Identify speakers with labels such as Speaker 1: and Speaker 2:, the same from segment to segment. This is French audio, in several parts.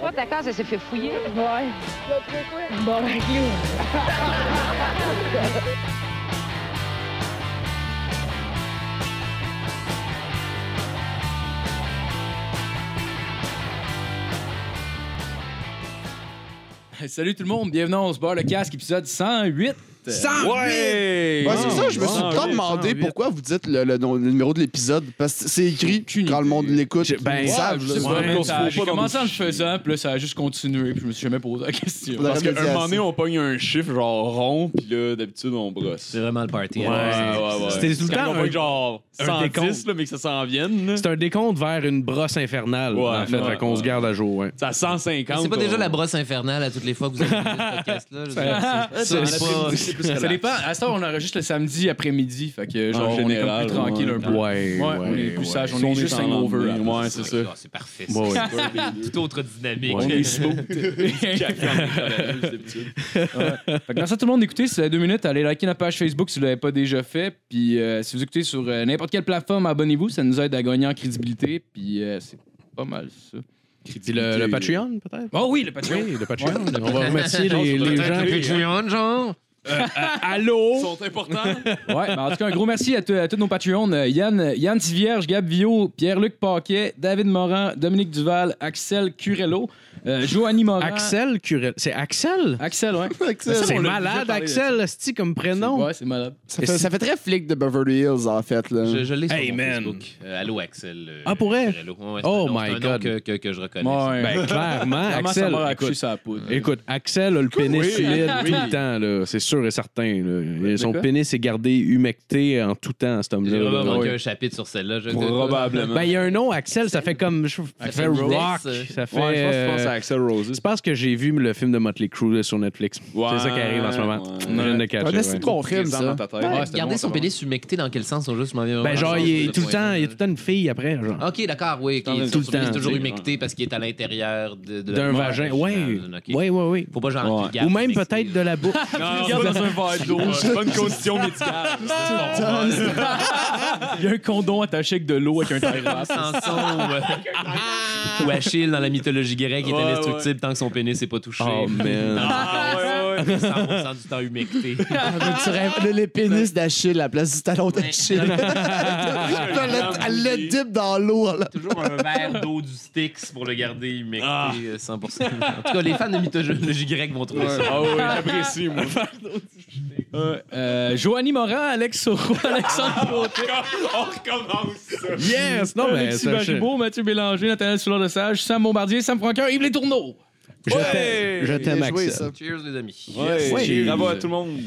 Speaker 1: Toi, ta case, elle s'est fait fouiller.
Speaker 2: Ouais. Bon, ben, clou.
Speaker 3: Salut tout le monde, bienvenue on se barre le casque, épisode 108.
Speaker 4: 108!
Speaker 3: Ah, Ouais!
Speaker 4: Ouais, c'est ça, je me suis tout le temps
Speaker 5: 108,
Speaker 4: demandé
Speaker 5: 108.
Speaker 4: pourquoi vous dites le, le nom- le numéro de l'épisode. Parce que c'est écrit
Speaker 3: Aucune
Speaker 4: quand le monde
Speaker 3: idée.
Speaker 4: l'écoute.
Speaker 5: J'ai- ben,
Speaker 3: Ouais,
Speaker 4: ils savent,
Speaker 3: je
Speaker 4: là.
Speaker 3: sais pas,
Speaker 5: Ouais,
Speaker 3: mais
Speaker 5: ça-
Speaker 3: J'ai
Speaker 5: dans
Speaker 3: commencé en le faisant, puis là, ça a juste continué, puis je me suis jamais posé la question.
Speaker 4: Ouais.
Speaker 5: Parce qu'à
Speaker 4: Dans la
Speaker 5: un moment donné,
Speaker 4: médiation.
Speaker 5: on pogne un chiffre genre rond, puis là, d'habitude, on brosse.
Speaker 6: C'est vraiment le party.
Speaker 5: Ouais,
Speaker 6: hein.
Speaker 5: ouais, ouais.
Speaker 7: C'était tout le
Speaker 5: Quand
Speaker 7: temps
Speaker 5: on
Speaker 7: un-
Speaker 5: pogne genre
Speaker 7: un
Speaker 5: 110,
Speaker 7: décompte.
Speaker 5: là, mais que ça s'en vienne. là.
Speaker 7: C'est un décompte vers une brosse infernale,
Speaker 5: Ouais,
Speaker 7: en fait,
Speaker 5: ouais,
Speaker 7: fait qu'on
Speaker 5: ouais.
Speaker 7: se garde à jour. hein.
Speaker 5: C'est à 150.
Speaker 6: C'est pas déjà
Speaker 5: on-
Speaker 6: la brosse infernale à toutes les fois que vous avez fait ce podcast-là. je veux dire,
Speaker 3: Ça
Speaker 6: c'est- c'est pas-
Speaker 3: ça dépend. À ce temps, on enregistre le samedi après-midi. Fait que, genre,
Speaker 5: En
Speaker 3: Ah, on est comme
Speaker 5: général, Ah,
Speaker 3: plus tranquille un peu.
Speaker 7: Ouais,
Speaker 3: on est plus sage. On
Speaker 5: Si
Speaker 3: est juste
Speaker 5: en
Speaker 3: hangover.
Speaker 5: lendemain, Ouais, c'est ça.
Speaker 6: Ah, C'est parfait.
Speaker 7: Ouais, ouais.
Speaker 6: C'est toute autre dynamique.
Speaker 3: On est smooth. Fait que merci à tout le monde d'écouter. Si vous avez deux minutes, allez liker notre page Facebook si vous ne l'avez pas déjà fait. Puis euh, si vous écoutez sur euh, n'importe quelle plateforme, abonnez-vous. Ça nous aide à gagner en crédibilité. Puis euh, c'est pas mal ça.
Speaker 7: Puis le, le Patreon, peut-être?
Speaker 5: Ah
Speaker 3: Oh oui, le Patreon.
Speaker 7: Oui, le Patreon. On va remercier les, les gens.
Speaker 6: Peut-être le
Speaker 7: qui- Euh,
Speaker 6: Patreon, genre.
Speaker 5: Ils sont importants.
Speaker 3: Ouais, mais en tout cas, un gros merci à, t- à tous nos Patreons. Euh, Yann, Yann Tivierge, Gab Vio, Pierre-Luc Paquet, David Morin, Dominique Duval, Axel Curello, euh, Joanny Morin.
Speaker 7: Axel Curel. C'est Axel?
Speaker 3: Axel, ouais.
Speaker 4: Axel,
Speaker 7: C'est
Speaker 3: on l'a déjà
Speaker 7: malade,
Speaker 3: parlé de
Speaker 7: Axel, esti, comme prénom.
Speaker 3: Ouais, c'est malade.
Speaker 4: Ça fait, ça fait très flic de Beverly Hills, en fait. Là.
Speaker 6: Je, je l'ai sur
Speaker 7: Hey,
Speaker 6: mon
Speaker 7: man.
Speaker 6: Facebook. Euh, allô, Axel. euh,
Speaker 7: Ah, pour vrai?
Speaker 6: Pirello. Ouais, ouais, c'est
Speaker 7: Oh
Speaker 6: un nom-
Speaker 7: my
Speaker 6: c'est un nom
Speaker 7: God.
Speaker 6: Que, que, que je reconnais.
Speaker 3: Ouais.
Speaker 7: Ben, clairement,
Speaker 3: Clairement,
Speaker 7: Axel.
Speaker 3: ça m'a accouché
Speaker 7: Écoute,
Speaker 3: sur la poudre.
Speaker 7: écoute, Axel a le pénis
Speaker 5: Oui.
Speaker 7: solide
Speaker 5: Oui.
Speaker 7: tout le temps, là. C'est sûr et certain, là.
Speaker 3: Mais
Speaker 7: Son
Speaker 3: quoi?
Speaker 7: pénis est gardé humecté en tout temps, cet
Speaker 6: J'ai
Speaker 7: homme-là.
Speaker 6: vraiment
Speaker 7: là.
Speaker 6: manqué
Speaker 7: Ouais.
Speaker 6: un chapitre sur celle-là. je-
Speaker 5: Probablement.
Speaker 7: Ben, il y a un nom, Axel, ça fait comme. je- Ça fait
Speaker 6: Axel Rose.
Speaker 7: rock. Ça fait.
Speaker 5: Ouais, je pense que tu penses
Speaker 7: euh,
Speaker 5: à Axel Roses.
Speaker 7: C'est parce que j'ai vu le film de Motley Crue là, sur Netflix.
Speaker 5: Ouais,
Speaker 7: c'est ça qui arrive en ce moment.
Speaker 5: ouais.
Speaker 7: Je viens de le catcher,
Speaker 4: Ah, mais c'est
Speaker 7: ouais.
Speaker 4: bon film,
Speaker 5: Présent dans
Speaker 4: ça.
Speaker 5: ta tête.
Speaker 3: Ouais,
Speaker 5: Ouais,
Speaker 3: c'était
Speaker 6: Garder
Speaker 3: bon,
Speaker 6: son
Speaker 3: c'était
Speaker 6: pénis humecté dans quel sens, on juste m'en vient.
Speaker 7: Ben genre, il est tout le temps, il y a tout le temps une fille après, genre.
Speaker 6: Ok, d'accord, oui.
Speaker 5: Tout le
Speaker 6: Tout le
Speaker 7: temps,
Speaker 6: temps. toujours
Speaker 5: tu sais,
Speaker 6: humecté parce qu'il est à l'intérieur de- de la
Speaker 7: D'un
Speaker 6: mort
Speaker 7: vagin.
Speaker 6: originale.
Speaker 7: Oui,
Speaker 6: Ok.
Speaker 7: oui, oui, oui.
Speaker 6: Faut pas genre.
Speaker 5: Ouais.
Speaker 6: qu'il garde
Speaker 7: Ou même
Speaker 6: humecté,
Speaker 7: peut-être
Speaker 6: là.
Speaker 7: de la bouche.
Speaker 5: Non, c'est pas dans un verre d'eau. C'est pas une condition médicale. C'est normal.
Speaker 3: Il y a un condom attaché avec de l'eau avec un terrasse.
Speaker 6: Samson ou, ou Achille dans la mythologie grecque
Speaker 5: Ouais,
Speaker 6: est indestructible tant que son pénis n'est pas touché.
Speaker 7: Oh, man.
Speaker 5: Ah, ouais, ouais, ouais.
Speaker 6: 100% du temps humecté.
Speaker 4: Ah, mais tu rêves- le- les pénis d'Achille à la place du talon d'Achille. Elle le- elle le dip dans l'eau. là.
Speaker 6: Toujours un verre d'eau du Styx pour le garder humecté
Speaker 5: Ah.
Speaker 6: euh, 100%. En tout cas, les fans de mythologie grecque vont trouver ça.
Speaker 5: Ah, ouais, j'apprécie, moi.
Speaker 3: Euh, euh, Joanny Morin, Alex Soro, Alexandre Côté,
Speaker 5: On recommence ça.
Speaker 7: Yes! Non, mais
Speaker 3: Alexis
Speaker 7: ça, je,
Speaker 3: Baribot, Mathieu Bélanger, Nathaniel Soulard de Sage, Sam Bombardier, Sam Franqueur, Yves Les Tourneaux.
Speaker 7: je t'aime, je t'aime,
Speaker 4: Bien joué,
Speaker 7: Axel.
Speaker 4: ça.
Speaker 6: Cheers, les amis.
Speaker 5: Ouais,
Speaker 7: Ouais.
Speaker 5: cheers. bravo à tout le monde.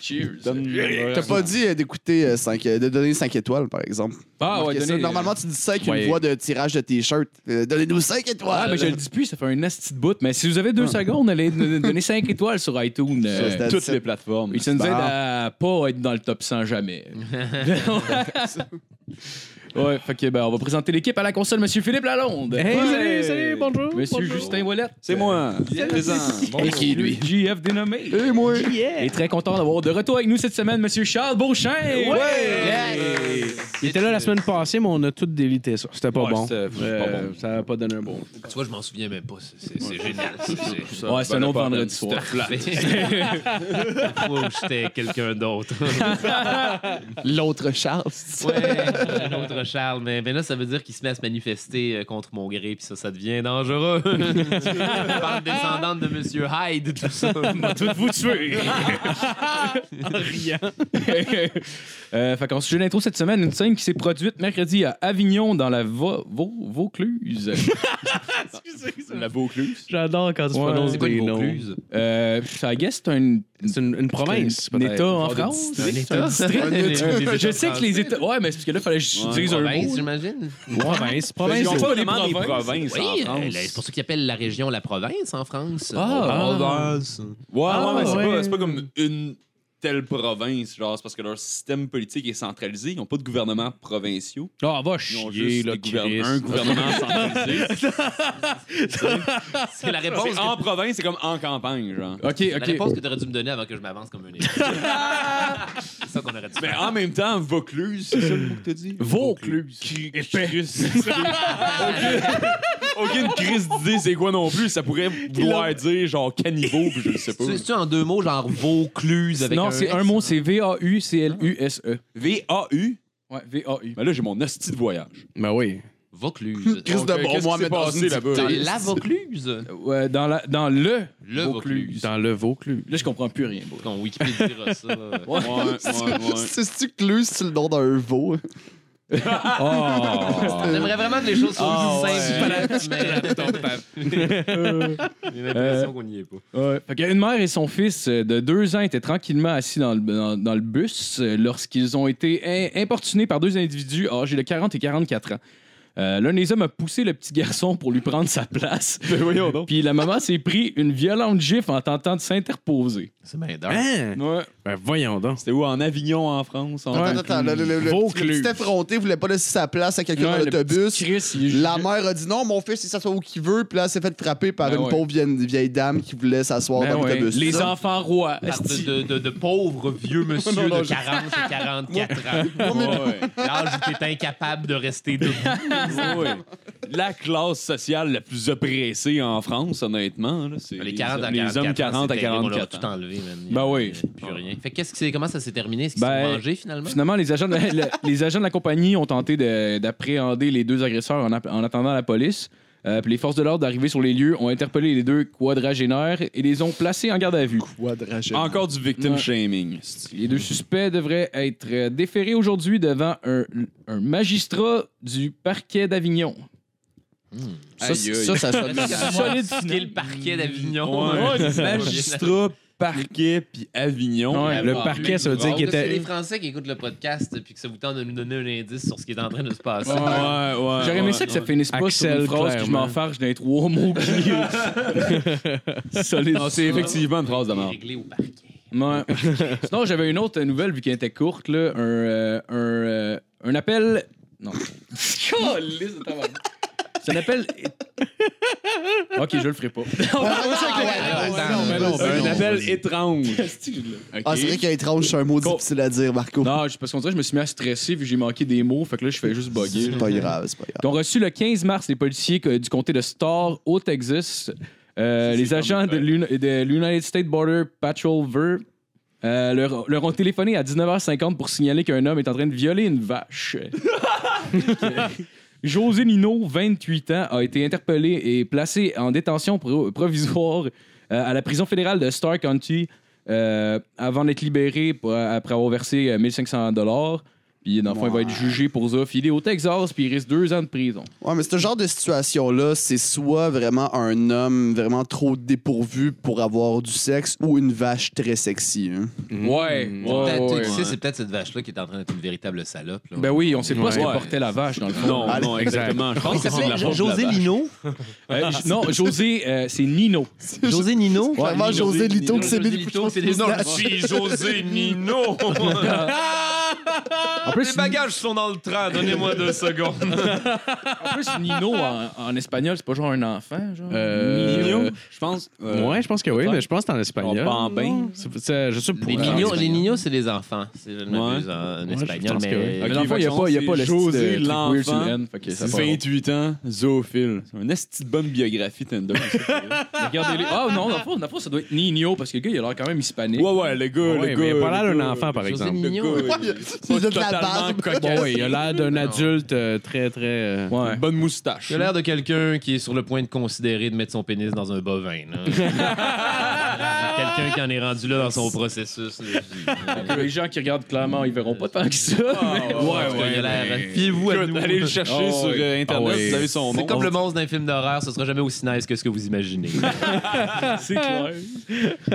Speaker 3: Cheers.
Speaker 4: T'as pas dit euh, d'écouter euh, cinq- euh, de donner 5 étoles, par exemple.
Speaker 3: Ah ouais,
Speaker 4: Marquez ça.
Speaker 3: donnez-
Speaker 4: Normalement, tu dis ça avec
Speaker 7: Ouais.
Speaker 4: une voix de tirage de t-shirt. Euh, Donnez-nous 5
Speaker 3: Ah,
Speaker 4: étoiles.
Speaker 3: mais je le dis plus, ça fait un nasty de bout. Mais si vous avez deux secondes, allez nous donner 5 étoiles sur iTunes.
Speaker 4: Ah. Ça,
Speaker 3: Euh,
Speaker 4: c'était à
Speaker 5: Toutes
Speaker 4: 17.
Speaker 5: les plateformes.
Speaker 3: Et ça nous aide
Speaker 4: Bon.
Speaker 3: à pas être dans le top 100 jamais. ouais, fait que ben, on va présenter l'équipe à la console, Monsieur Philippe Lalonde.
Speaker 7: Hey,
Speaker 3: Ouais.
Speaker 7: salut, salut, bonjour.
Speaker 3: Monsieur Justin Wallet.
Speaker 5: C'est moi. Présent.
Speaker 3: Et qui lui? JF dénommé.
Speaker 4: Et moi.
Speaker 3: Il est très content d'avoir de retour avec nous cette semaine Monsieur Charles Beauchamp.
Speaker 7: Il était là la semaine passée, mais on a tout délité ça. C'était pas
Speaker 5: Ouais,
Speaker 7: bon.
Speaker 5: c'était- c'était
Speaker 7: Euh,
Speaker 5: pas bon.
Speaker 7: Ça a pas donné un bon.
Speaker 6: Tu vois, je m'en souviens même pas. C'est- C'est c'est génial. C'est- C'est
Speaker 3: Ouais, c'est un autre vendredi soir.
Speaker 6: parfait. Moi, où j'étais quelqu'un d'autre.
Speaker 4: L'autre Charles.
Speaker 6: Ouais, un autre Charles. Mais, mais là, ça veut dire qu'il se met à se manifester euh, contre mon gré, puis ça, ça devient dangereux. Bande descendante de Monsieur Hyde, tout ça.
Speaker 3: Toutes vous tuer. Rien. euh, fait qu'en sujet d'intro cette semaine, une scène qui s'est produite mercredi à Avignon dans la Vo- Vau- Vaucluse.
Speaker 5: La Beaucluse.
Speaker 7: J'adore quand tu
Speaker 3: Ouais.
Speaker 7: prononces
Speaker 3: C'est
Speaker 6: quoi
Speaker 7: des
Speaker 6: une
Speaker 7: noms.
Speaker 6: Vaucluse?
Speaker 3: Euh, ça, I guess, c'est un,
Speaker 7: C'est une, une province,
Speaker 3: un
Speaker 7: peut-être.
Speaker 3: État en
Speaker 7: Genre de
Speaker 3: France.
Speaker 7: district.
Speaker 3: Je sais que les États. Ouais, mais c'est parce que là, il fallait que j'utilise un
Speaker 6: Province,
Speaker 3: mot.
Speaker 6: j'imagine.
Speaker 7: Province,
Speaker 5: Ils
Speaker 7: province.
Speaker 5: ont
Speaker 3: c'est
Speaker 5: pas
Speaker 3: pas
Speaker 5: vraiment
Speaker 3: des
Speaker 5: des
Speaker 3: provinces.
Speaker 5: provinces
Speaker 6: Oui,
Speaker 5: en
Speaker 6: euh,
Speaker 5: France.
Speaker 6: c'est pour ça qu'ils appellent la région la province en France.
Speaker 3: Ah.
Speaker 6: Province.
Speaker 5: Ouais,
Speaker 7: Ah,
Speaker 5: ouais, mais c'est
Speaker 7: ouais.
Speaker 5: pas- c'est pas, comme une telle province. Genre, c'est parce que leur système politique est centralisé. Ils n'ont pas de gouvernement provinciaux.
Speaker 7: Ah, va
Speaker 5: Ils ont
Speaker 7: chier,
Speaker 5: juste
Speaker 7: là,
Speaker 5: des gouvern-
Speaker 7: Chris.
Speaker 5: un gouvernement centralisé.
Speaker 6: C'est la réponse.
Speaker 5: C'est
Speaker 6: que-
Speaker 5: en province, c'est comme en campagne, genre.
Speaker 3: Ok,
Speaker 6: La
Speaker 3: ok.
Speaker 6: réponse que t'aurais dû me donner avant que je m'avance comme un élu. C'est ça qu'on aurait dû
Speaker 5: Mais
Speaker 6: faire.
Speaker 5: en même temps, Vaucluse, c'est ça le mot que t'as dit?
Speaker 3: Vaucluse.
Speaker 5: Cri- Cri- Cri- aucune crise d'idée c'est quoi non plus. Ça pourrait vouloir dire genre caniveau, puis je le sais pas.
Speaker 6: C'est en deux mots, genre Vaucluse avec
Speaker 3: Non, c'est un mot, c'est V-A-U-C-L-U-S-E.
Speaker 5: V-A-U.
Speaker 3: Ouais, V-A-U.
Speaker 5: Ben là, j'ai mon hostie de voyage.
Speaker 7: Ben oui.
Speaker 6: Vaucluse.
Speaker 4: Chris
Speaker 5: Donc,
Speaker 4: de
Speaker 5: euh,
Speaker 4: bon,
Speaker 5: qu'est-ce
Speaker 4: moi,
Speaker 5: qui s'est
Speaker 4: mais dans
Speaker 5: passé
Speaker 4: une
Speaker 5: là-bas?
Speaker 6: Dans
Speaker 4: petite-
Speaker 6: la Vaucluse.
Speaker 3: Ouais, dans, la, dans le.
Speaker 6: Le Vaucluse.
Speaker 7: Dans le Vaucluse.
Speaker 3: Là, je comprends plus rien, bro.
Speaker 6: Ton Wikipédia dira ça.
Speaker 5: Ouais, ouais, ouais.
Speaker 4: C'est-tu que lui, c'est le nom d'un veau?
Speaker 6: J'aimerais vraiment que les choses soient
Speaker 5: Ah,
Speaker 6: aussi
Speaker 5: ouais.
Speaker 6: simples. mais- J'ai l'impression qu'on n'y est pas.
Speaker 3: Ouais. Fait qu'une mère et son fils euh, de deux ans étaient tranquillement assis dans le, dans, dans le bus euh, lorsqu'ils ont été im- importunés par deux individus âgés de 40 et 44 ans. Euh, L'un des hommes a poussé le petit garçon pour lui prendre sa place.
Speaker 5: Ben voyons donc.
Speaker 3: Puis la maman s'est pris une violente gifle en tentant de s'interposer.
Speaker 6: C'est bien d'heure.
Speaker 7: Hein?
Speaker 5: Ouais.
Speaker 7: Ben voyons donc.
Speaker 5: C'était où en Avignon, en France? En...
Speaker 4: Attends, attends, le, le, le, le
Speaker 7: Vaucluse.
Speaker 4: petit- le petit effronté voulait pas laisser sa place à quelqu'un
Speaker 3: Ouais,
Speaker 4: dans
Speaker 3: le
Speaker 4: l'autobus.
Speaker 3: petit Chris, il est
Speaker 4: La
Speaker 3: ju-
Speaker 4: mère a dit non, mon fils, il s'assoit où qu'il veut, puis là, elle s'est fait frapper par
Speaker 3: Ben
Speaker 4: une
Speaker 3: ouais.
Speaker 4: pauvre vieille, vieille dame qui voulait s'asseoir
Speaker 3: Ben
Speaker 4: dans
Speaker 3: ouais,
Speaker 4: l'autobus.
Speaker 3: Les
Speaker 4: Ça,
Speaker 3: enfants rois.
Speaker 6: Par de, de, de, de pauvres vieux monsieur
Speaker 4: Non, non,
Speaker 6: de
Speaker 4: je-
Speaker 6: 40 et 44 ans.
Speaker 5: Ouais.
Speaker 6: L'âge où t'es incapable de rester debout.
Speaker 5: Ouais. La classe sociale la plus oppressée en France, honnêtement. là, c'est
Speaker 6: Les 40 à 44
Speaker 5: les hommes 40
Speaker 6: c'est
Speaker 5: à
Speaker 6: terrible, On leur a
Speaker 5: 44
Speaker 6: tout enlevé, man. Il y
Speaker 3: Ben
Speaker 6: a-
Speaker 3: oui.
Speaker 6: Plus rien. Fait que qu'est-ce qui s'est... Comment ça s'est terminé? Est-ce qu'ils
Speaker 3: Ben,
Speaker 6: sont mangés, finalement?
Speaker 3: Finalement, les agents de la, le- les agents de la compagnie ont tenté de- d'appréhender les deux agresseurs en, app- en attendant la police. Euh, puis les forces de l'ordre arrivées sur les lieux ont interpellé les deux quadragénaires et les ont placés en garde à vue.
Speaker 4: Ouais, de rachet.
Speaker 5: Encore du victim
Speaker 3: Ouais.
Speaker 5: shaming.
Speaker 3: Les deux suspects devraient être euh, déférés aujourd'hui devant un, un magistrat du parquet d'Avignon.
Speaker 4: Ça,
Speaker 5: Aïe, aïe.
Speaker 4: ça, ça
Speaker 6: Est-ce
Speaker 4: sonne
Speaker 6: qu'il y a moyen de scier le parquet d'Avignon.
Speaker 5: magistrat, parquet, puis Avignon.
Speaker 3: Ouais,
Speaker 7: Le parquet, ça veut dire qu'il
Speaker 6: Donc, c'est les
Speaker 7: était.
Speaker 6: Français qui écoutent le podcast puis que ça vous tente de nous donner un indice sur ce qui est en train de se passer.
Speaker 5: Ouais, ouais,
Speaker 3: J'aurais aimé ça
Speaker 5: Ah, ouais.
Speaker 3: que ça finisse pas sur
Speaker 7: Axel,
Speaker 3: une phrase que je m'en
Speaker 7: clairement.
Speaker 3: farge d'un trois mots. Solide.
Speaker 5: Non, c'est effectivement une phrase de
Speaker 6: C'est
Speaker 5: mort.
Speaker 6: réglé au parquet.
Speaker 3: Ouais. Sinon, j'avais une autre nouvelle vu qu'elle était courte. Là. Un, euh, un, euh, un appel. Non. C'est un appel. Ok, je le ferai pas.
Speaker 5: Un appel étrange.
Speaker 4: Ah, c'est vrai qu'un étrange, c'est un mot
Speaker 3: Con-
Speaker 4: difficile à dire, Marco.
Speaker 3: Non, je- parce qu'on dirait que je me suis mis à stresser vu que j'ai manqué des mots. Fait que là, je fais juste bugger.
Speaker 4: C'est pas grave, c'est pas grave.
Speaker 3: Qu'ont reçu le 15 mars les policiers que- du comté de Starr au Texas. Euh,
Speaker 5: Ça,
Speaker 3: les
Speaker 5: c'est
Speaker 3: agents de
Speaker 5: comme-
Speaker 3: l'Uni- de l'United States Border Patrol VER euh, leur, leur ont téléphoné à 19h50 pour signaler qu'un homme est en train de violer une vache. José Nino, 28 ans, a été interpellé et placé en détention pro- provisoire euh, à la prison fédérale de Starr County euh, avant d'être libéré pour- après avoir versé euh, 1500 dollars. Puis, dans le fond, il va être jugé pour ça. Puis, il est au Texas, puis il risque deux ans de prison.
Speaker 4: Ouais, mais ce genre de situation-là, c'est soit vraiment un homme vraiment trop dépourvu pour avoir du sexe ou une vache très sexy. hein.
Speaker 5: Mm-hmm.
Speaker 3: Ouais.
Speaker 6: Peut-être, tu sais, c'est peut-être cette vache-là qui est en train d'être une véritable salope. là.
Speaker 3: Ben oui, on sait pas
Speaker 7: Ouais.
Speaker 3: ce que
Speaker 5: Ouais.
Speaker 3: portait la vache, dans le fond.
Speaker 5: Non,
Speaker 4: Allez.
Speaker 5: non, exactement. Je pense que c'est de la faute de la vache.
Speaker 6: Lino.
Speaker 3: Euh, j- non, José, euh, c'est Nino.
Speaker 6: José Nino.
Speaker 4: Vraiment, José Lito qui s'est mis le
Speaker 6: Lito, c'est des noms. Je suis José Nino.
Speaker 3: En plus,
Speaker 6: sont dans le train, donnez-moi deux secondes.
Speaker 3: en plus, Nino en, en espagnol, c'est pas genre un enfant, genre.
Speaker 7: Euh,
Speaker 5: Mignon, je pense. euh,
Speaker 7: Ouais, je pense que oui, mais je pense que c'est en espagnol.
Speaker 5: En bambin.
Speaker 7: C'est- c'est- Je sais pas.
Speaker 6: Les Ninos, les Ninos, c'est les enfants. C'est je ne m'abuse en, en
Speaker 7: Ouais, je
Speaker 6: espagnol,
Speaker 7: pense que
Speaker 6: mais.
Speaker 7: oui.
Speaker 3: Mais
Speaker 5: Ok,
Speaker 3: dans le fond, il n'y a
Speaker 5: fait que
Speaker 3: pas, il y a
Speaker 5: c'est
Speaker 3: pas le
Speaker 5: José,
Speaker 3: style de truc
Speaker 5: l'enfant.
Speaker 3: weird sur le N, fait que ça part.
Speaker 5: 28 ans, zoophile. C'est une esti de bonne biographie, Tinder.
Speaker 3: Regardez-les. Ah non, dans le fond, dans le fond, ça doit être Nino, parce que le gars, il a l'air quand même hispanique.
Speaker 5: ouais, ouais, le gars.
Speaker 7: Ouais,
Speaker 5: le
Speaker 7: mais
Speaker 5: gars,
Speaker 7: il a
Speaker 5: le
Speaker 7: pas l'air d'un
Speaker 5: gars-
Speaker 7: enfant, par
Speaker 6: José
Speaker 7: exemple.
Speaker 6: Nino.
Speaker 4: Il a de la barbe.
Speaker 7: Bon, oui, Ah, il a l'air d'un adulte euh, très, très. euh,
Speaker 3: Ouais.
Speaker 5: Une bonne moustache.
Speaker 6: Il a l'air de quelqu'un qui est sur le point de considérer de mettre son pénis dans un bovin. là. quelqu'un qui en est rendu là dans son processus. là.
Speaker 3: Les gens qui regardent clairement, ils verront pas tant que ça.
Speaker 5: Ah,
Speaker 3: mais-
Speaker 6: En tout cas, il a l'air- hein. Fiez-vous à
Speaker 5: Écoute,
Speaker 6: nous.
Speaker 5: Allez le chercher
Speaker 3: Ah ouais.
Speaker 5: sur euh, Internet,
Speaker 7: Ah ouais.
Speaker 5: vous avez son nom.
Speaker 6: C'est comme le monstre d'un film d'horreur, ce sera jamais aussi nice que ce que vous imaginez.
Speaker 3: C'est clair.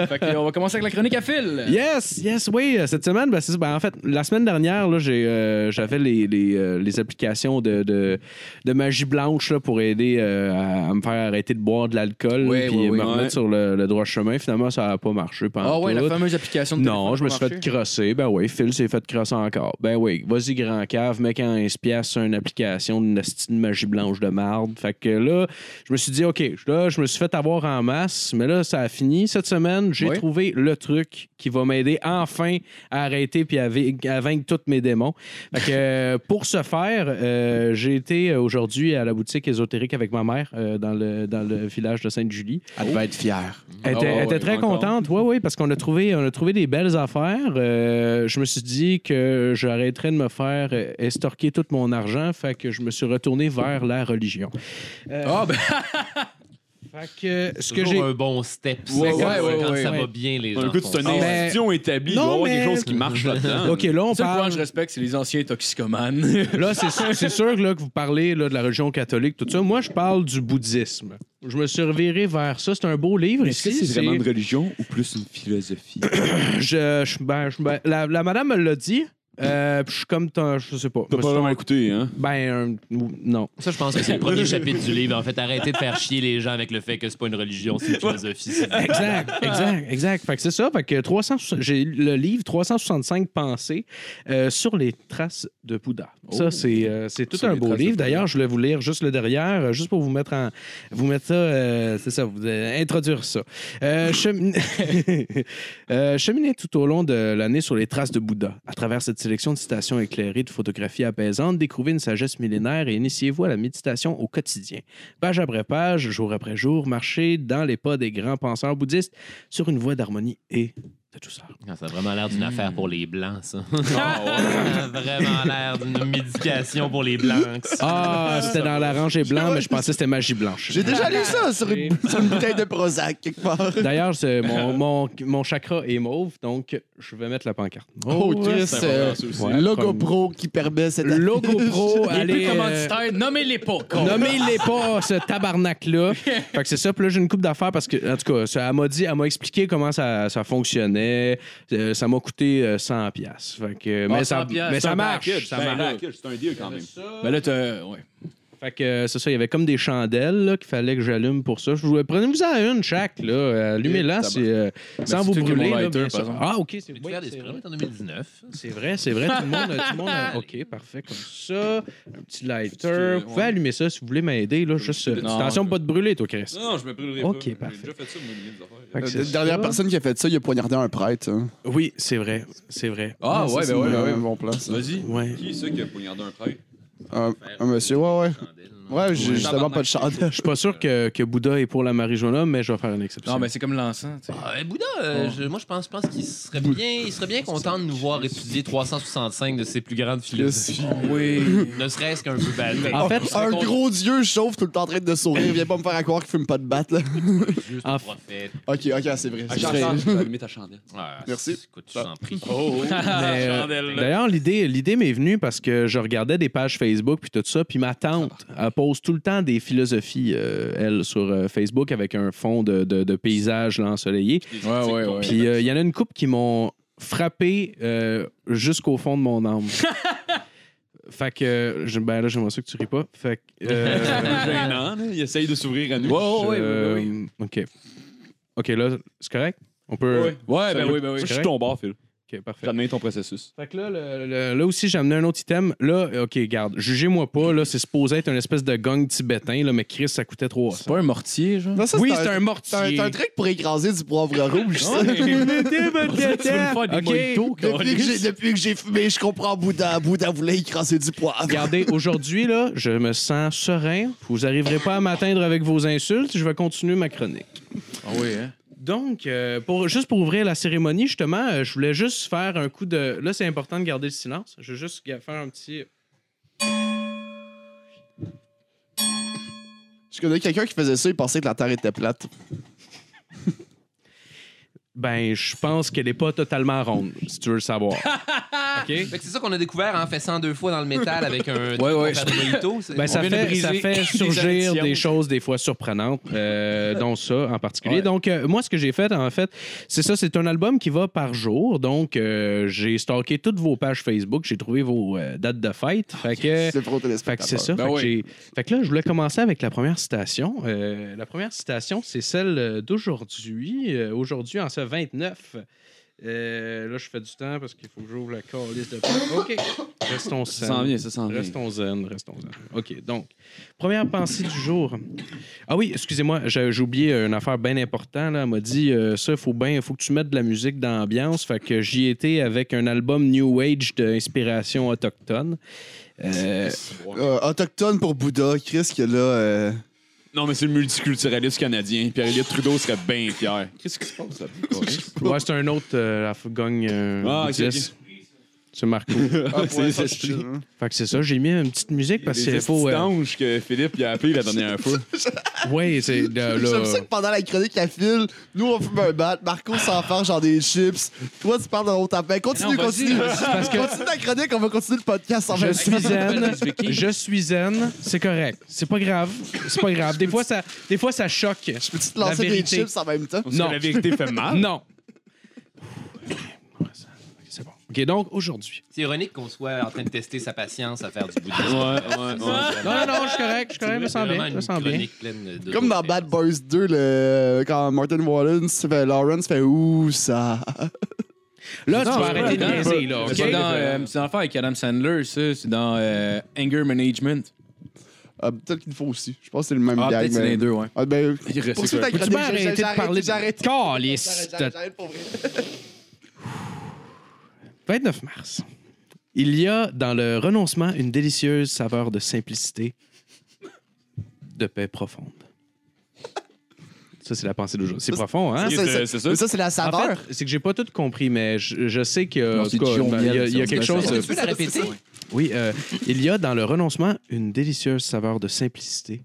Speaker 3: fait que, on va commencer avec la chronique à
Speaker 5: Euh,
Speaker 3: fil.
Speaker 7: Yes, yes, oui. euh, Cette semaine, ben, c'est ça. Ben, en fait, la semaine dernière, là, j'ai, euh, j'avais les, les, euh, les applications de, de, de magie blanche là, pour aider euh, à, à me faire arrêter de boire de l'alcool
Speaker 3: Oui,
Speaker 7: là, puis
Speaker 3: oui, oui,
Speaker 7: me remettre
Speaker 5: ouais.
Speaker 7: sur le, le droit chemin. finalement, ça n'a pas marché pendant
Speaker 3: Ah ouais,
Speaker 7: tout.
Speaker 3: la fameuse application de
Speaker 7: Non,
Speaker 3: téléphone
Speaker 7: je me suis
Speaker 3: pour
Speaker 7: fait
Speaker 3: marcher.
Speaker 7: crosser. Ben oui, Phil s'est fait crosser encore. Ben oui, vas-y, grand cave, mec en 15 piastres sur une application d'une hostie de magie blanche de marde. Fait que là, je me suis dit, OK, là, je me suis fait avoir en masse, mais là, ça a fini. Cette semaine, j'ai
Speaker 3: Oui.
Speaker 7: trouvé le truc qui va m'aider enfin à arrêter puis à, vi- à vaincre tous mes démons. Fait que euh, pour ce faire, euh, j'ai été aujourd'hui à la boutique ésotérique avec ma mère euh, dans, le, dans le village de Sainte-Julie.
Speaker 4: Elle devait être fière.
Speaker 7: Elle
Speaker 5: Ah
Speaker 7: était,
Speaker 5: ouais,
Speaker 7: elle était
Speaker 5: ouais,
Speaker 7: très
Speaker 5: encore.
Speaker 7: contente, oui, oui, parce qu'on a trouvé, on a trouvé des belles affaires. Euh, je me suis dit que j'arrêterais de me faire euh, estorquer tout mon argent, fait que je me suis retourné vers la religion. Euh,
Speaker 3: Ah, ben,
Speaker 7: fait que ce
Speaker 6: C'est
Speaker 7: que
Speaker 6: toujours
Speaker 7: j'ai.
Speaker 6: un bon step. ça,
Speaker 3: Ouais,
Speaker 6: quand-
Speaker 3: ouais, ouais,
Speaker 6: quand
Speaker 3: ouais,
Speaker 6: ça va
Speaker 7: ouais.
Speaker 6: bien, les gens.
Speaker 5: Un coup, c'est
Speaker 6: font
Speaker 5: une
Speaker 6: ça.
Speaker 7: ben,
Speaker 5: institution établie. Il doit y
Speaker 7: non,
Speaker 5: avoir
Speaker 7: mais-
Speaker 5: quelque chose qui marche là-dedans.
Speaker 7: Ok, là, on
Speaker 3: le seul point
Speaker 7: parle.
Speaker 3: que je respecte, c'est les anciens toxicomanes.
Speaker 7: Là, c'est sûr, c'est sûr que là, que vous parlez là, de la religion catholique, tout ça. Moi, je parle du bouddhisme. Je me suis reviré vers ça. C'est un beau livre
Speaker 5: Est-ce que
Speaker 7: ici.
Speaker 5: c'est
Speaker 7: c'est-
Speaker 5: vraiment une religion ou plus une philosophie?
Speaker 7: je, je- ben, je- ben, la, la madame me l'a dit. Euh, puis je suis comme, t'en- je sais pas.
Speaker 5: T'as
Speaker 7: Je me
Speaker 5: pas
Speaker 7: suis-
Speaker 5: vraiment écouté, hein?
Speaker 7: Ben, euh, non.
Speaker 6: Ça, je pense que c'est le premier chapitre du livre. En fait, arrêtez de faire chier les gens avec le fait que c'est pas une religion, c'est une philosophie. c'est-
Speaker 7: Exact, exact, exact. Fait que c'est ça. Fait que 360 j'ai le livre 365 pensées euh, sur les traces de Bouddha. Ça, c'est euh, c'est tout
Speaker 3: Oh. Sur
Speaker 7: un
Speaker 3: les
Speaker 7: beau
Speaker 3: traces de
Speaker 7: livre.
Speaker 3: Bouddha.
Speaker 7: D'ailleurs, je voulais vous lire juste le derrière, euh, juste pour vous mettre en. Vous mettre ça. euh, c'est ça, vous euh, introduire ça. Euh, chemin- Euh, cheminer tout au long de l'année sur les traces de Bouddha. À travers cette sélection de citations éclairées, de photographies apaisantes, découvrez une sagesse millénaire et initiez-vous à la méditation au quotidien. Page après page, jour après jour, marchez dans les pas des grands penseurs bouddhistes sur une voie d'harmonie et de tout ça.
Speaker 6: Ah, Ça a vraiment l'air d'une affaire pour les blancs, ça. Ça a vraiment l'air d'une médication pour les blancs.
Speaker 7: Ah, c'était dans la rangée blanc, mais je pensais que c'était magie blanche.
Speaker 4: J'ai déjà lu ça sur une, sur une bouteille de Prozac quelque part.
Speaker 7: D'ailleurs, c'est-
Speaker 3: Ah.
Speaker 7: mon, mon, mon chakra est mauve, donc je vais mettre la pancarte.
Speaker 4: Oh, Chris,
Speaker 3: c'est
Speaker 4: euh,
Speaker 3: important, ça aussi.
Speaker 7: Ouais,
Speaker 4: logo
Speaker 7: comme-
Speaker 4: pro qui permet cette
Speaker 7: Logo pro,
Speaker 3: Les
Speaker 7: allez.
Speaker 3: plus
Speaker 7: euh,
Speaker 3: commanditaires, nommez-les pas, con.
Speaker 7: Nommez-les pas, ce tabarnak-là. fait que c'est ça. Puis là, j'ai une coupe d'affaires parce que, en tout cas, ça, elle m'a dit, elle m'a expliqué comment ça, ça fonctionnait. Euh, ça m'a coûté euh, 100$. piastres. Fait que,
Speaker 3: 100
Speaker 7: mais ça,
Speaker 3: Ah, piastres,
Speaker 7: mais
Speaker 3: c'est
Speaker 7: ça
Speaker 3: un
Speaker 7: marche.
Speaker 5: Package,
Speaker 7: ça
Speaker 5: ben,
Speaker 7: marche.
Speaker 5: package, C'est un deal quand même.
Speaker 3: Ben là, t'as. Ouais.
Speaker 7: Fait que euh, c'est ça, il y avait comme des chandelles là, qu'il fallait que j'allume pour ça. Je voulais prenez-vous-en une chaque, là. Euh, Allumez-la
Speaker 3: tabarnak.
Speaker 7: c'est, euh, sans
Speaker 3: c'est toi
Speaker 7: vous
Speaker 3: qui
Speaker 7: brûler.
Speaker 3: m'as
Speaker 7: là,
Speaker 3: lighter,
Speaker 7: bien
Speaker 3: par
Speaker 7: sûr.
Speaker 3: exemple.
Speaker 7: ah, ok, c'est
Speaker 6: Tu
Speaker 7: oui,
Speaker 6: faire des
Speaker 7: c'est vrai.
Speaker 6: en 2019.
Speaker 7: C'est vrai, c'est vrai. Tout le monde, tout le monde a- OK, parfait. Comme ça. Un petit lighter. Vous pouvez allumer ça si vous voulez m'aider. Là, juste, euh,
Speaker 3: Non,
Speaker 7: attention
Speaker 3: je-
Speaker 7: de pas te brûler, toi, Chris.
Speaker 5: Non, non, je me brûlerai
Speaker 7: Ok,
Speaker 5: pas.
Speaker 7: parfait.
Speaker 5: J'ai déjà fait ça, moi, des affaires.
Speaker 7: Fait
Speaker 3: Euh,
Speaker 7: que
Speaker 4: La
Speaker 7: c'est
Speaker 4: Euh, dernière
Speaker 7: ça.
Speaker 4: personne qui a fait Ah, ça, il a poignardé un prêtre. hein.
Speaker 7: Oui, c'est vrai. C'est vrai.
Speaker 3: Ah,
Speaker 4: Ça,
Speaker 3: ouais,
Speaker 4: c'est
Speaker 3: ben ouais,
Speaker 4: une-
Speaker 3: ben ouais.
Speaker 4: un bon plan, ça.
Speaker 3: Vas-y.
Speaker 7: Ouais.
Speaker 5: euh, Qui est ça qui a poignardé un prêtre?
Speaker 4: Un, un monsieur, ouais, ouais. Ouais, j'ai justement pas de
Speaker 7: Je
Speaker 4: chandelle.
Speaker 7: suis pas sûr que, que Bouddha est pour la marijuana, mais je vais faire une exception.
Speaker 3: Non, mais c'est comme l'encens, tu sais.
Speaker 6: Ah, eh, Bouddha, euh, je- moi je pense, je pense qu'il serait bien, il serait bien content de nous voir étudier 365 de ses plus grandes philosophies.
Speaker 3: Oui.
Speaker 6: Ne serait-ce qu'un peu batté.
Speaker 7: En fait,
Speaker 4: Oh, Un gros dieu chauve tout le temps en train de sourire. Viens pas me faire à croire qu'il fume pas de batte, là.
Speaker 6: Juste
Speaker 7: en-
Speaker 6: prophète.
Speaker 4: Ok, ok, c'est vrai. c'est vrai.
Speaker 5: Allumer ta chandelle.
Speaker 6: Ah,
Speaker 4: Merci.
Speaker 6: c'est- Écoute, je t'en prie.
Speaker 7: Mais, euh, D'ailleurs, l'idée, l'idée m'est venue parce que je regardais des pages Facebook puis tout ça, puis ma tante
Speaker 3: Ah.
Speaker 7: elle pose tout le temps des philosophies euh, elle sur euh, Facebook avec un fond de, de, de paysage là, ensoleillé.
Speaker 3: Ouais, ouais, ouais.
Speaker 7: Puis euh, il y en a une coupe qui m'ont frappé euh, jusqu'au fond de mon âme. fait que euh, je- ben là j'aimerais ça que tu ris pas. Fait que euh,
Speaker 5: Gênant, là, il essaye de s'ouvrir à nous.
Speaker 7: euh, ok, ok là c'est correct. On peut.
Speaker 5: Ouais,
Speaker 3: Ouais, ben
Speaker 5: Salut.
Speaker 3: oui, ben oui.
Speaker 5: Je suis ton bord, Phil.
Speaker 7: Ok parfait.
Speaker 5: J'admets ton processus.
Speaker 7: Fait que là, le- le- là aussi, j'ai amené un autre item. Là, OK, garde, jugez-moi pas. Là, c'est supposé être une espèce de gang tibétain, là, mais Chris, ça coûtait
Speaker 3: C'est
Speaker 7: 300.
Speaker 3: pas un mortier, genre.
Speaker 4: Non, ça,
Speaker 7: Oui, c'est un
Speaker 4: C'est un,
Speaker 7: mortier.
Speaker 4: c'est un truc pour écraser du poivre rouge, ça.
Speaker 7: Ok,
Speaker 4: Depuis que j'ai- depuis que j'ai fumé, je comprends Bouddha. Bouddha voulait écraser du poivre.
Speaker 7: Regardez, aujourd'hui, là, je me sens serein. Vous n'arriverez pas à m'atteindre avec vos insultes. Je vais continuer ma chronique.
Speaker 3: Ah oui, hein.
Speaker 7: Donc, euh, pour, juste pour ouvrir la cérémonie, justement, euh, je voulais juste faire un coup de... Là, c'est important de garder le silence. Je veux juste ga- faire un petit...
Speaker 4: Je connais quelqu'un qui faisait ça, il pensait que la Terre était plate.
Speaker 7: Ben, je pense qu'elle n'est pas totalement ronde, si tu veux le savoir. OK?
Speaker 6: Fait que c'est ça qu'on a découvert en faisant deux fois dans le métal avec un
Speaker 8: Ouais, ouais.
Speaker 6: pour faire des burritos, c'est-
Speaker 7: Ben, ça,
Speaker 8: vient de
Speaker 7: fait,
Speaker 8: briser
Speaker 7: ça fait
Speaker 8: des
Speaker 7: surgir
Speaker 8: additions.
Speaker 7: des choses des fois surprenantes, euh, dont ça en particulier.
Speaker 8: Ouais.
Speaker 7: Donc, euh, moi, ce que j'ai fait, en fait, c'est ça, c'est un album qui va par jour. Donc, euh, j'ai stalké toutes vos pages Facebook, j'ai trouvé vos euh, dates de fête. Fait que...
Speaker 4: C'est pour
Speaker 7: Euh, Fait que c'est ça.
Speaker 8: Ben
Speaker 7: fait, que
Speaker 8: oui.
Speaker 7: j'ai- fait que là, je voulais commencer avec la première citation. Euh, la première citation, c'est celle euh, d'aujourd'hui. Euh, Aujourd'hui, en ce 29. Euh, là, je fais du temps parce qu'il faut que j'ouvre la liste de... OK. Restons
Speaker 5: Ça sent
Speaker 7: zen.
Speaker 5: bien, ça sent bien.
Speaker 7: Restons zen, restons zen. OK, donc, première pensée du jour. Ah oui, excusez-moi, j'ai j'ai oublié une affaire bien importante. Là. Elle m'a dit, euh, ça, il faut, ben, faut que tu mettes de la musique d'ambiance. Fait que j'y étais avec un album New Age d'inspiration autochtone. Euh,
Speaker 4: Ben autochtone pour Bouddha, Chris, que là. euh,
Speaker 5: Non, mais c'est le multiculturaliste canadien. Pierre-Éliott Trudeau serait bien fier. Qu'est-ce qui se passe là
Speaker 7: Ouais, c'est un autre, euh, la f- gagne euh,
Speaker 5: Ah, ok,
Speaker 7: 10. C'est Marco.
Speaker 4: ah, pour
Speaker 5: C'est
Speaker 4: l'instant,
Speaker 5: c'est-
Speaker 4: je suis chill, hein.
Speaker 7: fait que c'est ça, j'ai mis une petite musique parce
Speaker 5: Ah, c'est Ah,
Speaker 7: qu'il faut. euh,
Speaker 5: ange que Philippe il a appelé la dernière fois.
Speaker 8: Ah,
Speaker 7: ouais, c'est. euh,
Speaker 4: J'aime ça
Speaker 7: là,
Speaker 4: que pendant la chronique à file, nous on fume un bat, Marco s'enferme genre des chips, toi tu parles de ton tapin. Continue,
Speaker 8: Non, vas-y,
Speaker 4: continue.
Speaker 8: vas-y.
Speaker 7: parce que
Speaker 4: Continue ta chronique, on va continuer le podcast en
Speaker 7: je
Speaker 4: même
Speaker 7: suis
Speaker 4: temps.
Speaker 7: zen.
Speaker 8: Vicky.
Speaker 7: Je suis zen. C'est correct. C'est pas grave. C'est pas grave. Des fois, ça, des fois, ça choque.
Speaker 4: Je peux-tu te
Speaker 7: La
Speaker 4: lancer des
Speaker 7: vérité.
Speaker 4: chips en même temps?
Speaker 7: Non.
Speaker 5: La vérité fait mal.
Speaker 7: Non. C'est bon. OK, donc aujourd'hui.
Speaker 6: C'est ironique qu'on soit en train de tester sa patience à faire du bouddhisme.
Speaker 5: Ouais, ouais, ouais.
Speaker 7: Non,
Speaker 4: Ah!
Speaker 7: non, non, je suis correct. Je suis correct. Je me sens bien. Je me sens bien.
Speaker 4: Comme dans Bad Boys 2, le... quand Martin Wallace fait Lawrence fait ouh ça.
Speaker 7: Là, tu
Speaker 8: Non,
Speaker 7: vas
Speaker 8: c'est pas
Speaker 7: arrêter de
Speaker 8: dans-
Speaker 7: niaiser, là.
Speaker 8: C'est
Speaker 7: OK?
Speaker 8: dans, euh, c'est dans l'affaire avec Adam Sandler, ça. C'est dans euh, Anger Management.
Speaker 4: Ah, Peut-être qu'il faut aussi. Je pense que c'est le même
Speaker 8: Ah,
Speaker 4: gag.
Speaker 8: peut-être c'est
Speaker 4: mais-
Speaker 8: les deux, ouais.
Speaker 4: Ah, ben,
Speaker 8: Il reste
Speaker 4: poursuis
Speaker 8: quoi?
Speaker 4: ta
Speaker 7: Peux-tu
Speaker 4: chronique.
Speaker 7: bien arrêter
Speaker 4: j'arrête,
Speaker 7: de parler
Speaker 4: J'arrête,
Speaker 7: de calice
Speaker 4: j'arrête,
Speaker 7: de
Speaker 4: j'arrête, j'arrête pour vrai.
Speaker 7: 29 mars. Il y a dans le renoncement une délicieuse saveur de simplicité, de paix profonde. Ça, c'est la pensée d'aujourd'hui. C'est
Speaker 4: Ça,
Speaker 7: profond,
Speaker 4: Ça,
Speaker 7: hein?
Speaker 5: C'est-
Speaker 4: c'est-
Speaker 5: c'est ça?
Speaker 4: mais ça, c'est la
Speaker 7: En
Speaker 4: saveur.
Speaker 7: fait, c'est que j'ai pas tout compris, mais je, je sais que.
Speaker 8: Non,
Speaker 7: en tout
Speaker 8: c'est
Speaker 7: cas,
Speaker 8: Dion
Speaker 7: il y a,
Speaker 8: Miel,
Speaker 7: il y a
Speaker 8: ça,
Speaker 7: quelque
Speaker 8: on
Speaker 7: chose.
Speaker 8: dirait
Speaker 7: de-
Speaker 6: Tu peux la répéter?
Speaker 7: Oui, euh, il y a dans le renoncement une délicieuse saveur de simplicité,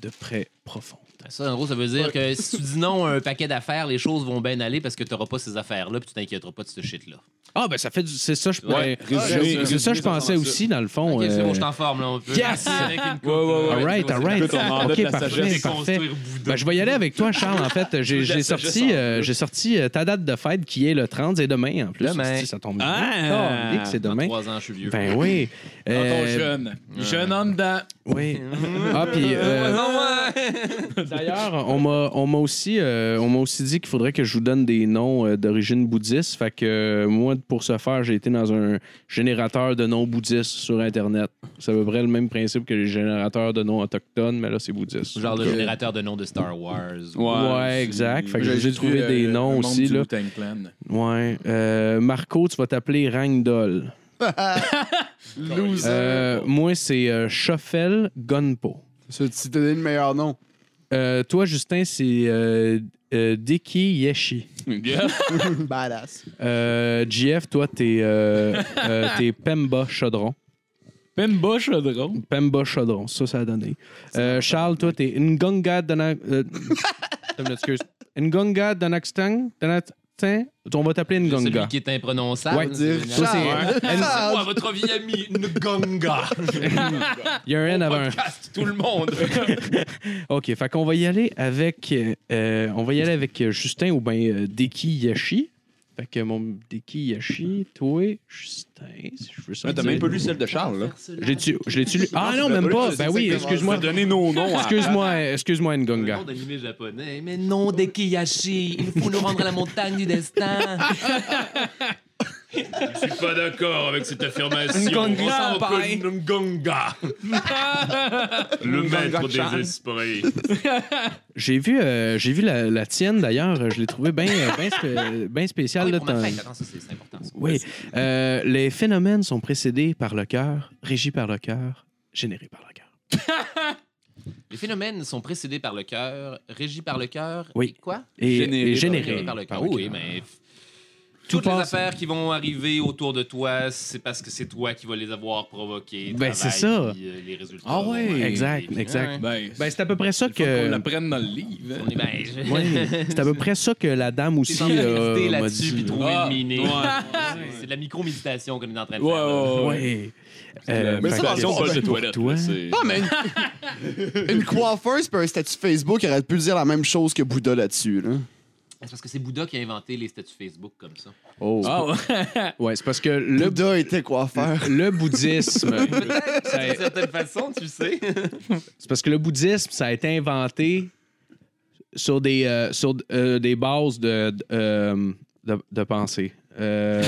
Speaker 7: de paix profonde.
Speaker 6: Ça, en gros, ça veut dire que si tu dis non à un paquet d'affaires, les choses vont bien aller parce que tu n'auras pas ces affaires-là puis tu t'inquiéteras pas de ce shit-là.
Speaker 7: Ah, ben ça fait du. C'est ça, je
Speaker 6: Ouais,
Speaker 7: ben,
Speaker 5: résumé,
Speaker 7: C'est ça, je
Speaker 5: résumé, ça
Speaker 7: pensais
Speaker 5: ressemble à
Speaker 7: aussi, dans le fond.
Speaker 6: Ok, c'est
Speaker 7: euh,
Speaker 6: bon, je t'en forme, là, on peut.
Speaker 7: Yes!
Speaker 6: Avec une coupe,
Speaker 5: Ouais, ouais, ouais.
Speaker 6: là.
Speaker 7: All right, all right.
Speaker 5: Écoute, on enlève
Speaker 7: OK,
Speaker 5: la
Speaker 7: parfait,
Speaker 5: sagesse.
Speaker 7: parfait.
Speaker 6: Déconstruire Bouddha.
Speaker 7: Ben, je vais y aller avec toi, Charles. En fait, j'ai j'ai sorti, euh, j'ai sorti euh, ta date de fête qui est le 30 c'est demain en plus.
Speaker 6: Demain.
Speaker 7: Si Ça tombe bien.
Speaker 5: Ah!
Speaker 7: Oh, que c'est
Speaker 6: Dans
Speaker 7: demain.
Speaker 6: trois ans, je suis vieux.
Speaker 7: Ben oui.
Speaker 8: Quand on
Speaker 7: Euh,
Speaker 8: jeune. Jeune homme dans.
Speaker 7: oui. Ah, puis euh, d'ailleurs, on m'a on m'a aussi, euh, on m'a aussi dit qu'il faudrait que je vous donne des noms euh, d'origine bouddhiste. Fait que euh, moi, pour ce faire, j'ai été dans un générateur de noms bouddhistes sur Internet. C'est à peu près le même principe que les générateurs de noms autochtones, mais là, c'est bouddhiste.
Speaker 6: Genre le générateur de noms de Star Wars.
Speaker 7: Ben, Ouais, exact. Fait que j'ai trouvé des
Speaker 3: euh,
Speaker 7: noms aussi, là. Ouais. Euh, Marco, tu vas t'appeler Rangdol.
Speaker 4: Loser.
Speaker 7: Euh, moi, c'est euh, Chauffel Gunpo.
Speaker 4: Ça, Tu t'es donné le meilleur nom.
Speaker 7: Euh, toi, Justin, c'est euh, euh, Diki Yeshi.
Speaker 4: Badass.
Speaker 7: Euh, GF, toi, t'es euh, euh, t'es Pemba Chaudron.
Speaker 8: Pemba Chaudron.
Speaker 7: Pemba Chaudron, ça, ça a donné. Euh, Charles, toi, t'es Ngonga Donak... Euh, attends une minute, excuse. Ngonga Donakstang. Donakstang. On va t'appeler
Speaker 6: Celui
Speaker 7: Ngonga.
Speaker 6: qui est imprononçable.
Speaker 7: Ouais,
Speaker 4: Dire
Speaker 7: Ça, c'est-
Speaker 4: Charles.
Speaker 6: Ah,
Speaker 4: Charles.
Speaker 6: votre vieille amie, Ngonga.
Speaker 7: Il y a un N avant un
Speaker 6: Podcast, tout le monde.
Speaker 7: OK, fait qu'on va y aller avec euh, euh, on va y aller avec euh, Justin ou ben euh, Deki Yashi. Fait que mon Deki Yashi, toi, Justin, si je veux ça.
Speaker 5: Ah, T'as
Speaker 7: dire.
Speaker 5: même pas lu celle de Charles, là.
Speaker 7: Je l'ai-tu- je l'ai-tu lu? Ah non, même pas. Ben oui, excuse-moi.
Speaker 5: Donnez nos noms hein. à.
Speaker 7: Excuse-moi, excuse-moi
Speaker 6: Le
Speaker 7: Ngonga.
Speaker 6: nom d'animé japonais. Mais non, Dekiyashi, il faut nous rendre à la montagne du destin.
Speaker 5: Je suis pas d'accord avec cette affirmation.
Speaker 6: Ngonga, pareil.
Speaker 5: Ngonga. Le maître des esprits.
Speaker 7: J'ai vu euh, j'ai vu la, la tienne d'ailleurs, euh, je l'ai trouvée bien bien
Speaker 6: Ah
Speaker 7: spéciale
Speaker 6: oui,
Speaker 7: là,
Speaker 6: pour ma
Speaker 7: t'en-
Speaker 6: fête. Attends, ça, c'est c'est important. ça.
Speaker 7: Oui. Euh, les phénomènes sont précédés par le cœur, régis par le cœur, générés par le cœur.
Speaker 6: Les phénomènes sont précédés par le cœur, régis par le cœur.
Speaker 7: Oui.
Speaker 6: Et quoi?
Speaker 7: Et,
Speaker 5: Générés
Speaker 7: et euh,
Speaker 5: par-
Speaker 7: générés Ah hein. ben
Speaker 6: Généré par le cœur. Ah Oui,
Speaker 7: cœur.
Speaker 6: mais.
Speaker 8: Tout
Speaker 6: Toutes les
Speaker 8: passe-
Speaker 6: affaires qui vont arriver autour de toi, c'est parce que c'est toi qui vas les avoir provoquées.
Speaker 7: Ben,
Speaker 6: travail,
Speaker 7: c'est ça.
Speaker 6: puis, euh, les résultats.
Speaker 8: Ah ouais.
Speaker 6: vont arriver,
Speaker 7: Exact,
Speaker 6: puis-
Speaker 7: exact.
Speaker 6: Ouais.
Speaker 8: Ben,
Speaker 7: Ben, c'est à peu près ça
Speaker 5: euh,
Speaker 8: On
Speaker 7: que.
Speaker 8: l'apprenne dans le livre. hein.
Speaker 6: On est ben, je-
Speaker 7: Ouais, c'est à peu près ça que la dame
Speaker 6: C'est
Speaker 7: aussi
Speaker 6: sans
Speaker 7: euh,
Speaker 6: méditer
Speaker 7: m'a
Speaker 6: là-dessus puis
Speaker 7: dit.
Speaker 6: trouver
Speaker 5: Ah,
Speaker 6: le miné.
Speaker 5: ouais.
Speaker 6: C'est- C'est de la micro-méditation qu'on est en train de
Speaker 8: Ouais,
Speaker 6: faire. là.
Speaker 8: ouais, ouais.
Speaker 7: Ouais. Euh,
Speaker 4: Mais
Speaker 7: fait
Speaker 4: ça, dans le
Speaker 7: que-
Speaker 4: fond,
Speaker 5: Paul de
Speaker 4: ben,
Speaker 5: toilette.
Speaker 7: toi.
Speaker 5: là, c'est-
Speaker 4: Non, mais une, une coiffeuse puis un statut Facebook aurait pu dire la même chose que Bouddha là-dessus. Là.
Speaker 6: C'est parce que c'est Bouddha qui a inventé les statuts Facebook comme ça.
Speaker 7: Oh.
Speaker 8: Ah ouais.
Speaker 7: Ouais, c'est parce que le,
Speaker 4: Bouddha était coiffeur.
Speaker 7: le bouddhisme. ça a-
Speaker 6: D'une certaine façon, tu sais.
Speaker 7: C'est parce que le bouddhisme, ça a été inventé sur des, euh, sur, euh, des bases de, de, euh, de- de pensée. Euh,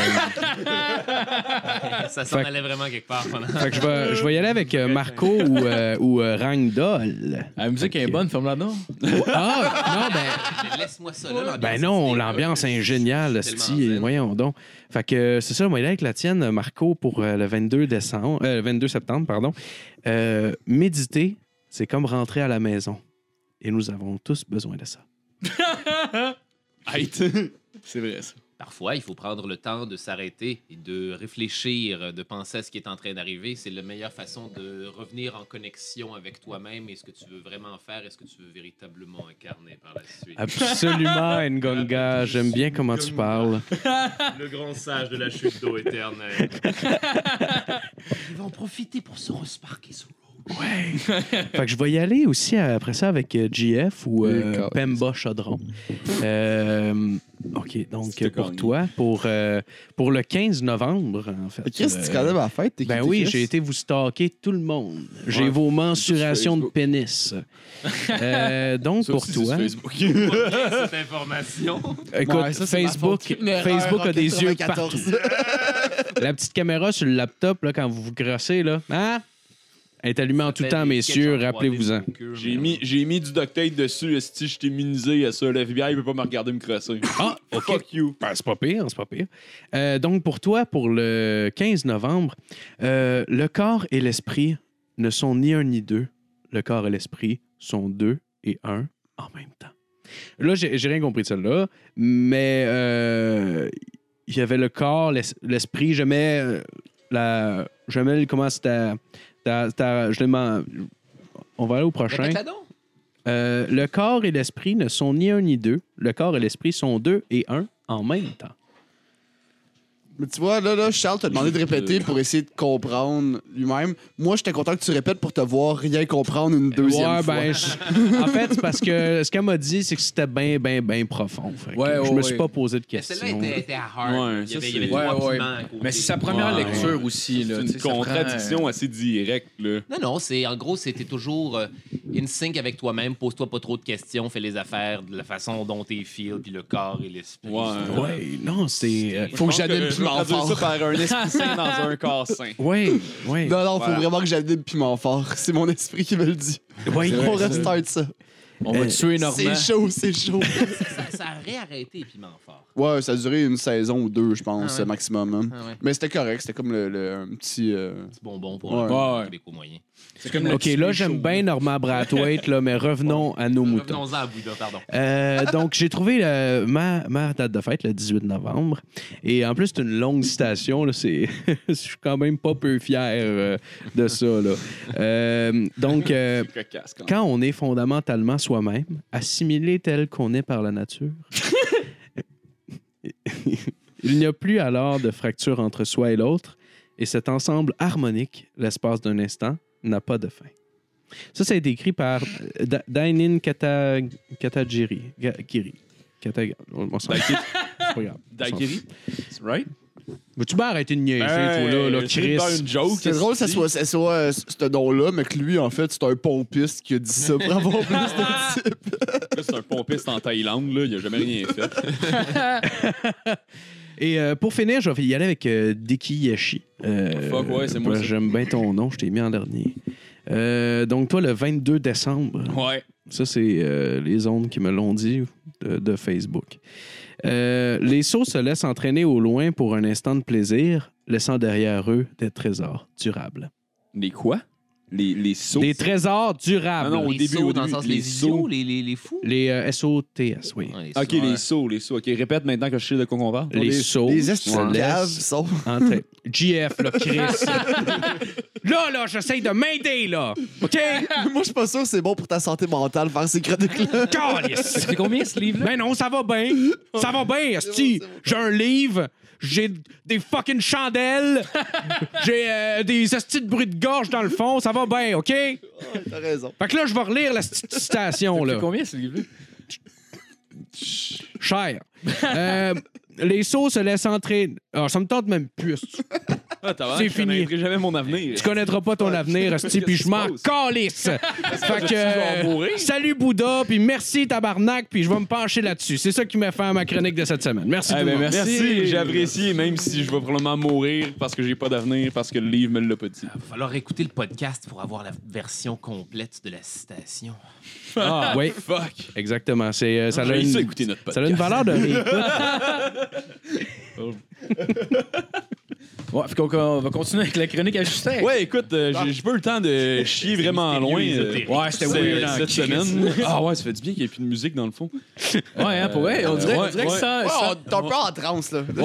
Speaker 6: Ça s'en
Speaker 7: Fait-
Speaker 6: allait vraiment quelque part pendant.
Speaker 7: fait que je vais, je vais y aller avec euh, Marco ou, euh, ou euh, Rangdol.
Speaker 8: La musique est
Speaker 7: Ok.
Speaker 8: bonne, ferme-la donc.
Speaker 7: Ah, non, ben,
Speaker 6: Mais Laisse-moi ça là. l'ambiance
Speaker 7: Ben non,
Speaker 6: est-
Speaker 7: l'ambiance est géniale,
Speaker 6: Tellement
Speaker 7: Sty.
Speaker 6: zen.
Speaker 7: Voyons donc. Fait que euh, c'est ça, moi, il est avec la tienne, Marco, pour euh, le 22 décembre, euh, le 22 septembre, pardon. Euh, méditer, c'est comme rentrer à la maison. Et nous avons tous besoin de ça.
Speaker 8: C'est vrai, ça.
Speaker 6: Parfois, il faut prendre le temps de s'arrêter et de réfléchir, de penser à ce qui est en train d'arriver. C'est la meilleure façon de revenir en connexion avec toi-même et ce que tu veux vraiment faire et ce que tu veux véritablement incarner par la suite.
Speaker 7: Absolument, Ngonga. J'aime bien comment tu parles.
Speaker 6: Le grand sage de la chute d'eau éternelle. Ils vont profiter pour se resparquer sur l'eau.
Speaker 7: Fait que je vais y aller aussi euh, après ça avec euh, GF ou euh,
Speaker 4: D'accord.
Speaker 7: Pemba Chaudron. Euh, OK, donc
Speaker 5: C'était
Speaker 7: pour
Speaker 5: gagné.
Speaker 7: toi, pour, euh, pour le 15 novembre, en fait.
Speaker 4: Qu'est-ce que tu
Speaker 7: euh,
Speaker 4: connais ma fête? t'es
Speaker 7: Ben
Speaker 4: qui,
Speaker 7: oui,
Speaker 4: Chris?
Speaker 7: j'ai été vous stalker tout le monde. J'ai
Speaker 5: Ouais.
Speaker 7: vos mensurations de
Speaker 5: Facebook.
Speaker 7: pénis. Euh, donc,
Speaker 5: Ça
Speaker 7: pour
Speaker 5: aussi,
Speaker 7: toi,
Speaker 5: c'est Facebook.
Speaker 6: cette information.
Speaker 7: écoute,
Speaker 4: Ouais, ça, c'est ma
Speaker 7: Facebook,
Speaker 4: faute. Une erreur
Speaker 7: Facebook a
Speaker 4: en
Speaker 7: des yeux partout.
Speaker 4: 94.
Speaker 7: La petite caméra sur le laptop, là, quand vous vous grossez, là, hein? Elle est allumée en
Speaker 6: Ben,
Speaker 7: tout temps, messieurs, rappelez-vous-en.
Speaker 5: J'ai mis, j'ai mis du duct tape dessus, si je t'ai immunisé à ça, le FBI peut pas me regarder me crosser.
Speaker 7: Ah, OK.
Speaker 5: Fuck you.
Speaker 7: Ben, c'est pas pire, c'est pas pire. Euh, donc, pour toi, pour le 15 novembre, euh, le corps et l'esprit ne sont ni un ni deux. Le corps et l'esprit sont deux et un en même temps. Là, j'ai j'ai rien compris de celle-là, mais euh, il y avait le corps, l'es- l'esprit, je mets euh, la. Je mets le- comment c'est ta- ta- ta- je demande- On va aller au prochain.
Speaker 6: Répète-la donc.
Speaker 7: Euh, le corps et l'esprit ne sont ni un ni deux. Le corps et l'esprit sont deux et un en même temps.
Speaker 4: Mais tu vois, là, là, Charles t'a demandé de
Speaker 7: Euh,
Speaker 4: répéter pour essayer de comprendre lui-même. Moi, j'étais content que tu répètes pour te voir rien comprendre une deuxième
Speaker 7: ouais,
Speaker 4: fois.
Speaker 7: ben, je- en fait, c'est parce que ce qu'elle m'a dit, c'est que c'était bien, bien, bien profond. Fait que
Speaker 8: Ouais,
Speaker 7: je
Speaker 8: ouais,
Speaker 7: me suis
Speaker 8: ouais.
Speaker 7: pas posé de
Speaker 6: Mais
Speaker 7: questions.
Speaker 6: Celle-là était, était à hard.
Speaker 5: Ouais,
Speaker 6: il y
Speaker 5: ça,
Speaker 6: avait, il y avait
Speaker 5: c'est-
Speaker 6: trois
Speaker 8: Ouais, ouais.
Speaker 6: piments à côté.
Speaker 8: Mais c'est sa
Speaker 6: Ah,
Speaker 8: première
Speaker 5: Ouais.
Speaker 8: lecture aussi. là.
Speaker 5: C'est
Speaker 8: Tu
Speaker 5: une
Speaker 8: sais, ça
Speaker 3: euh,
Speaker 8: prend,
Speaker 5: contradiction assez directe, là.
Speaker 6: Non, non, c'est en gros, c'était toujours euh, in sync avec toi-même. Pose-toi pas trop de questions, fais les affaires de la façon dont t'es feel, puis le corps et l'esprit.
Speaker 5: Ouais.
Speaker 7: Ouais, non, c'est. euh,
Speaker 4: Faut que j'anime
Speaker 5: Je
Speaker 4: piment
Speaker 5: vais traduire
Speaker 4: fort.
Speaker 5: ça par un esprit sain dans un corps sain.
Speaker 7: Ouais, ouais.
Speaker 4: Non, non, faut
Speaker 5: Voilà.
Speaker 4: vraiment que j'anime piment fort. C'est mon esprit qui me le dit.
Speaker 7: ouais.
Speaker 4: On restart ça.
Speaker 8: On va
Speaker 7: Euh,
Speaker 8: tuer
Speaker 4: C'est
Speaker 8: Normand.
Speaker 4: chaud, c'est chaud.
Speaker 6: Ça, ça a réarrêté Piment Fort.
Speaker 4: ouais, ça a duré une saison ou deux, je pense,
Speaker 6: Ah ouais.
Speaker 4: maximum. hein.
Speaker 6: Ah ouais.
Speaker 4: Mais c'était correct, c'était comme le, le- un petit. euh,
Speaker 6: Petit bonbon pour
Speaker 4: Ouais.
Speaker 6: un
Speaker 8: Ouais.
Speaker 6: Québécois moyen.
Speaker 8: C'est comme le
Speaker 7: Ok,
Speaker 8: petit
Speaker 7: là,
Speaker 8: lait
Speaker 7: j'aime
Speaker 8: chaud.
Speaker 7: bien Norman Brathwaite, là, mais revenons à nos moutons.
Speaker 6: Revenons-en à Bouddha, pardon.
Speaker 7: Euh, donc, j'ai trouvé euh, ma, ma date de fête, le 18 novembre. Et en plus, c'est une longue citation. là, c'est- Je suis quand même pas peu fier euh, de ça. là. Euh, donc, euh,
Speaker 5: C'est cocasse, quand même.
Speaker 7: quand on est fondamentalement soi-même, assimilé tel qu'on est par la nature, il n'y a plus alors de fracture entre soi et l'autre. Et cet ensemble harmonique, l'espace d'un instant, n'a pas de fin. Ça, ça a été écrit par euh, Da- Dainin Kata- Katagiri. Ga- Kiri. Kata... On on s'en fout. C'est pas grave. On s'en
Speaker 5: Daiquiri? Right? Euh,
Speaker 7: fout. Veux-tu bien arrêter de niaiser, toi, là, là,
Speaker 5: c'est pas
Speaker 7: Chris?
Speaker 5: une joke.
Speaker 4: C'est drôle que ça
Speaker 5: dit.
Speaker 4: soit, ça soit euh, c- ce don-là, mais que lui, en fait, c'est un pompiste qui a dit ça pour avoir plus de type.
Speaker 5: Là, C'est un pompiste en Thaïlande, là. Il a jamais rien fait.
Speaker 7: Et euh, pour finir, je vais y aller avec euh, Deki Yashi. Euh,
Speaker 5: Fuck, ouais, c'est moi,
Speaker 7: bah,
Speaker 5: ça.
Speaker 7: J'aime bien ton nom, je t'ai mis en dernier. Euh, donc, toi, le 22 décembre,
Speaker 5: Ouais.
Speaker 7: ça, c'est euh, les ondes qui me l'ont dit de, de Facebook. Euh, les sauts se laissent entraîner au loin pour un instant de plaisir, laissant derrière eux des trésors durables.
Speaker 5: Des quoi? les, les sauts.
Speaker 7: Des trésors durables.
Speaker 5: Non, non, au
Speaker 6: les
Speaker 5: début,
Speaker 6: sauts,
Speaker 5: au
Speaker 6: dans le
Speaker 5: début,
Speaker 6: sens
Speaker 5: les
Speaker 6: les idiots,
Speaker 5: sauts.
Speaker 6: les, les, les fous.
Speaker 7: Les euh, SOTS, oui.
Speaker 6: Ouais, les
Speaker 5: Ok,
Speaker 6: sauts,
Speaker 5: les
Speaker 6: ouais.
Speaker 5: sauts, les sauts. Ok, répète maintenant que je sais de quoi on parle.
Speaker 7: Les sauts.
Speaker 4: Les estis de cave sont.
Speaker 7: en tête. GF, là, Chris. là, là, j'essaye de m'aider, là. OK?
Speaker 4: Moi, je suis pas sûr que c'est bon pour ta santé mentale faire ces chroniques-là.
Speaker 7: Calice.
Speaker 8: C'est combien ce livre-là?
Speaker 7: Ben non, ça va bien. Ça va bien, esti. J'ai un livre. J'ai des fucking chandelles. J'ai euh, des estis de bruit de gorge dans le fond. Ça va bien, OK? Fait
Speaker 4: Ouais, T'as raison.
Speaker 7: que là, je vais relire la petite citation, là.
Speaker 8: C'est combien ce livre-là?
Speaker 7: Cher. Euh, les sauts se laissent entrer. Ah, ça me tente même plus. esti.
Speaker 5: Ah, t'as
Speaker 7: C'est
Speaker 5: l'air que je
Speaker 7: fini.
Speaker 5: connaîtrai jamais mon avenir.
Speaker 7: Tu connaîtras pas ton avenir, esti, puis je m'en calisse. Fait que,
Speaker 5: vais mourir?
Speaker 7: salut Bouddha, puis merci tabarnak, puis je vais me pencher là-dessus. C'est ça qui m'a fait à ma chronique de cette semaine. Merci
Speaker 5: Eh
Speaker 7: tout le
Speaker 5: ben,
Speaker 7: monde.
Speaker 5: merci, j'apprécie, même si je vais probablement mourir parce que j'ai pas d'avenir, parce que le livre me l'a pas dit.
Speaker 6: Il va falloir écouter le podcast pour avoir la version complète de la citation.
Speaker 7: Ah, oui,
Speaker 5: Fuck!
Speaker 7: exactement. C'est, euh, ça, a
Speaker 5: J'ai
Speaker 7: une,
Speaker 5: ça écouter notre
Speaker 7: ça
Speaker 5: podcast.
Speaker 7: a une valeur de réécoute.
Speaker 8: Ouais, fait qu'on qu'on va continuer avec la chronique à Justin.
Speaker 5: Ouais, écoute, euh, j'ai- j'ai pas eu le temps de chier vraiment loin. euh,
Speaker 8: Ouais, c'était
Speaker 5: c'est-
Speaker 8: weird. hein,
Speaker 5: cette
Speaker 8: Chris.
Speaker 5: semaine. Ah ouais, ça fait du bien qu'il n'y ait plus de musique dans le fond.
Speaker 8: Ouais, hein, pour vrai, on dirait, on
Speaker 5: ouais,
Speaker 8: dirait que
Speaker 5: ouais.
Speaker 8: ça.
Speaker 4: Ouais,
Speaker 8: ça-
Speaker 4: on- T'es un peu en transe, là.
Speaker 8: Ouais,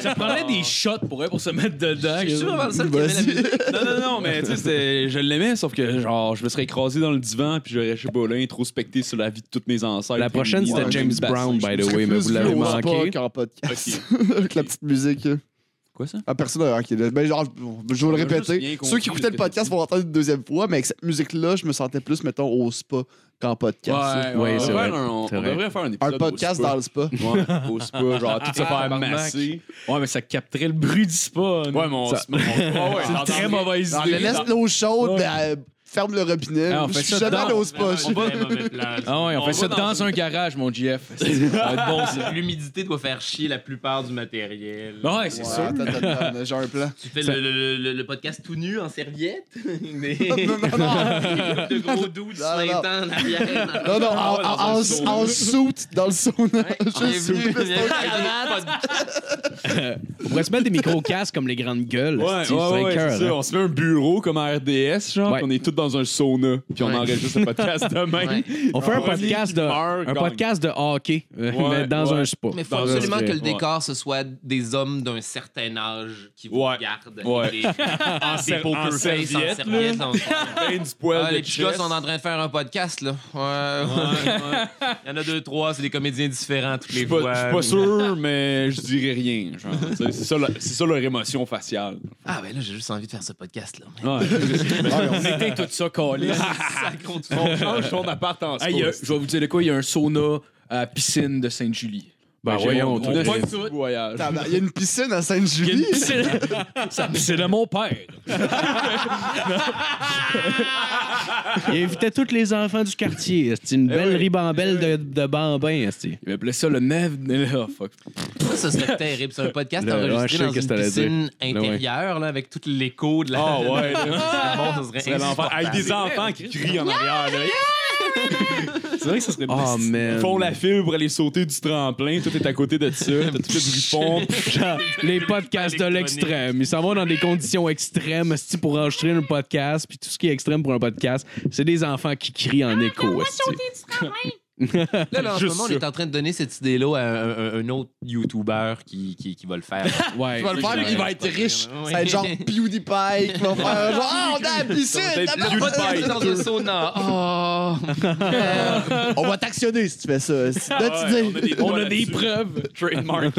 Speaker 8: ça prenait des shots pour, vrai, pour se mettre dedans.
Speaker 6: Je suis vraiment le seul qui aimait la
Speaker 4: Vas-y.
Speaker 6: musique.
Speaker 5: Non, non, non, mais tu sais, c'était- Euh, je l'aimais, sauf que genre, je me serais écrasé dans le divan, puis j'aurais, je sais pas, là, introspecté sur la vie de toutes mes ancêtres.
Speaker 7: La prochaine,
Speaker 5: Puis,
Speaker 7: c'était
Speaker 5: ouais,
Speaker 7: James
Speaker 5: je me
Speaker 7: Brown,
Speaker 5: bassin.
Speaker 7: by the way, mais vous l'avez manqué.
Speaker 4: en podcast. Avec la petite musique.
Speaker 5: Quoi ça?
Speaker 4: Ah, personne n'a ok, là, Ben, genre, je- je vais le
Speaker 5: On a juste bien
Speaker 4: répéter.
Speaker 5: compris
Speaker 4: Ceux qui écoutaient
Speaker 5: ce
Speaker 4: le
Speaker 5: que
Speaker 4: podcast
Speaker 5: t'as
Speaker 4: vont entendre une deuxième fois, mais avec cette musique-là, je me sentais plus, mettons, au spa qu'en podcast.
Speaker 5: Ouais,
Speaker 7: Ouais,
Speaker 5: ouais,
Speaker 7: c'est
Speaker 5: c'est
Speaker 7: vrai.
Speaker 5: vrai. On on
Speaker 7: C'est vrai.
Speaker 5: devrait faire un épisode.
Speaker 4: Un podcast
Speaker 5: au
Speaker 4: dans
Speaker 5: spa.
Speaker 4: le spa.
Speaker 5: Ouais, au spa, genre, tout se faire
Speaker 8: Tabarnak.
Speaker 5: masser.
Speaker 8: Ouais, mais ça capterait le bruit du spawn.
Speaker 5: Ouais, mon.
Speaker 8: Ça-
Speaker 5: Ah
Speaker 8: C'est une très mauvaise
Speaker 4: On
Speaker 8: idée.
Speaker 4: laisse l'eau chaude,
Speaker 8: Ouais.
Speaker 4: mais, euh, ferme le robinet.
Speaker 8: Ah, on
Speaker 4: je
Speaker 8: fait
Speaker 4: suis
Speaker 8: ça
Speaker 4: jamais allé
Speaker 8: dedans.
Speaker 4: au spa. je sais pas.
Speaker 8: Ah ouais, on,
Speaker 5: On
Speaker 8: fait
Speaker 5: va
Speaker 8: ça
Speaker 5: dans
Speaker 8: dans un garage, mon GF. Ça va être bon, ça.
Speaker 6: L'humidité doit faire chier la plupart du matériel.
Speaker 8: Ouais, c'est
Speaker 4: Ouais,
Speaker 8: sûr.
Speaker 4: attends, attends, attends, J'ai un plan.
Speaker 6: Tu fais le, le- le- le podcast tout nu en serviette? Mais...
Speaker 4: Non, non, non.
Speaker 6: de gros doux de
Speaker 4: Non, non.
Speaker 6: 20 ans en arrière.
Speaker 4: Non, non, en,
Speaker 5: Ah ouais, dans
Speaker 4: en,
Speaker 5: un
Speaker 4: en-
Speaker 5: sauna.
Speaker 4: en soute, dans le sauna. Juste sous-
Speaker 7: On pourrait se mettre des micro-casques comme les grandes gueules.
Speaker 5: Ouais,
Speaker 7: c'est
Speaker 5: ouais, ouais,
Speaker 7: cœur,
Speaker 5: c'est ça.
Speaker 7: hein.
Speaker 5: On se met un bureau comme à RDS, genre,
Speaker 7: Ouais.
Speaker 5: puis on est tous dans un sauna, puis on
Speaker 6: Ouais.
Speaker 5: enregistre le podcast demain.
Speaker 6: Ouais.
Speaker 7: hein. On fait un
Speaker 5: On va
Speaker 7: podcast
Speaker 8: Ah.
Speaker 7: de,
Speaker 5: dire qu'il meurt,
Speaker 7: un
Speaker 5: gagne.
Speaker 7: podcast de hockey, euh,
Speaker 5: Ouais,
Speaker 7: mais dans
Speaker 5: ouais.
Speaker 7: un spa.
Speaker 6: Mais faut
Speaker 5: Dans
Speaker 6: absolument
Speaker 5: un-
Speaker 6: que le
Speaker 5: ouais.
Speaker 6: décor, ce soit des hommes d'un certain âge qui vous
Speaker 5: Ouais.
Speaker 6: regardent.
Speaker 5: Ouais.
Speaker 6: Des- en
Speaker 5: ser-
Speaker 6: poker
Speaker 5: en
Speaker 6: face,
Speaker 5: serviette,
Speaker 6: en serviette. là, on-
Speaker 5: Ben du poil
Speaker 6: Ah,
Speaker 5: de
Speaker 6: les petits gars
Speaker 5: chest.
Speaker 6: sont en train de faire un podcast, là. Ouais, ouais. Il y en a deux, trois, c'est des comédiens différents toutes les
Speaker 5: Je suis pas,
Speaker 6: fois.
Speaker 5: je suis pas sûr, mais je dirais rien. genre. Tu sais, C'est ça, la- c'est ça leur émotion faciale.
Speaker 6: Ah, ben là, j'ai juste envie de faire ce podcast-là.
Speaker 8: On éteint tout ça, collé.
Speaker 5: On change ton appart en Ben,
Speaker 8: Hey, il y a- je vais vous dire de quoi, il y a un sauna à la Euh, piscine de Sainte-Julie.
Speaker 7: Ben,
Speaker 8: J'ai-
Speaker 7: voyons,
Speaker 8: on-
Speaker 7: tout
Speaker 8: on
Speaker 7: de
Speaker 8: pogne
Speaker 7: suite.
Speaker 8: tout.
Speaker 5: voyage.
Speaker 4: Tabarnak, Il y a une piscine à
Speaker 8: Il y a
Speaker 4: Sainte-Julie.
Speaker 8: une piscine. Ça, C'est de mon père.
Speaker 7: Il invitait tous les enfants du quartier. C'est une belle
Speaker 5: Eh oui.
Speaker 7: ribambelle de, de bambins. esti.
Speaker 8: Il m'appelait ça le neve. Oh, fuck.
Speaker 6: Ça, ce serait terrible. C'est un podcast
Speaker 7: Le- ouais, je sais
Speaker 6: enregistré dans
Speaker 7: qu'est-ce que
Speaker 6: une
Speaker 7: t'allais
Speaker 6: piscine
Speaker 7: Là, ouais.
Speaker 6: intérieure, là, avec tout l'écho de la...
Speaker 5: Ah ouais, là.
Speaker 6: Bon, ça
Speaker 5: C'est
Speaker 6: serait
Speaker 5: l'enfant. Avec des
Speaker 6: insupportable.
Speaker 5: enfants qui crient en arrière. là. C'est vrai que ça serait
Speaker 7: Oh, man.
Speaker 5: Ils font
Speaker 8: Ah,
Speaker 5: la file pour aller sauter du tremplin. Tout est à côté de ça. T'as tout le bruit de fond.
Speaker 7: les podcasts de l'extrême. Ils s'en vont dans des conditions extrêmes esti, pour enregistrer un podcast. Puis tout ce qui est extrême pour un podcast, c'est des enfants qui crient en écho. esti.
Speaker 6: Là, là, en ce
Speaker 5: Juste
Speaker 6: moment, on
Speaker 5: ça.
Speaker 6: est en train de donner cette idée-là à un, un- un autre YouTuber qui, qui, qui va le faire.
Speaker 7: Ouais.
Speaker 4: Je vais le faire, puis il va être riche.
Speaker 6: Oui.
Speaker 4: Ça va être genre PewDiePie qui va faire genre Ah, on est à la piscine!
Speaker 5: Ça va être
Speaker 4: tabarnak!
Speaker 5: PewDiePie.
Speaker 6: dans un sauna. Oh. Euh,
Speaker 4: On va t'actionner si tu fais ça. Si- Là, tu dis-
Speaker 8: On a des preuves.
Speaker 5: trademarks.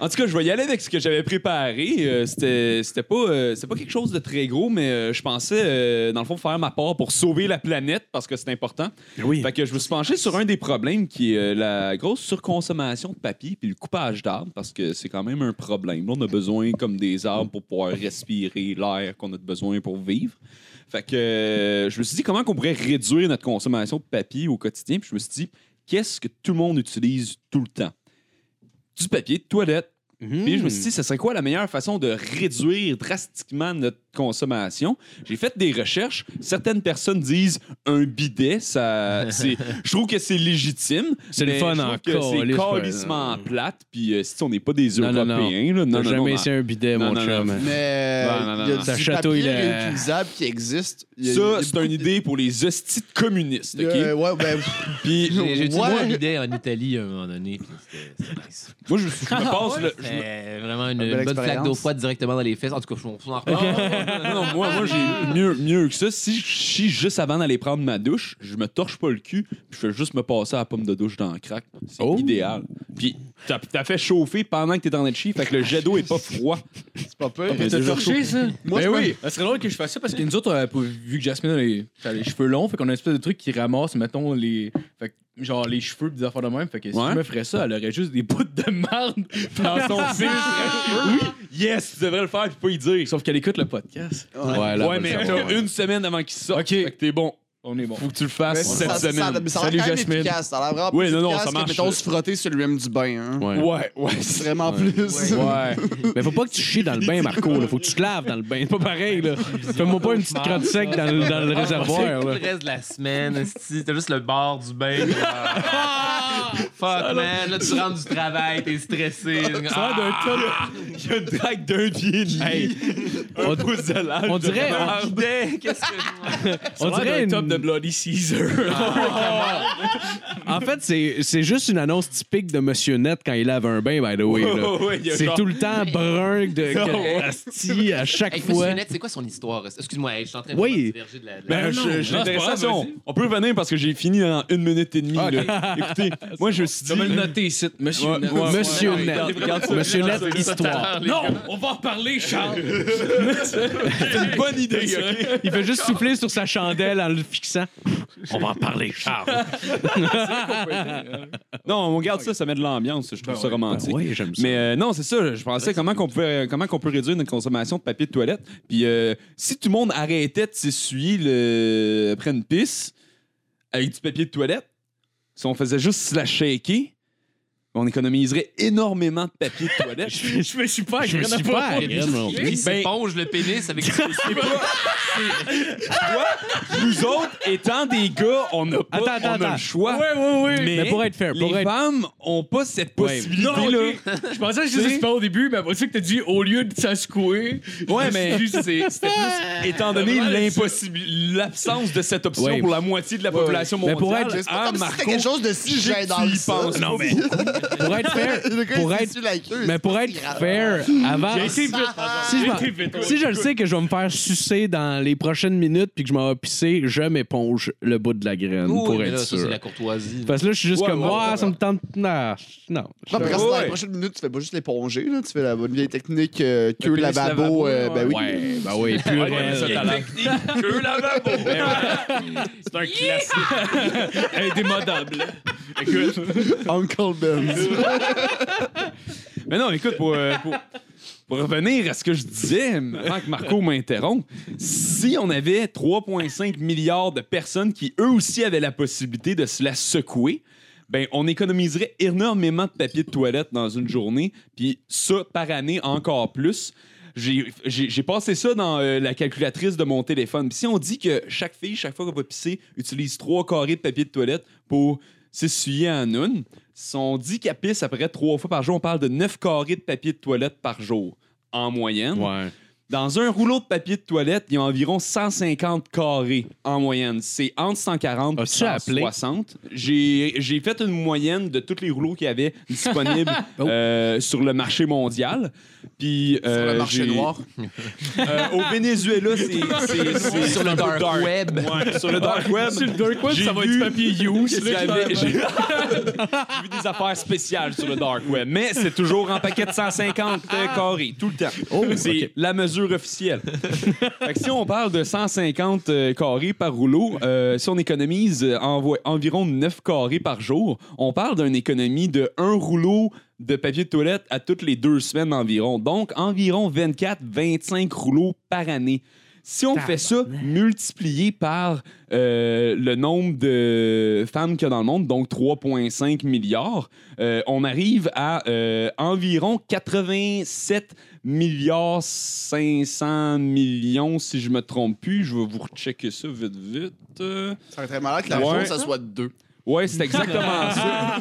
Speaker 5: En tout cas, je vais y aller avec ce que j'avais préparé. Euh, c'était, c'était pas, euh, c'était pas quelque chose de très gros, mais euh, je pensais, euh, dans le fond, faire ma part pour sauver la planète parce que c'est important.
Speaker 7: Oui.
Speaker 5: Fait que je me suis penché sur un des problèmes qui est euh, la grosse surconsommation de papier puis le coupage d'arbres parce que c'est quand même un problème. Là, on a besoin comme des arbres pour pouvoir respirer l'air qu'on a besoin pour vivre. Fait que euh, je me suis dit comment qu'on pourrait réduire notre consommation de papier au quotidien. Puis je me suis dit qu'est-ce que tout le monde utilise tout le temps Du
Speaker 7: Mhm. Hmm.
Speaker 5: papier de toilette. Puis je me suis dit ce serait quoi la meilleure façon de réduire drastiquement notre consommation. J'ai fait des recherches. Certaines personnes disent un bidet, ça, c'est, je trouve que c'est légitime.
Speaker 7: C'est le
Speaker 5: mais
Speaker 7: fun
Speaker 5: je
Speaker 7: en
Speaker 5: trouve que
Speaker 7: calice,
Speaker 5: C'est
Speaker 7: par
Speaker 5: calissement
Speaker 7: exemple.
Speaker 5: plate. Puis euh, si on n'est pas des
Speaker 7: Non, non,
Speaker 5: Européens,
Speaker 7: non.
Speaker 5: là, non, non,
Speaker 7: T'as
Speaker 5: non,
Speaker 7: jamais
Speaker 5: non.
Speaker 7: essayé un bidet,
Speaker 5: Non,
Speaker 7: mon
Speaker 5: non,
Speaker 7: chum.
Speaker 5: non.
Speaker 4: Mais euh,
Speaker 5: Non, non, non,
Speaker 4: il y a
Speaker 5: non.
Speaker 7: Ça
Speaker 4: du
Speaker 7: chatouille
Speaker 4: papier
Speaker 7: le-
Speaker 4: réutilisable qui existe. Il y a-
Speaker 5: Ça,
Speaker 4: il y a
Speaker 5: c'est une idée pour les hosties de communistes,
Speaker 4: beaucoup de-
Speaker 5: OK?
Speaker 4: Euh, ouais, ben,
Speaker 5: Puis
Speaker 6: J'ai j'ai utilisé
Speaker 4: Ouais.
Speaker 6: un bidet en Italie à un moment donné, puis c'était c'était nice.
Speaker 5: moi, je, je me passe le... je me-
Speaker 6: C'était vraiment une,
Speaker 4: Une belle
Speaker 6: une bonne flaque
Speaker 4: expérience.
Speaker 6: d'eau froide directement dans les fesses. En tout cas, on on en reparle.
Speaker 5: Non, non, Oh, moi, moi j'ai mieux, mieux que ça. Si je chie juste avant d'aller prendre ma douche, je me torche pas le cul, puis je fais juste me passer à la pomme de douche dans le crack. C'est
Speaker 7: Oh.
Speaker 5: idéal. Puis t'as, t'as fait chauffer pendant que t'es en train de chier, fait que le jet d'eau est pas froid.
Speaker 4: c'est pas peur.
Speaker 3: T'as torché, ça?
Speaker 4: Moi,
Speaker 3: ben
Speaker 4: je
Speaker 3: oui, ça serait drôle que je fasse ça parce que nous autres, euh, pour- vu que Jasmine a les, a les cheveux longs, fait qu'on a une espèce de truc qui ramasse, mettons, les. Fait que, genre les cheveux pis des affaires de même. Fait que si
Speaker 5: Ouais.
Speaker 3: tu me ferais ça, elle aurait juste des bouts de merde dans son fil.
Speaker 5: Yes, tu devrais le faire, puis pas y dire.
Speaker 3: Sauf qu'elle écoute le podcast.
Speaker 7: Ouais, là,
Speaker 5: ouais,
Speaker 7: on va le
Speaker 5: mais
Speaker 7: savoir.
Speaker 5: t'as une semaine avant qu'il sorte.
Speaker 3: Ok.
Speaker 5: Fait que t'es bon.
Speaker 3: On est bon.
Speaker 5: Faut que tu le
Speaker 4: Mais
Speaker 5: fasses
Speaker 4: ça-
Speaker 5: cette
Speaker 4: ça- ça-
Speaker 5: semaine.
Speaker 4: mais Ça a
Speaker 3: Salut,
Speaker 4: l'air quand même
Speaker 3: Jasmine.
Speaker 4: efficace. Ça a l'air vraiment
Speaker 5: Oui,
Speaker 4: plus
Speaker 5: non, non,
Speaker 4: efficace
Speaker 5: ça marche.
Speaker 4: que, mettons, se frotter sur le rim du bain. Hein.
Speaker 7: Ouais.
Speaker 5: Ouais, ouais.
Speaker 4: C'est Vraiment plus.
Speaker 5: Ouais.
Speaker 7: Mais faut pas que tu chies dans le bain, Marco. Là. Faut que tu te laves dans le bain. C'est pas pareil, là. Fais-moi pas une petite crotte sec dans le, dans le
Speaker 6: Ah,
Speaker 7: réservoir,
Speaker 6: Tout
Speaker 7: là.
Speaker 6: le reste de la semaine, esti, t'as juste le bord du bain. Ah! Fuck, man. Là, tu rentres du travail, t'es stressé. Ah.
Speaker 7: Ça a l'air d'un top.
Speaker 5: Il y a une drague d'un pied de lit.
Speaker 7: Hey,
Speaker 5: un pouce de large
Speaker 7: on
Speaker 5: de
Speaker 7: dirait-
Speaker 5: merde.
Speaker 6: Qu'est-ce que.
Speaker 7: on dirait une...
Speaker 3: top de Bloody Caesar.
Speaker 7: En fait, c'est c'est juste une annonce typique de Monsieur Net quand il lave un bain, by the way. là.
Speaker 5: Ouais, ouais, Oh, il y a
Speaker 7: C'est
Speaker 5: genre- Oh,
Speaker 7: tout le temps brun de que- asti, à chaque
Speaker 6: Hey,
Speaker 7: fois.
Speaker 6: Monsieur Net, c'est quoi son histoire? Excuse-moi, hey, je suis en train de
Speaker 7: Oui.
Speaker 6: me diverger de la. de la-
Speaker 5: Ben, je- je-
Speaker 3: non, c'est pas
Speaker 5: intéressant,
Speaker 3: grave,
Speaker 5: on-
Speaker 3: vas-y.
Speaker 5: on peut revenir parce que j'ai fini en une minute et demie.
Speaker 7: Ok.
Speaker 5: là. Écoutez, moi, je me suis
Speaker 3: Tu
Speaker 5: dit...
Speaker 3: vas me le noter ici, monsieur.
Speaker 5: Ouais,
Speaker 3: Net.
Speaker 5: ouais, ouais.
Speaker 7: Monsieur
Speaker 5: ouais,
Speaker 7: Net.
Speaker 5: regarde, regarde ça,
Speaker 7: Monsieur
Speaker 5: regarde
Speaker 7: Net,
Speaker 5: ça,
Speaker 7: histoire.
Speaker 3: Non, on va en reparler, Charles.
Speaker 5: C'est une bonne idée, OK?
Speaker 7: Il fait juste souffler sur sa chandelle en le fixant. On va en parler, Charles.
Speaker 5: Non, on regarde ça, ça met de l'ambiance, je trouve ça romantique.
Speaker 7: Oui, j'aime ça.
Speaker 5: Mais euh, non, c'est ça. Je pensais comment qu'on pouvait euh, comment qu'on peut réduire notre consommation de papier de toilette. Puis euh, si tout le monde arrêtait de s'essuyer le... après une pisse avec du papier de toilette, si on faisait juste se la shaker, on économiserait énormément de papier de toilette.
Speaker 3: Je me suis pas
Speaker 7: Je me
Speaker 3: agréable
Speaker 7: suis
Speaker 3: à
Speaker 7: pas
Speaker 3: propos.
Speaker 7: agréable, non.
Speaker 6: Il s'éponge le pénis avec ses
Speaker 5: Nous autres, étant des gars, on n'a pas
Speaker 7: Attends, attends,
Speaker 5: on a
Speaker 7: attends.
Speaker 5: le choix.
Speaker 3: ouais, ouais.
Speaker 5: Mais,
Speaker 7: Mais pour être fair, pour
Speaker 5: les
Speaker 7: être-
Speaker 5: femmes ont pas cette
Speaker 7: Ouais.
Speaker 5: possibilité
Speaker 3: Non,
Speaker 5: là.
Speaker 3: ok. Je pensais que Ah, je
Speaker 5: Tu
Speaker 3: disais
Speaker 5: sais-
Speaker 3: pas au début, mais après ça que t'as dit au lieu de ça secouer.
Speaker 5: Ouais, mais
Speaker 3: je me suis dit, c'est- c'était plus.
Speaker 5: étant donné l'impossibil- l'absence de cette option
Speaker 7: Ouais.
Speaker 5: pour la moitié de la population
Speaker 7: Mais pour
Speaker 5: mondiale,
Speaker 4: C'est pas
Speaker 5: hein,
Speaker 4: comme si
Speaker 5: Marco,
Speaker 4: c'était quelque chose de si
Speaker 5: sais que
Speaker 4: gênant
Speaker 5: tu y
Speaker 4: que ça.
Speaker 5: penses. Non, mais-
Speaker 7: Pour être fair,
Speaker 4: Le gars, il
Speaker 7: pour être
Speaker 4: s'essuie la queue,
Speaker 7: Mais
Speaker 4: c'est
Speaker 7: pour
Speaker 4: pas
Speaker 7: être
Speaker 4: si grave.
Speaker 7: fair, avant.
Speaker 3: J'ai été vite.
Speaker 7: Si je,
Speaker 5: Ah.
Speaker 7: m'en-
Speaker 3: J'ai été vite.
Speaker 7: si je le sais que je vais me faire sucer dans les prochaines minutes puis que je m'en vais pisser, je m'éponge le bout de la graine
Speaker 6: Oui,
Speaker 7: pour
Speaker 6: mais
Speaker 7: être
Speaker 6: là, ça, c'est
Speaker 7: sûr.
Speaker 6: de la courtoisie.
Speaker 7: Parce que là, je suis juste
Speaker 5: Ouais,
Speaker 7: comme,
Speaker 5: ouais,
Speaker 7: ah,
Speaker 5: ouais,
Speaker 7: ça me tente. Non, non.
Speaker 4: Non, parce que dans
Speaker 5: Ouais.
Speaker 4: les prochaines minutes, tu fais pas juste l'éponger, là, tu fais la bonne vieille technique euh, queue
Speaker 3: pénis
Speaker 4: lavabo.
Speaker 3: lavabo,
Speaker 4: euh, ben oui.
Speaker 7: Ouais, bah oui, plus
Speaker 5: Ouais, mais ça, t'as l'air.
Speaker 3: C'est un classique. Indémodable. Écoute.
Speaker 4: Uncle Ben.
Speaker 5: Mais non, écoute, pour, euh, pour, pour revenir à ce que je disais, avant que Marco m'interrompe, si on avait 3,5 milliards de personnes qui, eux aussi, avaient la possibilité de se la secouer, ben, on économiserait énormément de papier de toilette dans une journée, puis ça, par année, encore plus. J'ai- J'ai j'ai passé ça dans euh, la calculatrice de mon téléphone. Puis si on dit que chaque fille, chaque fois qu'elle va pisser, utilise trois carrés de papier de toilette pour s'essuyer en une, si on dit qu'elle pisse à peu près trois fois par jour, on parle de 9 carrés de papier de toilette par jour, en moyenne.
Speaker 7: Ouais.
Speaker 5: Dans un rouleau de papier de toilette, il y a environ 150 carrés en moyenne. C'est entre 140 et
Speaker 7: As-tu appelé?
Speaker 5: 160. J'ai j'ai fait une moyenne de tous les rouleaux qu'il y avait disponibles
Speaker 7: Oh.
Speaker 5: euh, sur le marché mondial. Puis,
Speaker 4: Sur
Speaker 5: euh,
Speaker 4: le marché
Speaker 5: j'ai-
Speaker 4: noir.
Speaker 5: euh, au Venezuela, c'est- c'est c'est-
Speaker 6: Sur
Speaker 5: c'est
Speaker 6: le
Speaker 5: un peu
Speaker 6: dark web.
Speaker 5: Ouais, sur le dark web.
Speaker 3: Ben, Sur le dark web,
Speaker 5: J'ai
Speaker 3: ça va
Speaker 5: vu-
Speaker 3: être papier use.
Speaker 5: Qu'est-ce qu'il y avait? J'ai j'ai vu des affaires spéciales sur le dark web, mais c'est toujours en paquet de 150
Speaker 3: Ah.
Speaker 5: carrés, tout le temps.
Speaker 3: Oh,
Speaker 5: c'est la mesure officielle. Fait que si on parle de 150 euh, carrés par rouleau, euh, si on économise euh, envo- environ 9 carrés par jour, on parle d'une économie de un rouleau de papier de toilette à toutes les deux semaines environ. Donc, environ 24-25 rouleaux par année. Si on fait ça multiplié par euh, le nombre de femmes qu'il y a dans le monde, donc 3,5 milliards, euh, on arrive à euh, environ 87 milliards 500 millions, si je me trompe plus. Je vais vous rechecker ça vite, vite. Euh,
Speaker 4: Ça serait très malade que la
Speaker 5: Ouais.
Speaker 4: réponse, ça soit deux.
Speaker 5: Ouais, c'est exactement ça.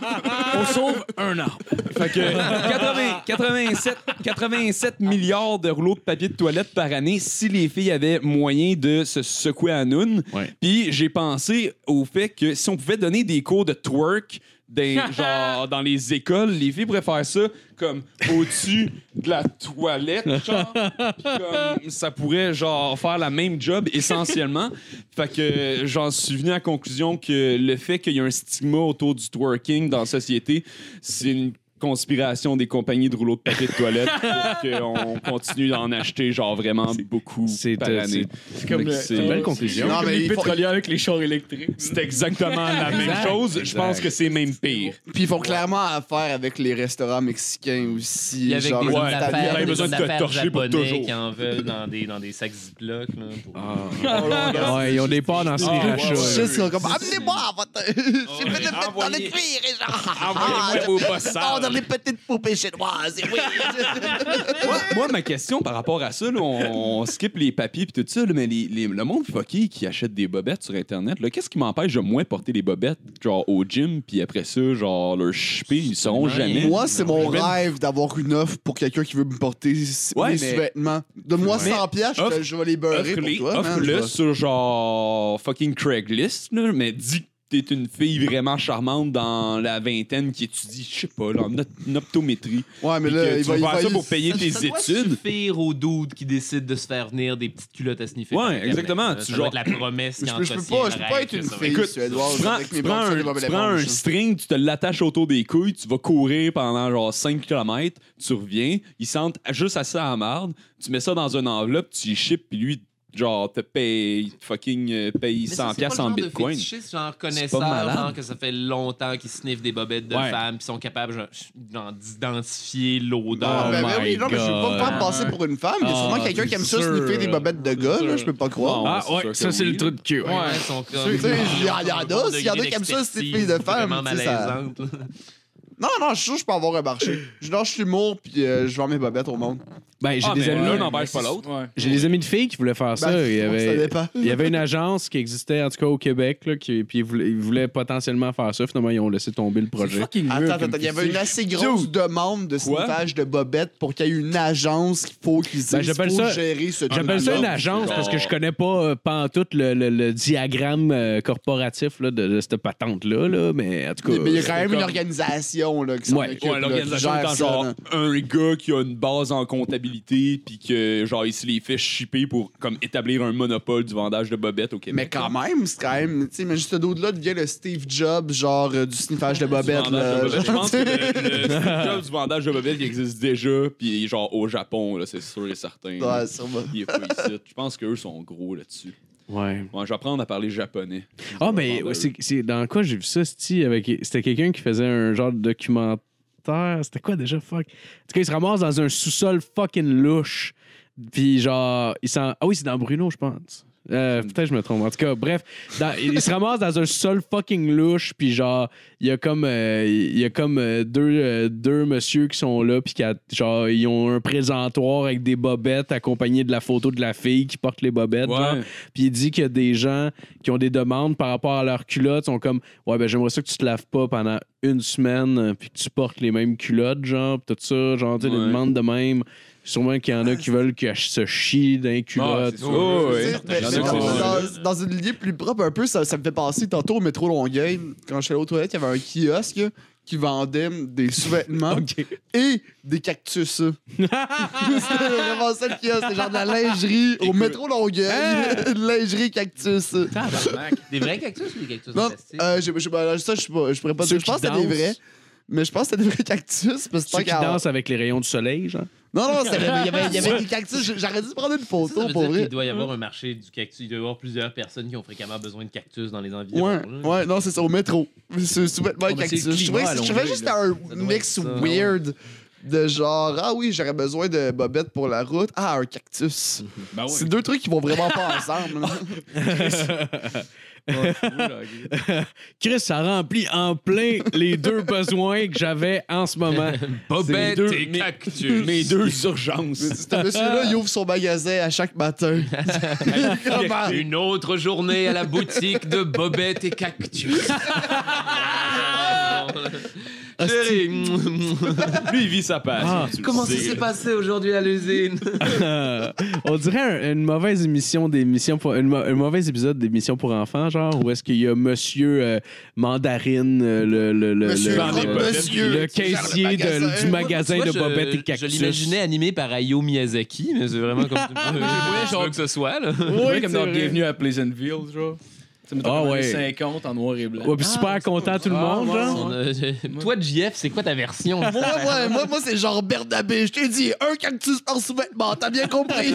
Speaker 3: On sauve un arbre.
Speaker 5: Fait que 80 87, 87 milliards de rouleaux de papier de toilette par année si les filles avaient moyen de se secouer à noun.
Speaker 7: Ouais.
Speaker 5: Puis j'ai pensé au fait que si on pouvait donner des cours de twerk des, genre, dans les écoles, les filles pourraient faire ça comme au-dessus de la toilette. Genre, Puis comme, ça pourrait genre faire la même job essentiellement. Fait que j'en suis venu à la conclusion que le fait qu'il y ait un stigma autour du twerking dans la société, c'est une conspiration des compagnies de rouleaux de papier de toilette pour qu'on continue d'en acheter genre vraiment beaucoup
Speaker 7: C'est,
Speaker 5: par
Speaker 7: euh,
Speaker 5: année.
Speaker 3: C'est comme
Speaker 5: Fait que
Speaker 3: le-
Speaker 5: c'est-
Speaker 3: c'est-
Speaker 7: Belle
Speaker 3: c'est
Speaker 7: conclusion.
Speaker 3: comme
Speaker 4: Non, Ah, mais
Speaker 3: les
Speaker 4: il faut-
Speaker 3: pétrolières avec les chars électriques.
Speaker 5: C'est exactement la même
Speaker 7: Exact,
Speaker 5: chose. Je pense
Speaker 7: exact.
Speaker 5: que c'est même pire.
Speaker 4: Puis ils font clairement affaire avec les restaurants mexicains
Speaker 6: Il
Speaker 4: aussi.
Speaker 6: y avait des
Speaker 4: genre,
Speaker 6: hommes
Speaker 4: les
Speaker 5: ouais,
Speaker 4: Italiens.
Speaker 6: d'affaires,
Speaker 5: t'avais
Speaker 6: des
Speaker 5: besoin
Speaker 6: hommes
Speaker 5: de te
Speaker 6: d'affaires
Speaker 5: torcher pour
Speaker 6: japonais
Speaker 5: toujours.
Speaker 6: qui en veulent dans des, dans des sacs Ziploc. Là, pour-
Speaker 7: Ouais, ils ont des parts dans ces
Speaker 5: Ah, ouais, ouais.
Speaker 7: rachats. là.
Speaker 4: Juste, ils sont comme, amenez-moi votre. J'ai fait le mettre dans le
Speaker 5: Envoyez-
Speaker 4: cuir et genre.
Speaker 5: Envoyez-moi
Speaker 4: ah,
Speaker 5: vos
Speaker 4: Oh, dans
Speaker 5: bossages.
Speaker 4: les petites poupées chinoises, et oui.
Speaker 5: moi, moi, ma question par rapport à ça, là, on, on skip les papiers et tout ça, là, mais les- les- le monde fucké qui achète des bobettes sur Internet, là, qu'est-ce qui m'empêche de moins porter des bobettes genre au gym, puis après ça, genre leur chipper, ils seront jamais.
Speaker 4: Moi, c'est mon
Speaker 5: Je vais-
Speaker 4: rêve d'avoir une offre pour quelqu'un qui veut me porter s- mes
Speaker 5: Ouais, mais-
Speaker 4: sous-vêtements. Donne-moi
Speaker 5: Ouais.
Speaker 4: 100 piastres, je te-
Speaker 5: Offre-
Speaker 4: je vais les beurrer pour
Speaker 5: Offre-les-
Speaker 4: toi. man,
Speaker 5: offre-le
Speaker 4: je vais-
Speaker 5: sur genre fucking Craigslist, là, mais dis que t'es une fille vraiment charmante dans la vingtaine qui étudie, je sais pas, là, en opt- en optométrie.
Speaker 4: Ouais, mais
Speaker 5: Puis
Speaker 4: là,
Speaker 5: que
Speaker 4: il
Speaker 5: tu
Speaker 4: va
Speaker 5: vas
Speaker 4: il
Speaker 5: faire
Speaker 4: va-
Speaker 5: ça
Speaker 4: il-
Speaker 5: pour payer tes
Speaker 6: Ça doit
Speaker 5: études.
Speaker 6: suffire aux dudes qui décident de se faire venir des petites culottes à sniffer.
Speaker 5: Ouais,
Speaker 6: par Internet,
Speaker 5: exactement,
Speaker 6: là.
Speaker 5: tu
Speaker 6: Ça doit
Speaker 5: genre-
Speaker 6: être la promesse qui
Speaker 4: Je peux- je peux pas- je peux pas être une fille.
Speaker 5: Écoute, tu
Speaker 4: Suédois,
Speaker 5: prends,
Speaker 4: avec mes
Speaker 5: tu prends
Speaker 4: bons, ça,
Speaker 5: un,
Speaker 4: des mauvais
Speaker 5: tu prends
Speaker 4: réponses,
Speaker 5: un
Speaker 4: ça.
Speaker 5: string, tu te l'attaches autour des couilles, tu vas courir pendant genre 5 km, tu reviens, ils sentent juste assez à la marde, tu mets ça dans une enveloppe, tu y ships, puis lui, genre, te paye fucking euh, paye 100 piastres en bitcoin.
Speaker 6: genre
Speaker 5: C'est pas
Speaker 6: connaisseur,
Speaker 5: malade.
Speaker 6: genre que ça fait longtemps qu'ils sniffent des bobettes de
Speaker 5: Ouais.
Speaker 6: femmes, puis sont capables genre, d'en- d'identifier
Speaker 4: Non,
Speaker 6: l'odeur.
Speaker 4: ben,
Speaker 7: Oh
Speaker 4: ben
Speaker 7: my
Speaker 4: oui, non, mais je veux pas me
Speaker 6: God.
Speaker 4: faire passer pour une femme. Il y a
Speaker 7: Ah,
Speaker 4: sûrement quelqu'un qui aime ça
Speaker 7: sûr.
Speaker 4: sniffer des bobettes de gars, là, je peux pas croire.
Speaker 5: Non,
Speaker 7: Ah,
Speaker 5: c'est sûr
Speaker 7: ouais,
Speaker 5: que
Speaker 7: ça, c'est
Speaker 5: oui.
Speaker 7: le truc de cul. ouais.
Speaker 6: Ouais, ils sont comme.
Speaker 4: Tu sais, il y en- il y en a, s'il y en a qui aiment ça, c'est des filles de femmes,
Speaker 6: Vraiment
Speaker 4: tu sais, ça-
Speaker 6: malaisante. là.
Speaker 4: Non, non, je suis sûr que je peux avoir un marché. Je lâche l'humour, puis euh, je vends mes bobettes au monde.
Speaker 7: Ben, j'ai
Speaker 5: Ah,
Speaker 7: des
Speaker 5: mais
Speaker 7: amis.
Speaker 5: l'un n'empêche pas l'autre.
Speaker 3: Ouais.
Speaker 7: J'ai des amis de filles qui voulaient faire ça.
Speaker 4: Ben,
Speaker 7: il, y
Speaker 4: Ça
Speaker 7: avait,
Speaker 4: dépend.
Speaker 7: il y avait une agence qui existait, en tout cas au Québec, là, qui, puis ils voulaient, ils voulaient potentiellement faire ça. Finalement, ils ont laissé tomber le projet.
Speaker 3: Fucking
Speaker 4: Attends,
Speaker 3: weird
Speaker 4: attends,
Speaker 3: comme
Speaker 4: il y avait une
Speaker 3: fille.
Speaker 4: assez grosse demande de
Speaker 5: Quoi?
Speaker 4: sniffage de bobettes pour qu'il y ait une agence qu'il faut qu'ils
Speaker 7: Ben,
Speaker 4: disent
Speaker 7: j'appelle
Speaker 4: faut
Speaker 7: ça-
Speaker 4: gérer ce
Speaker 7: J'appelle ça une
Speaker 4: truc-là.
Speaker 7: agence
Speaker 5: genre-
Speaker 7: parce que je connais pas euh, pantoute le, le- le diagramme euh, corporatif là, de, de cette patente-là, là, mais en tout cas.
Speaker 4: Mais il y a quand même une
Speaker 5: comme-
Speaker 4: organisation là, qui s'en
Speaker 7: Ouais.
Speaker 4: occupe.
Speaker 5: Ouais,
Speaker 4: là,
Speaker 5: l'organisation
Speaker 4: qui gère
Speaker 5: étant
Speaker 4: ça,
Speaker 5: genre
Speaker 4: là.
Speaker 5: un gars qui a une base en comptabilité, puis que genre il se les fait shipper pour comme établir un monopole du vendage de bobettes au Québec.
Speaker 4: Mais quand même, c'est quand même. Tu sais, mais juste ce dos-là devient le Steve Jobs, genre euh, du sniffage de bobettes.
Speaker 5: vendage
Speaker 4: là.
Speaker 5: de bobettes. Je pense que le, le Steve Jobs du vendage de bobettes il existe déjà, puis genre au Japon, là, c'est sûr et certain.
Speaker 4: Ouais, sûrement.
Speaker 5: Il est pas ici. Je pense qu'eux sont gros là-dessus.
Speaker 7: euh, Ouais.
Speaker 5: Bon, je vais apprendre à parler japonais.
Speaker 7: Ah, mais ouais, c'est c'est- dans quoi j'ai vu ça, c'ti, avec C'était quelqu'un qui faisait un genre de documentaire. C'était quoi déjà, fuck? En tout cas, il se ramasse dans un sous-sol fucking louche. Puis genre, il s'en. Ah oui, c'est dans Bruno, je pense. Euh, Peut-être que je me trompe. En tout cas, bref, dans- il se ramasse dans un sol fucking louche, puis genre, il y a comme, euh, il y a comme euh, deux, euh, deux messieurs qui sont là, puis qui a- genre, ils ont un présentoir avec des bobettes accompagnées de la photo de la fille qui porte les bobettes.
Speaker 5: Ouais.
Speaker 7: genre. Puis il dit qu'il y a des gens qui ont des demandes par rapport à leurs culottes, sont comme Ouais, ben j'aimerais ça que tu te laves pas pendant une semaine, euh, puis que tu portes les mêmes culottes, genre, pis tout ça, genre, tu sais, des
Speaker 5: Ouais.
Speaker 7: demandes de même. Sûrement qu'il y en a qui veulent que je se chie d'un
Speaker 5: Ah,
Speaker 7: culotte.
Speaker 5: c'est sûr. Oh,
Speaker 4: Tu
Speaker 5: ouais.
Speaker 4: sais, mais-
Speaker 5: J'en ai
Speaker 4: mais
Speaker 5: que c'est
Speaker 4: dans,
Speaker 5: ça.
Speaker 4: dans- dans une ligne plus propre, un peu, ça, ça me fait penser tantôt au métro Longueuil. Quand je suis allé aux toilettes, il y avait un kiosque qui vendait des sous-vêtements et des cactus. C'était vraiment ça le kiosque. C'est genre de la lingerie au métro Longueuil.
Speaker 5: Hein?
Speaker 4: Une lingerie cactus.
Speaker 6: Des vrais cactus ou des cactus en
Speaker 4: Non,
Speaker 6: plastique?
Speaker 4: euh, j'ai- j'ai- ben, ça, je sais pas- je pourrais pas
Speaker 7: Ceux
Speaker 4: dire. Je pense que
Speaker 7: qui
Speaker 4: c'était des
Speaker 7: dansent.
Speaker 4: vrais. Mais je pense que c'était des vrais cactus. Parce que
Speaker 7: Ceux
Speaker 4: tant
Speaker 7: qui
Speaker 4: qu'à-
Speaker 7: dansent avec les rayons du soleil, genre.
Speaker 4: Non, non, c'était- il y avait, il y avait des cactus. J'- J'aurais dû prendre une
Speaker 6: Ça, ça
Speaker 4: photo
Speaker 6: veut
Speaker 4: pour Hmm.
Speaker 6: dire
Speaker 4: vrai.
Speaker 6: qu'il doit y avoir un marché du cactus. Il doit y avoir plusieurs personnes qui ont fréquemment besoin de cactus dans les environs.
Speaker 4: Ouais,
Speaker 6: là.
Speaker 4: ouais, non, c'est ça, au métro. C'est sous-vêtements
Speaker 3: mais c'est
Speaker 4: cactus.
Speaker 3: le
Speaker 4: Je trouvais
Speaker 3: climat
Speaker 4: que je
Speaker 3: à
Speaker 4: trouvais
Speaker 3: Longueuil,
Speaker 4: juste
Speaker 3: là.
Speaker 4: un
Speaker 6: doit
Speaker 4: mix
Speaker 6: être ça,
Speaker 4: weird de genre Ah oui, j'aurais besoin de bobettes pour la route. Ah, un cactus.
Speaker 6: Ah
Speaker 3: Ben ouais.
Speaker 4: C'est deux trucs qui vont vraiment pas ensemble. là.
Speaker 7: Chris, ça remplit en plein les deux besoins que j'avais en ce moment.
Speaker 6: Bobette
Speaker 5: deux-
Speaker 6: et
Speaker 5: mais-
Speaker 6: cactus.
Speaker 5: Mes deux urgences.
Speaker 4: Ce monsieur-là, il ouvre son magasin à chaque matin. Comment?
Speaker 6: Une autre journée à la boutique de Bobette et Cactus. Chérie,
Speaker 5: Lui, il vit sa passion.
Speaker 7: Ah,
Speaker 5: tu le
Speaker 6: comment ça
Speaker 5: sais.
Speaker 6: s'est passé aujourd'hui à l'usine
Speaker 7: Euh, on dirait un- une mauvaise émission d'émission pour une mau- un mauvais épisode d'émission pour enfants genre où est-ce qu'il y a monsieur euh, mandarine euh, le le le
Speaker 4: Monsieur
Speaker 7: le,
Speaker 5: Vendée
Speaker 7: le-
Speaker 5: Bob-
Speaker 4: Monsieur,
Speaker 7: le
Speaker 4: qui gère le
Speaker 7: caissier de-
Speaker 4: magasin.
Speaker 7: du magasin
Speaker 6: Tu vois,
Speaker 7: de
Speaker 6: je-
Speaker 7: bobettes et cactus.
Speaker 6: Je l'imaginais animé par Hayao Miyazaki, mais c'est vraiment comme tu me je veux que ce soit là.
Speaker 3: Ouais,
Speaker 7: Oui,
Speaker 3: comme
Speaker 7: c'est
Speaker 3: dans
Speaker 7: vrai.
Speaker 3: Bienvenue à Pleasantville, genre. Tu me
Speaker 7: Ah,
Speaker 3: donnes
Speaker 7: ouais.
Speaker 3: 50 en noir et blanc.
Speaker 7: Ouais, puis super content tout le
Speaker 3: Ah,
Speaker 7: monde
Speaker 3: ouais,
Speaker 7: genre.
Speaker 6: On a- Toi, JF, c'est quoi ta version
Speaker 4: Moi, moi, moi, moi, c'est genre Bernabé. Je t'ai dit, un cactus par sous-vêtement, t'as bien compris.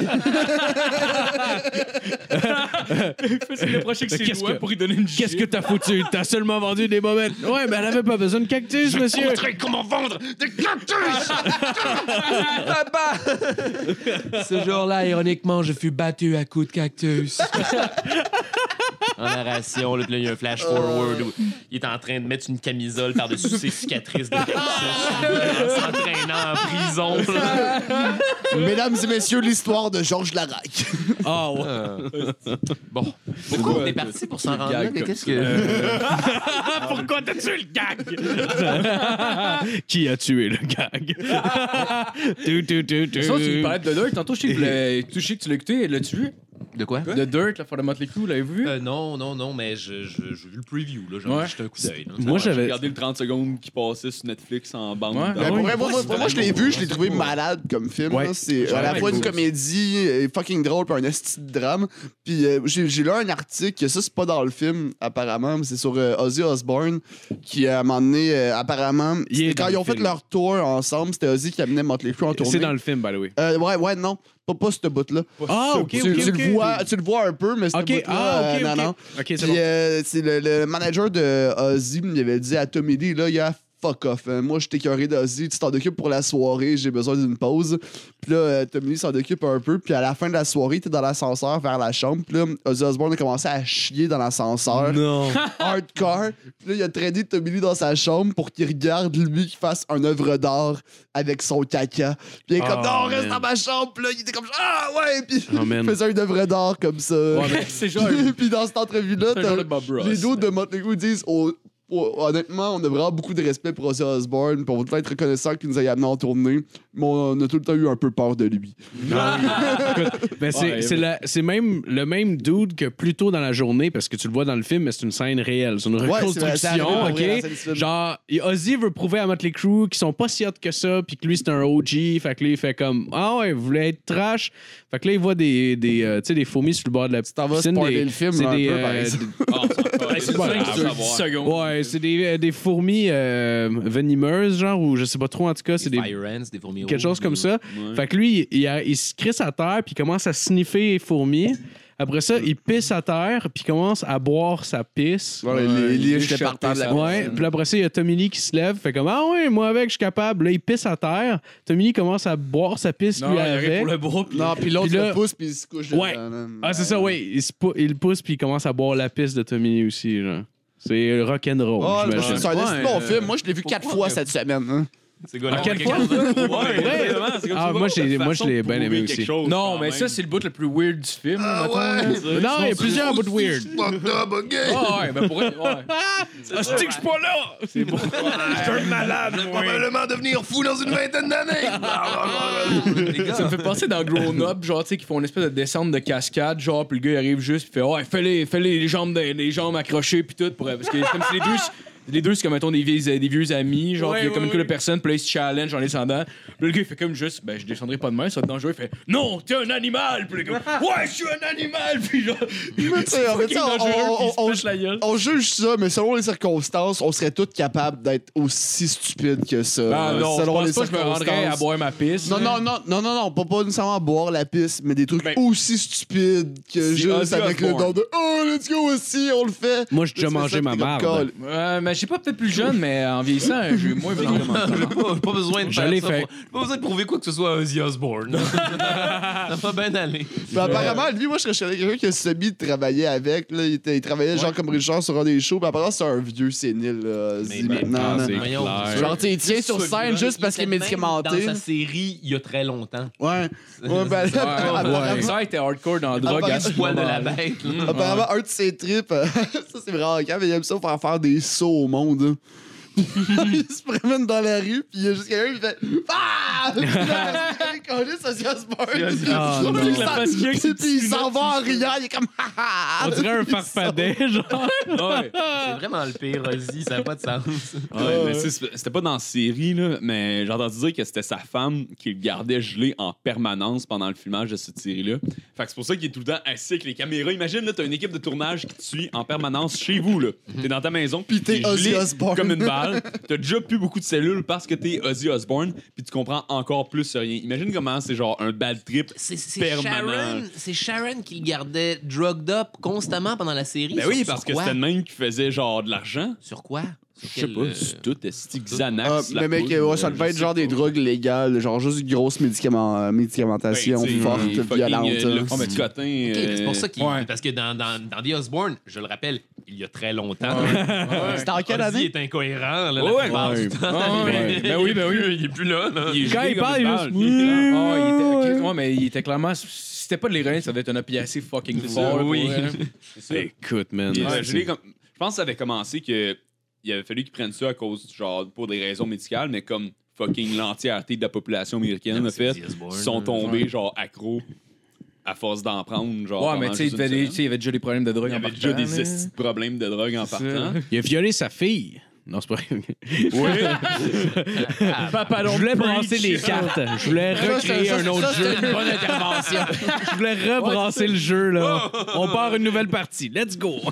Speaker 3: C'est le prochain que
Speaker 7: Mais
Speaker 3: c'est
Speaker 7: qu'est-ce
Speaker 3: toi
Speaker 7: que-
Speaker 3: pour lui donner une
Speaker 7: Qu'est-ce que t'as foutu T'as seulement vendu des bobettes. Ouais, mais elle avait pas besoin de cactus monsieur.
Speaker 6: comment vendre des cactus Papa Ce jour-là, ironiquement, je fus battu à coups de cactus. En narration, là, puis là, il y a un flash forward où il est en train de mettre une camisole par-dessus ses cicatrices de cactus en s'entraînant en prison. là.
Speaker 4: Mesdames et messieurs, l'histoire de Georges Larac.
Speaker 7: Ah ouais.
Speaker 6: Bon, pourquoi on est parti pour s'en rendre là? Qu'est-ce que...
Speaker 7: Euh. Pourquoi t'as tué le gag? Qui a tué le gag? tu, tu, tu, tu.
Speaker 3: Sinon, tu parlais de Dirt. Tantôt, je sais que tu l'as touché, que tu l'as écouté. L'as-tu vu?
Speaker 6: De quoi?
Speaker 3: De Dirt, la fois de Motley Crue, l'avez-vous vu?
Speaker 6: Euh, non, non, non, mais j'ai je, je, j'ai vu le preview, là, j'ai
Speaker 3: Ouais.
Speaker 6: jeté un coup d'œil. là.
Speaker 7: Moi,
Speaker 5: Ouais, J'ai
Speaker 7: j'avais.
Speaker 5: regardé le 30 secondes qui passait sur Netflix en bande.
Speaker 3: Ouais. Ah
Speaker 4: Mais Ben, pour
Speaker 3: oui,
Speaker 4: vrai, moi, moi, moi, je l'ai vu, je l'ai trouvé malade comme film.
Speaker 7: Ouais.
Speaker 4: là. C'est à la
Speaker 3: Ouais,
Speaker 4: fois une
Speaker 3: cool.
Speaker 4: comédie euh, fucking drôle puis un esti de drame. Puis euh, j'ai j'ai lu un article, que ça c'est pas dans le film apparemment, mais c'est sur euh, Ozzy Osbourne qui à un moment donné euh, apparemment
Speaker 7: Il est
Speaker 4: c'était
Speaker 7: dans
Speaker 4: quand
Speaker 7: le
Speaker 4: ils ont fait
Speaker 7: film.
Speaker 4: leur tour ensemble, c'était Ozzy qui amenait Motley Crue en tournée.
Speaker 7: C'est dans le film, by the way.
Speaker 4: Euh, ouais, ouais, non. Pas, pas ce bout-là.
Speaker 7: Ah, ok,
Speaker 4: tu,
Speaker 7: ok,
Speaker 4: tu
Speaker 7: ok.
Speaker 4: le vois, tu le vois un peu, mais ce
Speaker 7: Ok,
Speaker 4: bout-là,
Speaker 7: ah, ok,
Speaker 4: euh,
Speaker 7: ok.
Speaker 4: non, non.
Speaker 7: Ok, c'est
Speaker 4: Puis
Speaker 7: bon.
Speaker 4: euh, c'est le, le manager de Ozzy, il avait dit à Tommy Lee, là, il a fuck off. hein. Moi, je t'ai écœuré d'Ozzy, tu t'en occupes pour la soirée, j'ai besoin d'une pause. Puis là, euh, Tommy Lee s'en occupe un peu. Puis à la fin de la soirée, t'es dans l'ascenseur vers la chambre. Puis là, Ozzy Osbourne a commencé à chier dans l'ascenseur.
Speaker 7: Non.
Speaker 4: Hardcore. Puis là, il a traîné Tommy Lee dans sa chambre pour qu'il regarde lui qui fasse un œuvre d'art avec son caca. Puis il est comme,
Speaker 7: Oh,
Speaker 4: non, reste
Speaker 7: man.
Speaker 4: dans ma chambre. Puis là, il était comme, ah ouais. Puis
Speaker 7: Oh, man.
Speaker 4: il faisait une œuvre d'art comme ça.
Speaker 3: c'est genre un
Speaker 4: Puis- Puis dans cette entrevue-là,
Speaker 3: c'est un genre de
Speaker 4: t'as-
Speaker 3: Bob Ross.
Speaker 4: les dos de Motley Crue disent au- au- honnêtement, on a vraiment beaucoup de respect pour Ozzy Osbourne, puis on voudrait être reconnaissant qu'il nous ait amené en tournée, mais on a tout le temps eu un peu peur de lui.
Speaker 7: Ben, c'est-
Speaker 3: Ouais,
Speaker 7: c'est
Speaker 3: ouais.
Speaker 7: la- c'est même le même dude que plus tôt dans la journée, parce que tu le vois dans le film, mais c'est une scène réelle. C'est une
Speaker 4: Ouais, c'est vrai, ça arrive
Speaker 7: reconstruction,
Speaker 4: pour vrai, la
Speaker 7: OK?
Speaker 4: scène du film.
Speaker 7: Genre, et Ozzy veut prouver à Motley Crue qu'ils sont pas si hot que ça, puis que lui, c'est un OG. Fait que là, il fait comme « Ah ouais, il voulait être trash. » Fait que là, il voit des, des, euh, tu sais, des fourmis sur le bord de la piscine.
Speaker 4: t'en vas spoiler
Speaker 7: des-
Speaker 4: le film,
Speaker 7: c'est
Speaker 4: là, un
Speaker 7: des,
Speaker 4: peu, par
Speaker 7: euh,
Speaker 4: exemple.
Speaker 5: c'est
Speaker 7: pas
Speaker 5: Ah, ça,
Speaker 7: grave.
Speaker 5: il faut
Speaker 3: sur
Speaker 5: savoir.
Speaker 3: 10 secondes.
Speaker 7: Ouais, c'est des, euh, des fourmis euh, venimeuses, genre, ou je sais pas trop, en tout cas, c'est
Speaker 6: Des
Speaker 7: des,
Speaker 6: Fire Ants, des fourmis
Speaker 7: quelque chose
Speaker 6: rouges,
Speaker 7: comme
Speaker 6: des-
Speaker 7: ça.
Speaker 5: Ouais.
Speaker 7: Fait que lui, il, il a- il se crisse à terre, puis il commence à sniffer les fourmis. Après ça, il pisse à terre, puis il commence à boire sa pisse.
Speaker 4: Voilà, les les-
Speaker 3: je
Speaker 4: j'étais par terre, là.
Speaker 7: Ouais, puis après ça, il y a Tommy Lee qui se lève, fait comme Ah ouais, moi avec, je suis capable. Là, il pisse à terre. Tommy Lee commence à boire sa pisse
Speaker 3: Non,
Speaker 7: lui
Speaker 3: il arrive
Speaker 7: avec.
Speaker 3: pour le bois. puis-
Speaker 4: Non, puis l'autre
Speaker 7: Puis là-
Speaker 4: le pousse, puis il se couche
Speaker 7: Ouais.
Speaker 4: dedans, là.
Speaker 7: Ah, c'est ça, ouais. Il, se pou- il le pousse, puis il commence à boire la pisse de Tommy Lee aussi, genre. C'est rock'n'roll,
Speaker 4: Ah,
Speaker 7: j'imagine.
Speaker 4: c'est un esti de bon
Speaker 3: Ouais, euh,
Speaker 4: film. Moi, je l'ai vu quatre fois cette semaine. hein.
Speaker 5: C'est gars-là,
Speaker 7: À
Speaker 5: on
Speaker 7: quelle
Speaker 5: a
Speaker 7: fois?
Speaker 5: quelque chose de-
Speaker 7: Ouais,
Speaker 5: vraiment, c'est comme
Speaker 7: Ah,
Speaker 5: tu vois,
Speaker 7: moi, j'ai-
Speaker 5: la
Speaker 7: moi,
Speaker 5: façon
Speaker 7: je l'ai
Speaker 5: de
Speaker 7: bien aimé
Speaker 5: prouver
Speaker 7: aussi.
Speaker 5: quelque chose,
Speaker 3: Non,
Speaker 5: quand
Speaker 3: mais
Speaker 5: même.
Speaker 3: ça, c'est le bout le plus weird du film.
Speaker 4: Ah
Speaker 3: mettons, là.
Speaker 4: ouais.
Speaker 7: Non, il y a plusieurs bouts de weird.
Speaker 4: Fucked up, ok.
Speaker 3: Ah ouais, ben pour vrai, ouais. Ah,
Speaker 7: que je suis pas là! C'est bon.
Speaker 4: Probablement devenir fou dans une vingtaine Ah. d'années.
Speaker 3: Ça me fait penser dans Grown Up, genre, tu sais, qu'ils font une espèce de descente de cascade, genre, puis le gars il arrive juste, puis fait, ouais, fais-les, fais-les les jambes, des- les jambes accrochées, puis tout, pour, parce que c'est comme si les deux. Les deux, c'est comme, mettons, des vieux, des vieux amis, genre, puis il y a comme une couple de personnes, puis là, ils se challenge en descendant. Puis le gars, il fait comme juste, ben, je descendrai pas demain, ça va être dangereux. Il fait, non, t'es un animal! Puis le gars, ouais, je suis un animal! Puis genre,
Speaker 4: Mais tu sais, en fait,
Speaker 3: fucking
Speaker 4: on-
Speaker 3: dangereux,
Speaker 4: on-
Speaker 3: puis il se
Speaker 4: on-
Speaker 3: pète la gueule.
Speaker 4: On juge ça, mais selon les circonstances, on serait tous capables d'être aussi stupides que ça.
Speaker 3: Ben
Speaker 4: Euh,
Speaker 3: non, je
Speaker 4: selon
Speaker 3: pense pas que je me rendrais à
Speaker 4: circonstances.
Speaker 3: boire ma pisse.
Speaker 4: Non, non, non, non, non, non, pas, pas nécessairement boire la piste, mais des trucs
Speaker 3: Ben,
Speaker 4: aussi stupides que
Speaker 5: c'est
Speaker 4: juste
Speaker 5: Ozzy
Speaker 4: avec le
Speaker 5: Osbourne.
Speaker 4: don de Oh, let's go aussi, on le fait.
Speaker 7: Moi, j'ai déjà
Speaker 4: Tu fais ça,
Speaker 7: mangé
Speaker 4: t'es
Speaker 7: ma
Speaker 4: comme,
Speaker 7: marde.
Speaker 4: Colle.
Speaker 3: Ouais, mais ben, je sais pas, peut-être plus jeune, mais en vieillissant, j'ai moins besoin de
Speaker 6: J'ai pas, pas besoin de
Speaker 3: Je
Speaker 6: faire
Speaker 3: l'ai
Speaker 6: ça
Speaker 3: fait.
Speaker 6: pour- j'ai pas besoin de prouver quoi que ce soit à Ozzy Osbourne. ça va bien aller.
Speaker 4: Mais Ben, apparemment, lui, moi, je connais quelqu'un que Semi travaillait avec. Là. Il, était- il travaillait genre comme Richard sur un des shows. Mais apparemment, c'est un vieux sénile, là, Ozzy,
Speaker 6: Mais- mais-
Speaker 3: ah,
Speaker 4: maintenant. là.
Speaker 8: c'est
Speaker 6: Voyons,
Speaker 8: clair.
Speaker 4: Genre, tu sais, il tient sur
Speaker 6: Absolument.
Speaker 4: scène juste parce
Speaker 6: Il
Speaker 4: qu'il est
Speaker 6: était même
Speaker 4: médicamenté.
Speaker 6: Dans sa série, il y a très longtemps.
Speaker 4: Ouais. Ouais, ben, apparemment-
Speaker 3: Ouais. Ça, était hardcore dans la drogue à
Speaker 4: Apparemment-
Speaker 3: ce
Speaker 6: Le poil de la
Speaker 3: moment-là.
Speaker 6: bête. là.
Speaker 7: Hum.
Speaker 4: Apparemment, un de ses tripes, euh, ça c'est vraiment grave, il aime ça faire faire des sauts au monde. hein. il se promène dans la rue, puis il y a juste quelqu'un qui fait Ah! Puis là, il congé, ça se passe pas. Puis
Speaker 7: non.
Speaker 4: il s'en- puis il s'en va en riant, il est comme Ah, ah! ah.
Speaker 9: On dirait un farfadet, genre.
Speaker 3: Ouais.
Speaker 6: C'est vraiment le pire, Ozzy. Ça n'a pas de sens.
Speaker 4: Ah,
Speaker 5: Ouais, mais tu sais, c'était c'était pas dans la série, là, mais j'ai entendu dire que c'était sa femme qui le gardait gelé en permanence pendant le filmage de cette série-là. Fait que c'est pour ça qu'il est tout le temps assis avec les caméras. Imagine, là, t'as une équipe de tournage qui te suit en permanence chez vous, là. T'es dans ta maison, puis
Speaker 4: Mhm. t'es Ozzy
Speaker 5: gelé
Speaker 4: Osbourne.
Speaker 5: comme une balle. T'as déjà plus beaucoup de cellules parce que t'es Ozzy Osbourne, puis tu comprends encore plus rien. Imagine comment c'est genre un bad trip.
Speaker 6: C'est- C'est
Speaker 5: Permanent.
Speaker 6: Sharon, c'est Sharon qui le gardait drugged up constamment pendant la série.
Speaker 5: Ben
Speaker 6: Sur-
Speaker 5: oui,
Speaker 6: sur
Speaker 5: parce que
Speaker 6: quoi?
Speaker 5: c'était le même qui faisait genre de l'argent.
Speaker 6: Sur quoi? Sur
Speaker 5: Je sais
Speaker 6: quel,
Speaker 5: pas,
Speaker 6: euh,
Speaker 5: du tout, est-ce que
Speaker 4: Ah,
Speaker 5: Xanax, la
Speaker 4: mais mec,
Speaker 5: poudre,
Speaker 4: ouais, ça
Speaker 5: euh,
Speaker 4: devait
Speaker 5: je
Speaker 4: être
Speaker 5: sais
Speaker 4: genre des
Speaker 5: pas.
Speaker 4: drogues légales, genre juste grosse médicament, euh, médicamentation
Speaker 5: Ben, tu sais,
Speaker 4: forte,
Speaker 5: les fucking,
Speaker 4: violente.
Speaker 5: euh,
Speaker 4: hein.
Speaker 5: l'oxycotin,
Speaker 6: Ok, mais c'est
Speaker 5: euh,
Speaker 6: pour ça qu'il.
Speaker 3: ouais.
Speaker 6: Parce que dans, dans, dans The Osborne, je le rappelle, il y a très longtemps.
Speaker 4: C'était en quelle
Speaker 6: Ozzy
Speaker 4: année?
Speaker 6: est incohérent. Là,
Speaker 5: Ouais,
Speaker 6: la plupart
Speaker 3: ouais.
Speaker 6: du temps.
Speaker 3: Ouais, ouais.
Speaker 6: Ben oui, ben oui. Il est plus là. là.
Speaker 5: Il est
Speaker 9: Quand
Speaker 5: gelé
Speaker 9: il
Speaker 5: comme
Speaker 9: parle,
Speaker 5: une
Speaker 9: il
Speaker 5: balle.
Speaker 9: juste-
Speaker 5: Il est gelé.
Speaker 3: Ah, il était, ok, ouais, mais il était clairement. si C'était pas de l'héroïne, ça devait être un opiacé fucking
Speaker 5: C'est
Speaker 3: fort.
Speaker 5: ça,
Speaker 3: là, pour
Speaker 5: oui.
Speaker 3: vrai, là.
Speaker 7: Écoute, man.
Speaker 5: Ouais, je l'ai comme- je pense que ça avait commencé que il avait fallu qu'ils prennent ça à cause genre pour des raisons médicales, mais comme fucking l'entièreté de la population américaine en fait,
Speaker 6: The Osbournes,
Speaker 5: sont tombés genre accro à force d'en prendre genre.
Speaker 3: Ouais, mais
Speaker 5: pendant
Speaker 3: tu sais, il
Speaker 5: juste
Speaker 3: devait
Speaker 5: une
Speaker 3: des- tu
Speaker 5: semaine.
Speaker 3: sais, il y avait déjà des problèmes de drogue
Speaker 5: il y
Speaker 3: en
Speaker 5: avait
Speaker 3: partant,
Speaker 5: déjà des
Speaker 3: là.
Speaker 5: estis de problèmes de drogue en
Speaker 3: C'est
Speaker 5: partant.
Speaker 7: Il a violé sa fille. Non, c'est pas vrai.
Speaker 3: Papa,
Speaker 9: Je voulais brasser les cartes. Je voulais recréer un autre jeu.
Speaker 3: bonne intervention.
Speaker 7: Je voulais rebrasser le jeu, là. On part une nouvelle partie. Let's go.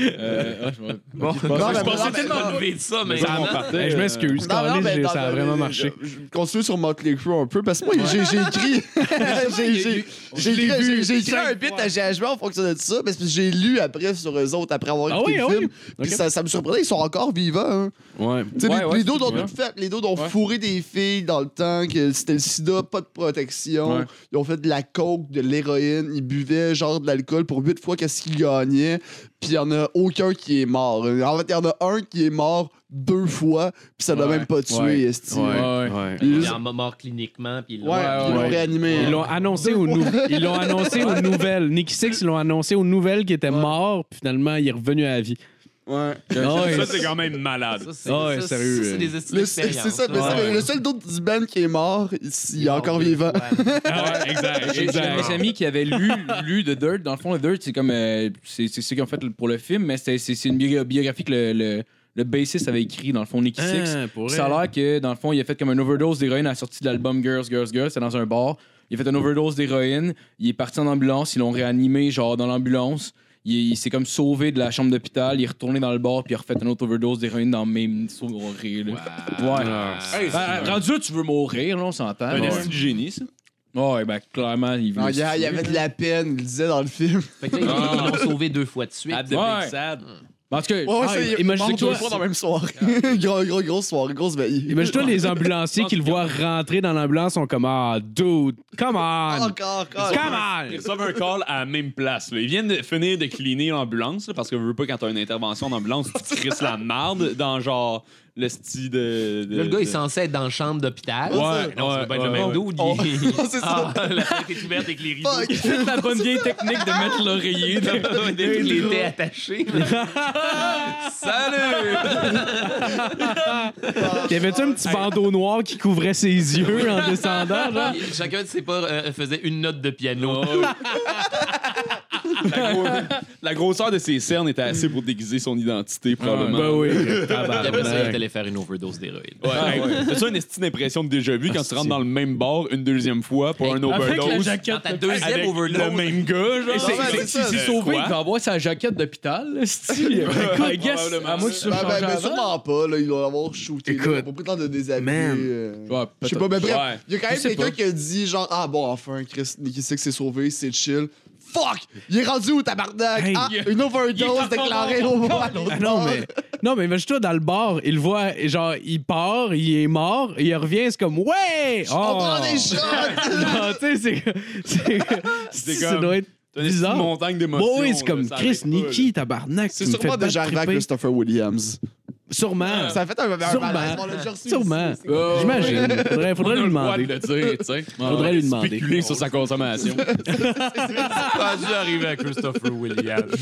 Speaker 5: Euh,
Speaker 3: Bon,
Speaker 4: Non, mais-
Speaker 6: Je
Speaker 4: non,
Speaker 6: pensais
Speaker 4: mais-
Speaker 6: tellement lever de
Speaker 4: ben,
Speaker 6: ça, mais.
Speaker 3: Ben,
Speaker 7: Hey, je m'excuse.
Speaker 4: Non, non,
Speaker 7: Caliste,
Speaker 4: mais attends,
Speaker 7: ça a
Speaker 4: mais-
Speaker 7: vraiment
Speaker 4: mais-
Speaker 7: marché.
Speaker 4: je- je Continue sur Motley Crue un peu, parce que moi, j'ai j'ai écrit... j'ai- j'ai- j'ai écrit- j'ai- J'ai écrit un bit à GHB en fonction de ça, parce que j'ai lu après sur eux autres, après avoir
Speaker 7: Ah
Speaker 4: écouté
Speaker 7: oui,
Speaker 4: le
Speaker 7: ah
Speaker 4: film,
Speaker 7: oui.
Speaker 4: puis
Speaker 7: Ok.
Speaker 4: ça, ça me surprenait, ils sont encore vivants. hein.
Speaker 7: Ouais.
Speaker 4: Tu sais,
Speaker 3: Ouais,
Speaker 4: les,
Speaker 3: ouais,
Speaker 4: les deux ont
Speaker 3: ouais.
Speaker 4: tout fait. Les deux ont fourré des filles dans le temps, que c'était le sida, pas de protection.
Speaker 3: Ouais.
Speaker 4: Ils ont fait de la coke, de l'héroïne. Ils buvaient genre de l'alcool pour huit fois qu'est-ce qu'ils gagnaient. Puis il y en a aucun qui est mort. En fait, il y en a un qui est mort deux fois, puis ça l'a
Speaker 3: Ouais.
Speaker 4: même pas tué,
Speaker 7: Ouais.
Speaker 4: esti.
Speaker 3: Ouais.
Speaker 6: Il
Speaker 4: Ils-
Speaker 6: est en mort cliniquement. Puis il
Speaker 4: ben, Ouais, puis ils l'ont
Speaker 7: ouais.
Speaker 4: réanimé.
Speaker 7: Ils l'ont annoncé, aux, nou- ils l'ont annoncé aux nouvelles. Nicky Six, ils l'ont annoncé aux nouvelles qu'il était mort, puis finalement, il est revenu à la vie.
Speaker 4: Ouais.
Speaker 5: Ça c'est quand même malade.
Speaker 6: Ça, c'est
Speaker 7: Ah ouais,
Speaker 6: ça,
Speaker 7: sérieux,
Speaker 6: ça, c'est
Speaker 7: euh.
Speaker 6: des esti
Speaker 4: Le- C'est
Speaker 6: d'expérience,
Speaker 4: ça, mais
Speaker 6: ouais.
Speaker 4: c'est le- le seul d'autre du band qui est mort, il, il est encore vivant.
Speaker 7: Ah ouais, exact,
Speaker 3: J'ai j'ai mes amis qui avaient lu, lu The Dirt. Dans le fond, The Dirt, c'est comme. euh, c'est c'est ceux qui ont fait le- pour le film, mais c'est c'est- c'est une biogra- biographie que le, le, le bassiste avait écrit, dans le fond, Nicky Six.
Speaker 7: Ah, Hein,
Speaker 3: Puis Ça a l'air que, dans le fond, il a fait comme une overdose d'héroïne à la sortie de l'album Girls, Girls, Girls. C'est dans un bar. Il a fait une overdose d'héroïne. Il est parti en ambulance. Ils l'ont réanimé, genre, dans l'ambulance. Il, il s'est comme sauvé de la chambre d'hôpital. Il est retourné dans le bar, puis il a refait une autre overdose d'héroïne dans le même soirée. là. Ouais.
Speaker 6: Hey,
Speaker 3: Ben, rendu là, tu veux mourir, là, on s'entend.
Speaker 5: Un
Speaker 3: Ouais.
Speaker 5: esti de génie ça.
Speaker 3: Ouais, ben, clairement, il voulait
Speaker 4: Non, Ah, il y
Speaker 3: se
Speaker 4: a- il y
Speaker 3: tuer.
Speaker 4: avait de la peine, il le disait dans le film.
Speaker 6: Fait que là, ils
Speaker 5: Ah.
Speaker 6: ils l'ont sauvé deux fois de suite.
Speaker 5: Abd the
Speaker 3: Ouais.
Speaker 5: Big Sad.
Speaker 3: En tout cas,
Speaker 4: Ouais, ouais,
Speaker 7: Ah,
Speaker 4: ça, il est
Speaker 7: imagine
Speaker 4: mort
Speaker 7: que toi,
Speaker 4: deux fois dans la même soirée. gros, gros, grosse soirée, grosse veille.
Speaker 7: Imagine-toi les ambulanciers qui le voient rentrer dans l'ambulance, sont comme Ah, dude,
Speaker 3: Oh,
Speaker 7: come on!
Speaker 4: Encore, encore.
Speaker 7: Come
Speaker 5: Ils
Speaker 7: on!
Speaker 5: reçoivent un call à la même place. là. Ils viennent de finir de cleaner l'ambulance là, parce que je veux pas quand t'as une intervention en ambulance, tu te crisses la marde dans genre le style de. de-
Speaker 6: Là, le gars, il est
Speaker 5: de-
Speaker 6: censé être dans la chambre d'hôpital.
Speaker 4: Ouais,
Speaker 6: non, ça
Speaker 5: ouais,
Speaker 6: peut pas être le
Speaker 5: ouais,
Speaker 6: même
Speaker 5: ouais.
Speaker 6: dude.
Speaker 4: Oh,
Speaker 6: il-
Speaker 4: c'est ça.
Speaker 6: Ah, la fenêtre est ouverte avec les rideaux.
Speaker 4: Fuck.
Speaker 3: la bonne vieille technique de mettre l'oreiller.
Speaker 6: Il était attaché. Salut!
Speaker 7: Il y avait-tu un petit bandeau noir qui couvrait ses yeux en descendant? Genre?
Speaker 6: Il- Chacun de ses pas euh, faisait une note de
Speaker 5: Oh,
Speaker 6: piano.
Speaker 5: la, gros- la grosseur de ses cernes était assez pour déguiser son identité, probablement.
Speaker 7: Ben oui.
Speaker 6: Puis après ça, il est
Speaker 7: tabarnak.
Speaker 6: allé faire une overdose d'héroïne.
Speaker 5: Ouais,
Speaker 7: Ah,
Speaker 5: hey, T'as-tu une estime d'impression de déjà vu quand tu rentres dans le même bar une deuxième fois pour un
Speaker 9: Avec la
Speaker 5: overdose?
Speaker 6: Dans
Speaker 9: jaquette.
Speaker 6: ta
Speaker 5: avec
Speaker 6: deuxième overdose.
Speaker 5: le même gars, genre.
Speaker 4: c'est- Ah, c'est- c'est- c'est
Speaker 3: Sauvé,
Speaker 5: quoi?
Speaker 3: il peut avoir sa jaquette d'hôpital, là, style. I guess,
Speaker 5: probablement.
Speaker 3: à
Speaker 7: Ah,
Speaker 3: moins que tu
Speaker 4: Ben,
Speaker 3: veux
Speaker 4: ben,
Speaker 3: changer
Speaker 4: ben,
Speaker 3: avant.
Speaker 4: sûrement pas, là, ils doivent l'avoir shooté. là,
Speaker 7: Écoute.
Speaker 4: Ils ont pas pris le temps de déshabiller.
Speaker 7: Man.
Speaker 4: euh.
Speaker 3: Ouais,
Speaker 4: Je sais
Speaker 3: peut-être.
Speaker 4: pas, mais bref,
Speaker 5: Ouais.
Speaker 4: il y a quand
Speaker 3: Je
Speaker 4: même
Speaker 3: sais
Speaker 4: quelqu'un
Speaker 3: pas.
Speaker 4: qui a dit genre, ah bon, enfin, Chris, Nicky Six s'est sauvé, c'est chill. fuck, il est rendu où, tabarnak?
Speaker 7: Hey,
Speaker 4: ah,
Speaker 7: il
Speaker 4: une overdose déclarée au bar.
Speaker 7: Ah non, mais, non, mais imagine-toi dans le bar, il le voit, et genre, il part, il est mort, et il revient, c'est comme Ouais! Oh!
Speaker 4: On prend des shots!
Speaker 7: Non, tu sais, c'est. c'est-
Speaker 5: C'est
Speaker 7: Ça
Speaker 5: comme-
Speaker 7: doit être
Speaker 5: T'as des petites
Speaker 7: bizarre.
Speaker 5: montagnes d'émotions.
Speaker 7: Bon, oui, c'est
Speaker 5: là,
Speaker 7: comme
Speaker 5: ça
Speaker 7: Chris,
Speaker 5: arrête pas,
Speaker 7: Nicky, tabarnak.
Speaker 4: C'est
Speaker 7: tu me fais
Speaker 4: sûrement
Speaker 7: battre
Speaker 4: déjà arrivé à
Speaker 7: triper.
Speaker 4: Christopher Williams.
Speaker 7: Sûrement.
Speaker 4: Ça a fait un meilleur
Speaker 7: Sûrement.
Speaker 4: malaise. on l'a déjà reçu
Speaker 7: Sûrement.
Speaker 4: ici.
Speaker 7: Oh, J'imagine. Faudrait, faudrait lui
Speaker 9: le
Speaker 7: demander.
Speaker 9: dire, tu sais.
Speaker 7: Faudrait lui demander.
Speaker 9: Spéculer sur sa consommation.
Speaker 5: pas dû arriver à Christopher Williams.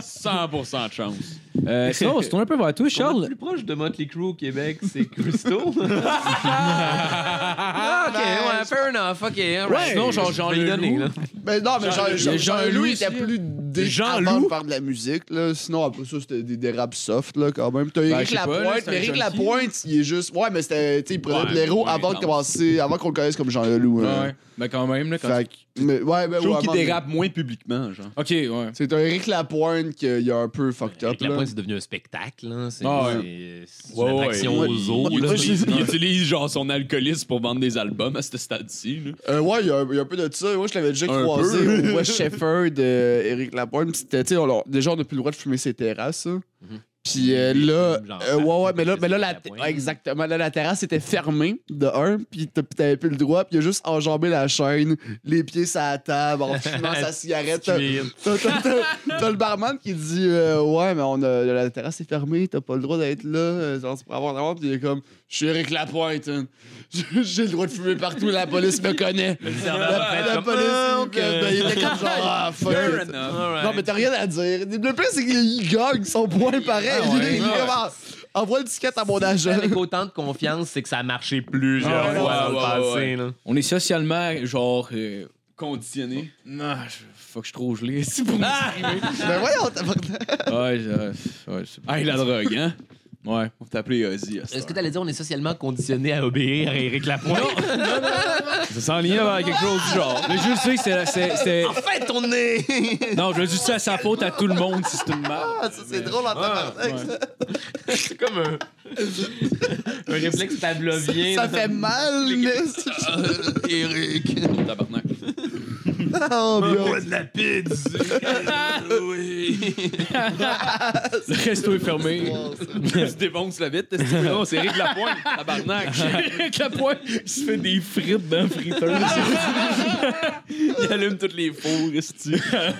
Speaker 5: 100% de chance.
Speaker 4: ben.
Speaker 8: Euh, sinon, on se tourne un peu vers toi,
Speaker 6: Le
Speaker 8: Charles.
Speaker 6: plus proche de Motley Crue au Québec, c'est Christo. ah, ok, ouais, fair enough, ok. all right.
Speaker 7: Ouais.
Speaker 3: Sinon, genre,
Speaker 6: Je
Speaker 3: Jean-Louis.
Speaker 6: vais y donner, là.
Speaker 4: Mais non, mais Jean- Jean-
Speaker 3: Jean-Louis
Speaker 4: Jean-Louis
Speaker 3: aussi,
Speaker 4: était plus des
Speaker 7: Jean
Speaker 4: avant de
Speaker 7: Loup.
Speaker 4: faire de la musique. Là. Sinon, après ça, c'était des, des raps soft là, quand même. T'as
Speaker 3: je
Speaker 4: Éric
Speaker 3: sais pas, là,
Speaker 4: Lapointe,
Speaker 3: c'est
Speaker 4: mais
Speaker 3: un
Speaker 4: Éric
Speaker 3: junkie.
Speaker 4: Lapointe, il est juste. Ouais, mais c'était. tu sais, Il prenait
Speaker 5: Ouais,
Speaker 4: de l'héros
Speaker 5: ouais,
Speaker 4: avant, de
Speaker 5: non.
Speaker 4: commencer- avant qu'on le connaisse comme Jean Leloup.
Speaker 3: Ouais,
Speaker 4: hein.
Speaker 3: ouais. Mais quand même, là. Quand
Speaker 4: Fait que- mais, ouais, mais,
Speaker 5: Je trouve
Speaker 4: ouais,
Speaker 5: qu'il
Speaker 4: mais-
Speaker 5: dérape moins publiquement, genre.
Speaker 3: Ok, ouais.
Speaker 4: C'est un Éric Lapointe qui euh, a un peu fucked up.
Speaker 6: Avec la
Speaker 4: là.
Speaker 6: pointe, c'est devenu un spectacle. hein. C'est
Speaker 3: Ah
Speaker 6: c'est- c'est une attraction aux eaux.
Speaker 5: Il
Speaker 6: là.
Speaker 5: utilise, il utilise, genre son alcoolisme pour vendre des albums à ce stade-ci. là.
Speaker 4: Euh, ouais, il y, a un- il y a un peu de ça. Moi, je l'avais déjà
Speaker 5: Un
Speaker 4: croisé
Speaker 5: peu.
Speaker 4: au West Shefford de Éric Lapointe. Puis c'était, tu sais, on l'a- déjà, on n'a plus le droit de fumer ses terrasses. hein. Puis euh, là,
Speaker 6: Mhm. Genre,
Speaker 4: euh, ouais, ouais, mais là,
Speaker 6: c'est
Speaker 4: mais là, la,
Speaker 6: Éric
Speaker 4: te-
Speaker 6: Lapointe.
Speaker 4: exactement, là, la terrasse était fermée de un, puis t'as- puis t'avais plus le droit, puis il a juste enjambé la chaîne, les pieds sur la table, en fumant sa cigarette. T'as- T'as t'as- t'as- t'as le barman qui dit euh, Ouais, mais on a, la terrasse est fermée, t'as pas le droit d'être là, euh, genre, tu pourrais avoir d'avant, puis il est comme Je suis Eric Lapointe, hein. J'ai- j'ai le droit de fumer partout, la police me connaît. euh, la, la police, il- ben, il était comme genre Ah, fuck.
Speaker 6: euh, Fair
Speaker 4: it.
Speaker 6: enough, all right.
Speaker 4: Non, mais t'as rien à dire. Le plus, c'est qu'il gagne son point pareil. il est
Speaker 6: ouais.
Speaker 4: vraiment. Envoie une ticket à mon agent.
Speaker 6: Avec autant de confiance, c'est que ça a marché plusieurs
Speaker 3: Ah ouais,
Speaker 6: fois
Speaker 3: ouais,
Speaker 6: dans le
Speaker 3: ouais,
Speaker 6: passé. là.
Speaker 3: On est socialement, genre. euh,
Speaker 5: Conditionné.
Speaker 3: Non, je... faut que je trouve gelé. C'est pour moi.
Speaker 4: Ben voyons, t'as
Speaker 3: Ouais, je- ouais, c'est-
Speaker 5: Hey, la drogue, hein?
Speaker 3: ouais.
Speaker 5: On va t'appeler euh, Ozzy. à
Speaker 6: Est-ce
Speaker 5: cette
Speaker 6: que
Speaker 5: heure.
Speaker 6: t'allais dire on est socialement conditionné à obéir à Éric Lapointe?
Speaker 9: Ça s'en lien avec quelque chose du genre.
Speaker 3: Mais je le sais que c'est. c'est- c'est-
Speaker 6: En fait, on est...
Speaker 3: Non, je le dis, c'est à sa faute à tout le monde si c'est une merde.
Speaker 4: Ah, ça, c'est drôle en tabarnak.
Speaker 6: c'est comme un... un réflexe pavlovien.
Speaker 4: Ça fait mal, mais.
Speaker 6: Éric.
Speaker 5: Tabarnak.
Speaker 4: Oh, bien.
Speaker 6: de la pizza. oui.
Speaker 3: Le resto est fermé.
Speaker 5: Tu défonces la vite, c'est non, c'est Rick Lapointe. Tabarnak.
Speaker 3: Avec la poêle, il se fait des frites dans le friteur.
Speaker 5: Il allume toutes les fours, esti.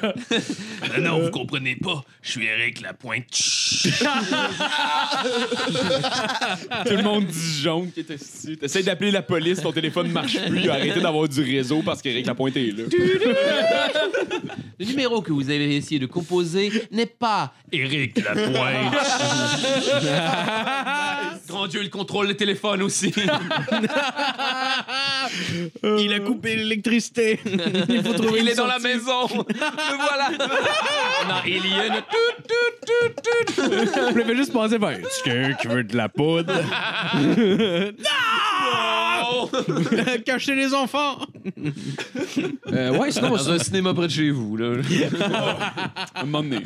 Speaker 6: Ah non, vous comprenez pas. Je suis Éric Lapointe.
Speaker 5: Tout le monde disjonne qui est esti. T'essayes d'appeler la police, ton téléphone marche plus. Arrêtez d'avoir du réseau parce qu'Éric Lapointe est là.
Speaker 6: Le numéro que vous avez essayé de composer n'est pas Éric Lapointe. Grand Dieu, il contrôle le téléphone aussi.
Speaker 7: Il a coupé l'électricité. Il faut trouver
Speaker 6: Il
Speaker 7: une
Speaker 6: est dans la
Speaker 7: sortie.
Speaker 6: maison. Le voilà. Non, il y a une toute.
Speaker 7: Je me fais juste passer vers. Est-ce quelqu'un qui veut de la poudre? non! Ah Cachez les enfants!
Speaker 8: Euh, ouais, sinon, on
Speaker 6: Dans
Speaker 8: se-
Speaker 6: un cinéma près de chez vous, là.
Speaker 5: À un moment donné.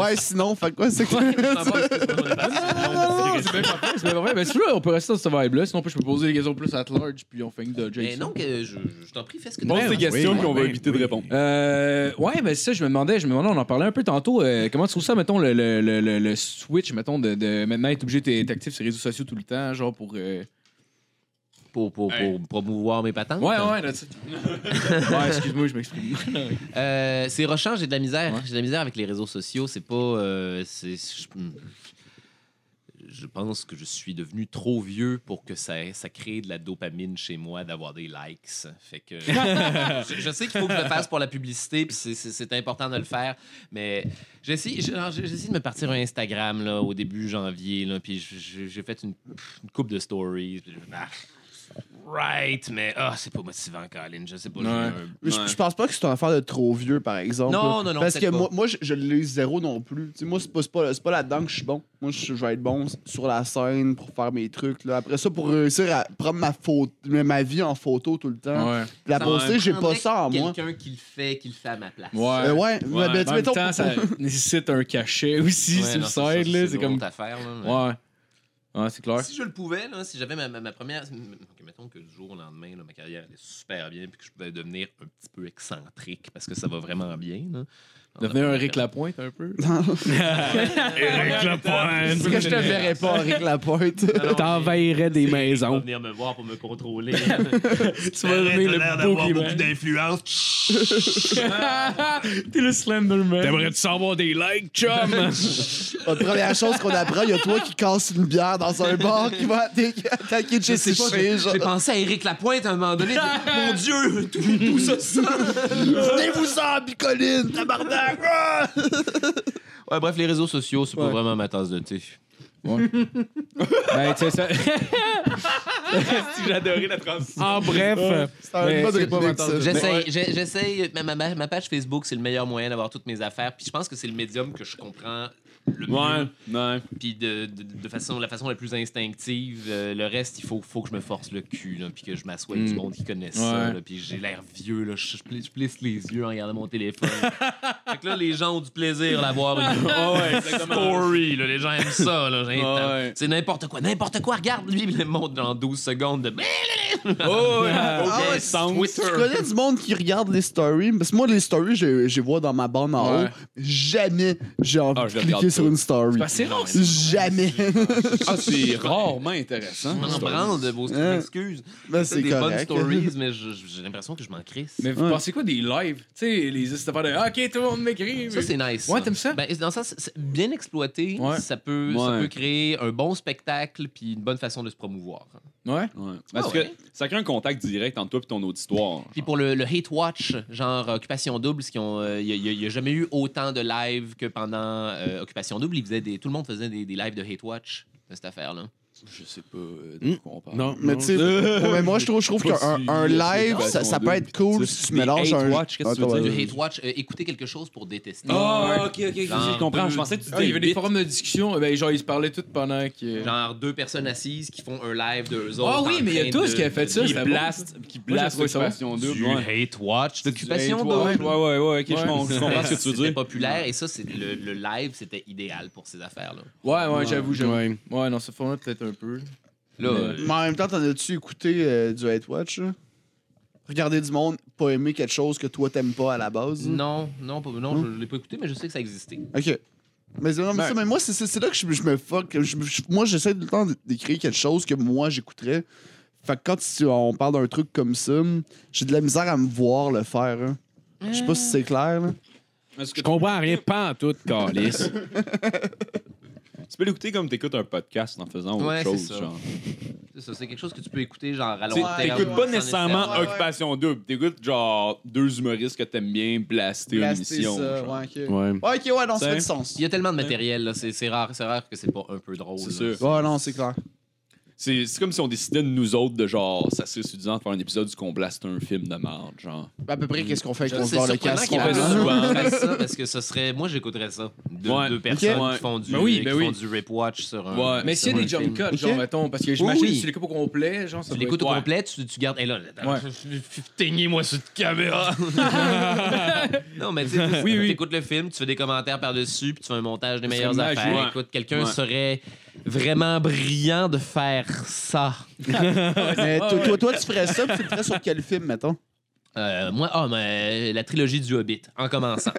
Speaker 4: Ouais, sinon, fait quoi, c'est que.
Speaker 3: C'est bien parfait, c'est bien parfait. Ben, si tu veux, on peut rester dans ce vibe-là. Sinon, je peux poser des questions plus at large, puis on fait une dodge.
Speaker 6: Mais non, que je, je t'en prie, fais ce que tu
Speaker 5: Bon,
Speaker 6: veux.
Speaker 5: c'est des questions qu'on va éviter de répondre.
Speaker 8: Euh, ouais, ben c'est ça, je me demandais, je me demandais, on en parlait un peu tantôt. euh, comment tu trouves ça, mettons, le, le- le- le- le switch, mettons, de, de maintenant être obligé d'être actif sur les réseaux sociaux tout le temps, genre pour. euh,
Speaker 6: Pour, pour, pour promouvoir mes patentes.
Speaker 8: Ouais, ouais, là-dessus. ouais, excuse-moi, je m'exprime.
Speaker 6: Euh, c'est rochant, j'ai de la misère. J'ai de la misère avec les réseaux sociaux. C'est pas. euh, c'est- je, je pense que je suis devenu trop vieux pour que ça, ça crée de la dopamine chez moi d'avoir des likes. Fait que. je, je sais qu'il faut que je le fasse pour la publicité, puis c'est- c'est c'est important de le faire. Mais j'essaie genre, j'ai- j'essaie de me partir un Instagram là, au début janvier, là, puis j- j- j'ai fait une, une coupe de stories. puis je- ah, Right, mais ah, c'est pas motivant, Colin. Je sais pas. j'ai un-
Speaker 4: Mais Je, je pense pas que c'est une affaire de trop vieux, par exemple.
Speaker 6: Non,
Speaker 4: là.
Speaker 6: non, non,
Speaker 4: Parce que
Speaker 6: peut-être
Speaker 4: moi,
Speaker 6: pas.
Speaker 4: moi je, je l'ai zéro non plus. Tu sais, moi, c'est pas, c'est pas, c'est pas là-dedans que je suis bon. Moi, je, je vais être bon sur la scène pour faire mes trucs. Là. Après ça, pour réussir à prendre ma, photo, ma vie en photo tout le temps,
Speaker 8: Ouais.
Speaker 4: la
Speaker 6: Ça
Speaker 4: poster, j'ai pas
Speaker 6: prendrait
Speaker 4: ça en moi.
Speaker 6: Quelqu'un qui le fait, qui le fait à ma place.
Speaker 8: Ouais.
Speaker 4: Euh, ouais, mais- mais tu
Speaker 8: En même
Speaker 4: mettons-
Speaker 8: temps, ça nécessite un cachet aussi
Speaker 6: Ouais,
Speaker 8: sur
Speaker 6: non,
Speaker 8: le
Speaker 6: c'est ça,
Speaker 8: site, là. C'est
Speaker 6: une
Speaker 8: comme.
Speaker 6: autre affaire, là, mais-
Speaker 8: Ouais. Ouais, c'est clair.
Speaker 6: Si je le pouvais, là, si j'avais ma, ma- ma première. ok, mettons que du jour au lendemain, là, ma carrière allait super bien, puis que je pouvais devenir un petit peu excentrique parce que ça va vraiment bien. là.
Speaker 3: Devenir un Rick Lapointe un peu.
Speaker 4: Parce que je te verrais pas, Rick Lapointe.
Speaker 6: Non, non,
Speaker 7: T'envahirais des
Speaker 6: Tu vas
Speaker 7: maisons.
Speaker 6: venir me voir pour me contrôler.
Speaker 3: Tu vas devenir le Pokémon. T'es le Slenderman.
Speaker 9: T'aimerais-tu savoir des likes, chum?
Speaker 4: La première chose qu'on apprend, il y a toi qui casse une bière dans un bar qui va atta- attaquer Jesse Shea. genre.
Speaker 6: J'ai pensé à Eric Lapointe à un moment donné. j'ai- Mon Dieu, tout, tout ça
Speaker 4: Venez-vous-en, bicoline, tabarnak! Ah!
Speaker 6: Ouais, bref, les réseaux sociaux, c'est pas vraiment ma tasse de thé.
Speaker 8: Ben, tu sais, ça.
Speaker 5: J'adorais la transition.
Speaker 7: En bref, euh,
Speaker 4: C'est un mode rythmique, ça.
Speaker 6: J'essaye, j'ai- j'essaye. Ma, ma- ma- ma page Facebook, c'est le meilleur moyen d'avoir toutes mes affaires. Puis je pense que c'est le médium que je comprends le mieux.
Speaker 5: Ouais, ouais.
Speaker 6: Puis de, de, de façon, la façon la plus instinctive. euh, le reste, il faut, faut que je me force le cul, là, puis que je m'assoie avec du monde qui connaît ça.
Speaker 8: Ouais.
Speaker 6: là, puis j'ai l'air vieux, là, je, je pli- je plisse les yeux en regardant mon téléphone. fait que là, les gens ont du plaisir à voir une story. là, les gens aiment ça. là, j'ai-
Speaker 5: Ouais.
Speaker 6: C'est n'importe quoi. N'importe quoi. Regarde, lui, il le montre dans 12 secondes de...
Speaker 3: Oh,
Speaker 4: Ah ouais,
Speaker 6: Yes, Twitter.
Speaker 4: Tu connais du monde qui regarde les stories? Parce que moi, les stories, je je les vois dans ma bande en
Speaker 3: Ouais.
Speaker 4: haut. Jamais j'ai envie
Speaker 5: Ah, je
Speaker 4: de
Speaker 5: les regarde
Speaker 4: cliquer sur
Speaker 5: pas.
Speaker 4: une story.
Speaker 3: C'est rare.
Speaker 4: Jamais.
Speaker 5: Ah, c'est rarement intéressant.
Speaker 6: Je m'en branle de vos
Speaker 4: Hein?
Speaker 6: excuses.
Speaker 4: Ben,
Speaker 6: C'est
Speaker 4: c'est
Speaker 6: des bonnes
Speaker 4: correct.
Speaker 6: stories, mais je- je- j'ai l'impression que je m'en crisse.
Speaker 3: Mais vous
Speaker 4: Ouais.
Speaker 3: pensez quoi des lives? Tu sais, les histoires de Ah, OK, tout le monde m'écrit.
Speaker 6: Ça, c'est nice.
Speaker 3: Ouais, t'aimes ça?
Speaker 6: Ben, dans ça, c'est- c'est bien exploité,
Speaker 3: Ouais.
Speaker 6: ça, peut, ça
Speaker 5: Ouais.
Speaker 6: peut créer un bon spectacle puis une bonne façon de se promouvoir.
Speaker 3: Ouais.
Speaker 5: Ouais. Parce
Speaker 6: Ah ouais.
Speaker 5: que ça crée un contact direct entre toi et ton auditoire.
Speaker 6: Puis pour le, le Hate Watch, genre Occupation Double, euh, il n'y a, jamais eu autant de live que pendant euh, Occupation Double. Ils faisaient des, tout le monde faisait des, des lives de Hate Watch de cette affaire-là.
Speaker 5: Je sais pas euh, de quoi on parle.
Speaker 7: non.
Speaker 4: Mais tu sais, ouais, mais moi, je trouve, je trouve
Speaker 5: Pas
Speaker 4: qu'un
Speaker 5: si-
Speaker 4: un live,
Speaker 5: si-
Speaker 4: ça, ça
Speaker 5: si-
Speaker 4: peut être cool si tu
Speaker 5: des
Speaker 4: mélanges
Speaker 5: hate
Speaker 4: un.
Speaker 5: watch, qu'est-ce que tu veux
Speaker 4: Ah,
Speaker 5: dire?
Speaker 6: Du
Speaker 5: Euh,
Speaker 6: Hate Watch, euh, écouter quelque chose pour détester.
Speaker 5: Ah, ok, ok, ok,
Speaker 6: Genre,
Speaker 5: je comprends. Je
Speaker 6: euh,
Speaker 5: pensais que tu
Speaker 3: Ah, il y avait des
Speaker 5: disais.
Speaker 3: forums de discussion. Ben, genre, ils se parlaient tout pendant que.
Speaker 6: Genre deux personnes assises qui font un live de eux autres.
Speaker 3: Ah oui,
Speaker 6: en
Speaker 3: mais il y a
Speaker 6: train
Speaker 3: tous
Speaker 6: de-
Speaker 3: qui a fait
Speaker 6: de
Speaker 3: ça.
Speaker 6: dire-
Speaker 5: Qui
Speaker 3: c'était
Speaker 5: blast, qui
Speaker 3: Moi, j'ai
Speaker 5: blast
Speaker 3: trouvé ça bon.
Speaker 5: l'occupation double.
Speaker 6: Du
Speaker 5: Ouais,
Speaker 6: Hate Watch, d'Occupation Double.
Speaker 5: ouais, ouais, ouais, ouais, ok, je
Speaker 3: Ouais.
Speaker 5: comprends je comprends ce que tu veux
Speaker 6: C'était
Speaker 5: dire.
Speaker 6: populaire et ça, c'est le, le live, c'était idéal pour ces affaires-là.
Speaker 3: Ouais, ouais, j'avoue, j'avoue.
Speaker 7: Ouais.
Speaker 3: Ouais, non, ce format peut-être un peu.
Speaker 6: Là, euh,
Speaker 4: Mais en même temps, t'en as-tu écouté euh, du hate watch? là? Regarder du monde, pas aimer quelque chose que toi t'aimes pas à la base? là?
Speaker 6: non, non, pas- non, je ne l'ai pas écouté, mais je sais que ça existait.
Speaker 4: Ok. Mais, non, mais ça, mais moi, c'est- c'est c'est là que je, je me fuck. Je- je- moi, j'essaie tout le temps d'écrire quelque chose que moi, j'écouterais. Fait que quand tu- on parle d'un truc comme ça, j'ai de la misère à me voir le faire. hein. Je sais pas si c'est clair. là.
Speaker 5: Est-ce que
Speaker 7: Je comprends rien, pas en tout, Carlis.
Speaker 5: Tu peux l'écouter comme t'écoutes un podcast en faisant autre
Speaker 6: Ouais, c'est
Speaker 5: chose.
Speaker 6: ça.
Speaker 5: genre.
Speaker 6: C'est ça, c'est quelque chose que tu peux écouter genre à long
Speaker 5: Tu sais,
Speaker 6: terme.
Speaker 5: T'écoutes pas
Speaker 6: sans
Speaker 5: nécessairement
Speaker 4: nécessairement.
Speaker 5: Occupation Double. T'écoutes genre deux humoristes que t'aimes bien blaster une
Speaker 4: Blaster
Speaker 5: émission.
Speaker 4: ça,
Speaker 5: genre.
Speaker 4: ouais, ok. Ouais.
Speaker 7: Ouais.
Speaker 4: ok, ouais, non, ça fait
Speaker 5: C'est-
Speaker 4: du sens.
Speaker 6: Il y a tellement de matériel, là, c'est c'est rare, c'est rare que c'est pas un peu drôle.
Speaker 5: C'est
Speaker 6: là.
Speaker 5: sûr.
Speaker 4: Ouais, non, c'est clair.
Speaker 5: C'est c'est comme si on décidait de nous autres de genre, ça serait suffisant de faire un épisode où qu'on blaste un film de merde, genre.
Speaker 4: À peu près, qu'est-ce qu'on fait
Speaker 6: C'est
Speaker 4: avec on se barre le
Speaker 6: surprenant
Speaker 4: casque?
Speaker 6: qu'il y
Speaker 4: on
Speaker 6: ait
Speaker 4: va-
Speaker 5: fait
Speaker 6: pas
Speaker 5: souvent.
Speaker 6: de gens qui fassent ça, parce que ce serait, moi j'écouterais ça. Deux,
Speaker 5: Ouais.
Speaker 6: deux personnes
Speaker 4: Ok.
Speaker 5: Ouais.
Speaker 6: qui font du,
Speaker 3: Ben oui, ben
Speaker 6: qui
Speaker 3: oui.
Speaker 6: font du rip watch sur un.
Speaker 5: Ouais.
Speaker 3: Mais s'il y a des
Speaker 6: sur un
Speaker 3: jump
Speaker 6: film.
Speaker 3: cuts,
Speaker 4: Ok.
Speaker 3: genre, mettons, parce que j'imagine que
Speaker 6: Oui, oui.
Speaker 3: si tu l'écoutes au complet, genre, ça
Speaker 6: Tu
Speaker 3: doit
Speaker 6: l'écoutes au
Speaker 5: Ouais.
Speaker 6: complet, tu, tu gardes. Et là,
Speaker 3: Ouais.
Speaker 6: teignez-moi cette caméra. non, mais tu sais,
Speaker 3: Oui, oui.
Speaker 6: écoutes le film, tu fais des commentaires par-dessus, puis tu fais un montage des meilleures
Speaker 3: serait magique.
Speaker 6: affaires.
Speaker 5: Ouais.
Speaker 6: Écoute, quelqu'un
Speaker 5: Ouais.
Speaker 6: serait vraiment brillant de faire ça.
Speaker 4: Mais toi, toi, toi, tu ferais ça, puis tu le ferais sur quel film, mettons?
Speaker 6: Euh, moi, ah, mais euh, la trilogie du Hobbit, en commençant.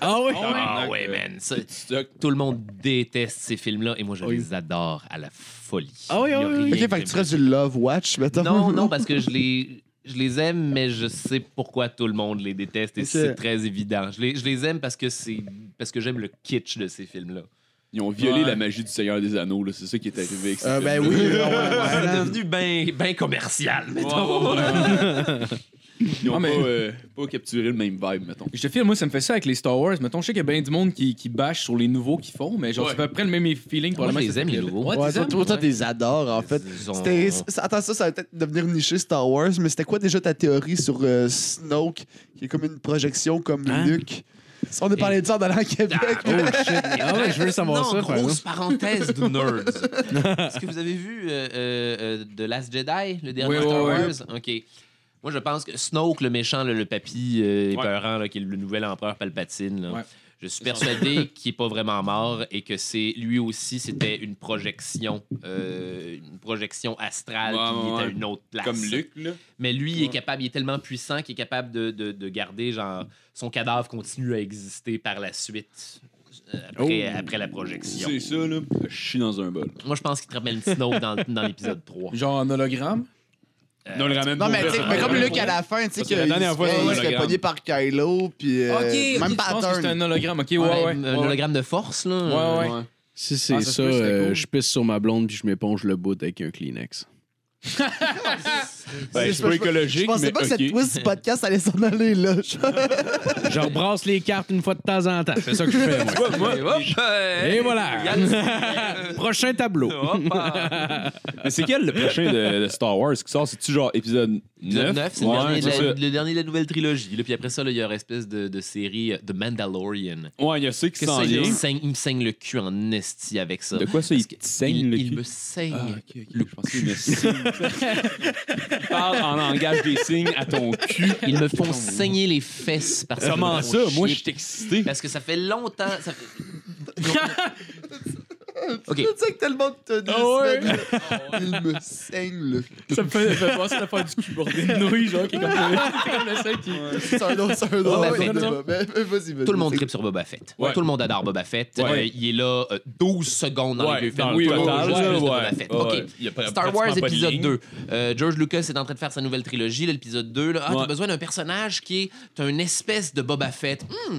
Speaker 7: Ah oui?
Speaker 6: Ah ouais, man. ça-
Speaker 5: Stock.
Speaker 6: tout le monde déteste ces films-là, et moi, je les adore à la folie.
Speaker 7: Ah
Speaker 6: Il
Speaker 7: oui, ah
Speaker 6: y a
Speaker 7: oui, oui.
Speaker 6: rien
Speaker 4: Ok, fait
Speaker 6: qui
Speaker 4: que tu
Speaker 6: me-
Speaker 4: ferais du Love Watch, mettons?
Speaker 6: Non, non, parce que je les, je les aime, mais je sais pourquoi tout le monde les déteste et
Speaker 4: Ok.
Speaker 6: c'est très évident. Je les, je les aime parce que c'est parce que j'aime le kitsch de ces films-là.
Speaker 5: Ils ont violé
Speaker 3: Ouais.
Speaker 5: la magie du Seigneur des Anneaux, là. C'est ça qui est arrivé avec ça.
Speaker 4: Euh, ben oui, ouais, ouais, ouais,
Speaker 6: C'est
Speaker 4: là.
Speaker 6: devenu bien ben commercial, mettons.
Speaker 5: Ils ont
Speaker 3: Ah, mais-
Speaker 5: pas, euh, pas capturé le même vibe, mettons.
Speaker 3: Je te file, moi, ça me fait ça avec les Star Wars. Mettons, je sais qu'il y a bien du monde qui, qui bâche sur les nouveaux qu'ils font, mais genre,
Speaker 5: Ouais.
Speaker 3: c'est à peu près le même feeling pour
Speaker 6: Moi, je les aime, les nouveaux.
Speaker 3: Ouais,
Speaker 4: Ouais,
Speaker 3: t'es
Speaker 4: toi, toi, toi,
Speaker 6: ouais.
Speaker 4: t'es adores, en fait.
Speaker 6: Ils ont-
Speaker 4: C'était- c'est- Attends, ça, ça va peut-être devenir niché Star Wars, mais c'était quoi déjà ta théorie sur euh, Snoke, qui est comme une projection comme Luke? On a parlé de ça dans la Québec.
Speaker 7: Ah ouais, je veux savoir
Speaker 6: non,
Speaker 7: ça, par
Speaker 6: grosse parenthèse de nerds. Est-ce que vous avez vu euh, euh, euh, The Last Jedi, le dernier
Speaker 3: Oui,
Speaker 6: Star
Speaker 3: oui,
Speaker 6: Wars?
Speaker 3: oui.
Speaker 6: OK. Moi, je pense que Snoke, le méchant, là, le papy euh, épeurant, là, qui est le nouvel empereur Palpatine, là,
Speaker 3: Ouais.
Speaker 6: Je suis persuadé qu'il n'est pas vraiment mort et que c'est lui aussi, c'était une projection, euh, une projection astrale
Speaker 5: Ouais,
Speaker 6: qui
Speaker 5: ouais,
Speaker 6: était à
Speaker 5: ouais.
Speaker 6: une autre place.
Speaker 5: Comme Luc, là.
Speaker 6: Mais lui, il est capable, il est tellement puissant qu'il est capable de, de- de garder, genre, son cadavre continue à exister par la suite, euh, après, après la projection.
Speaker 5: Oh. C'est ça, là. Euh, Je chie dans un bol.
Speaker 6: Moi, je pense qu'il te ramène Snow dans, dans l'épisode 3.
Speaker 3: Genre en hologramme.
Speaker 6: Euh,
Speaker 5: Non, le Ben, ramène
Speaker 4: Non, mais, tu sais, mais comme
Speaker 5: le
Speaker 4: Luc à la fin, tu sais,
Speaker 5: Parce
Speaker 4: que
Speaker 5: que la dernière fois,
Speaker 4: il
Speaker 5: c'est
Speaker 4: se
Speaker 5: un
Speaker 4: fait
Speaker 5: hologramme.
Speaker 4: pogner par Kylo, puis euh, même
Speaker 3: Je pense que c'est
Speaker 4: pattern.
Speaker 3: un hologramme. Ok, ouais,
Speaker 6: ouais,
Speaker 3: ouais.
Speaker 6: un
Speaker 3: Ouais, ouais.
Speaker 6: hologramme de force, là.
Speaker 3: Ouais, ouais.
Speaker 7: Si c'est
Speaker 3: Ah, ça
Speaker 7: ça,
Speaker 3: se peut, c'était
Speaker 7: euh,
Speaker 3: cool.
Speaker 7: je pisse sur ma blonde puis je m'éponge le bout avec un Kleenex.
Speaker 5: Ben, c'est pas
Speaker 4: Je
Speaker 5: écologique,
Speaker 4: pensais
Speaker 5: mais
Speaker 4: pas que cette
Speaker 5: ok.
Speaker 4: twist du podcast allait s'en aller, là.
Speaker 7: Je rebrasse les cartes une fois de temps en temps. C'est ça que je fais, moi.
Speaker 6: euh,
Speaker 7: Et voilà. Prochain tableau.
Speaker 6: ah.
Speaker 5: Mais c'est quel le prochain de, de Star Wars qui sort? C'est-tu genre épisode 9?
Speaker 6: Le 9, c'est le, dernier, de la- le dernier de la nouvelle trilogie. là. Puis après ça, là, il y aura espèce de, de série euh, The Mandalorian.
Speaker 5: Ouais, il y a ceux qui
Speaker 6: Qu'est-ce
Speaker 5: s'en
Speaker 6: que ça, il, me
Speaker 5: viennent.
Speaker 6: saigne, il me saigne le cul en esti avec ça.
Speaker 5: De quoi ça, il
Speaker 6: Parce
Speaker 5: te
Speaker 6: que
Speaker 5: saigne
Speaker 6: il,
Speaker 5: le
Speaker 6: il
Speaker 5: cul?
Speaker 6: me saigne.
Speaker 5: Ah, ok, ok. Je pense qu'il me saigne. Il parle en langage des signes à ton cul.
Speaker 6: Ils me font saigner les fesses parce qu'ils me
Speaker 5: Euh, Comment
Speaker 6: font
Speaker 5: ça? Moi,
Speaker 6: chier.
Speaker 5: je suis excité.
Speaker 6: Parce que ça fait longtemps. Ça fait... Ok.
Speaker 4: Tu sais que tellement de
Speaker 3: Ah ouais.
Speaker 4: semaines, là, Il me saigne, là.
Speaker 3: Ça me fait, ça me fait penser à l'affaire du cul bordé de nouilles, genre, qui est comme, c'est comme le sein qui.
Speaker 4: C'est un autre, c'est un autre.
Speaker 6: Ouais,
Speaker 4: Ouais,
Speaker 6: mais-
Speaker 4: ouais, ouais, ouais, vas-y, vas-y.
Speaker 6: Tout le monde tripe sur Boba Fett.
Speaker 5: Ouais.
Speaker 6: Tout le monde adore Boba Fett.
Speaker 5: Ouais.
Speaker 6: Euh, il est là euh, 12 secondes dans les
Speaker 5: Ouais,
Speaker 6: vieux films.
Speaker 5: dans le
Speaker 6: Tout le monde
Speaker 5: total,
Speaker 6: joue
Speaker 5: là,
Speaker 6: juste de
Speaker 5: ouais.
Speaker 6: Boba Fett.
Speaker 5: Ouais.
Speaker 6: OK.
Speaker 5: Il y a pas-
Speaker 6: Star
Speaker 5: pratiquement
Speaker 6: Wars
Speaker 5: pas de
Speaker 6: épisode
Speaker 5: ligne.
Speaker 6: 2. Euh, George Lucas est en train de faire sa nouvelle trilogie, là, l'épisode 2. Là. Ah, t'as
Speaker 5: Ouais.
Speaker 6: besoin d'un personnage qui est t'as une espèce de Boba Fett. Hmm,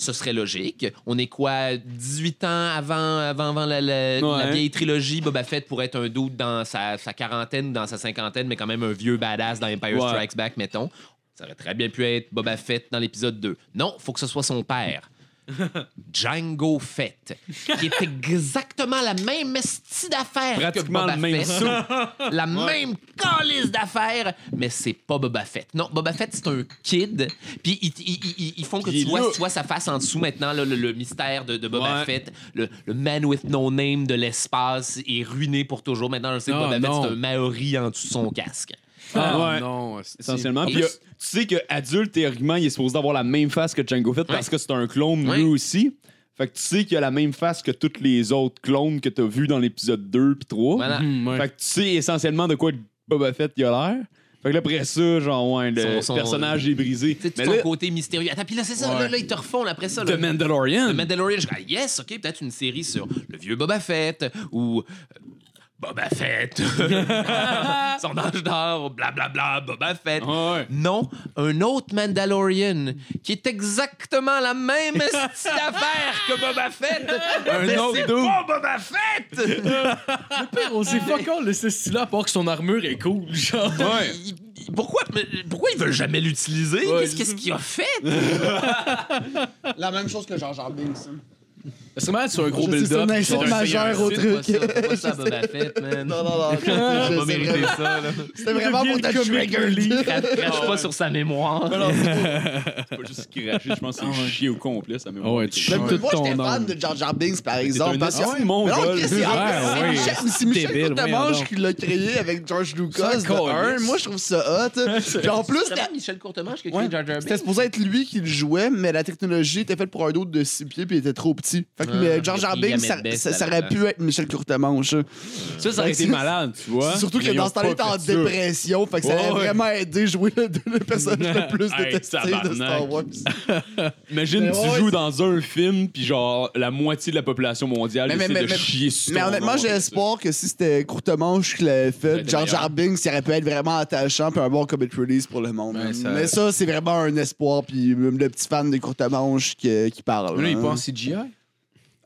Speaker 6: Ce serait logique. On est quoi, 18 ans avant, avant, avant la, la- la
Speaker 5: Ouais.
Speaker 6: vieille trilogie? Boba Fett pourrait être un doute dans sa, sa quarantaine ou dans sa cinquantaine, mais quand même un vieux badass dans Empire
Speaker 5: Ouais.
Speaker 6: Strikes Back, mettons. Ça aurait très bien pu être Boba Fett dans l'épisode 2. Non, faut que ce soit son père. Django Fett, qui est exactement la même style d'affaires que
Speaker 5: Pratiquement
Speaker 6: Boba
Speaker 5: le même
Speaker 6: Fett.
Speaker 5: sou.
Speaker 6: La même calice d'affaires, mais c'est pas Boba Fett. Non, Boba Fett, c'est un kid. Puis ils, ils- ils- ils- ils font que
Speaker 5: Il
Speaker 6: tu
Speaker 5: est
Speaker 6: vois,
Speaker 5: là.
Speaker 6: tu vois sa face en dessous maintenant, là, le, le mystère de, de Boba
Speaker 5: Ouais.
Speaker 6: Fett. Le, le man with no name de l'espace est ruiné pour toujours. Maintenant, je sais que
Speaker 7: Ah,
Speaker 6: Boba
Speaker 7: non.
Speaker 6: Fett, c'est un Maori en dessous de son casque.
Speaker 5: Ah, ouais.
Speaker 7: non.
Speaker 5: Essentiellement.
Speaker 6: Et-
Speaker 5: Puis, euh, tu sais qu'adulte, théoriquement, il est supposé avoir la même face que Django Fett parce
Speaker 6: Ouais.
Speaker 5: que c'est un clone,
Speaker 6: Ouais.
Speaker 5: lui aussi. Fait que tu sais qu'il a la même face que tous les autres clones que t'as vus dans l'épisode 2 puis 3.
Speaker 6: Voilà.
Speaker 5: Fait que tu sais essentiellement de quoi Boba Fett il a l'air. Fait que là, après ça, genre, ouais, le
Speaker 6: Son- son-
Speaker 5: personnage est brisé.
Speaker 6: Tu sais, tout
Speaker 5: Mais
Speaker 6: son
Speaker 5: là,
Speaker 6: côté mystérieux. Attends, puis là, c'est ça, là, là, ils te refont là, après ça. là.
Speaker 5: The Mandalorian.
Speaker 6: The Mandalorian, je dis, ah, yes, ok, peut-être une série sur le vieux Boba Fett ou euh, Boba Fett, son âge d'or, blablabla, Boba Fett.
Speaker 5: Ouais.
Speaker 6: Non, un autre Mandalorian qui est exactement la même style d'affaire que Boba Fett. mais
Speaker 5: autre
Speaker 6: c'est
Speaker 5: dude.
Speaker 6: pas Boba Fett.
Speaker 3: On sait pas quand le style-là, à part que son armure est cool, genre.
Speaker 5: Ouais.
Speaker 6: Il- il- Pourquoi, mais pourquoi ils veulent jamais l'utiliser?
Speaker 3: Ouais,
Speaker 6: Qu'est-ce
Speaker 3: c'est
Speaker 6: qu'est-ce qu'il a fait?
Speaker 4: La même chose que Jean-Jean Binks.
Speaker 3: Ça serait mal sur un gros
Speaker 4: Je sais, c'est
Speaker 3: build-up.
Speaker 4: une
Speaker 3: genre,
Speaker 4: insulte majeure au
Speaker 6: C'est pas ça, c'est
Speaker 4: truc.
Speaker 6: pas ça, Boba Fett, man.
Speaker 4: Non, non, non. je sais,
Speaker 6: On
Speaker 4: je
Speaker 6: va
Speaker 4: sais
Speaker 6: mériter
Speaker 4: vraiment.
Speaker 6: ça, là.
Speaker 4: C'était vraiment pour te trigger.
Speaker 6: Cra- Crache pas sur sa mémoire.
Speaker 5: C'est pas juste cracher, je pense que c'est chier au complet, ça me
Speaker 7: Ah ouais, tu
Speaker 4: Mais
Speaker 7: Ouais.
Speaker 4: moi,
Speaker 7: Tout
Speaker 4: moi,
Speaker 7: ton
Speaker 4: j'étais fan
Speaker 7: âme.
Speaker 4: de Jar Jar Binks, par
Speaker 5: T'es
Speaker 4: exemple.
Speaker 5: un
Speaker 4: Parce que...
Speaker 5: ancien
Speaker 4: Mais non,
Speaker 5: mongol. Ah,
Speaker 4: Chris, il y a-
Speaker 7: Ouais, ouais.
Speaker 4: c'est Michel- c'est Michel
Speaker 7: Débile,
Speaker 4: Courtemanche
Speaker 7: voyons
Speaker 4: qui l'a créé avec George Lucas
Speaker 3: Ça,
Speaker 4: de un.
Speaker 3: calice.
Speaker 4: Moi, je trouve ça hot. Puis en plus,
Speaker 6: C'est
Speaker 4: la-
Speaker 6: vraiment Michel Courtemanche qui a
Speaker 4: Ouais.
Speaker 6: écrit Jar Jar
Speaker 4: c'était
Speaker 6: Binks.
Speaker 4: supposé être lui qui le jouait, mais la technologie était faite pour un autre de 6 pieds puis il était trop petit. Fait que
Speaker 6: Ah,
Speaker 4: mais Jar Jar
Speaker 6: il y a
Speaker 4: Binks, ça,
Speaker 6: Gambit Best
Speaker 4: ça-
Speaker 6: à
Speaker 4: ça
Speaker 6: la
Speaker 4: aurait pu être Michel Courtemanche.
Speaker 5: Ça, ça aurait été malade, tu vois.
Speaker 4: Surtout que
Speaker 5: Mais ils
Speaker 4: dans
Speaker 5: ont
Speaker 4: ce temps-là, il
Speaker 5: pas
Speaker 4: était en
Speaker 5: fait ça.
Speaker 4: dépression. Fait que ça aurait
Speaker 5: Ouais.
Speaker 4: vraiment aidé jouer le, le personnage le plus
Speaker 5: Hey,
Speaker 4: détesté de Star
Speaker 5: tabarnak.
Speaker 4: Wars.
Speaker 5: Imagine,
Speaker 4: Mais
Speaker 5: tu
Speaker 4: ouais,
Speaker 5: joues
Speaker 4: c'est-
Speaker 5: dans un film, puis genre, la moitié de la population mondiale
Speaker 4: Mais- mais-
Speaker 5: essaie
Speaker 4: mais-
Speaker 5: de
Speaker 4: mais-
Speaker 5: chier sur
Speaker 4: Mais
Speaker 5: ton
Speaker 4: honnêtement,
Speaker 5: nom,
Speaker 4: j'ai
Speaker 5: là,
Speaker 4: espoir que si c'était Courtemanche qui l'avait fait,
Speaker 5: été
Speaker 4: Jar Jar
Speaker 5: meilleur.
Speaker 4: Binks, il aurait pu être vraiment attachant puis un bon comic release pour le
Speaker 5: Ben,
Speaker 4: monde.
Speaker 3: Ouais, ça-
Speaker 4: Mais ça, c'est vraiment un espoir. Puis même le petit fan de Courtemanche qui, qui parle.
Speaker 3: Là, il est pas
Speaker 4: hein.
Speaker 3: en CGI.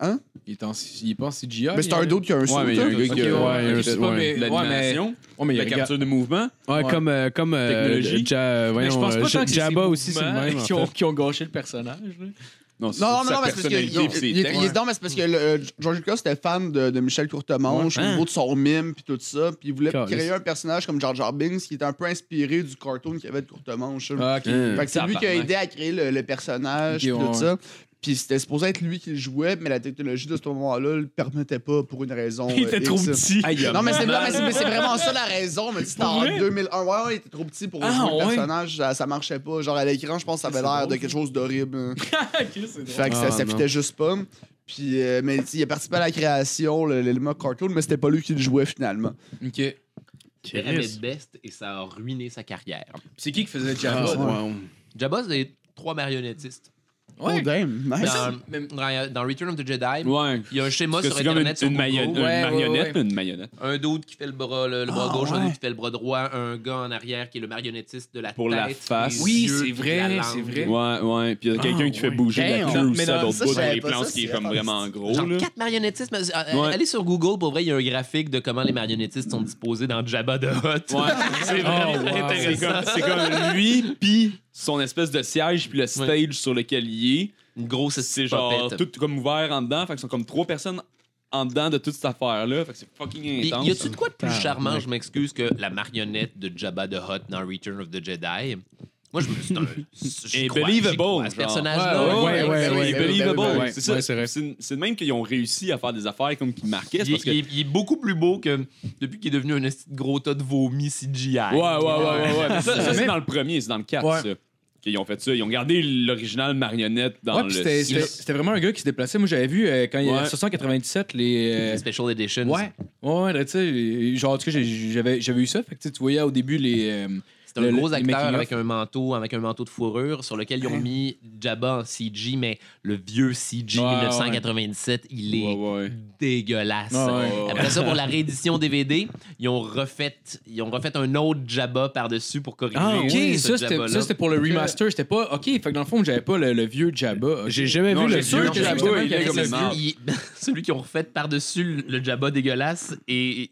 Speaker 4: Hein?
Speaker 3: Il est, en, il est pas en CGI.
Speaker 4: Mais c'est un d'autre qui a un saut.
Speaker 5: Ouais, mais il y a un gars
Speaker 3: Ok,
Speaker 5: qui a
Speaker 3: ouais,
Speaker 5: ouais,
Speaker 3: je sais pas, mais-
Speaker 5: l'animation,
Speaker 3: Oh, mais il
Speaker 5: la
Speaker 3: regarde-
Speaker 5: capture de mouvement.
Speaker 7: Ouais, comme. euh, comme euh,
Speaker 5: Technologie.
Speaker 7: Ja- euh,
Speaker 3: Mais je
Speaker 7: voyons,
Speaker 3: pense pas
Speaker 7: euh,
Speaker 3: tant que c'est
Speaker 7: Jabba
Speaker 3: ses
Speaker 7: aussi, c'est le
Speaker 3: mouvements
Speaker 7: même. en
Speaker 3: qui ont,
Speaker 7: fait.
Speaker 3: qui ont gâché le personnage. là.
Speaker 5: Non, c'est
Speaker 4: Non,
Speaker 5: sa
Speaker 4: non, non, mais c'est parce que.
Speaker 5: personnalité,
Speaker 4: il-
Speaker 5: puis ses
Speaker 4: il- il-
Speaker 5: textes.
Speaker 4: il- Non, mais c'est parce que le- euh, George Lucas était fan de, de Michel Courtemanche au niveau de son mime puis tout ça. Puis il voulait
Speaker 7: Caliste.
Speaker 4: créer un personnage comme Jar Jar Binks qui était un peu inspiré du cartoon qu'il y avait de Courtemanche. hein.
Speaker 7: Hein.
Speaker 3: Ah, ok.
Speaker 4: Fait que c'est lui qui a aidé à créer le, le personnage
Speaker 3: Ok,
Speaker 4: pis tout
Speaker 3: ouais,
Speaker 4: ça. Puis c'était supposé être lui qui le jouait, mais la technologie de ce moment-là le permettait pas pour une raison.
Speaker 9: Il était
Speaker 4: euh,
Speaker 9: trop
Speaker 4: X.
Speaker 9: petit.
Speaker 4: Non, mais c'est non, mais c'est- mais c'est vraiment ça la raison. Mais c'était en 2001. Ouais, ouais, il était trop petit pour
Speaker 9: Ah,
Speaker 4: jouer
Speaker 9: ouais.
Speaker 4: le personnage. Ça, ça marchait pas. Genre, à l'écran, je pense que ça avait l'air de quelque chose d'horrible. fait que
Speaker 7: Ah,
Speaker 4: ça, ça
Speaker 7: non.
Speaker 4: fitait juste pas. Puis, euh, mais tu sais, il a participé à la création, le- l'élément cartoon, mais c'était pas lui qui le jouait finalement.
Speaker 3: Ok.
Speaker 6: Il rêvait de best et ça a ruiné sa carrière.
Speaker 3: C'est qui qui faisait
Speaker 7: Ah,
Speaker 3: Jabba?
Speaker 7: wow.
Speaker 6: Jabba, c'est trois marionnettistes.
Speaker 3: Ouais.
Speaker 4: Oh, damn. Nice.
Speaker 6: Dans, dans- dans Return of the Jedi,
Speaker 5: Ouais.
Speaker 6: il y a un schéma
Speaker 5: Parce que
Speaker 6: sur
Speaker 5: c'est comme une,
Speaker 6: Internet. sur
Speaker 5: une maillon-
Speaker 6: Google.
Speaker 3: Ouais,
Speaker 5: une
Speaker 3: ouais,
Speaker 5: marionnette,
Speaker 3: ouais.
Speaker 5: mais une marionnette.
Speaker 6: Un dude qui fait le bras, le, le bras
Speaker 5: Ah,
Speaker 6: gauche, un
Speaker 5: ouais.
Speaker 6: dude qui fait le bras droit, un gars en arrière qui est le marionnettiste de la
Speaker 5: Pour
Speaker 6: tête.
Speaker 5: la face.
Speaker 6: les
Speaker 3: Oui,
Speaker 6: yeux,
Speaker 3: c'est
Speaker 6: puis
Speaker 3: vrai,
Speaker 6: la langue.
Speaker 3: c'est vrai.
Speaker 5: Ouais, ouais. Puis il y a quelqu'un qui fait bouger la
Speaker 4: Damn.
Speaker 5: queue ou
Speaker 4: Mais
Speaker 5: ça
Speaker 4: non,
Speaker 5: d'autre
Speaker 4: ça,
Speaker 5: bout
Speaker 4: je
Speaker 5: dans
Speaker 4: savais
Speaker 5: les
Speaker 4: pas
Speaker 5: plans,
Speaker 4: ça,
Speaker 5: ce qui est
Speaker 4: c'est
Speaker 5: comme vraiment gros.
Speaker 6: Genre
Speaker 5: Oh, là.
Speaker 6: quatre marionnettistes. mais, euh,
Speaker 5: Ouais.
Speaker 6: Allez sur Google, pour vrai, il y a un graphique de comment les marionnettistes sont disposés dans Jabba de Hutt.
Speaker 5: Ouais.
Speaker 3: Ah,
Speaker 6: c'est vraiment
Speaker 7: Oh, wow.
Speaker 5: C'est
Speaker 6: intéressant.
Speaker 5: comme, c'est comme lui, puis son espèce de siège, puis le stage sur lequel il est.
Speaker 6: Une grosse
Speaker 5: C'est genre
Speaker 6: popette.
Speaker 5: tout comme ouvert en dedans. Fait que sont comme trois personnes en dedans de toute cette affaire-là. Fait que c'est
Speaker 6: Puis,
Speaker 5: fucking
Speaker 6: Y
Speaker 5: intense.
Speaker 6: a-tu de quoi de plus
Speaker 7: Ah,
Speaker 6: charmant, je m'excuse, que la marionnette de Jabba the Hutt dans Return of the Jedi? Moi, je me suis dit,
Speaker 5: Unbelievable,
Speaker 6: ce
Speaker 5: genre.
Speaker 6: personnage-là.
Speaker 7: Ouais, ouais,
Speaker 6: il-
Speaker 7: ouais,
Speaker 5: c'est
Speaker 7: ouais, ouais,
Speaker 5: believable.
Speaker 7: ouais, ouais,
Speaker 5: c'est ça.
Speaker 7: ouais, c'est vrai.
Speaker 5: C'est- c'est de même qu'ils ont réussi à faire des affaires comme qui marquaient. c'est
Speaker 6: Il,
Speaker 5: Parce que...
Speaker 6: il est- il est beaucoup plus beau que depuis qu'il est devenu un esti de gros tas de vomi CGI.
Speaker 5: Ouais, ouais, ouais, ouais. ouais. Mais ça, ça, c'est dans le premier, c'est dans le 4,
Speaker 3: Ouais.
Speaker 5: ça. Qu'ils ont fait ça. Ils ont gardé l'original marionnette dans
Speaker 3: Ouais,
Speaker 5: le
Speaker 3: puis c'était- c'était
Speaker 5: six.
Speaker 3: c'était vraiment un gars qui se déplaçait. Moi, j'avais vu euh, quand il y a
Speaker 5: Ouais.
Speaker 3: 1997 les. euh,
Speaker 6: Special Edition.
Speaker 3: Ouais, ouais, ouais, tu sais, euh, genre, en tout cas, j'ai- j'avais j'avais eu ça. Fait que tu sais, tu voyais au début les. euh,
Speaker 6: C'est un
Speaker 3: Le-
Speaker 6: gros
Speaker 3: le- les
Speaker 6: acteur
Speaker 3: making-of.
Speaker 6: avec un manteau, avec un manteau de fourrure sur lequel ils ont mis Jabba en CG, mais le vieux CG
Speaker 3: Ouais, ouais.
Speaker 6: 1997, il est
Speaker 5: Ouais, ouais.
Speaker 6: dégueulasse.
Speaker 3: Ouais, ouais.
Speaker 6: Après ça, pour la réédition DVD, ils ont refait, ils ont refait un autre Jabba par-dessus pour corriger
Speaker 3: Ah, ok,
Speaker 6: ce
Speaker 3: ça c'était
Speaker 6: Jabba-là.
Speaker 3: ça, c'était pour le remaster. C'était pas. Ok, fait que dans le fond, j'avais pas le, le vieux Jabba.
Speaker 7: J'ai jamais
Speaker 5: Non,
Speaker 7: vu le
Speaker 5: j'ai sûr
Speaker 7: vieux
Speaker 5: que
Speaker 3: Jabba,
Speaker 7: Jabba.
Speaker 3: il est
Speaker 6: Mais
Speaker 3: comme
Speaker 6: celui-
Speaker 3: ça.
Speaker 6: il- Celui qu'ils ont refait par-dessus le Jabba dégueulasse et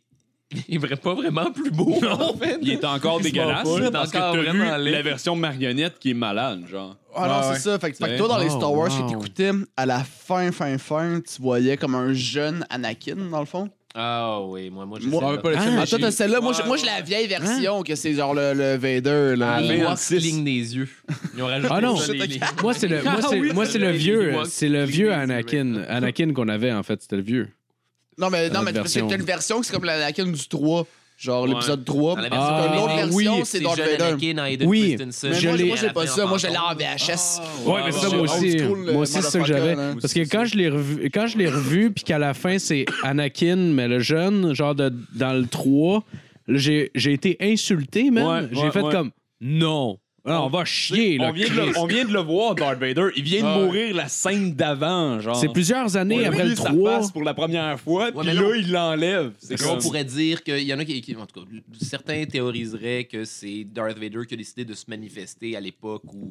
Speaker 6: il est vrai- pas vraiment plus beau. en fait.
Speaker 5: Il est encore dégueulasse,
Speaker 6: pas, il
Speaker 5: là,
Speaker 6: est
Speaker 5: parce que
Speaker 6: encore
Speaker 5: t'as vu
Speaker 6: vraiment laid.
Speaker 5: la version marionnette qui est malade, genre.
Speaker 4: Ah non,
Speaker 3: Ouais,
Speaker 4: c'est
Speaker 3: ouais.
Speaker 4: ça. Fait que, fait que
Speaker 5: C'est-
Speaker 4: toi, dans les
Speaker 7: Oh,
Speaker 4: Star Wars
Speaker 7: wow.
Speaker 4: que t'écoutais, à la fin, fin, fin, tu voyais comme un jeune Anakin, dans le fond.
Speaker 6: Ah oui, moi, moi, je
Speaker 4: Moi-
Speaker 6: sais
Speaker 3: J'avais
Speaker 6: pas.
Speaker 3: pas le
Speaker 7: Ah,
Speaker 3: film, mais
Speaker 4: Ah, toi,
Speaker 3: j'ai-
Speaker 4: t'as celle-là. Moi,
Speaker 5: Ouais,
Speaker 4: j'ai- moi, j'ai la
Speaker 5: ouais.
Speaker 4: vieille version, que c'est genre le, le Vader, là.
Speaker 6: Ah,
Speaker 5: mais
Speaker 6: les
Speaker 5: en
Speaker 6: Ewoks
Speaker 5: six-
Speaker 6: clignent des yeux. Ils ont rajouté
Speaker 7: Ah non.
Speaker 6: ça, les- les-
Speaker 7: Moi, c'est le, moi,
Speaker 6: Ah
Speaker 7: c'est,
Speaker 6: oui,
Speaker 7: moi,
Speaker 6: c'est
Speaker 7: c'est le
Speaker 6: vrai, les
Speaker 7: vieux,
Speaker 6: Ewoks.
Speaker 7: c'est le vieux
Speaker 6: Les
Speaker 7: Anakin.
Speaker 6: Ewoks.
Speaker 7: Anakin qu'on avait, en fait, c'était le vieux.
Speaker 4: Non, mais,
Speaker 7: Dans
Speaker 4: non, mais
Speaker 7: notre
Speaker 4: c'est
Speaker 7: version.
Speaker 4: peut-être une version que c'est comme l'Anakin du 3. Genre
Speaker 5: Ouais.
Speaker 4: l'épisode 3.
Speaker 6: Dans la version
Speaker 4: Ah,
Speaker 6: commune,
Speaker 4: l'autre
Speaker 6: oui,
Speaker 4: version,
Speaker 7: oui,
Speaker 4: c'est
Speaker 6: c'est
Speaker 4: Darth
Speaker 6: jeune
Speaker 4: Vader.
Speaker 6: Anakin dans Hayden
Speaker 7: Oui,
Speaker 6: Christensen.
Speaker 4: Mais
Speaker 7: Je
Speaker 4: moi,
Speaker 7: l'ai-
Speaker 4: moi, j'ai pas ça. Moi, j'ai l'ai en
Speaker 6: l'arbre.
Speaker 4: VHS.
Speaker 5: Oh. Ah,
Speaker 7: Ouais, mais ça, moi aussi.
Speaker 4: old school,
Speaker 7: moi
Speaker 4: le
Speaker 7: aussi, c'est ça que j'avais.
Speaker 4: motherfucker, là.
Speaker 7: Parce que quand je l'ai revu, quand je l'ai revu, puis qu'à la fin, c'est Anakin, mais le jeune, genre de, dans le 3, j'ai, j'ai été insulté, même.
Speaker 5: Ouais,
Speaker 7: j'ai
Speaker 5: ouais,
Speaker 7: fait
Speaker 5: ouais.
Speaker 7: comme non. Ah, on, va chier, là.
Speaker 5: on, vient de le, on vient de le voir, Darth Vader. Il vient de mourir la scène d'avant, genre.
Speaker 7: C'est plusieurs
Speaker 5: On
Speaker 7: années
Speaker 5: a
Speaker 7: après
Speaker 5: vu
Speaker 7: le
Speaker 5: sa
Speaker 7: 3.
Speaker 5: face pour la première fois,
Speaker 6: mais
Speaker 5: puis
Speaker 6: non.
Speaker 5: là, il l'enlève. C'est
Speaker 6: On
Speaker 5: comme...
Speaker 6: pourrait dire qu'il y en a qui, qui- En tout cas, certains théoriseraient que c'est Darth Vader qui a décidé de se manifester à l'époque où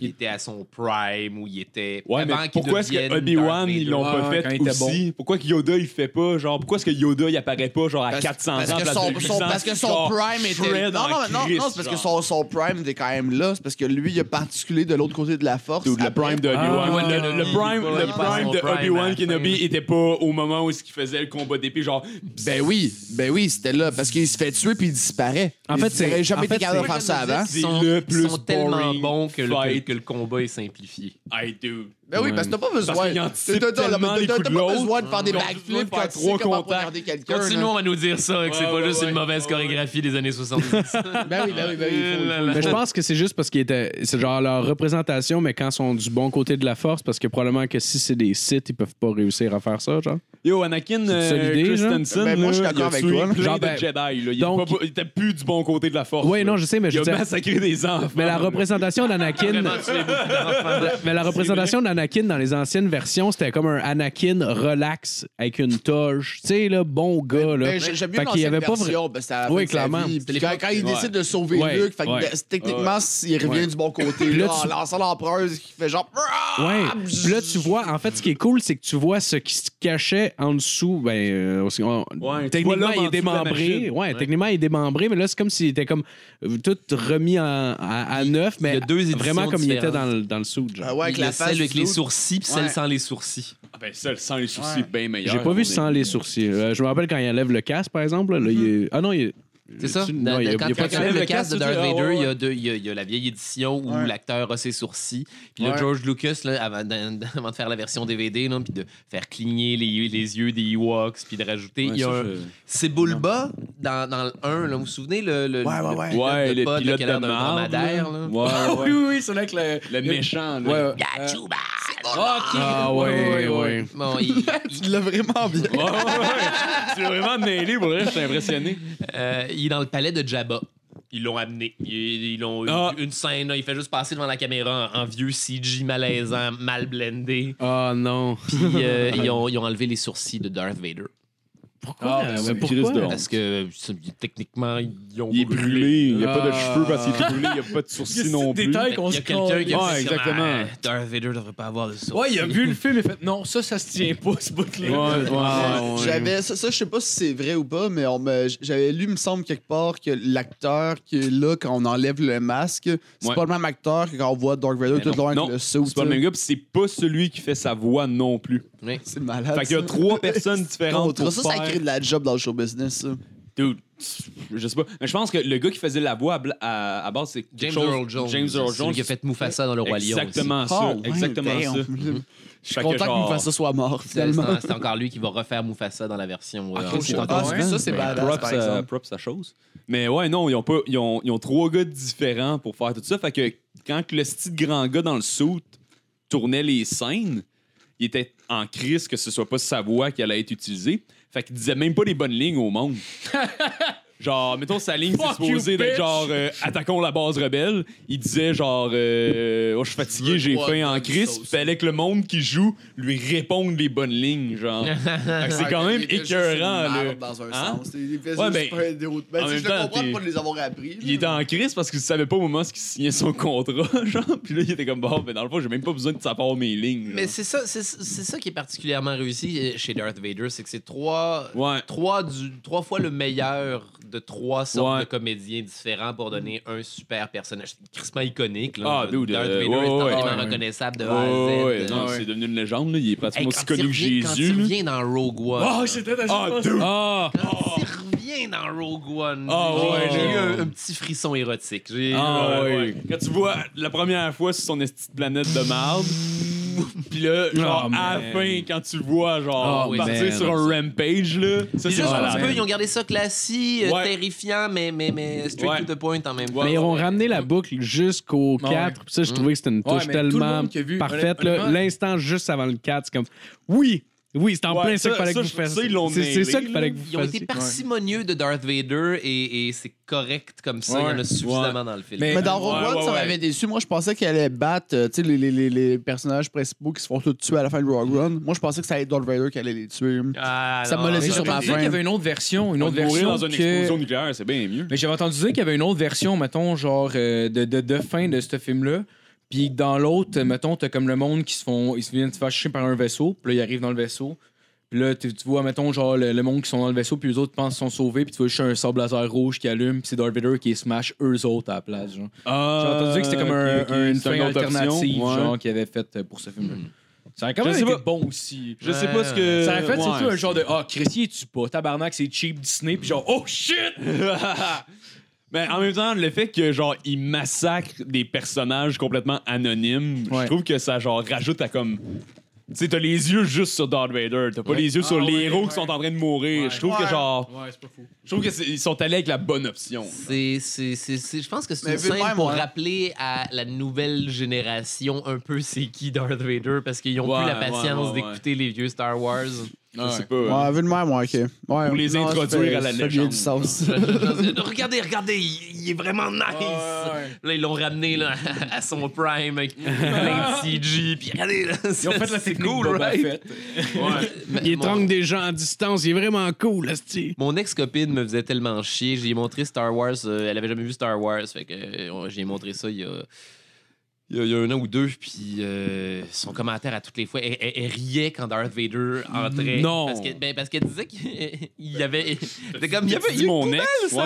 Speaker 6: il était à son prime, où il était.
Speaker 5: Ouais, mais
Speaker 6: avant qu'il
Speaker 5: pourquoi est-ce
Speaker 6: devienne
Speaker 5: que Obi-Wan,
Speaker 6: Darth
Speaker 5: ils l'ont
Speaker 3: Vader?
Speaker 5: pas
Speaker 3: Ouais, quand
Speaker 5: fait
Speaker 3: il était
Speaker 5: aussi? Pourquoi que Yoda, il fait pas? Genre, pourquoi est-ce que Yoda, il apparaît pas, genre, à
Speaker 4: Parce-
Speaker 5: 400 ans,
Speaker 4: parce
Speaker 5: en
Speaker 4: que
Speaker 5: place
Speaker 4: son,
Speaker 5: de
Speaker 4: son-
Speaker 5: 800?
Speaker 4: parce que son
Speaker 5: Genre,
Speaker 4: prime était.
Speaker 5: Shred
Speaker 4: Non,
Speaker 5: en
Speaker 4: non, non,
Speaker 5: Christ,
Speaker 4: non, c'est parce que
Speaker 5: genre.
Speaker 4: son, son prime était quand même là. C'est parce que lui, il a particulé de l'autre côté de la force.
Speaker 5: Dude, le
Speaker 4: Après-
Speaker 5: prime de Obi-Wan.
Speaker 6: Ah,
Speaker 5: le, le- le
Speaker 6: il-
Speaker 5: prime,
Speaker 6: il-
Speaker 5: le
Speaker 6: il passe
Speaker 5: prime
Speaker 6: son
Speaker 5: de
Speaker 4: hein.
Speaker 6: prime à
Speaker 5: Obi-Wan
Speaker 6: la
Speaker 5: Kenobi
Speaker 6: fin.
Speaker 5: était pas au moment où il faisait le combat d'épée, genre.
Speaker 4: Ben oui, ben oui, c'était là. Parce qu'il se fait tuer puis il disparaît.
Speaker 7: En
Speaker 4: Il
Speaker 7: fait, c'est-
Speaker 4: aurait
Speaker 7: en
Speaker 4: jamais
Speaker 7: fait,
Speaker 4: été capable de
Speaker 7: c'est-
Speaker 4: faire ça
Speaker 6: Vader.
Speaker 4: avant.
Speaker 5: c'est
Speaker 6: Ils sont,
Speaker 5: le
Speaker 6: ils
Speaker 5: plus
Speaker 6: sont tellement
Speaker 5: boring
Speaker 6: bons que le,
Speaker 5: fight.
Speaker 6: que le combat est simplifié.
Speaker 5: I do.
Speaker 4: Ben oui, parce que t'as pas besoin.
Speaker 5: Parce qu'il anticipe
Speaker 4: T'as- t'as- t'as-
Speaker 5: tellement
Speaker 4: t'as-
Speaker 5: les
Speaker 4: t'as
Speaker 5: coups de
Speaker 4: pas
Speaker 5: l'autre.
Speaker 4: besoin de faire des
Speaker 5: Ils ont
Speaker 4: backflips
Speaker 5: besoin de
Speaker 4: quand
Speaker 5: faire
Speaker 4: tu sais
Speaker 5: trois
Speaker 4: comment
Speaker 5: contacts.
Speaker 4: regarder quelqu'un.
Speaker 6: Continuons à nous dire ça, que c'est
Speaker 5: Ouais,
Speaker 6: pas
Speaker 5: ouais,
Speaker 6: juste
Speaker 5: ouais.
Speaker 6: une mauvaise chorégraphie des années 70.
Speaker 4: là. Ben oui, ben oui, ben oui. il faut- il faut-
Speaker 7: Mais je pense que c'est juste parce qu'ils étaient. C'est genre leur représentation, mais quand ils sont du bon côté de la force, parce que probablement que si c'est des sites, ils peuvent pas réussir à faire ça, genre.
Speaker 5: Yo, Anakin
Speaker 7: une solide
Speaker 5: euh,
Speaker 7: idée, genre.
Speaker 5: Christensen,
Speaker 4: Ben, moi, je suis
Speaker 5: là,
Speaker 4: d'accord
Speaker 5: il a
Speaker 4: avec
Speaker 5: tué
Speaker 4: toi, là.
Speaker 5: plein
Speaker 7: Genre,
Speaker 5: de
Speaker 7: ben,
Speaker 5: Jedi. là. Il était
Speaker 7: donc-
Speaker 5: pas- il était plus du bon côté de la force.
Speaker 7: Oui,
Speaker 5: là.
Speaker 7: non, je sais, mais je
Speaker 5: Il a
Speaker 7: dis-
Speaker 5: massacré des enfants.
Speaker 7: Mais la représentation d'Anakin.
Speaker 6: Vraiment, tu es beaucoup d'enfants.
Speaker 7: Mais la représentation d'Anakin dans les anciennes versions, c'était comme un Anakin relax avec une toge. Tu sais, là, bon gars, là.
Speaker 4: Ben, j'ai- J'aime mieux
Speaker 7: Fait qu'il y
Speaker 4: l'ancienne
Speaker 7: avait pas vra-
Speaker 4: version, parce que ça
Speaker 7: Oui,
Speaker 4: fait de sa
Speaker 7: clairement.
Speaker 4: vie. Puis Quand, quand il
Speaker 5: Ouais.
Speaker 4: décide de sauver
Speaker 7: Ouais.
Speaker 4: Luke, fait que
Speaker 7: Ouais.
Speaker 4: de- techniquement, il revient
Speaker 7: Ouais.
Speaker 4: du bon côté.
Speaker 7: là,
Speaker 4: Là,
Speaker 7: tu-
Speaker 4: en lançant l'empereuse, qui fait genre...
Speaker 7: Ouais.
Speaker 6: Ah,
Speaker 7: Puis là, tu vois, en fait, ce qui est cool, c'est que tu vois ce qui se cachait en dessous. Ben, euh, aussi, on-
Speaker 5: Ouais, tu vois
Speaker 7: techniquement,
Speaker 5: l'homme
Speaker 7: il
Speaker 5: en dessous
Speaker 7: est
Speaker 5: de la
Speaker 7: démembré.
Speaker 5: machine.
Speaker 7: Ouais, techniquement, il est démembré, mais là, c'est comme s'il était comme euh, tout remis en- à, à neuf, mais
Speaker 6: y a deux éditions
Speaker 7: vraiment comme il était
Speaker 6: différentes.
Speaker 7: dans le, dans le suit, genre.
Speaker 4: Ah ouais, avec
Speaker 6: Il y a
Speaker 4: la face
Speaker 6: celle avec
Speaker 4: du
Speaker 6: les
Speaker 4: dos.
Speaker 6: sourcils, puis
Speaker 4: Ouais.
Speaker 6: celle sans les sourcils.
Speaker 5: Ah ben ça, le sang les sourcils, ben, bien meilleur.
Speaker 7: J'ai pas
Speaker 5: à mon
Speaker 7: vu sans
Speaker 5: avis.
Speaker 7: les sourcils. Euh, je me rappelle quand il enlève le casque, par exemple. là, là, il est- Ah non, il est-
Speaker 6: C'est ça?
Speaker 7: Tu-
Speaker 6: Dans-
Speaker 7: non, il y a-
Speaker 6: quand
Speaker 7: il y a
Speaker 6: quand
Speaker 7: pas de-
Speaker 6: tu lèves le casque de
Speaker 5: tu
Speaker 6: Darth
Speaker 5: dis, ah,
Speaker 6: Vader,
Speaker 5: ouais,
Speaker 6: il y a deux- il y, a- il y a la vieille édition où
Speaker 4: Ouais.
Speaker 6: l'acteur a ses sourcils. Puis là,
Speaker 4: Ouais.
Speaker 6: George Lucas, là, avant, de, avant de faire la version DVD, là, puis de faire cligner les, les yeux des Ewoks, puis de rajouter. il y a un- C'est Bulba dans, dans le 1, là, vous vous souvenez? Le, le, ouais, ouais, ouais.
Speaker 5: Ouais, le
Speaker 6: pod, là,
Speaker 5: pilote
Speaker 6: qui a l'air
Speaker 5: de
Speaker 6: d'un
Speaker 5: marde,
Speaker 6: dromadaire, là.
Speaker 5: Ouais, ouais.
Speaker 3: Oui, oui, oui, c'est là que le.
Speaker 5: Le méchant, là.
Speaker 3: Ouais, ouais. Euh,
Speaker 6: Yachuba!
Speaker 7: Ah ouais, Ah, ouais.
Speaker 6: Bon, il-
Speaker 4: Il l'a vraiment bien.
Speaker 5: Ouais, ouais, ouais. Tu l'as vraiment nailé, pour vrai, j'étais impressionné.
Speaker 6: Euh, il est dans le palais de Jabba. Ils l'ont amené. Ils ils l'ont
Speaker 5: Ah.
Speaker 6: une, une scène, là, il fait juste passer devant la caméra en, en vieux CG malaisant, mal blendé.
Speaker 7: Ah non.
Speaker 6: Puis euh, ils, ont, ils ont enlevé les sourcils de Darth Vader.
Speaker 7: Pourquoi?
Speaker 5: Ah,
Speaker 7: Ouais,
Speaker 5: c'est
Speaker 7: pourquoi?
Speaker 5: Christ de honte.
Speaker 6: Parce que c'est- techniquement, ils ont
Speaker 5: Il est brûlé, il n'y a pas de
Speaker 7: Ah.
Speaker 5: cheveux parce qu'il est brûlé, il n'y a pas de sourcils non plus.
Speaker 6: Fait
Speaker 3: détails
Speaker 6: qu'il
Speaker 3: qu'on
Speaker 6: y
Speaker 3: se
Speaker 6: a quelqu'un qui a
Speaker 5: Ouais,
Speaker 6: dit, comme,
Speaker 5: exactement.
Speaker 6: Ah, Darth Vader devrait pas avoir de sourcils.
Speaker 3: Ouais, il a vu le film et fait non, ça, ça se tient pas, ce bout-là.
Speaker 5: Ouais, Ah, ouais.
Speaker 7: ouais.
Speaker 4: Euh, J'avais ça, ça, je sais pas si c'est vrai ou pas, mais on me- j'avais lu, me semble, quelque part que l'acteur qui est là quand on enlève le masque, c'est
Speaker 5: Ouais.
Speaker 4: pas le même acteur que quand on voit Dark Vader
Speaker 6: Mais
Speaker 4: tout le
Speaker 6: non.
Speaker 4: long avec
Speaker 5: Non,
Speaker 4: le saut.
Speaker 5: C'est pas le même gars, puis c'est pas celui qui fait sa voix non plus.
Speaker 4: C'est malade.
Speaker 5: Fait qu'il y a
Speaker 4: ça.
Speaker 5: trois personnes différentes.
Speaker 4: Contre
Speaker 5: Pour
Speaker 4: ça, ça
Speaker 5: faire-
Speaker 4: crée de la job dans le show business. ça.
Speaker 5: Dude, je sais pas. Mais je pense que le gars qui faisait la voix à, bla- à, à base, c'est
Speaker 6: James
Speaker 5: quelque chose-
Speaker 6: Earl Jones.
Speaker 5: James Earl
Speaker 6: Celui
Speaker 5: Jones.
Speaker 6: qui a fait Mufasa dans le Roi Lion. aussi.
Speaker 5: Exactement ça.
Speaker 4: Oh, ouais,
Speaker 5: exactement
Speaker 4: damn.
Speaker 5: ça.
Speaker 4: Je suis
Speaker 5: Fait que
Speaker 4: content que
Speaker 5: genre-
Speaker 4: Mufasa soit mort,
Speaker 6: C'est c'est
Speaker 4: finalement.
Speaker 6: en- c'est encore lui qui va refaire Mufasa dans la version. euh,
Speaker 4: Ah,
Speaker 6: en
Speaker 4: c'est
Speaker 6: haut.
Speaker 4: encore-
Speaker 3: ouais.
Speaker 4: Ça, c'est badass, par
Speaker 5: props, à,
Speaker 4: exemple.
Speaker 5: props à chose. Mais ouais, non, ils ont, pas, ils, ont, ils ont trois gars différents pour faire tout ça. Fait que quand le petit grand gars dans le suit tournait les scènes, il était en crise que ce soit pas sa voix qui allait être utilisée. Fait qu'il disait même pas les bonnes lignes au monde. genre, mettons, sa ligne, c'est
Speaker 3: Fuck you,
Speaker 5: supposé d'être
Speaker 3: bitch.
Speaker 5: genre euh, attaquons la base rebelle. Il disait genre euh, oh, je suis fatigué, j'ai
Speaker 6: trois
Speaker 5: faim en
Speaker 6: bonnes
Speaker 5: crise.
Speaker 6: sauces.
Speaker 5: Puis Fallait que le monde qui joue lui réponde les bonnes lignes. Genre, Fait que c'est quand même
Speaker 4: Il était juste une
Speaker 5: écœurant. là.
Speaker 4: merde Dans un
Speaker 5: Hein?
Speaker 4: sens. Il faisait
Speaker 5: Ouais,
Speaker 4: juste
Speaker 5: ben,
Speaker 4: pas des routes. Ben,
Speaker 5: en
Speaker 4: si
Speaker 5: même
Speaker 4: je le
Speaker 5: temps,
Speaker 4: comprends
Speaker 5: t'es-
Speaker 4: de pas de les avoir appris.
Speaker 5: il était
Speaker 4: là.
Speaker 5: en crise parce qu'il savait pas au moment où il signait son contrat, genre. Puis là, il était comme, bon, mais dans le fond, j'ai même pas besoin de sa part mes lignes. genre.
Speaker 6: Mais c'est ça, c'est c'est ça qui est particulièrement réussi euh, chez Darth Vader, c'est que c'est trois,
Speaker 5: Ouais.
Speaker 6: trois, du, trois fois le meilleur de trois sortes
Speaker 5: Ouais.
Speaker 6: de comédiens différents pour donner un super personnage. C'est crissement iconique. Là.
Speaker 5: Ah, dude,
Speaker 6: Darth
Speaker 5: euh,
Speaker 6: Vader
Speaker 5: ouais,
Speaker 6: est
Speaker 5: ouais,
Speaker 6: totalement
Speaker 5: ouais.
Speaker 6: reconnaissable de
Speaker 5: Ouais,
Speaker 6: A à Z.
Speaker 5: ouais, ouais.
Speaker 6: Euh,
Speaker 5: Non,
Speaker 6: hey,
Speaker 5: c'est devenu une légende, là. Il est pratiquement aussi
Speaker 6: quand il
Speaker 5: connu que
Speaker 6: revient-
Speaker 5: Jésus.
Speaker 6: Quand il
Speaker 5: là.
Speaker 6: revient dans Rogue One.
Speaker 3: Oh,
Speaker 6: là.
Speaker 3: c'était à
Speaker 5: Ah,
Speaker 3: chaque
Speaker 5: dude!
Speaker 7: Ah!
Speaker 6: Quand il revient dans Rogue One.
Speaker 5: Ah,
Speaker 6: j'ai-
Speaker 5: ouais,
Speaker 6: J'ai eu
Speaker 5: ouais.
Speaker 6: un, un petit frisson érotique. J'ai-
Speaker 5: Ah,
Speaker 6: ouais,
Speaker 5: ouais,
Speaker 6: ouais.
Speaker 5: ouais. Quand tu vois la première fois sur son esti de planète de marde, pis là, genre,
Speaker 7: Oh,
Speaker 5: à la
Speaker 7: man.
Speaker 5: fin, quand tu le vois, genre,
Speaker 7: Oh, oui,
Speaker 5: partir
Speaker 7: man.
Speaker 5: sur un rampage, là, ça,
Speaker 6: Puis
Speaker 5: c'est
Speaker 6: juste un
Speaker 5: malade.
Speaker 6: petit peu, ils ont gardé ça classique, euh,
Speaker 5: Ouais.
Speaker 6: terrifiant, mais, mais, mais straight
Speaker 5: Ouais.
Speaker 6: to the point en même temps.
Speaker 7: Mais ils ont ramené la boucle jusqu'au
Speaker 3: Ouais.
Speaker 7: 4. Puis ça, je trouvais que c'était une
Speaker 3: Ouais,
Speaker 7: touche
Speaker 3: mais tout le
Speaker 7: tellement
Speaker 3: monde qui a vu,
Speaker 7: parfaite.
Speaker 3: honnêtement-
Speaker 7: là. L'instant juste avant le 4, c'est comme oui, oui, c'est en
Speaker 5: Ouais,
Speaker 7: plein ça
Speaker 5: ça-
Speaker 7: qu'il fallait
Speaker 5: ça,
Speaker 7: que vous
Speaker 5: je- ça, ils l'ont
Speaker 7: fassiez. C'est- C'est
Speaker 5: nailé,
Speaker 7: ça qu'il
Speaker 5: là.
Speaker 7: fallait que vous
Speaker 6: Ils ont été
Speaker 7: fassiez.
Speaker 6: parcimonieux de Darth Vader et, et c'est correct comme ça. Il y en a
Speaker 3: Ouais.
Speaker 6: suffisamment dans le film.
Speaker 3: Mais-
Speaker 4: Mais dans Rogue
Speaker 5: Ouais,
Speaker 4: One,
Speaker 5: ouais,
Speaker 4: ça
Speaker 5: ouais.
Speaker 4: m'avait déçu. Moi, je pensais qu'elle allait battre euh, tu sais, les, les, les, les personnages principaux qui se font tous tuer à la fin de Rogue One. Moi, je pensais que ça allait être Darth Vader qui allait les tuer.
Speaker 6: Ah,
Speaker 4: ça
Speaker 6: non,
Speaker 4: m'a laissé
Speaker 3: Mais
Speaker 6: ça-
Speaker 4: sur
Speaker 3: j'avais
Speaker 4: ma
Speaker 3: entendu dire
Speaker 4: faim.
Speaker 3: qu'il y avait une autre version, une autre
Speaker 5: Mourir
Speaker 3: version
Speaker 5: dans une
Speaker 3: que-
Speaker 5: explosion nucléaire, c'est bien mieux.
Speaker 3: Mais j'avais entendu dire qu'il y avait une autre version, mettons, genre euh, de, de, de fin de ce film-là. Puis dans l'autre, mettons, t'as comme le monde qui se font. Ils se viennent se faire chier par un vaisseau. Puis là, ils arrivent dans le vaisseau. Puis là, tu tu vois, mettons, genre le, le monde qui sont dans le vaisseau. Puis les autres pensent qu'ils sont sauvés. Puis tu vois juste un sable laser rouge qui allume. Puis c'est Darth Vader qui les smash eux autres à la place. Genre. J'ai entendu dire que c'était comme un-
Speaker 5: Euh, Ok, ok,
Speaker 3: un- une
Speaker 5: c'est
Speaker 3: fin
Speaker 5: autre option,
Speaker 3: alternative,
Speaker 5: ouais. Hmm.
Speaker 3: genre, qu'il avait faite euh, pour ce film-là. Ça a quand
Speaker 5: Je
Speaker 3: même
Speaker 5: sais
Speaker 3: été
Speaker 5: pas.
Speaker 3: bon aussi.
Speaker 5: Je sais pas ce que.
Speaker 3: Ça a fait
Speaker 5: Ouais.
Speaker 3: surtout un genre de Ah, Chrissy, tu pas? Tabarnak, c'est cheap Disney. Puis genre, oh shit!
Speaker 5: Mais Ben, en même temps, le fait que genre il massacre des personnages complètement anonymes,
Speaker 3: Ouais.
Speaker 5: je trouve que ça genre rajoute à comme tu sais, t'as les yeux juste sur Darth Vader, t'as pas les yeux
Speaker 3: Ah
Speaker 5: sur les héros qui sont en train de mourir. Je trouve que genre,
Speaker 3: Ouais, c'est pas fou.
Speaker 5: je trouve que c'est- ils sont allés avec la bonne option.
Speaker 6: c'est- c'est- c'est- c'est- Je pense que c'est
Speaker 4: Mais
Speaker 6: une
Speaker 4: vu de
Speaker 6: scène
Speaker 4: même,
Speaker 6: pour
Speaker 4: ouais.
Speaker 6: rappeler à la nouvelle génération un peu c'est qui Darth Vader parce qu'ils ont plus
Speaker 5: Ouais,
Speaker 6: la patience
Speaker 5: ouais, ouais, ouais.
Speaker 6: d'écouter les vieux Star Wars.
Speaker 5: Je sais pas. euh,
Speaker 4: Ouais, vu de même, ouais, ok. Ouais,
Speaker 5: Pour les
Speaker 4: ça
Speaker 5: introduire
Speaker 4: fait-
Speaker 5: à
Speaker 4: ça
Speaker 5: la
Speaker 4: fait bien
Speaker 5: légende.
Speaker 4: du sens.
Speaker 6: regardez, regardez, il, il est vraiment nice. Là, ils l'ont ramené là, à son prime avec plein de CG. Puis regardez, là,
Speaker 3: Ils ont fait la
Speaker 6: c'est
Speaker 3: technique
Speaker 6: cool,
Speaker 3: Boba
Speaker 6: right?
Speaker 3: Fett.
Speaker 6: Ouais.
Speaker 7: Il
Speaker 6: Mon-
Speaker 7: étrangle des gens à distance. Il est vraiment cool, Asti.
Speaker 6: Mon ex-copine me faisait tellement chier. J'ai montré Star Wars. euh, elle avait jamais vu Star Wars. Fait que euh, on- j'ai montré ça il y a il y, a, il y a un an ou deux, puis euh, son commentaire à toutes les fois, elle, elle- elle riait quand Darth Vader entrait.
Speaker 9: Non.
Speaker 6: Parce qu'elle ben, parce qu'elle disait qu'il y avait. C'était comme, il y avait
Speaker 5: Dis
Speaker 6: eu
Speaker 5: mon ex. ouais.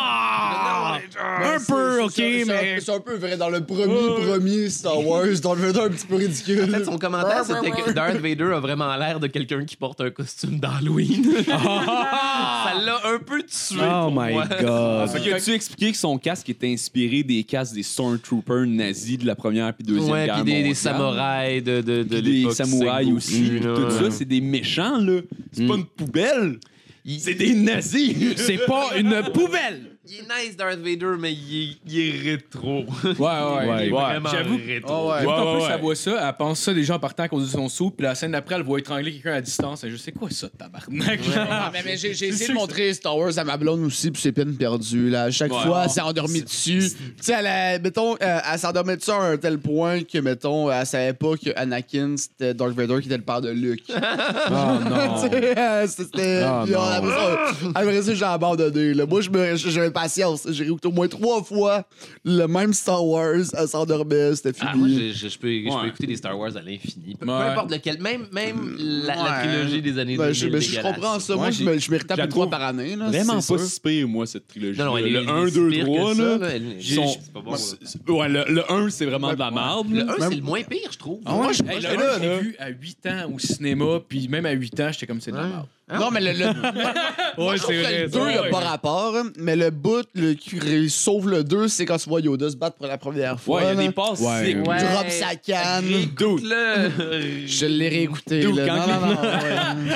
Speaker 9: Ah! Un peu, ok,
Speaker 4: C'est- c'est-
Speaker 9: mais.
Speaker 4: C'est un peu vrai. Dans le premier, premier Star Wars, dans le un petit peu ridicule.
Speaker 6: En fait, son commentaire, c'était que Darth Vader a vraiment l'air de quelqu'un qui porte un costume d'Halloween.
Speaker 5: Ah!
Speaker 6: Ça l'a un peu tué.
Speaker 7: Oh
Speaker 6: pour
Speaker 7: my
Speaker 6: moi.
Speaker 7: god.
Speaker 5: Fait que tu Euh, expliqué que son casque était inspiré des casques des Stormtroopers nazis de la première puis deuxième
Speaker 6: Ouais,
Speaker 5: guerre
Speaker 6: puis des, des
Speaker 5: mondiale.
Speaker 6: samouraïs de, de, de
Speaker 5: Puis
Speaker 6: l'époque
Speaker 5: des samouraïs
Speaker 6: Sengoku,
Speaker 5: aussi.
Speaker 6: là.
Speaker 5: Tout ça, c'est des méchants, là. C'est pas une poubelle.
Speaker 6: Il-
Speaker 5: C'est des nazis.
Speaker 9: C'est pas une poubelle!
Speaker 6: Il est nice, Darth Vader, mais il est, il est rétro.
Speaker 3: Ouais, ouais,
Speaker 6: il
Speaker 3: ouais.
Speaker 6: est vraiment
Speaker 3: J'avoue.
Speaker 4: Ah,
Speaker 3: Surtout
Speaker 6: rétro.
Speaker 3: qu'en
Speaker 9: ouais,
Speaker 3: plus,
Speaker 9: ouais.
Speaker 3: elle voit ça, elle pense ça déjà en partant à cause de son saut, puis la scène d'après, elle voit étrangler quelqu'un à distance. Elle, je sais quoi ça, tabarnak?
Speaker 4: Ah, mais, mais j'ai j'ai essayé de montrer Star Wars à ma blonde aussi, puis c'est peine perdue. Là. À chaque fois, elle s'est endormie dessus. Tu sais, elle, a- mettons, euh, elle s'endormait dessus à un tel point que, mettons, elle savait pas que Anakin, c'était Darth Vader qui était le père de Luke.
Speaker 7: Oh non.
Speaker 4: Tu sais, euh, c'était.
Speaker 7: Ah,
Speaker 4: puis
Speaker 7: non.
Speaker 4: après ça- Après ça, j'ai abandonné. là. Moi, je me- j'avais patience. J'ai réécouté au moins trois fois le même Star Wars. Elle s'endormait, c'était fini.
Speaker 6: Ah, moi, je, je- je peux, je peux
Speaker 5: Ouais.
Speaker 6: écouter des Star Wars à l'infini. Peu, peu
Speaker 3: Ouais.
Speaker 6: importe lequel, même, même la, la
Speaker 4: Ouais.
Speaker 6: trilogie des années
Speaker 4: Ben,
Speaker 6: 2000
Speaker 4: je, ben, je
Speaker 6: dégueulasse.
Speaker 4: comprends ça.
Speaker 5: Ouais,
Speaker 4: Moi, je
Speaker 5: j'ai-
Speaker 4: me, je me retape
Speaker 5: je la
Speaker 4: une fois
Speaker 5: trouve
Speaker 4: par année. Là,
Speaker 5: Vraiment
Speaker 4: c'est
Speaker 5: pas
Speaker 4: sûr.
Speaker 5: si pire, moi, cette trilogie.
Speaker 6: Non, non, elle est-
Speaker 5: le
Speaker 6: elle
Speaker 5: 1,
Speaker 6: est
Speaker 5: 2,
Speaker 6: pire que
Speaker 5: 3,
Speaker 6: ça,
Speaker 5: là.
Speaker 6: là. Elle-
Speaker 5: Ils sont-
Speaker 6: c'est pas bon, là.
Speaker 5: c'est- Ouais, le, 1, c'est vraiment de la merde.
Speaker 6: Le
Speaker 5: là.
Speaker 6: 1,
Speaker 4: Même-
Speaker 6: c'est le moins pire, je trouve.
Speaker 4: Moi, je-
Speaker 3: Hey, le
Speaker 4: je-
Speaker 3: un,
Speaker 4: là,
Speaker 3: je l'ai vu à 8 ans au cinéma, puis même à 8 ans, j'étais comme c'est de la
Speaker 6: Ouais.
Speaker 3: merde.
Speaker 4: Non, mais le, le,
Speaker 3: Ouais,
Speaker 4: je trouve que le 2, il a pas rapport, hein, mais le bout le, qui ré- sauve le 2, c'est quand tu vois Yoda se battre pour la première fois.
Speaker 5: Ouais, il y a
Speaker 4: là.
Speaker 5: des passes
Speaker 7: Ouais.
Speaker 5: sick.
Speaker 4: Il drop sa canne.
Speaker 6: Le...
Speaker 4: Je l'ai réécouté.
Speaker 5: Dude,
Speaker 4: là.
Speaker 5: quand-
Speaker 4: Non, non, non.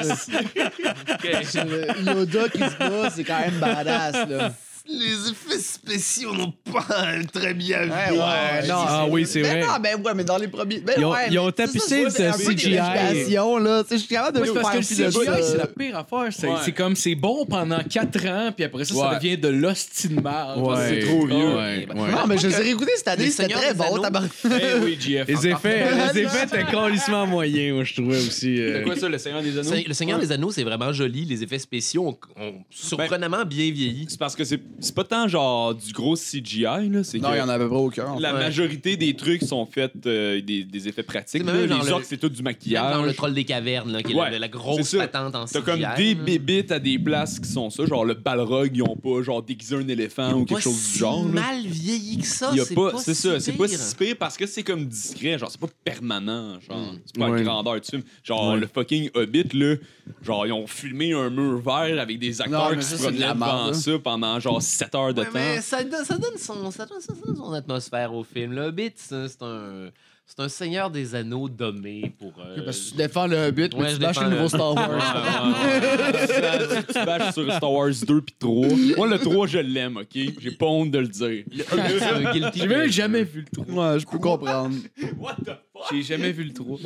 Speaker 4: ouais.
Speaker 6: Ok.
Speaker 4: Le Yoda qui se bat, c'est quand même badass. Là.
Speaker 6: Les effets spéciaux n'ont pas très bien
Speaker 4: Ouais, ouais, non,
Speaker 7: Ah oui, c'est
Speaker 4: Mais
Speaker 7: vrai.
Speaker 4: non, ben ouais, mais dans les premiers. Ben
Speaker 7: Ils ont-
Speaker 4: ouais,
Speaker 7: ils ont
Speaker 4: mais c'est
Speaker 7: tapissé
Speaker 4: ça, c'est
Speaker 7: le
Speaker 4: un peu de
Speaker 7: CGI.
Speaker 4: l'imagination, là. Tu sais, Je suis capable de
Speaker 3: Ouais, c'est parce que le
Speaker 4: faire un
Speaker 3: CGI,
Speaker 4: pilote,
Speaker 3: c'est
Speaker 4: euh,
Speaker 3: la pire affaire. C'est
Speaker 5: Ouais.
Speaker 3: c'est comme, c'est bon pendant 4 ans, puis après ça, ça
Speaker 5: Ouais.
Speaker 3: devient de l'hostie de marde.
Speaker 7: Ouais.
Speaker 3: C'est
Speaker 7: trop
Speaker 3: vieux.
Speaker 7: Ouais, ouais.
Speaker 4: Non, mais je les ai réécoutés cette année,
Speaker 6: Les
Speaker 4: c'était
Speaker 6: Seigneurs
Speaker 4: très
Speaker 6: des
Speaker 4: bon.
Speaker 6: Anneaux.
Speaker 4: tabarnak.
Speaker 3: Eh oui, GF.
Speaker 7: Les effets,
Speaker 4: encore-
Speaker 7: les effets étaient calissement moyens, moi, je trouvais aussi. euh.
Speaker 5: ça, le Seigneur des
Speaker 6: Le le Seigneur des Anneaux, c'est vraiment joli. Les effets spéciaux ont, ont surprenamment bien vieilli.
Speaker 5: C'est parce que c'est c'est pas tant genre du gros CGI, là. C'est
Speaker 4: Non,
Speaker 5: que
Speaker 4: il y en avait pas aucun. en fait.
Speaker 5: la
Speaker 6: Ouais.
Speaker 5: majorité des trucs sont faits euh, des, des effets pratiques.
Speaker 6: C'est
Speaker 5: là.
Speaker 6: même genre
Speaker 5: Les
Speaker 6: le-
Speaker 5: orques, c'est tout du
Speaker 6: Même dans le
Speaker 5: maquillage.
Speaker 6: troll des cavernes, là, qui est
Speaker 5: Ouais,
Speaker 6: la, la grosse
Speaker 5: c'est ça.
Speaker 6: patente en CGI.
Speaker 5: T'as comme des
Speaker 6: là.
Speaker 5: bébites à des places qui sont ça, genre le balrog, ils ont pas genre déguisé un éléphant ou quelque
Speaker 6: Pas
Speaker 5: chose
Speaker 6: si
Speaker 5: du genre. là.
Speaker 6: mal vieilli que ça.
Speaker 5: Il y a
Speaker 6: c'est
Speaker 5: pas, c'est
Speaker 6: si
Speaker 5: ça, c'est pas
Speaker 6: pire.
Speaker 5: si pire parce que c'est comme discret, genre c'est pas permanent, genre
Speaker 6: Mm.
Speaker 5: c'est pas
Speaker 7: Ouais.
Speaker 5: la grandeur du film. Genre
Speaker 7: Ouais.
Speaker 5: le fucking Hobbit là, genre ils ont filmé un mur vert avec des acteurs
Speaker 4: mais
Speaker 5: qui
Speaker 4: ça,
Speaker 5: se
Speaker 4: c'est de
Speaker 5: promenaient
Speaker 4: la
Speaker 5: devant
Speaker 4: merde,
Speaker 5: ça pendant genre 7 heures de
Speaker 6: Ouais, mais
Speaker 5: temps.
Speaker 6: ça, donne- ça donne son, ça, donne, ça donne son atmosphère au film. Le Hobbit, c'est c'est un, c'est un Seigneur des Anneaux dommé pour. euh,
Speaker 4: Parce que tu défends le Hobbit,
Speaker 6: Ouais,
Speaker 4: mais
Speaker 6: je
Speaker 4: tu lâches
Speaker 6: défends
Speaker 4: le nouveau
Speaker 6: le-
Speaker 4: Star
Speaker 6: Ouais,
Speaker 4: Wars.
Speaker 6: ouais, ouais.
Speaker 5: Ah, tu bâches sur Star Wars 2 puis 3. Moi le 3 je l'aime, OK J'ai pas honte de le dire.
Speaker 6: C'est un guilty
Speaker 3: J'ai même
Speaker 6: pleasure.
Speaker 3: jamais vu le 3.
Speaker 4: Ouais, je peux comprendre.
Speaker 5: What the fuck
Speaker 3: J'ai jamais vu le 3.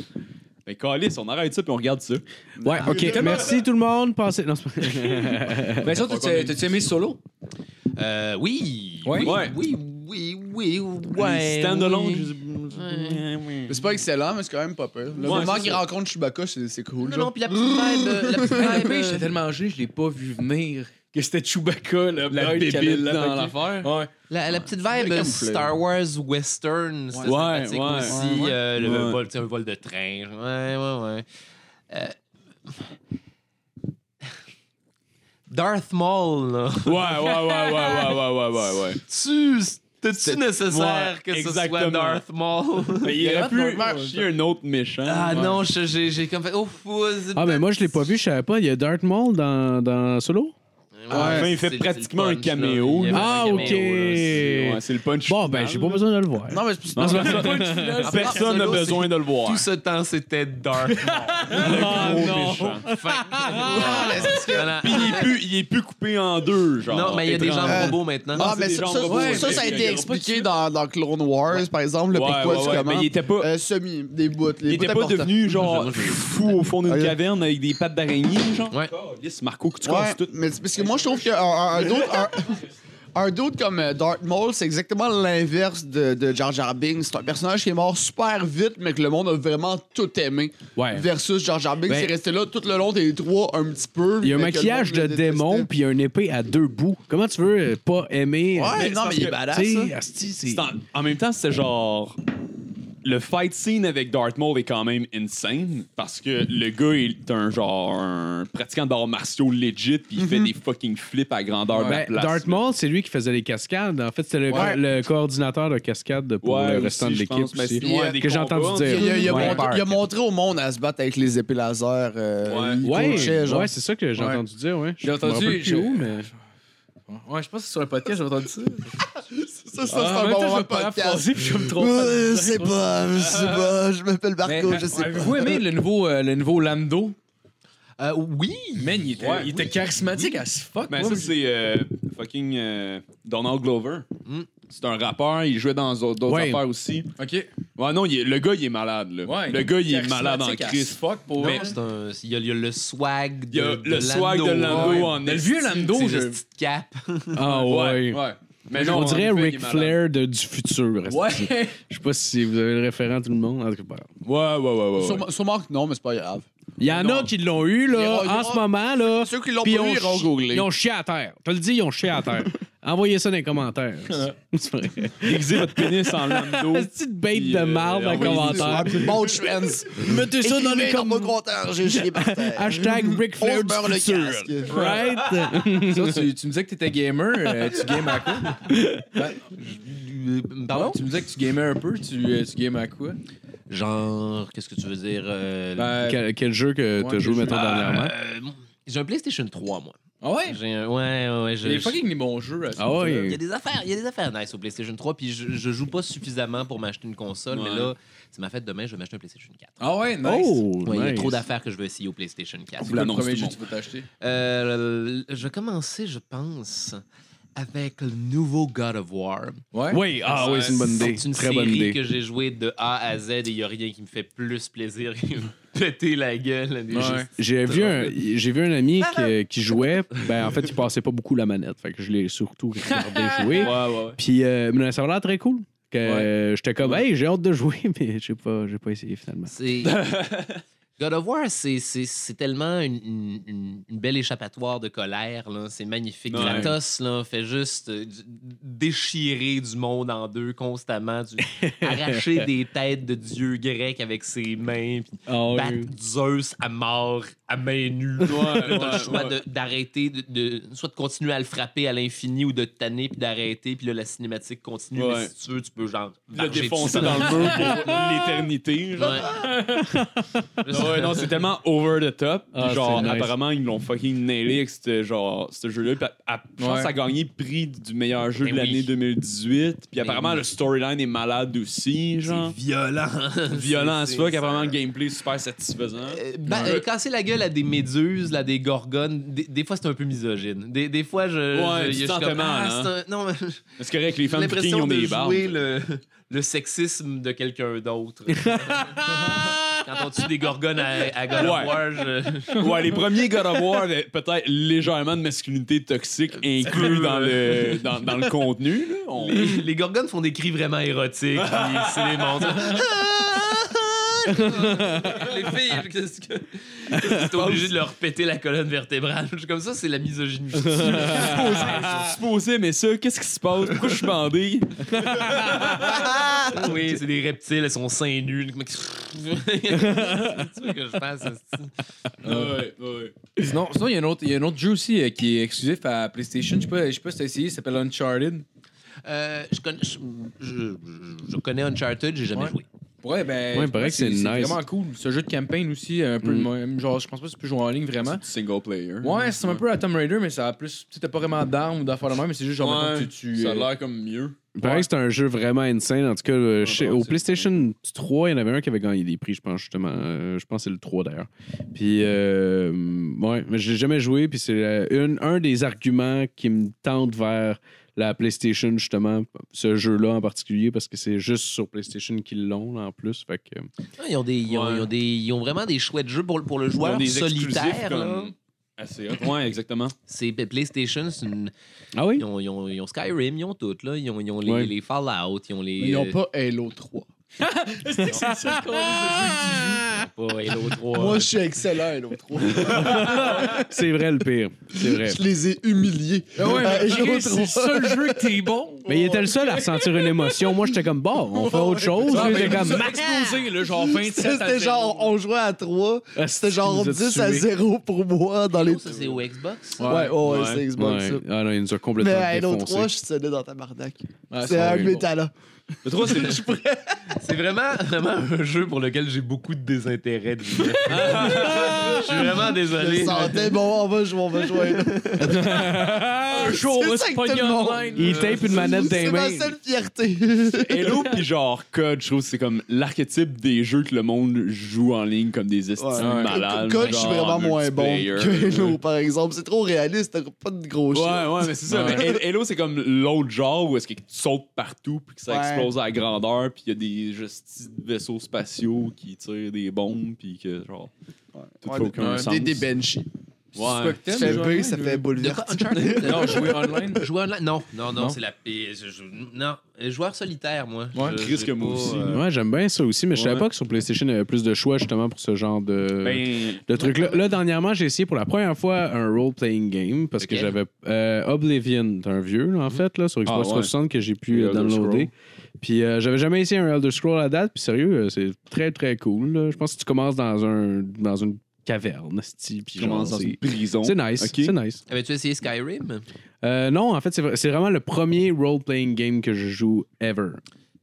Speaker 5: Mais calice, on arrête ça puis on regarde ça.
Speaker 7: Ouais, ok. Merci tout le monde. Passez. Non, c'est pas-
Speaker 3: Mais ça, t'as- t'as-tu aimé Solo?
Speaker 6: Euh, oui.
Speaker 3: Ouais.
Speaker 5: Ouais.
Speaker 6: Oui, oui, oui, oui. Ouais,
Speaker 5: Les standalone,
Speaker 6: oui.
Speaker 5: je-
Speaker 4: Mais c'est pas excellent, mais c'est quand même pas peur. Le moment
Speaker 5: c'est
Speaker 4: qu'il
Speaker 5: ça.
Speaker 4: rencontre Chewbacca, c'est c'est cool.
Speaker 6: Non,
Speaker 4: genre.
Speaker 6: non, puis la petite vibe. euh, La petite
Speaker 3: Hey,
Speaker 6: vibe.
Speaker 3: le pire, Ah, j'étais
Speaker 6: euh,
Speaker 3: tellement jeune, je l'ai pas vu venir. Que c'était Chewbacca, le
Speaker 5: La
Speaker 3: bleu, qui allait
Speaker 5: bébile, là,
Speaker 3: dans
Speaker 5: ok.
Speaker 3: l'affaire. Ouais.
Speaker 6: La, la petite vibe euh, Star Wars Western, c'était
Speaker 5: Ouais,
Speaker 6: sympathique
Speaker 5: ouais,
Speaker 6: aussi.
Speaker 5: ouais.
Speaker 6: euh, le
Speaker 5: Ouais.
Speaker 6: vol, tu sais, un vol de train. genre, Ouais, ouais, ouais. Euh, Darth Maul, là.
Speaker 5: Ouais, ouais, ouais, ouais, ouais, ouais, ouais, ouais, ouais.
Speaker 6: Tu. T'es-tu nécessaire
Speaker 5: Ouais,
Speaker 6: que ce
Speaker 5: exactement.
Speaker 6: soit Darth Maul?
Speaker 5: Mais il aurait pu
Speaker 4: Marche.
Speaker 5: marcher un autre méchant.
Speaker 6: ah non, je- j'ai j'ai comme fait. Oh, fou, c'est
Speaker 7: Ah, mais moi, je l'ai pas vu, je savais pas. Il y a Darth Maul dans, dans Solo?
Speaker 6: Ouais,
Speaker 5: enfin, il fait
Speaker 6: c'est-
Speaker 5: pratiquement
Speaker 6: c'est le
Speaker 5: un
Speaker 6: là. Il
Speaker 5: caméo,
Speaker 6: y avait
Speaker 7: Ah,
Speaker 6: un
Speaker 7: ok.
Speaker 6: caméo, là,
Speaker 5: Ouais, c'est le punch.
Speaker 7: Bon, ben, j'ai pas besoin de le voir.
Speaker 4: Non, mais c'est
Speaker 5: Non,
Speaker 4: non,
Speaker 5: c'est
Speaker 4: mais-
Speaker 5: pas-
Speaker 6: c'est-
Speaker 5: Personne n'a
Speaker 6: Solo,
Speaker 5: besoin de le
Speaker 6: c'est-
Speaker 5: voir.
Speaker 6: Tout ce temps, c'était Darth
Speaker 5: Ah, non.
Speaker 6: Maul. Fin. Voilà.
Speaker 5: Puis il est, plus, il est plus coupé en deux, genre.
Speaker 6: Non, mais il y a des gens
Speaker 5: étrange.
Speaker 6: robots maintenant.
Speaker 4: Ah,
Speaker 5: c'est
Speaker 4: mais
Speaker 5: des
Speaker 4: ça,
Speaker 5: gens
Speaker 4: ça,
Speaker 5: robots,
Speaker 4: ça, ça a
Speaker 5: mais
Speaker 4: été
Speaker 5: ils ont
Speaker 4: expliqué dans, dans Clone Wars, par exemple, le
Speaker 5: Ouais,
Speaker 4: pourquoi
Speaker 5: ouais,
Speaker 4: tu
Speaker 5: ouais,
Speaker 4: commandes.
Speaker 5: Mais il était pas,
Speaker 4: Euh, semi, des bouts.
Speaker 5: il
Speaker 4: Les
Speaker 5: était
Speaker 4: bouts
Speaker 5: pas
Speaker 4: importants.
Speaker 5: devenu, genre,
Speaker 6: Moi, je-
Speaker 5: fou au fond d'une
Speaker 4: Ok.
Speaker 5: caverne avec des pattes d'araignée, genre.
Speaker 6: Ouais.
Speaker 5: Calisse, Marco, que tu
Speaker 4: Ouais,
Speaker 5: casses tout.
Speaker 4: euh, mais c'est parce que moi, je trouve qu'un un, un autre... Un... un dude comme euh, Darth Maul, c'est exactement l'inverse de, de Jar Jar Binks. C'est un personnage qui est mort super vite, mais que le monde a vraiment tout aimé.
Speaker 7: Ouais.
Speaker 4: Versus Jar Jar Binks,
Speaker 7: Ben-
Speaker 4: c'est resté là tout le long des trois un petit peu.
Speaker 7: Il y a un
Speaker 4: mais que le
Speaker 7: maquillage
Speaker 4: monde
Speaker 7: de
Speaker 4: le détestait.
Speaker 7: démon, puis il y a une épée à deux bouts. Comment tu veux euh, pas aimer.
Speaker 6: Ben,
Speaker 4: Ouais,
Speaker 7: euh,
Speaker 4: non, mais il est badass,
Speaker 7: tu sais,
Speaker 4: Ah, ça.
Speaker 7: asti, c'est-
Speaker 5: C'est En, en même temps, c'était genre. Le fight scene avec Darth Maul est quand même insane parce que le gars est un genre un pratiquant d'arts martiaux legit puis il fait des fucking flips à grandeur de la
Speaker 7: Ben,
Speaker 5: place.
Speaker 7: Darth Maul, c'est lui qui faisait les cascades. En fait, c'était le,
Speaker 4: Ouais.
Speaker 7: le coordinateur de cascades pour
Speaker 5: Ouais,
Speaker 7: le restant
Speaker 5: aussi,
Speaker 7: de
Speaker 5: je
Speaker 7: l'équipe.
Speaker 5: pense, Ben, mais
Speaker 7: aussi.
Speaker 5: sinon,
Speaker 4: Ouais,
Speaker 5: des
Speaker 7: que j'ai
Speaker 5: combats,
Speaker 7: entendu dire.
Speaker 4: Il a, il a
Speaker 7: Ouais.
Speaker 4: montré, il a montré au monde à se battre avec les épées laser. euh, il
Speaker 7: Ouais,
Speaker 4: coachait, genre.
Speaker 7: ouais, c'est ça que j'ai
Speaker 4: Ouais.
Speaker 7: entendu dire. Ouais.
Speaker 3: J'ai
Speaker 7: Je me rappelle
Speaker 3: entendu.
Speaker 7: plus
Speaker 3: je-
Speaker 7: où, mais-
Speaker 3: Ouais, je pense que sur un podcast, j'ai entendu ça.
Speaker 4: Ça, ça, c'est
Speaker 3: Ah, en
Speaker 4: un
Speaker 3: même temps,
Speaker 4: bon
Speaker 3: je vais
Speaker 4: podcast.
Speaker 3: paraphraser, puis je vais me tromper.
Speaker 4: Euh, Je sais pas, je sais pas, je m'appelle
Speaker 3: Mais,
Speaker 4: Marco, je sais pas.
Speaker 3: Avez-vous aimé le nouveau, euh, le nouveau Lando?
Speaker 6: Euh, oui!
Speaker 3: Man, il était,
Speaker 5: Ouais,
Speaker 3: il était charismatique as fuck.
Speaker 5: Ben,
Speaker 3: moi.
Speaker 5: ça, c'est euh, fucking euh, Donald Glover.
Speaker 6: Mm.
Speaker 5: C'est un rappeur, il jouait dans d'autres d'autres
Speaker 7: Ouais.
Speaker 5: affaires aussi.
Speaker 3: OK.
Speaker 5: Ouais, non, il est- le gars, il est malade. Là.
Speaker 3: Ouais.
Speaker 5: le gars, il est
Speaker 3: Charismatique
Speaker 5: malade en
Speaker 3: as
Speaker 5: crise.
Speaker 3: fuck pour
Speaker 6: Non,
Speaker 3: vrai.
Speaker 6: c'est un- il, y a, il y a le swag de
Speaker 5: Il y a
Speaker 6: de
Speaker 5: le swag de Lando
Speaker 6: ouais.
Speaker 5: en
Speaker 3: Mais le
Speaker 5: esti.
Speaker 3: vieux Lando,
Speaker 6: C'est
Speaker 3: je...
Speaker 6: le petit cap.
Speaker 7: Ah ouais.
Speaker 5: Ouais. Mais
Speaker 7: On
Speaker 5: non,
Speaker 7: dirait
Speaker 5: en effet, il
Speaker 7: Ric
Speaker 5: est malade.
Speaker 7: Flair de- du futur. esti.
Speaker 3: Ouais.
Speaker 7: Je sais pas si vous avez le référent, tout le monde. En tout cas, bon.
Speaker 5: Ouais, ouais, ouais. ouais, ouais.
Speaker 4: Sûrement- Sûrement que non, mais c'est pas grave.
Speaker 7: Il y en
Speaker 5: Non.
Speaker 7: a qui l'ont eu, là,
Speaker 4: Il y aura-
Speaker 7: en ce moment, là.
Speaker 4: Ceux qui l'ont pas
Speaker 7: Puis
Speaker 4: eu,
Speaker 7: ils ont,
Speaker 4: ils
Speaker 7: chi-
Speaker 4: ont googlé.
Speaker 7: ils ont chié à terre. Je te le dis, ils ont chié à terre. Envoyez ça dans les commentaires. C'est vrai.
Speaker 5: Déguisez votre pénis en Lando.
Speaker 7: Petite bête
Speaker 5: Puis,
Speaker 7: de
Speaker 5: euh,
Speaker 7: marde en
Speaker 5: envoyez-y
Speaker 7: commentaire.
Speaker 4: Bon, friends.
Speaker 7: Mettez ça dans les
Speaker 4: combos
Speaker 7: commentaires.
Speaker 4: contents, j'ai chié par terre.
Speaker 7: Hashtag Ric
Speaker 4: On
Speaker 7: Flair
Speaker 4: se
Speaker 7: du
Speaker 4: meurt le
Speaker 7: futur.
Speaker 4: casque.
Speaker 7: Right?
Speaker 3: Ça, tu, tu me disais que t'étais gamer. euh, tu games à quoi?
Speaker 6: Pardon?
Speaker 3: Tu me disais que tu gamais un peu. Tu, euh, tu games à quoi?
Speaker 6: Genre, qu'est-ce que tu veux dire? euh,
Speaker 3: Ben,
Speaker 7: Quel, quel jeu que
Speaker 3: Ouais,
Speaker 7: t'as joué,
Speaker 3: quel
Speaker 7: mettons, dernièrement?
Speaker 6: euh, j'ai un PlayStation 3, moi.
Speaker 3: ah ouais?
Speaker 6: J'ai un... Ouais, ouais, ouais. je-
Speaker 3: J'ai des
Speaker 6: je-
Speaker 3: fucking des bons jeux. à ce
Speaker 7: Ah
Speaker 3: moment-là.
Speaker 6: Il y a
Speaker 7: ouais.
Speaker 6: des affaires, il y a des affaires nice au PlayStation 3, puis je, je joue pas suffisamment pour m'acheter une console, mais
Speaker 5: Ouais.
Speaker 6: là, c'est ma fête demain, je vais m'acheter un PlayStation 4.
Speaker 3: Ah ouais, nice. Ah,
Speaker 7: Oh,
Speaker 6: Ouais, Il y a
Speaker 7: nice.
Speaker 6: trop d'affaires que je veux essayer au PlayStation 4.
Speaker 3: C'est quoi le
Speaker 5: Non,
Speaker 3: premier
Speaker 5: c'est
Speaker 3: jeu
Speaker 5: bon.
Speaker 3: que tu peux t'acheter?
Speaker 6: Euh, je vais commencer, je pense, avec le nouveau God of War.
Speaker 3: Ouais.
Speaker 7: Oui, ah oui, c'est une bonne idée.
Speaker 6: C'est une
Speaker 7: Très
Speaker 6: série
Speaker 7: bonne idée.
Speaker 6: que j'ai jouée de A à Z et il n'y a rien qui me fait plus plaisir que me péter la gueule à des
Speaker 3: Ouais.
Speaker 6: jeux.
Speaker 7: J'ai vu, un, j'ai vu un ami qui, qui jouait. Ben, en fait, il passait pas beaucoup la manette. Fait que je l'ai surtout regardé jouer.
Speaker 5: ouais, ouais.
Speaker 7: Puis, euh, mais ça a l'air très cool. Que, euh, J'étais comme, hey, j'ai hâte de jouer, mais j'ai pas, j'ai pas essayé finalement.
Speaker 6: C'est. God of War, c'est- c'est c'est tellement une, une- une- une belle échappatoire de colère. là. C'est magnifique.
Speaker 5: Ouais.
Speaker 6: Kratos là, fait juste euh, du- déchirer du monde en deux constamment, du- arracher des têtes de dieux grecs avec ses mains, puis battre Zeus à mort, à main nue. Là, t'as le choix de- d'arrêter, de, de- soit de continuer à le frapper à l'infini ou de te tanner, puis d'arrêter, puis là, la cinématique continue.
Speaker 5: Ouais.
Speaker 6: Mais si tu veux, tu peux genre.
Speaker 7: Ah,
Speaker 5: Le
Speaker 6: varger
Speaker 5: défoncer
Speaker 6: dessus.
Speaker 5: dans le mur pour l'éternité. genre. Ah
Speaker 6: Ouais.
Speaker 5: Ouais, non, c'est tellement over the top. Puis
Speaker 7: Ah,
Speaker 5: genre,
Speaker 7: c'est nice.
Speaker 5: apparemment, ils l'ont fucking nailé avec ce, genre, ce jeu-là. Puis, à- à- je pense
Speaker 3: Ouais.
Speaker 5: que ça a gagné le prix du meilleur jeu
Speaker 6: Ben
Speaker 5: de l'année
Speaker 6: oui.
Speaker 5: 2018. Puis, apparemment,
Speaker 6: oui.
Speaker 5: le storyline est malade aussi. Genre,
Speaker 6: violent.
Speaker 5: violent as
Speaker 6: C'est-
Speaker 5: fuck.
Speaker 6: c'est-
Speaker 5: Apparemment, le gameplay est super satisfaisant.
Speaker 6: Euh, ba- euh, casser la gueule à des méduses, là, des gorgones, des, des fois c'est un peu misogyne. Des, des fois je. je-
Speaker 5: Ouais, tu
Speaker 6: je suis
Speaker 5: te sens
Speaker 6: comme,
Speaker 5: tellement,
Speaker 6: ah,
Speaker 5: hein.
Speaker 6: c'est un- Non, mais
Speaker 5: C'est correct, les
Speaker 6: j'ai
Speaker 5: fans fucking
Speaker 6: l'impression
Speaker 5: ont
Speaker 6: de
Speaker 5: des barbes.
Speaker 6: jouer le, le sexisme de quelqu'un d'autre. Quand on tue des gorgones à, à God of
Speaker 5: Ouais.
Speaker 6: War, je-
Speaker 5: Ouais, les premiers God of War avaient peut-être légèrement de masculinité toxique inclus dans le, dans, dans le contenu. là. On-
Speaker 6: les, les gorgones font des cris vraiment érotiques. puis c'est les monstres. les filles, qu'est-ce que. qu'est-ce que T'es obligé de leur péter la colonne vertébrale. Je suis Comme ça, c'est la misogynie.
Speaker 5: supposé, supposé, mais ça, qu'est-ce qui se passe? Pourquoi je suis bandé?
Speaker 6: oui, c'est des reptiles, elles sont seins nus. Comment- C'est ça que je pense. c'est-
Speaker 5: Ouais, ouais.
Speaker 3: Euh, Sinon, sinon, il y, a un autre- il y a un autre jeu aussi euh, qui est exclusif à PlayStation. Je sais pas, je sais pas si t'as essayé, il s'appelle Uncharted.
Speaker 6: Euh, je, connais, je, je- je connais Uncharted, j'ai jamais
Speaker 3: Ouais.
Speaker 6: joué.
Speaker 3: Ouais, ben.
Speaker 7: Ouais,
Speaker 3: je
Speaker 7: paraît
Speaker 3: pense
Speaker 7: que c'est nice.
Speaker 3: vraiment cool. Ce jeu de campagne aussi, un peu
Speaker 7: Mm.
Speaker 3: de même. Genre, je pense pas que tu peux jouer en ligne
Speaker 5: Hein?
Speaker 3: vraiment.
Speaker 5: Single player.
Speaker 3: Ouais, c'est un peu à Tomb Raider, mais ça a plus. Tu t'as pas vraiment d'armes ou d'affaires de même, mais c'est juste genre, mettons, tu. tu
Speaker 5: ça a
Speaker 3: euh,
Speaker 5: l'air comme mieux.
Speaker 7: Il paraît que c'est un jeu vraiment insane. En tout cas, euh, chez-
Speaker 5: ouais,
Speaker 7: au
Speaker 5: c'est-
Speaker 7: PlayStation 3, il y en avait un qui avait gagné des prix, je pense, justement. Euh, je pense que c'est le 3 d'ailleurs. Puis, euh, ouais, mais je l'ai jamais joué. Puis, c'est euh, une- un des arguments qui me tente vers la PlayStation, justement, ce jeu-là en particulier, parce que c'est juste sur PlayStation qu'ils l'ont, là, en plus. Fait que,
Speaker 6: Ah, Ils ont, des, ils, ont,
Speaker 5: Ouais.
Speaker 6: ils ont des, ils ont vraiment des chouettes jeux pour, le- pour le joueur
Speaker 5: Ils ont des exclusifs
Speaker 6: solitaire. là.
Speaker 5: comme Assez hot. Ouais, exactement.
Speaker 6: C'est PlayStation, c'est une-
Speaker 7: Ah oui?
Speaker 6: ils, ont, ils ont- ils ont Skyrim, ils ont tout, là. Ils ont, ils ont les,
Speaker 5: Ouais.
Speaker 6: les Fallout, ils ont les.
Speaker 4: Ils n'ont pas Halo 3.
Speaker 6: euh, pas Halo 3.
Speaker 4: Moi, je suis excellent à Halo 3.
Speaker 7: C'est vrai le pire. C'est vrai.
Speaker 4: je les ai humiliés. Euh, à Halo 3.
Speaker 3: ça le jeu que t'es bon.
Speaker 7: Mais il était le seul à ressentir une émotion. Moi, j'étais comme, bon, on fait autre chose.
Speaker 3: Ah,
Speaker 7: Lui,
Speaker 3: mais
Speaker 7: était comme,
Speaker 3: ça explosé, là, genre 27 à
Speaker 4: C'était genre, on jouait à 3.
Speaker 7: Ah,
Speaker 4: C'était
Speaker 7: vous
Speaker 4: genre
Speaker 7: êtes
Speaker 4: 10 à
Speaker 7: tués.
Speaker 4: 0 pour moi dans les.
Speaker 6: Oh, Ça, c'est au Xbox?
Speaker 4: Ouais, ouais, ouais,
Speaker 5: Ouais.
Speaker 4: c'est Xbox. ça.
Speaker 7: Ouais. Ah non, il nous a
Speaker 4: Mais
Speaker 7: complètement
Speaker 4: à Halo
Speaker 7: défoncé.
Speaker 4: 3, je suis solide dans ta bardaque.
Speaker 3: Ouais,
Speaker 4: c'est
Speaker 3: ça,
Speaker 4: un
Speaker 3: oui,
Speaker 4: de
Speaker 3: bon.
Speaker 4: mes talents.
Speaker 5: Le 3, c'est
Speaker 6: C'est vraiment, vraiment un jeu pour lequel j'ai beaucoup de désintérêt de jouer. Je suis vraiment
Speaker 4: Je
Speaker 6: désolé.
Speaker 4: sentais, bon, on va jouer, on va jouer.
Speaker 3: Un jour, on va
Speaker 4: C'est ça
Speaker 3: se
Speaker 4: que
Speaker 3: pogner
Speaker 4: tout le monde-
Speaker 3: online.
Speaker 5: Euh,
Speaker 7: Il tape une manette
Speaker 4: C'est
Speaker 7: d'un
Speaker 4: ma
Speaker 7: main.
Speaker 4: seule fierté.
Speaker 5: Hello puis genre Code, je trouve que c'est comme l'archétype des jeux que le monde joue en ligne comme des estimes
Speaker 4: Ouais.
Speaker 5: malades.
Speaker 4: Code, je suis
Speaker 5: genre
Speaker 4: vraiment moins bon
Speaker 5: multiplayer.
Speaker 4: que Halo, par exemple. C'est trop réaliste, t'as pas de gros shit.
Speaker 5: Ouais, ouais, mais c'est ça. mais Hel- Hello, c'est comme l'autre genre où est-ce que tu sautes partout puis que ça
Speaker 4: Ouais.
Speaker 5: explose à la grandeur puis il y a des juste vaisseaux spatiaux qui tirent des bombes puis que genre tout
Speaker 4: Ouais,
Speaker 5: fait aucun
Speaker 3: ouais,
Speaker 5: sens.
Speaker 4: Des, des benchies.
Speaker 5: Ouais.
Speaker 3: Tu
Speaker 4: Tu fais
Speaker 3: jouer
Speaker 4: B, ça
Speaker 3: online,
Speaker 4: fait
Speaker 3: ou-
Speaker 4: boule
Speaker 6: De quoi,
Speaker 4: verte.
Speaker 6: Uncharted?
Speaker 3: Non, jouer online.
Speaker 6: Joueur online? Non, non, non,
Speaker 3: Non.
Speaker 6: c'est la pire. je- je- Non, Euh, joueur solitaire, moi.
Speaker 3: Ouais,
Speaker 6: Je-
Speaker 5: risque
Speaker 6: j'ai
Speaker 5: moi
Speaker 6: pas,
Speaker 5: aussi.
Speaker 6: euh,
Speaker 7: Ouais, j'aime bien ça aussi, mais je savais
Speaker 5: Ouais.
Speaker 7: pas que sur PlayStation, il y avait plus de choix justement pour ce genre de,
Speaker 5: Ben,
Speaker 7: de truc-là. Là, dernièrement, j'ai essayé pour la première fois un role-playing game parce que
Speaker 6: Lequel?
Speaker 7: j'avais euh, Oblivion, un vieux, là, en fait, là, sur Xbox
Speaker 5: Ah, ouais.
Speaker 7: 360 que j'ai pu
Speaker 5: Et
Speaker 7: euh,
Speaker 5: Elder
Speaker 7: downloader. Puis euh, j'avais jamais essayé un Elder Scroll à date, puis sérieux, euh, c'est très très cool. là. Je pense que tu commences dans, un, dans une caverne, esti, puis
Speaker 5: tu
Speaker 7: genre,
Speaker 5: commences dans une
Speaker 7: c'est
Speaker 5: prison.
Speaker 7: c'est nice,
Speaker 5: Ok.
Speaker 7: c'est nice.
Speaker 6: Avais-tu essayé Skyrim?
Speaker 7: Euh, non, en fait, c'est vra- c'est vraiment le premier role-playing game que je joue ever.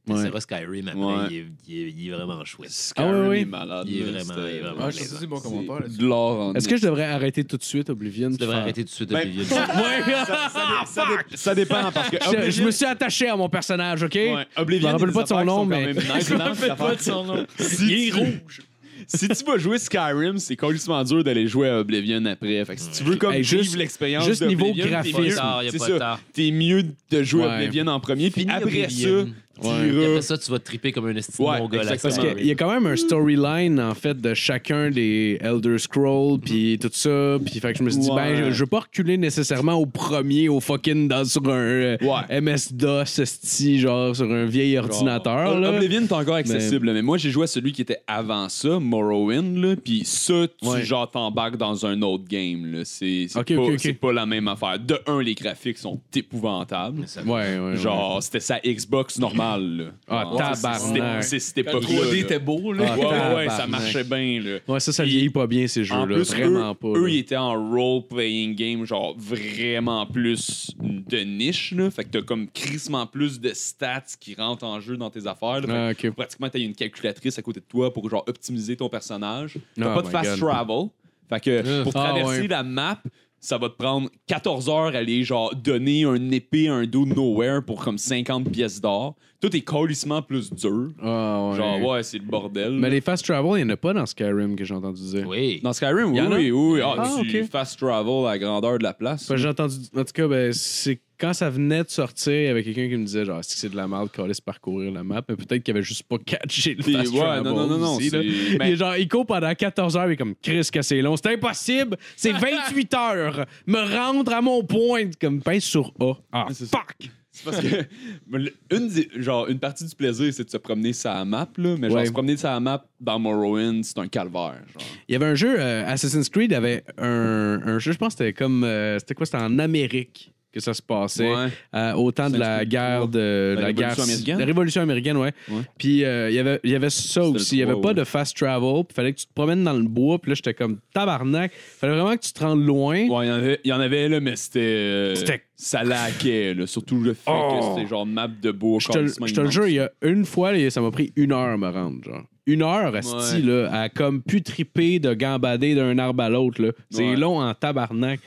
Speaker 7: Ouais.
Speaker 6: C'est vrai, Skyrim, après,
Speaker 5: Ouais.
Speaker 6: il, est, il est- il est vraiment chouette.
Speaker 5: Skyrim
Speaker 7: Ah ouais, ouais.
Speaker 5: est malade.
Speaker 6: Il est
Speaker 5: là,
Speaker 6: vraiment-
Speaker 5: c'était-
Speaker 6: il est vraiment
Speaker 3: Ah,
Speaker 6: plaisant.
Speaker 3: c'est bon commentaire
Speaker 5: C'est
Speaker 3: là-dessus.
Speaker 5: de l'or en
Speaker 7: Est-ce que je devrais arrêter tout de suite Oblivion?
Speaker 6: Tu devrais arrêter tout de suite de
Speaker 5: Ben,
Speaker 6: vivre.
Speaker 5: ça, dé- ça dépend parce que
Speaker 7: Je, je me suis attaché à mon personnage, OK?
Speaker 5: Ouais, Oblivion,
Speaker 7: Je me rappelle
Speaker 5: les
Speaker 7: pas de son
Speaker 5: affaires sont
Speaker 7: nom,
Speaker 5: quand
Speaker 7: mais-
Speaker 5: même nice. hein,
Speaker 6: hein,
Speaker 3: Je me rappelle pas de son nom. Il est rouge.
Speaker 5: si tu vas jouer Skyrim, c'est complètement dur d'aller jouer à Oblivion après. Fait que si tu veux comme
Speaker 7: Hey, juste-
Speaker 5: vivre l'expérience
Speaker 7: juste niveau
Speaker 5: d'Oblivion, t'es
Speaker 7: graphisme.
Speaker 5: mieux-
Speaker 6: Pas tard, y a
Speaker 5: c'est
Speaker 6: pas
Speaker 5: ça.
Speaker 6: tard.
Speaker 5: T'es mieux de jouer à
Speaker 7: Ouais.
Speaker 5: Oblivion en premier, puis
Speaker 6: Fini
Speaker 5: après
Speaker 6: Oblivion.
Speaker 5: ça, tu
Speaker 7: Ouais.
Speaker 6: Et
Speaker 5: iras-
Speaker 6: après ça, tu vas te triper comme un esti
Speaker 5: Ouais,
Speaker 6: mongol. à
Speaker 5: exactement.
Speaker 7: Parce
Speaker 6: Skyrim.
Speaker 7: qu'il y a quand même un storyline, en fait, de chacun des Elder Scrolls, puis tout ça. Puis fait que je me suis dit,
Speaker 5: Mhm. Ouais.
Speaker 7: ben, je, je veux pas reculer nécessairement au premier, au fucking, dans, sur un euh,
Speaker 5: Ouais.
Speaker 7: MS-DOS, esti, genre, sur un vieil ordinateur,
Speaker 5: Ob-
Speaker 7: là.
Speaker 5: Oblivion est encore accessible, mais, moi j'ai joué à celui qui était avant ça, Morrowind, là, puis ça, tu
Speaker 7: Ouais.
Speaker 5: genre t'embarques dans un autre game. là. C'est c'est
Speaker 7: Ok,
Speaker 5: pas,
Speaker 7: ok, ok.
Speaker 5: c'est pas la même affaire. De un, les graphiques sont épouvantables.
Speaker 6: Ça-
Speaker 7: Ouais, ouais, ouais.
Speaker 5: Genre, c'était sa Xbox normale. là.
Speaker 7: Ah,
Speaker 5: Ouais, c'est-
Speaker 7: tabarnak.
Speaker 5: c'est- c'est- C'était pas
Speaker 3: Le 3D était beau, là.
Speaker 7: Ah,
Speaker 5: Ouais, ouais, ouais, ça
Speaker 7: tabarnak.
Speaker 5: marchait bien. Là.
Speaker 7: Ouais, ça, ça vieillit pas bien, ces
Speaker 5: En
Speaker 7: jeux-là.
Speaker 5: plus,
Speaker 7: Vraiment
Speaker 5: eux,
Speaker 7: pas.
Speaker 5: eux,
Speaker 7: là.
Speaker 5: ils étaient en role-playing game, genre vraiment plus de niche. Là. Fait que t'as comme crissement plus de stats qui rentrent en jeu dans tes affaires. là. Fait
Speaker 7: Ah, ok.
Speaker 5: que Pratiquement, t'as une calculatrice à côté de toi pour genre optimiser ton personnage. T'as
Speaker 7: Ah,
Speaker 5: pas de
Speaker 7: my
Speaker 5: fast
Speaker 7: God.
Speaker 5: travel. Fait que pour
Speaker 7: Ah,
Speaker 5: traverser
Speaker 7: ouais.
Speaker 5: la map, ça va te prendre 14 heures à aller genre donner un épée à un dos de nowhere pour comme 50 pièces d'or. Tout est colissement plus dur.
Speaker 7: Ah, ouais.
Speaker 5: Genre, ouais, c'est le bordel.
Speaker 7: Mais les fast travel, il y en a pas dans Skyrim que j'ai entendu dire.
Speaker 6: Oui.
Speaker 5: Dans Skyrim, Mm. oui,
Speaker 7: en a?
Speaker 5: oui, oui. Ah,
Speaker 7: Ah,
Speaker 5: tu
Speaker 7: ok.
Speaker 5: fast travel à la grandeur de la place.
Speaker 7: Parce que j'ai entendu. En tout cas, ben, c'est quand ça venait de sortir, il y avait quelqu'un qui me disait genre, est-ce que c'est de la merde qu'on laisse parcourir la map, mais peut-être qu'il avait juste pas catché le
Speaker 5: Puis,
Speaker 7: fast
Speaker 5: ouais,
Speaker 7: travel
Speaker 5: non, non, non, non,
Speaker 7: aussi,
Speaker 5: c'est- ben-
Speaker 7: là.
Speaker 5: mais-
Speaker 7: Il est genre, il court pendant 14 heures, il est comme, Chris, que c'est long, c'est impossible, c'est 28 heures, me rendre à mon point, comme pince sur A. Ah, fuck!
Speaker 5: C'est parce que le- une, des- genre, une partie du plaisir, c'est de se promener sur la map, là, mais genre,
Speaker 7: Ouais.
Speaker 5: se promener sur la map dans Morrowind, c'est un calvaire. Genre.
Speaker 7: Il y avait un jeu, euh, Assassin's Creed avait un, un jeu, je pense que c'était comme. euh, c'était quoi C'était en Amérique que ça se passait.
Speaker 5: Ouais.
Speaker 7: euh, au temps de la
Speaker 5: Creed
Speaker 7: guerre
Speaker 5: trois.
Speaker 7: de
Speaker 5: La
Speaker 7: la,
Speaker 5: Révolution
Speaker 7: guerre,
Speaker 5: américaine?
Speaker 7: La Révolution américaine, ouais.
Speaker 5: Ouais.
Speaker 7: Puis euh, il y avait- il y avait ça
Speaker 5: C'était le
Speaker 7: aussi. Il n'y avait
Speaker 5: trois,
Speaker 7: pas
Speaker 5: ouais.
Speaker 7: de fast travel. Puis fallait que tu te promènes dans le bois. Puis là, j'étais comme tabarnak. fallait vraiment que tu te rendes loin.
Speaker 5: Ouais, il y en avait- il y en avait, là, mais c'était. euh,
Speaker 7: C'était-
Speaker 5: Ça laquait, là, surtout le fait
Speaker 7: Oh!
Speaker 5: que c'était genre map de bois.
Speaker 7: Je te le- je te le jure, il y a une fois, là, ça m'a pris une heure à me rendre. Genre. Une heure, esti,
Speaker 5: Ouais.
Speaker 7: là, à comme putriper de gambader d'un arbre à l'autre. là. C'est
Speaker 5: Ouais.
Speaker 7: long en tabarnak.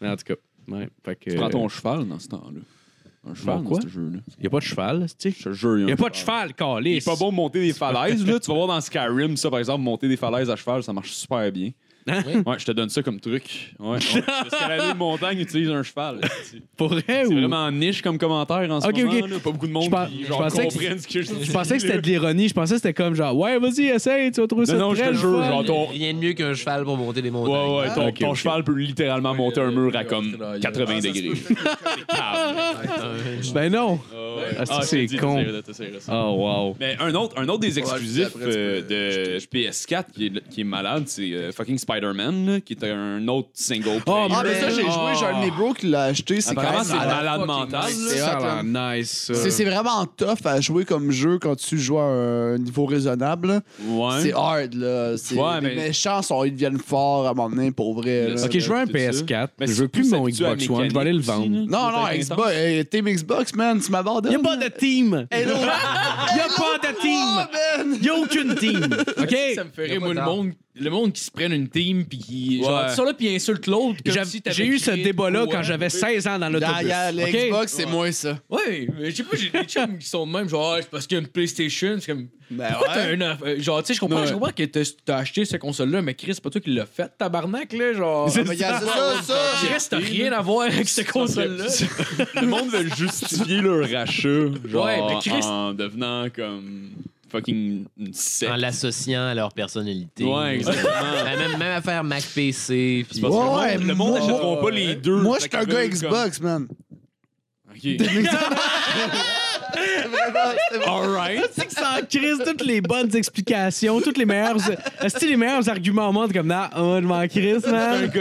Speaker 7: Mais en tout cas, ouais. Fait que,
Speaker 5: Tu prends ton cheval dans ce temps-là. Un cheval
Speaker 7: quoi?
Speaker 5: dans ce jeu-là.
Speaker 7: Il n'y a pas de cheval, tu sais.
Speaker 5: Je te jure,
Speaker 7: Il n'y a
Speaker 5: un
Speaker 7: pas de cheval,
Speaker 5: Il
Speaker 7: calé.
Speaker 5: est pas bon de monter des falaises, là. Tu vas voir dans Skyrim, ça, par exemple, monter des falaises à cheval, ça marche super bien.
Speaker 7: Hein?
Speaker 5: Ouais, je te donne ça comme truc. Ouais. ouais. Escalader une montagne, utilise un cheval. C'est
Speaker 7: Pour vrai ou.
Speaker 5: vraiment niche comme commentaire en ce
Speaker 7: Eh Ok, ok.
Speaker 5: moment. là. Pas beaucoup de
Speaker 7: Je
Speaker 5: monde
Speaker 7: pens-
Speaker 5: qui
Speaker 7: je
Speaker 5: genre,
Speaker 7: pensais que-
Speaker 5: comprennent ce que je dis.
Speaker 7: Je pensais que c'était de l'ironie. Je pensais que c'était comme genre, ouais, vas-y, essaye, tu vas trouver ça.
Speaker 5: Non, non, je
Speaker 7: très
Speaker 5: te
Speaker 7: le
Speaker 5: jure,
Speaker 7: fun.
Speaker 5: genre ton,
Speaker 6: Rien de mieux qu'un cheval pour monter les montagnes.
Speaker 5: Ouais, ouais, ton,
Speaker 7: Ah, ok,
Speaker 5: ton
Speaker 7: ok.
Speaker 5: cheval peut littéralement monter un mur à comme 80
Speaker 7: Ah,
Speaker 5: degrés.
Speaker 7: Ben non. Ah,
Speaker 5: Ah,
Speaker 7: c'est Ah,
Speaker 5: je te dis,
Speaker 7: con.
Speaker 5: c'est vrai, c'est vrai, c'est vrai.
Speaker 7: Oh, wow.
Speaker 5: Mais un autre, un autre des
Speaker 4: Ouais,
Speaker 5: exclusifs
Speaker 4: après, tu peux-
Speaker 5: euh, de PS4 qui est, qui est malade, c'est euh, fucking Spider-Man, là, qui est un autre single
Speaker 7: Oh,
Speaker 5: player.
Speaker 4: Ah, mais ça, j'ai joué, j'ai un de mes bros qui l'a acheté, Ah, ben, c'est quand
Speaker 5: Oh, Apparemment,
Speaker 4: même
Speaker 5: c'est
Speaker 4: malade.
Speaker 5: malade mental.
Speaker 4: nice.
Speaker 5: là.
Speaker 4: C'est
Speaker 7: Ça a
Speaker 4: hot,
Speaker 7: l'air nice. ça.
Speaker 5: Euh,
Speaker 4: C'est c'est vraiment tough à jouer comme jeu quand tu joues à un niveau raisonnable. C'est
Speaker 5: Ouais.
Speaker 4: hard, là. C'est-
Speaker 5: Ouais,
Speaker 4: les
Speaker 5: mais-
Speaker 4: méchants sont, ils deviennent forts à un moment donné, pour vrai. là.
Speaker 7: Ok, je veux un
Speaker 5: tout ça.
Speaker 7: PS4.
Speaker 5: Mais
Speaker 7: je veux
Speaker 5: c'est
Speaker 7: plus mon
Speaker 5: habitué à la
Speaker 7: Xbox One. Je vais aller le
Speaker 5: mécanique aussi,
Speaker 7: vendre.
Speaker 5: là.
Speaker 4: Non, non,
Speaker 5: C'est intense.
Speaker 4: Xbox, hey, Team Xbox, man, tu m'abandonnes.
Speaker 9: Y'a pas de team!
Speaker 4: Hello,
Speaker 9: Y'a pas de team!
Speaker 4: man!
Speaker 9: Y'a aucune team!
Speaker 3: Ça
Speaker 9: OK?
Speaker 3: me ferait,
Speaker 6: Y a pas
Speaker 3: moi, le
Speaker 6: d'art.
Speaker 3: monde, le monde qui se prenne une team puis qui.
Speaker 5: Ouais.
Speaker 3: Genre, tu sors là puis ils insultent l'autre. comme
Speaker 7: J'av-
Speaker 3: si t'avais
Speaker 7: J'ai eu ce
Speaker 3: crié
Speaker 7: débat-là
Speaker 3: toi.
Speaker 7: quand j'avais 16 ans dans l'autobus.
Speaker 4: Derrière
Speaker 7: OK?
Speaker 4: l'Xbox, c'est moins ça.
Speaker 3: Ouais, mais je sais pas, j'ai des chums qui sont de même, genre, Ah, c'est parce qu'il y a une PlayStation, c'est comme.
Speaker 4: Ben
Speaker 3: Pourquoi
Speaker 4: ouais.
Speaker 3: t'as une aff- euh, Genre, tu sais, je comprends, je comprends que t'as t'as acheté cette console-là, mais Chris, c'est pas toi qui l'as fait, tabarnak, là, genre.
Speaker 4: Ah, mais regarde, ça, ça,
Speaker 3: Chris, t'as rien à voir avec cette console-là.
Speaker 5: Le monde veut justifier leur rachat, genre,
Speaker 3: Ouais, mais Christ-
Speaker 5: en devenant comme fucking une secte.
Speaker 6: En l'associant à leur personnalité. Euh,
Speaker 5: Ouais, exactement.
Speaker 6: La même, même affaire Mac PC. puis-
Speaker 5: Parce que
Speaker 4: Ouais,
Speaker 5: le monde- le monde
Speaker 4: moi-
Speaker 5: n'achèteront pas les deux.
Speaker 4: Moi, je
Speaker 5: Fait
Speaker 4: suis un
Speaker 5: qu'ils
Speaker 4: gars
Speaker 5: veulent comme-
Speaker 4: Xbox, man.
Speaker 5: Ok. Ah,
Speaker 7: Tu sais que ça en crise toutes les bonnes explications, toutes les meilleures. Est-ce que les meilleurs arguments au monde comme là, oh, je m'en crisse, man? Moi, c'est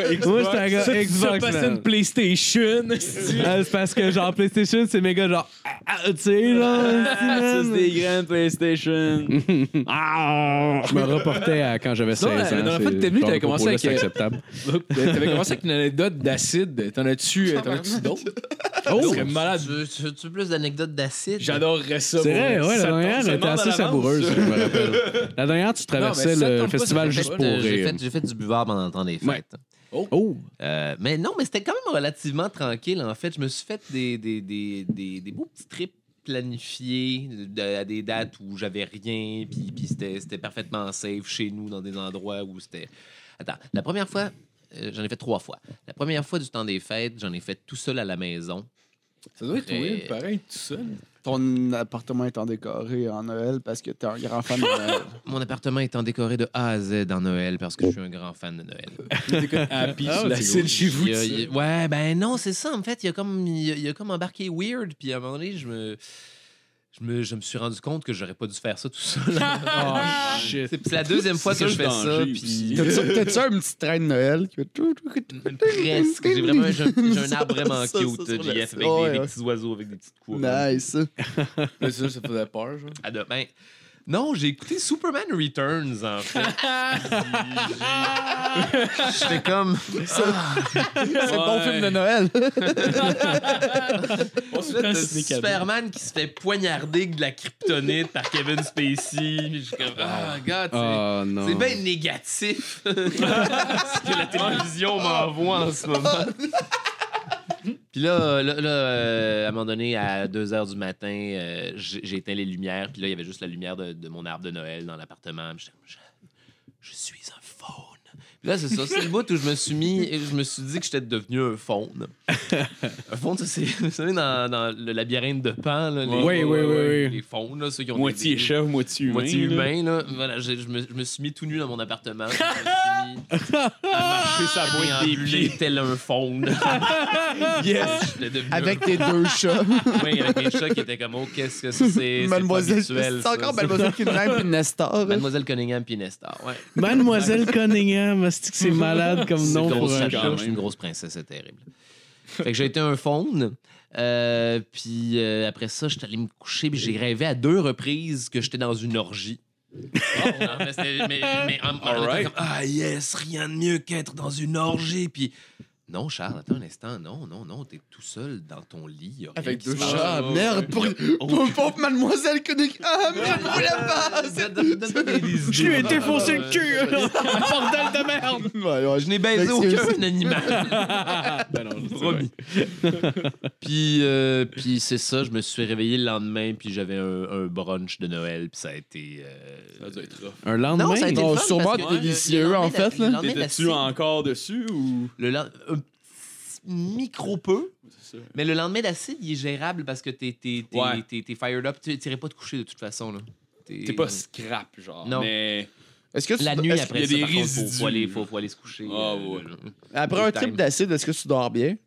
Speaker 7: un gars Xbox.
Speaker 3: Ça
Speaker 7: man.
Speaker 3: une PlayStation.
Speaker 7: Ah, c'est parce que genre PlayStation, c'est méga genre. ah, ah, tu sais, genre.
Speaker 5: Ça, c'est
Speaker 7: man.
Speaker 5: des grandes PlayStation.
Speaker 7: Ah, Je me reportais à quand j'avais 16
Speaker 3: Non,
Speaker 7: ans.
Speaker 3: mais dans le fait
Speaker 7: c'est-
Speaker 3: que t'es venu,
Speaker 7: genre,
Speaker 3: t'avais
Speaker 7: le
Speaker 3: commencé
Speaker 7: propos-là, c'est
Speaker 3: avec- euh,
Speaker 7: acceptable.
Speaker 3: T'avais commencé avec une anecdote d'acide. T'en as-tu euh, t'en as-tu d'autres? Oh, serait malade.
Speaker 6: Tu veux, tu veux- tu veux plus d'anecdotes d'acide?
Speaker 3: J'adorerais ça.
Speaker 7: C'est
Speaker 3: pour
Speaker 7: vrai, ouais, la
Speaker 5: Ça tombe-
Speaker 7: dernière
Speaker 5: ça
Speaker 7: était
Speaker 5: tombe à
Speaker 7: assez
Speaker 5: l'avance.
Speaker 7: savoureuse, je me rappelle. La dernière, tu traversais
Speaker 3: Non, mais ça
Speaker 7: le
Speaker 3: tombe pas,
Speaker 7: festival
Speaker 3: ça fait
Speaker 7: juste
Speaker 3: pas
Speaker 7: pour
Speaker 3: de-
Speaker 6: J'ai
Speaker 7: rire.
Speaker 6: fait, j'ai fait du buvard pendant le temps des fêtes.
Speaker 7: Ouais. Oh!
Speaker 6: Euh, mais non, mais c'était quand même relativement tranquille, en fait. Je me suis fait des, des, des, des, des beaux petits trips planifiés de- à des dates où j'avais rien, puis, puis c'était, c'était parfaitement safe chez nous, dans des endroits où c'était... Attends, la première fois, euh, j'en ai fait trois fois. La première fois du temps des fêtes, j'en ai fait tout seul à la maison.
Speaker 3: Ça doit être
Speaker 6: Très-
Speaker 3: weird, pareil, tout seul.
Speaker 4: Ton appartement étant décoré en Noël parce que t'es un grand fan de Noël.
Speaker 6: Mon appartement étant décoré de A à Z en Noël, parce que je suis un grand fan de Noël.
Speaker 3: Happy
Speaker 7: Ah,
Speaker 3: sur Ah, l'acide chez vous.
Speaker 6: Il y a- il y a- ouais, ben non, c'est ça. En fait, il y a comme, il y a, il y a comme embarqué weird. Puis à un moment donné, je me, je me, je me suis rendu compte que j'aurais pas dû faire ça tout seul.
Speaker 7: Ah,
Speaker 3: Ah,
Speaker 7: shit.
Speaker 6: c'est c'est la deuxième fois
Speaker 5: C'est
Speaker 6: que je
Speaker 5: ça
Speaker 6: fais
Speaker 5: le
Speaker 6: ça.
Speaker 5: danger
Speaker 6: Puis
Speaker 5: aussi.
Speaker 4: T'as-tu t'as-tu un petit train de Noël qui fait.
Speaker 6: presque. J'ai vraiment j'ai un, j'ai un arbre vraiment
Speaker 4: Ça, ça,
Speaker 6: cute,
Speaker 4: sur la-
Speaker 6: JF, avec
Speaker 4: Ouais,
Speaker 6: des, des
Speaker 4: ouais.
Speaker 6: petits oiseaux, avec des petites couronnes.
Speaker 4: Nice.
Speaker 3: Mais ça, ça faisait peur, genre.
Speaker 6: À demain. ben, Non, j'ai écouté Superman Returns, en fait. Puis j'ai- J'étais comme...
Speaker 4: C'est un bon
Speaker 5: Ouais.
Speaker 4: film de Noël.
Speaker 6: Là, t'as Superman qui se fait poignarder avec de la kryptonite par Kevin Spacey. Je suis comme, ah, gars, c'est-
Speaker 7: Oh non.
Speaker 6: c'est bien négatif ce que la télévision m'envoie en ce moment. Puis là, là, là, euh, à un moment donné, à 2 h du matin, euh, j'ai j'ai éteint les lumières. Puis là, il y avait juste la lumière de, de mon arbre de Noël dans l'appartement. Puis j'étais comme, Je, je suis un faune. Puis là, c'est ça. C'est le bout où je me suis mis, je me suis dit que j'étais devenu un faune. Un faune, ça, c'est, vous savez, dans, dans le labyrinthe de Pan, là, les,
Speaker 7: Oui, oui, oui, oui.
Speaker 6: les faunes, là, ceux qui ont des-
Speaker 5: Moitié
Speaker 6: des-
Speaker 5: chef, moitié humain.
Speaker 6: Moitié
Speaker 5: là.
Speaker 6: humain, là. Voilà, je, je me, je me suis mis tout nu dans mon appartement. Je me suis mis à marcher sa pointe des pieds Ah. tel un faune. yes!
Speaker 4: Avec tes deux chats.
Speaker 6: Oui, avec les chats qui étaient comme, oh, qu'est-ce que ça, c'est? c'est pas
Speaker 4: Mademoiselle.
Speaker 6: habituel,
Speaker 4: C'est encore
Speaker 6: ça, ça.
Speaker 4: Mademoiselle Kidnap et Nestor.
Speaker 6: Mademoiselle Cunningham puis Nestor, ouais.
Speaker 7: Mademoiselle Cunningham, est-ce que c'est malade comme
Speaker 6: C'est
Speaker 7: nom
Speaker 6: une
Speaker 7: pour
Speaker 6: grosse
Speaker 7: un
Speaker 6: chatte, là,
Speaker 7: chat?
Speaker 6: Je suis une grosse princesse, c'est terrible. Fait que j'ai été un faune. Euh, puis euh, après ça, j'étais allé me coucher, puis j'ai rêvé à deux reprises que j'étais dans une orgie. Oh, Non, mais c'était- mais- mais en- en- en-
Speaker 5: Alright.
Speaker 6: comme, ah yes, rien de mieux qu'être dans une orgie. Puis non, Charles, attends un instant. Non, non, non, t'es tout seul dans ton lit. y a rien
Speaker 4: Avec
Speaker 6: qui
Speaker 4: deux
Speaker 6: se passe.
Speaker 4: chats. Merde, pour, pour, pour Mademoiselle Koenig. Ah, mais je voulais pas.
Speaker 6: Donne- donne-moi des- des idées.
Speaker 7: Je lui ai défoncé le cul!
Speaker 4: Bordel de merde.
Speaker 6: Je n'ai baisé aucun animal.
Speaker 7: Ben non,
Speaker 5: Promis.
Speaker 6: Puis, euh, puis c'est ça, je me suis réveillé le lendemain, puis j'avais un, un brunch de Noël, puis ça a été. euh,
Speaker 5: Ça doit être rough.
Speaker 7: Un lendemain. Oh,
Speaker 10: Non, ça a été
Speaker 4: Non,
Speaker 10: le fun
Speaker 4: sûrement
Speaker 10: parce que
Speaker 4: t'es
Speaker 10: le- le
Speaker 4: délicieux,
Speaker 10: lendemain
Speaker 4: en
Speaker 10: de-
Speaker 4: fait, là.
Speaker 10: le lendemain de la
Speaker 5: T'étais-tu
Speaker 10: soupe-
Speaker 5: encore dessus ou.
Speaker 6: le len- un petit micro peu,
Speaker 5: C'est ça.
Speaker 6: mais le lendemain d'acide, il est gérable parce que t'es t'es- t'es-
Speaker 5: Ouais.
Speaker 6: t'es- t'es fired up. Tu t'irais pas te coucher de toute façon. là.
Speaker 5: T'es pas scrap, genre.
Speaker 6: Non.
Speaker 5: Mais.
Speaker 4: Est-ce que tu-
Speaker 6: La nuit
Speaker 4: est-ce-
Speaker 6: après
Speaker 5: qu'il y a
Speaker 6: ça,
Speaker 5: des
Speaker 6: par contre, faut-
Speaker 5: résidus,
Speaker 6: faut, aller,
Speaker 5: là?
Speaker 6: faut, faut aller se coucher.
Speaker 5: Ah,
Speaker 6: euh,
Speaker 5: ouais.
Speaker 6: le-
Speaker 4: Après un
Speaker 6: Big time.
Speaker 4: trip d'acide, est-ce que tu dors bien?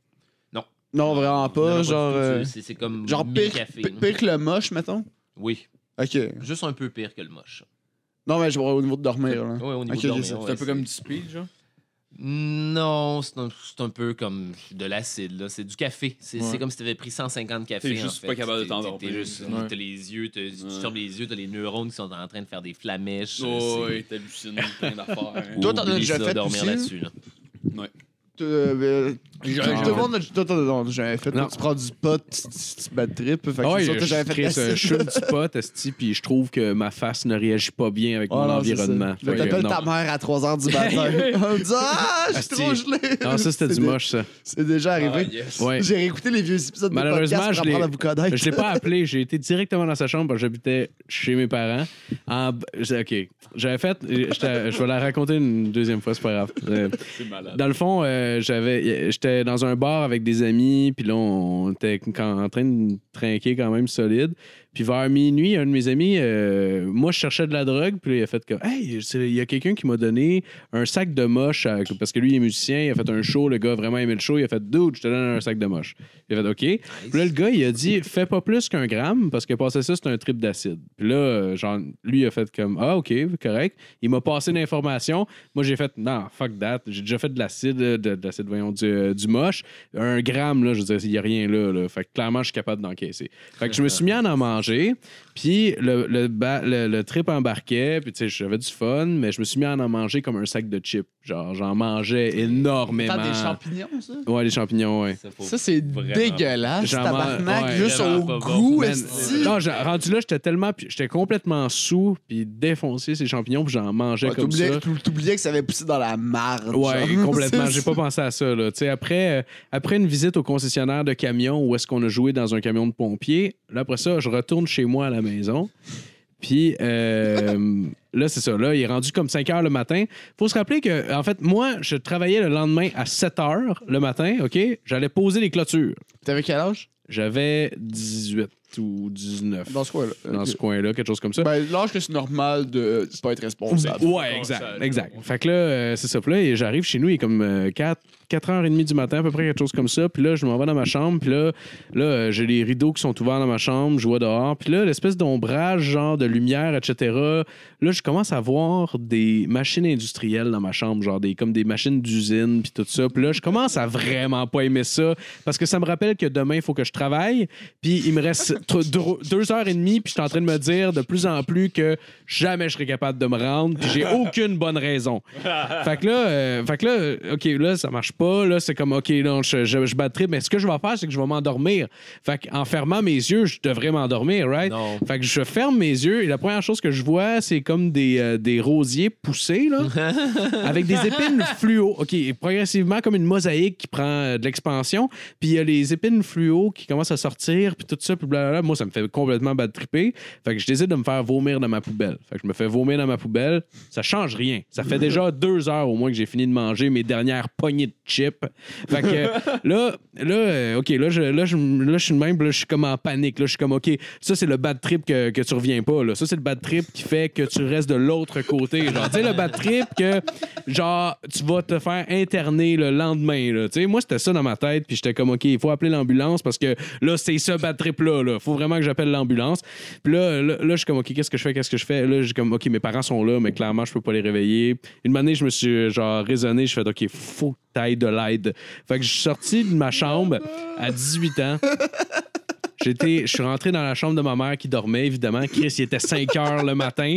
Speaker 6: Non.
Speaker 4: Non, vraiment
Speaker 6: Non, non,
Speaker 4: pas.
Speaker 6: du
Speaker 4: genre,
Speaker 6: tout,
Speaker 4: euh,
Speaker 6: tu- c'est- C'est comme
Speaker 4: genre
Speaker 6: mille
Speaker 4: pique,
Speaker 6: cafés,
Speaker 4: pi-
Speaker 6: là.
Speaker 4: pique le moche, mettons?
Speaker 6: Oui,
Speaker 4: Ok.
Speaker 6: juste un peu pire que le moche.
Speaker 4: Non, mais je vois au niveau de
Speaker 6: Ouais,
Speaker 4: dormir, là.
Speaker 6: au niveau
Speaker 4: Ok,
Speaker 6: de
Speaker 4: ok,
Speaker 6: dormir,
Speaker 4: c'est-
Speaker 6: ouais,
Speaker 3: C'est un peu comme du speed, genre.
Speaker 6: Non, c'est un, c'est un peu comme de l'acide, là. C'est du café. C'est
Speaker 3: Ouais.
Speaker 6: c'est comme si t'avais pris 150 cafés.
Speaker 5: T'es juste
Speaker 6: en fait.
Speaker 5: pas capable de
Speaker 6: T'es- t'es-
Speaker 5: t'endormir.
Speaker 6: T'es juste.
Speaker 3: Ouais.
Speaker 6: T'as les yeux, t'as- si tu
Speaker 5: Ouais.
Speaker 6: fermes les yeux, t'as les neurones qui sont en train de faire des flamèches.
Speaker 5: Oh,
Speaker 6: C'est-
Speaker 5: ouais, t'hallucines plein d'affaires. hein.
Speaker 4: Toi, t'en as
Speaker 6: Oublie
Speaker 4: déjà
Speaker 6: ça,
Speaker 4: fait
Speaker 6: dormir
Speaker 4: aussi,
Speaker 6: là-dessus, là.
Speaker 4: Euh, euh, Tout
Speaker 3: J'ai-
Speaker 4: tout le monde a- toi, t'en- t'en as jamais fait.
Speaker 7: Non.
Speaker 4: Tu prends du pot, tu- tu tu bad trip. Fait que
Speaker 7: Ah
Speaker 4: c'est
Speaker 7: ouais,
Speaker 4: sûr que
Speaker 7: je
Speaker 4: j'avais fait
Speaker 7: crée
Speaker 4: d'acide.
Speaker 7: ce- je fume du pot, esti, puis je trouve que ma face ne réagit pas bien avec
Speaker 4: Ah
Speaker 7: mon
Speaker 4: non, c'est ça.
Speaker 7: environnement.
Speaker 4: Là,
Speaker 7: Fait que
Speaker 4: T'appelles
Speaker 7: non.
Speaker 4: ta mère à 3h du matin. Elle me dit Ah, je suis
Speaker 7: Asti.
Speaker 4: trop gelé.
Speaker 7: Non, ça, c'était
Speaker 4: C'est
Speaker 7: du
Speaker 4: dé-
Speaker 7: moche, ça.
Speaker 4: C'est déjà
Speaker 5: Ah,
Speaker 4: arrivé.
Speaker 5: yes.
Speaker 7: Ouais.
Speaker 4: J'ai réécouté les vieux épisodes de
Speaker 7: Malheureusement,
Speaker 4: podcast pour
Speaker 7: je l'ai-
Speaker 4: apprendre à vous connaître.
Speaker 7: Je l'ai pas appelé, j'ai été directement dans sa chambre parce que j'habitais chez mes parents. En... j'ai- OK. J'avais fait. j'étais- Je vais la raconter une deuxième fois, c'est pas grave. Euh,
Speaker 5: C'est malade.
Speaker 7: Dans le fond, euh, j'avais, j'étais dans un bar avec des amis, puis là, on était quand- en train de trinquer quand même solide. Puis vers minuit, un de mes amis, euh, moi, je cherchais de la drogue, puis là, il a fait comme Hey, c'est- il y a quelqu'un qui m'a donné un sac de moche, à- parce que lui, il est musicien, il a fait un show, le gars a vraiment aimé le show, il a fait Dude, je te donne un sac de moche. Il a fait OK. Puis là, le gars, il a dit Fais pas plus qu'un gramme, parce que passer ça, c'est un trip d'acide. Puis là, euh, genre, lui, il a fait comme Ah, OK, correct. Il m'a passé l'information. Moi, j'ai fait Non, fuck that. J'ai déjà fait de l'acide, euh, de, de l'acide, voyons, du, euh, du moche. Un gramme, là, je veux dire, il n'y a rien là, là. Fait que clairement, je suis capable d'encaisser. Fait que je me suis mis à en manger. Puis le, le, ba- le- le trip embarquait. Puis, tu sais, j'avais du fun, mais je me suis mis à en manger comme un sac de chips. Genre, j'en mangeais énormément.
Speaker 4: T'as des champignons, ça?
Speaker 7: Ouais, les champignons, ouais.
Speaker 6: Ça, faut-
Speaker 4: Ça, c'est
Speaker 6: Vraiment.
Speaker 4: dégueulasse,
Speaker 7: J'en
Speaker 4: tabarnak,
Speaker 7: mange- ouais.
Speaker 4: juste au
Speaker 6: Vraiment pas bon.
Speaker 4: goût,
Speaker 7: Man, euh,
Speaker 4: esti.
Speaker 7: Ben, non, j'ai- rendu là, j'étais tellement, puis j'étais complètement sous, puis défoncé ces champignons, puis j'en mangeais
Speaker 4: Ouais,
Speaker 7: comme ça.
Speaker 4: T'oubliais t'oubliais que ça avait poussé dans la marde. genre.
Speaker 7: Ouais, complètement.
Speaker 4: C'est
Speaker 7: J'ai pas pensé à ça. Là. Tu sais, Après, euh, après une visite au concessionnaire de camion où est-ce qu'on a joué dans un camion de pompier, là, après ça, je retourne chez moi à la maison. Puis euh, là, c'est ça. Là, il est rendu comme 5 heures le matin. faut se rappeler que, en fait, moi, je travaillais le lendemain à 7 heures le matin, OK? J'allais poser les clôtures.
Speaker 4: T'avais quel âge?
Speaker 7: J'avais 18 ou 19.
Speaker 4: Dans ce coin-là.
Speaker 7: dans
Speaker 4: Ok.
Speaker 7: ce coin-là, quelque chose comme ça.
Speaker 4: Ben, l'âge que c'est normal de euh, pas être responsable.
Speaker 7: Ouais, exact, exact. Fait que là, euh, c'est ça. Puis là, et j'arrive chez nous, il est comme euh, 4, 4h30 du matin, à peu près, quelque chose comme ça. Puis là, je m'en vais dans ma chambre. Puis là, là euh, j'ai les rideaux qui sont ouverts dans ma chambre, je vois dehors. Puis là, l'espèce d'ombrage, genre de lumière, etc. Là, je commence à voir des machines industrielles dans ma chambre, genre des, comme des machines d'usine, puis tout ça. Puis là, je commence à vraiment pas aimer ça parce que ça me rappelle que demain, il faut que je travaille. Puis il me reste tr- dro- deux heures et demie, puis je suis en train de me dire de plus en plus que jamais je serai capable de me rendre, puis j'ai aucune bonne raison. Fait que là, euh, fait que là, euh, OK, là, ça marche pas. Là, c'est comme, OK, non, je, je, je battrai, mais ce que je vais faire, c'est que je vais m'endormir. Fait qu'en fermant mes yeux, je devrais m'endormir, right?
Speaker 6: Non.
Speaker 7: Fait que je ferme mes yeux et la première chose que je vois, c'est comme des, euh, des rosiers poussés, là, avec des épines fluo. OK, et progressivement, comme une mosaïque qui prend euh, de l'expansion. Puis il y a les épines fluo qui commencent à sortir, puis tout ça, puis blablabla. Moi, ça me fait complètement bad tripper. Fait que je décide de me faire vomir dans ma poubelle. Fait que je me fais vomir dans ma poubelle. Ça change rien. Ça fait déjà deux heures au moins que j'ai fini de manger mes dernières poignées de chips. Fait que euh, là, là, euh, OK, là, je, là, je, là, je suis de même, là, je suis comme en panique. Là, je suis comme, OK, ça, c'est le bad trip que, que tu reviens pas. Là. Ça, c'est le bad trip qui fait que tu restes de l'autre côté. Genre, tu sais, le bad trip que, genre, tu vas te faire interner le lendemain. Là. Tu sais, moi, c'était ça dans ma tête, puis j'étais comme, OK, il faut appeler l'ambulance parce que là, c'est ce bad trip-là. Il faut vraiment que j'appelle l'ambulance. Puis là, là, là, je suis comme, OK, qu'est-ce que je fais? Qu'est-ce que je fais? Là, j'ai comme, OK, mes parents sont là, mais clairement, je peux pas les réveiller. Une année, je me suis, euh, genre, raisonné. Je fais, OK, faut que t'ailles de l'aide. Fait que je suis sorti de ma chambre à 18 ans. J'étais, je suis rentré dans la chambre de ma mère qui dormait, évidemment. Chris, il était 5 heures le matin.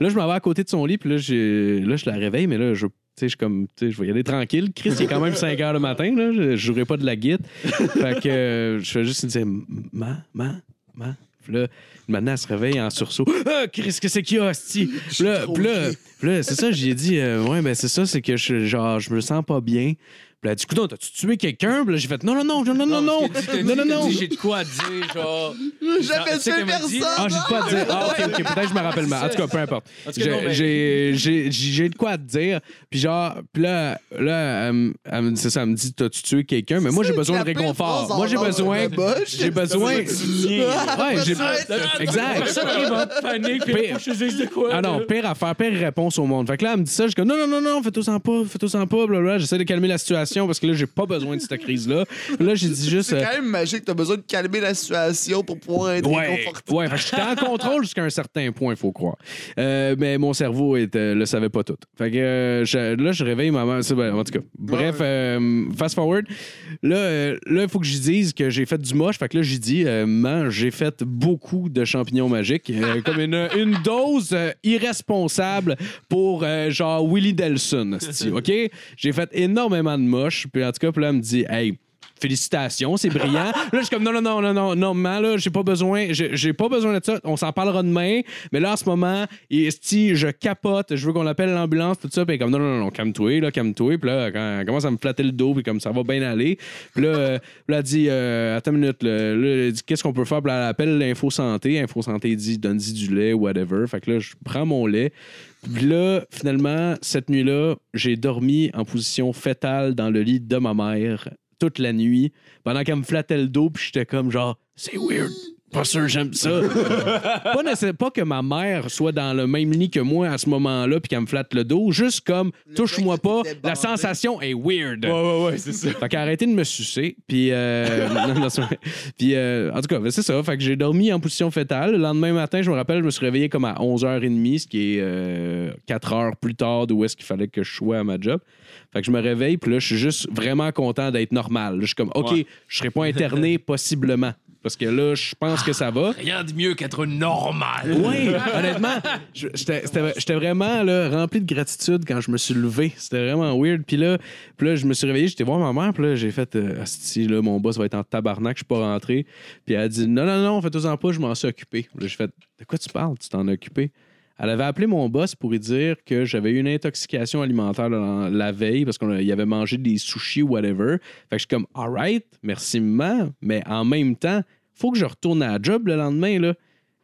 Speaker 7: Là, je m'en vais à côté de son lit, puis là, j'ai- là, je la réveille, mais là, je. Tu sais, je suis comme, tu sais, je vais y aller tranquille. Chris, il est quand même 5 heures le matin, là. Je jouerai pas de la guite. Fait que euh, je fais juste lui dire, ma, ma, ma. Puis là, maintenant, elle se réveille en sursaut. Ah, Chris, qu'est-ce que c'est qu'il y a, hostie? Puis là, puis là, puis là, c'est ça, j'ai dit, euh, ouais, ben c'est ça, c'est que je, genre, je me sens pas bien. Puis elle a dit, coudonc, t'as-tu tué quelqu'un? Puis là, j'ai fait, non, non, non, non, non, non, non, non, non, non.
Speaker 3: J'ai de quoi à dire, genre.
Speaker 4: J'avais
Speaker 3: Tu sais
Speaker 4: tué
Speaker 3: qu'elle m'a dit-
Speaker 4: personne!
Speaker 7: Ah, j'ai de quoi à dire. Ah, ok, ok, peut-être que je me rappelle mal. En tout cas, peu importe.
Speaker 3: En tout cas, non,
Speaker 7: J'ai-
Speaker 3: mais-
Speaker 7: J'ai j'ai- j'ai de quoi à te dire. Puis genre, puis là, là elle me- elle me- c'est ça, elle me dit, t'as-tu tué quelqu'un? Mais moi, j'ai
Speaker 4: C'est
Speaker 7: besoin
Speaker 4: la
Speaker 7: de
Speaker 4: pire
Speaker 7: réconfort.
Speaker 4: phrase
Speaker 7: Moi, j'ai
Speaker 4: en or,
Speaker 7: besoin...
Speaker 4: la boche.
Speaker 7: J'ai besoin... Ouais, j'ai... Exact.
Speaker 3: Personne arrive en panique, puis
Speaker 7: Pire.
Speaker 3: faut que je te dise de quoi.
Speaker 7: Ah non,
Speaker 3: là.
Speaker 7: pire affaire, pire réponse au monde. Fait que là, elle me dit ça, je suis comme non, non, non, non, fais-toi sans pas, fais-toi sans pas, blablabla. J'essaie de calmer la situation parce que là, j'ai pas besoin de cette crise-là. Là, j'ai dit juste.
Speaker 4: C'est
Speaker 7: euh,
Speaker 4: quand même magique, t'as besoin de calmer la situation pour pouvoir être
Speaker 7: Ouais,
Speaker 4: réconforté.
Speaker 7: ouais, fait que j'étais en contrôle jusqu'à un certain point, faut croire. Euh, mais mon cerveau était, le savait pas tout. Fait que euh, je- là, je réveille ma mère. c'est- ben, en tout cas, bref, euh, fast forward. Là, euh, là, il faut que je dise que j'ai fait du moche. Fait que là, j'ai dit, euh, man, j'ai fait beaucoup de champignons magiques, euh, comme une, une dose euh, irresponsable pour euh, genre Willie Delson. c'ti, Ok, j'ai fait énormément de moche. Puis en tout cas, puis là, elle me dit, hey. Félicitations, c'est brillant. là, je suis comme non, non, non, non, non, non, maman, là, j'ai pas besoin, j'ai j'ai pas besoin de ça. On s'en parlera demain. Mais là, en ce moment, et, si je capote, je veux qu'on appelle l'ambulance, tout ça. Puis elle est comme non, non, non, non, calme-toi, là, calme-toi. Puis là, quand elle commence à me flatter le dos, puis comme ça va bien aller. Puis là, euh, là, elle dit, euh, attends une minute, là, là, elle dit, qu'est-ce qu'on peut faire? Puis là, elle appelle l'info santé. Info santé dit, donne-y du lait, whatever. Fait que là, je prends mon lait. Puis là, finalement, cette nuit-là, j'ai dormi en position fétale dans le lit de ma mère toute la nuit pendant qu'elle me flattait le dos, puis j'étais comme genre, c'est weird. Pas sûr, j'aime ça. pas, nécessaire- pas que ma mère soit dans le même lit que moi à ce moment-là, puis qu'elle me flatte le dos, juste comme, touche-moi
Speaker 4: fait que
Speaker 7: pas,
Speaker 4: t'étais
Speaker 7: la
Speaker 4: bandé.
Speaker 7: sensation est weird.
Speaker 3: Ouais, ouais, ouais, c'est ça.
Speaker 7: Fait qu'elle a arrêté de me sucer. Puis, euh, non, non, c'est vrai. puis euh, en tout cas, ben, c'est ça. Fait que j'ai dormi en position fétale. Le lendemain matin, je me rappelle, je me suis réveillé comme à 11h30, ce qui est 4 heures plus tard d'où est-ce qu'il fallait que je sois à ma job. Fait que je me réveille, puis là, je suis juste vraiment content d'être normal. Je suis comme, OK, je serai pas interné possiblement. Parce que là, je pense que ça va.
Speaker 6: Rien de mieux qu'être normal.
Speaker 7: Oui, honnêtement, je- j'étais c'était- j'étais vraiment là, rempli de gratitude quand je me suis levé. C'était vraiment weird. Puis là, puis là, je me suis réveillé, j'étais voir ma mère, puis là, j'ai fait euh, Asti, là, mon boss va être en tabarnak, je suis pas rentré. Puis elle a dit Non, non, non, fais-toi en pas, je m'en suis occupé. Là, j'ai fait De quoi tu parles Tu t'en as occupé elle avait appelé mon boss pour lui dire que j'avais eu une intoxication alimentaire la, la veille parce qu'il avait mangé des sushis ou whatever. Fait que je suis comme, all right, merci maman, mais en même temps, faut que je retourne à la job le lendemain, là.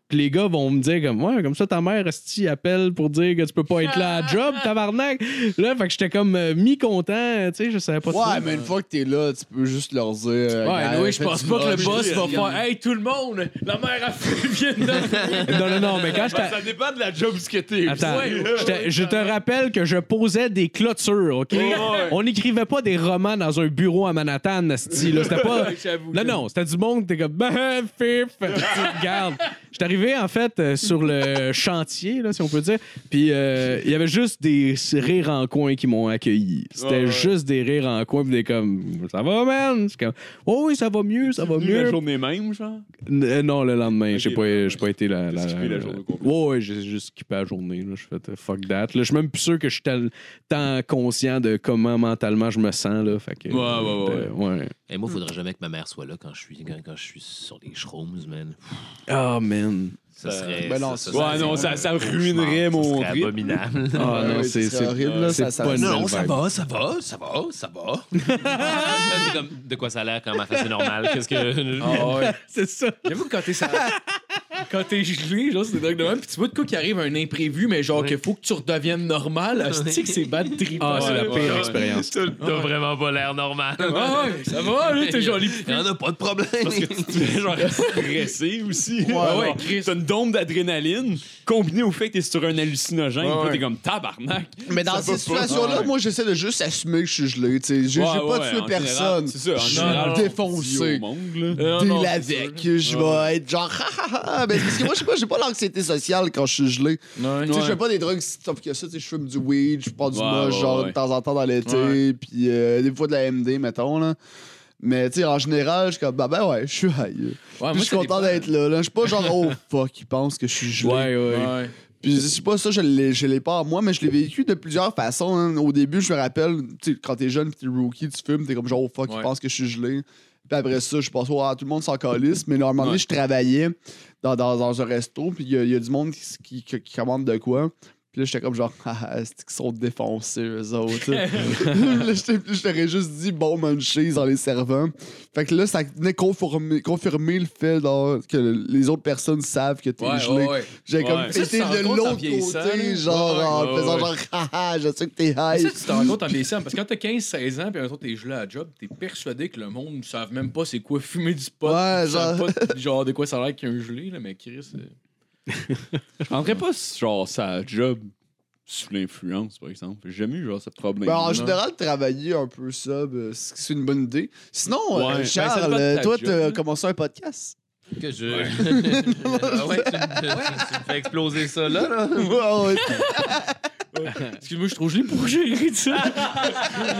Speaker 7: Puis les gars vont me dire comme ouais, comme ça ta mère esti appelle pour dire que tu peux pas être là à job, tabarnak. Là, fait que j'étais comme euh, mi-content, euh, tu sais, je savais pas trop.
Speaker 4: Ouais, mais une fois que t'es là, tu peux juste leur dire. euh,
Speaker 3: Ouais,
Speaker 4: gars,
Speaker 3: mais oui, je pense
Speaker 4: fais du
Speaker 3: pas que le
Speaker 4: moche.
Speaker 3: boss va faire Hey, tout le monde, la mère a fait bien de
Speaker 7: Non non non, mais quand
Speaker 5: Ben,
Speaker 7: j'étais
Speaker 3: dépend de la job ce que t'es.
Speaker 7: Attends,
Speaker 3: Ouais,
Speaker 7: je te- je te rappelle que je posais des clôtures, OK? On n'écrivait pas des romans dans un bureau à Manhattan, esti, là. C'était pas...
Speaker 3: J'avoue,
Speaker 7: Non, non, c'était du monde, t'es comme... Ben, fif! Tu Regarde. Je suis arrivé, en fait, euh, sur le chantier, là, si on peut dire, puis euh, il y avait juste des rires en coin qui m'ont accueilli. C'était juste des rires en coin, puis des comme... Ça va, man? C'est comme... Oh oui, ça va mieux, ça va
Speaker 5: La
Speaker 7: mieux.
Speaker 5: journée même, genre.
Speaker 7: N- euh, non, le lendemain, j'ai
Speaker 5: Ok,
Speaker 7: pas,
Speaker 5: le
Speaker 7: j'ai pas été la.
Speaker 5: T'as skippé la journée au complet.
Speaker 7: Ouais, ouais, j'ai juste skippé la journée. là. Je fais euh, fuck that. Là, je suis même plus sûr que je suis tel- tant conscient de comment mentalement je me sens. Là, fait que,
Speaker 3: Ouais, ouais, ouais,
Speaker 7: euh, ouais.
Speaker 6: Et moi, faudrait jamais que ma mère soit là quand je suis, quand, quand je suis sur les shrooms, man.
Speaker 7: Oh man.
Speaker 6: Ça serait.
Speaker 4: ben non,
Speaker 6: ça-
Speaker 4: c'est-
Speaker 6: ça
Speaker 5: ouais,
Speaker 6: serait
Speaker 5: non, ça-
Speaker 6: un
Speaker 5: ça
Speaker 6: cauchemar.
Speaker 5: ruinerait mon
Speaker 6: Ça serait
Speaker 5: rythme.
Speaker 6: abominable.
Speaker 7: Ah
Speaker 4: ouais,
Speaker 7: non,
Speaker 4: ouais,
Speaker 7: c'est
Speaker 4: c'est
Speaker 7: c'est
Speaker 4: horrible, là,
Speaker 7: c'est
Speaker 4: ça- ça-
Speaker 7: pas une
Speaker 4: Non,
Speaker 7: belle
Speaker 6: ça
Speaker 7: vibe.
Speaker 6: va, ça va, ça va, ça va. C'est comme, de quoi ça a l'air comme enfin, c'est normal. Qu'est-ce que.
Speaker 7: Ah, C'est ça.
Speaker 3: J'avoue que quand t'es ça. Quand t'es gelé, genre, c'est dingue de même. Puis tu vois de quoi qu'il arrive un imprévu, mais genre, qu'il faut que tu redeviennes normal. Asti que c'est bad trip.
Speaker 7: Ah, c'est la
Speaker 3: Ouais,
Speaker 7: pire
Speaker 3: ouais.
Speaker 7: expérience.
Speaker 6: T'as vraiment pas l'air normal.
Speaker 3: Ah, ouais, ça va, là, t'es joli.
Speaker 6: Y'en a pas de problème.
Speaker 5: genre stressé aussi. Ouais,
Speaker 3: Ah, ouais, Chris.
Speaker 5: T'as une dôme d'adrénaline combinée au fait que t'es sur un hallucinogène. puis là, T'es comme tabarnak.
Speaker 4: Mais dans ces situations-là, moi, j'essaie de juste assumer que je suis gelé. tu sais. J'ai j'ai
Speaker 5: Ouais,
Speaker 4: pas
Speaker 5: ouais,
Speaker 4: tué
Speaker 5: en
Speaker 4: personne.
Speaker 5: général, C'est ça, en
Speaker 4: Je
Speaker 5: général,
Speaker 4: suis
Speaker 5: on dit
Speaker 4: défoncé.
Speaker 5: au monde, là.
Speaker 3: Non, non,
Speaker 4: Deal avec. Je vais être genre. Ha, ha, ha. Mais parce que moi, je sais pas, j'ai pas l'anxiété sociale quand je suis gelé.
Speaker 3: Ouais.
Speaker 4: Tu sais, je fais pas des drogues si top que ça. Tu sais, je fume du weed, je prends du
Speaker 5: Ouais,
Speaker 4: moche,
Speaker 5: ouais,
Speaker 4: genre,
Speaker 5: ouais.
Speaker 4: de temps en temps dans l'été, puis euh, des fois de la MD, mettons, là. Mais, tu sais, en général, je suis comme, bah ben ouais, je suis high.
Speaker 3: Ouais,
Speaker 4: Puis je suis
Speaker 3: ça dépend.
Speaker 4: content d'être là, là. Je suis pas genre, oh fuck, ils pensent que je suis gelé.
Speaker 7: Ouais, ouais.
Speaker 3: Ouais.
Speaker 4: Puis je sais pas ça, je l'ai, je l'ai pas à moi, mais je l'ai vécu de plusieurs façons. hein. Au début, je me rappelle, tu sais, quand t'es jeune, pis t'es rookie, tu fumes, t'es comme genre, oh fuck,
Speaker 3: Ouais.
Speaker 4: ils pensent que je suis gelé. Puis après ça, je pense, oh, tout le monde s'en calisse. Mais là, à un moment donné, je travaillais dans, dans, dans un resto, puis il y, a- il y a du monde qui, s- qui, qui- qui commande de quoi. Puis là, j'étais comme genre, ah, c'est qu'ils sont défoncés, eux autres. Puis là, j'étais- je t'aurais juste dit, bon, munchies en les servant. Fait que là, ça venait confirmer, confirmer le fait genre, que les autres personnes savent que t'es gelé. J'ai
Speaker 3: Ouais.
Speaker 4: comme
Speaker 3: Ça, tu
Speaker 4: pété
Speaker 3: t'en rends
Speaker 4: de
Speaker 3: compte en
Speaker 4: l'autre
Speaker 3: vieillissant, là.
Speaker 4: côté, genre,
Speaker 3: Ouais,
Speaker 4: en
Speaker 3: ouais,
Speaker 4: faisant
Speaker 3: ouais.
Speaker 4: genre, haha, je sais que t'es
Speaker 3: Mais
Speaker 4: high.
Speaker 3: ça, tu t'en rends compte en vieillissant, parce que quand t'as 15-16 ans, puis un jour t'es gelé à la job, t'es persuadé que le monde ne savent même pas c'est quoi fumer du pot.
Speaker 4: Ouais,
Speaker 3: ils savent
Speaker 4: genre.
Speaker 3: pas, genre de quoi ça a l'air qu'un gelé, là, mais Chris. euh,
Speaker 5: Je rentrais pas, genre, sa job sous l'influence, par exemple. J'ai jamais eu, genre, ce problème.
Speaker 4: Ben, en général, travailler un peu ça, ben, c'est c'est une bonne idée. Sinon, euh,
Speaker 5: Ouais.
Speaker 3: Ben, ça
Speaker 4: Charles,
Speaker 3: dépend de
Speaker 4: euh,
Speaker 3: ta
Speaker 4: toi,
Speaker 3: job,
Speaker 4: t'as
Speaker 3: là.
Speaker 4: commencé un podcast.
Speaker 6: Que je. Ah ouais, tu, me- tu- tu me fais exploser ça là. là.
Speaker 4: Ouais, ouais.
Speaker 3: Excuse-moi, je suis trop gelé pour gérer de ça.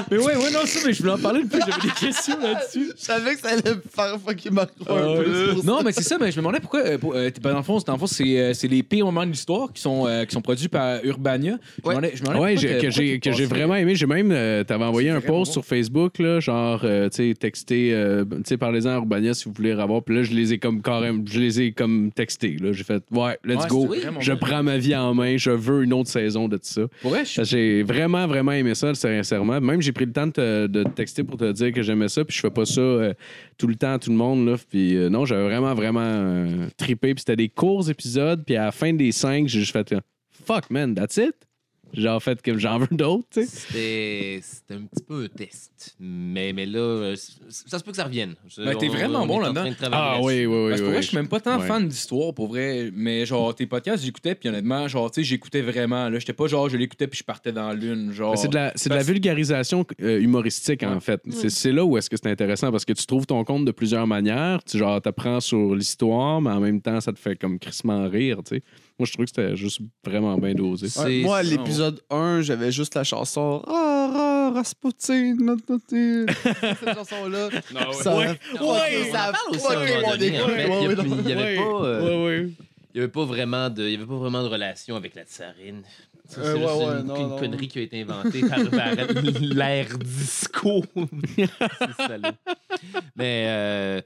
Speaker 3: mais ouais, ouais, non, ça, mais je voulais en parler depuis, j'avais des questions là-dessus.
Speaker 4: Je savais que ça allait me faire fucking marquer un peu. c'est pour ça.
Speaker 8: Non, mais c'est ça, mais je me demandais pourquoi. euh, pour- euh, t- ben, dans le fond, c'est- dans le fond, c'est euh, c'est les pires moments de l'histoire qui, sont, euh, qui sont produits par Urbania. Je me demandais- je me demandais
Speaker 7: Ouais,
Speaker 8: pourquoi
Speaker 7: j'ai-
Speaker 8: t'as-
Speaker 7: que
Speaker 8: pourquoi
Speaker 7: j'ai
Speaker 8: t'as
Speaker 7: que j'ai
Speaker 8: passé-
Speaker 7: vraiment aimé. J'ai même, euh, t'avais envoyé un
Speaker 8: vraiment
Speaker 7: post
Speaker 8: bon.
Speaker 7: sur Facebook, là, genre, euh, tu sais, texté, euh, tu sais, parlez-en à Urbania si vous voulez avoir. Puis là, je les ai comme carrément, je les ai comme textés. Là, j'ai fait, ouais, let's
Speaker 8: Ouais,
Speaker 7: go.
Speaker 8: c'est vraiment
Speaker 7: Je
Speaker 8: bon.
Speaker 7: prends ma vie en main. Je veux une autre saison de tout ça.
Speaker 8: Pour vrai, je-
Speaker 7: Parce que J'ai vraiment, vraiment aimé ça, sincèrement. Même j'ai pris le temps de te, de te texter pour te dire que j'aimais ça, puis je fais pas ça euh, tout le temps à tout le monde. Là. Puis euh, non, j'avais vraiment, vraiment euh, trippé. Puis c'était des courts épisodes, puis à la fin des cinq, j'ai juste fait euh, Fuck man, that's it. Genre, fait que j'en veux d'autres, tu sais.
Speaker 6: C'était c'était un petit peu un test. Mais, mais là, euh, c- ça se peut que ça revienne. Je-
Speaker 3: Ben, t'es
Speaker 6: on-
Speaker 3: vraiment
Speaker 6: on est
Speaker 3: bon
Speaker 6: en
Speaker 3: là-dedans.
Speaker 6: train de travailler
Speaker 7: Ah
Speaker 6: là-dessus.
Speaker 7: oui, oui, oui.
Speaker 3: Parce que pour vrai, je suis même pas tant
Speaker 7: Ouais.
Speaker 3: fan d'histoire, pour vrai. Mais genre, tes podcasts, j'écoutais, puis honnêtement, genre, tu sais, j'écoutais vraiment. Là, j'étais pas genre, je l'écoutais, puis je partais dans la lune. Genre,
Speaker 7: C'est de la, c'est de la
Speaker 3: Parce-
Speaker 7: vulgarisation euh, humoristique, en fait. C'est- C'est là où est-ce que c'est intéressant, parce que tu trouves ton compte de plusieurs manières. Tu genre, apprends sur l'histoire, mais en même temps, ça te fait comme crissement rire, tu sais. Moi, je trouve que c'était juste vraiment bien dosé.
Speaker 6: C'est-
Speaker 4: Ouais, moi, à
Speaker 6: c'est-
Speaker 4: l'épisode 1, j'avais juste la chanson Ah, ah, Rasputin, notre notre. Cette chanson-là. Ça ouais,
Speaker 6: Ouais,
Speaker 4: ça
Speaker 6: ça
Speaker 4: a
Speaker 6: parle aussi à un
Speaker 4: fucké
Speaker 6: moment
Speaker 4: mon
Speaker 6: donné, en
Speaker 4: écoute.
Speaker 6: fait.
Speaker 4: Ouais, ouais, non.
Speaker 6: hein. Il n'y avait,
Speaker 7: Ouais.
Speaker 6: pas, euh,
Speaker 7: Ouais, ouais.
Speaker 6: il y avait pas vraiment de, il y avait pas vraiment de relation avec la tsarine. Ça, C'est
Speaker 4: Euh, ouais,
Speaker 6: juste
Speaker 4: ouais,
Speaker 6: une,
Speaker 4: non,
Speaker 6: une
Speaker 4: non.
Speaker 6: connerie qui a été inventée par, par l'air disco. C'est salaud. Mais euh,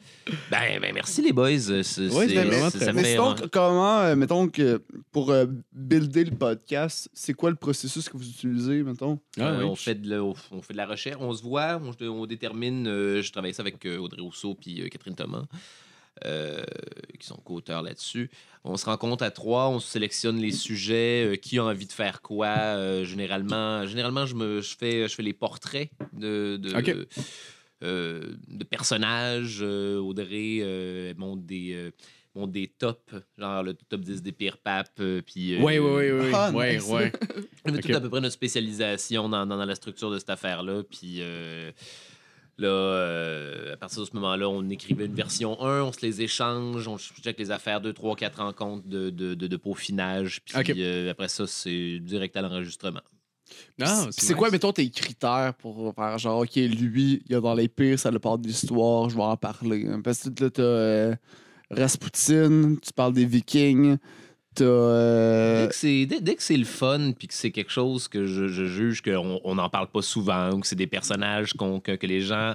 Speaker 6: ben, ben, merci les boys. C'est- c'est-
Speaker 7: Ouais, c'était vraiment
Speaker 6: c'est-
Speaker 7: très
Speaker 6: ça me
Speaker 4: ben, Mais
Speaker 6: fait
Speaker 4: sinon,
Speaker 6: un-
Speaker 4: comment, euh, mettons que pour euh, builder le podcast, c'est quoi le processus que vous utilisez, mettons?
Speaker 7: Ah,
Speaker 6: Euh,
Speaker 7: oui.
Speaker 6: on, fait de la, on fait de la recherche, on se voit, on, on détermine. euh, je travaille ça avec euh, Audrey Rousseau puis euh, Catherine Thomas, euh, qui sont co-auteurs là-dessus. On se rencontre à trois, on sélectionne les sujets, euh, qui a envie de faire quoi. euh, généralement, généralement je, me, je, fais, je fais les portraits de. de
Speaker 7: Ok.
Speaker 6: euh, de personnages. euh, Audrey euh, elle monte des. euh, monte des tops, genre le top 10 des pires papes, euh, puis... euh,
Speaker 7: Ouais, ouais, ouais, ouais,
Speaker 4: Ah,
Speaker 7: ouais,
Speaker 4: nice.
Speaker 7: ouais.
Speaker 6: on avait
Speaker 7: Ok.
Speaker 6: tout à peu près notre spécialisation dans, dans- dans la structure de cette affaire-là. Puis euh, là, euh, à partir de ce moment-là, on écrivait une version 1, on se les échange, on check les affaires 2, 3, 4 rencontres de, de, de- de peaufinage. Puis
Speaker 7: Ok.
Speaker 6: euh, après ça, c'est direct à l'enregistrement.
Speaker 7: Ah,
Speaker 4: Puis c'est quoi,
Speaker 7: nice.
Speaker 4: mettons, tes critères pour faire genre, OK, lui, il y a dans les pires, ça le parle d'histoire, je vais en parler. Parce que là, t'as euh, Rasputin, tu parles des Vikings, t'as. euh,
Speaker 6: Dès que c'est- Dès, dès que c'est le fun, puis que c'est quelque chose que je, je juge qu'on on n'en parle pas souvent, ou que c'est des personnages qu'on- que, que les gens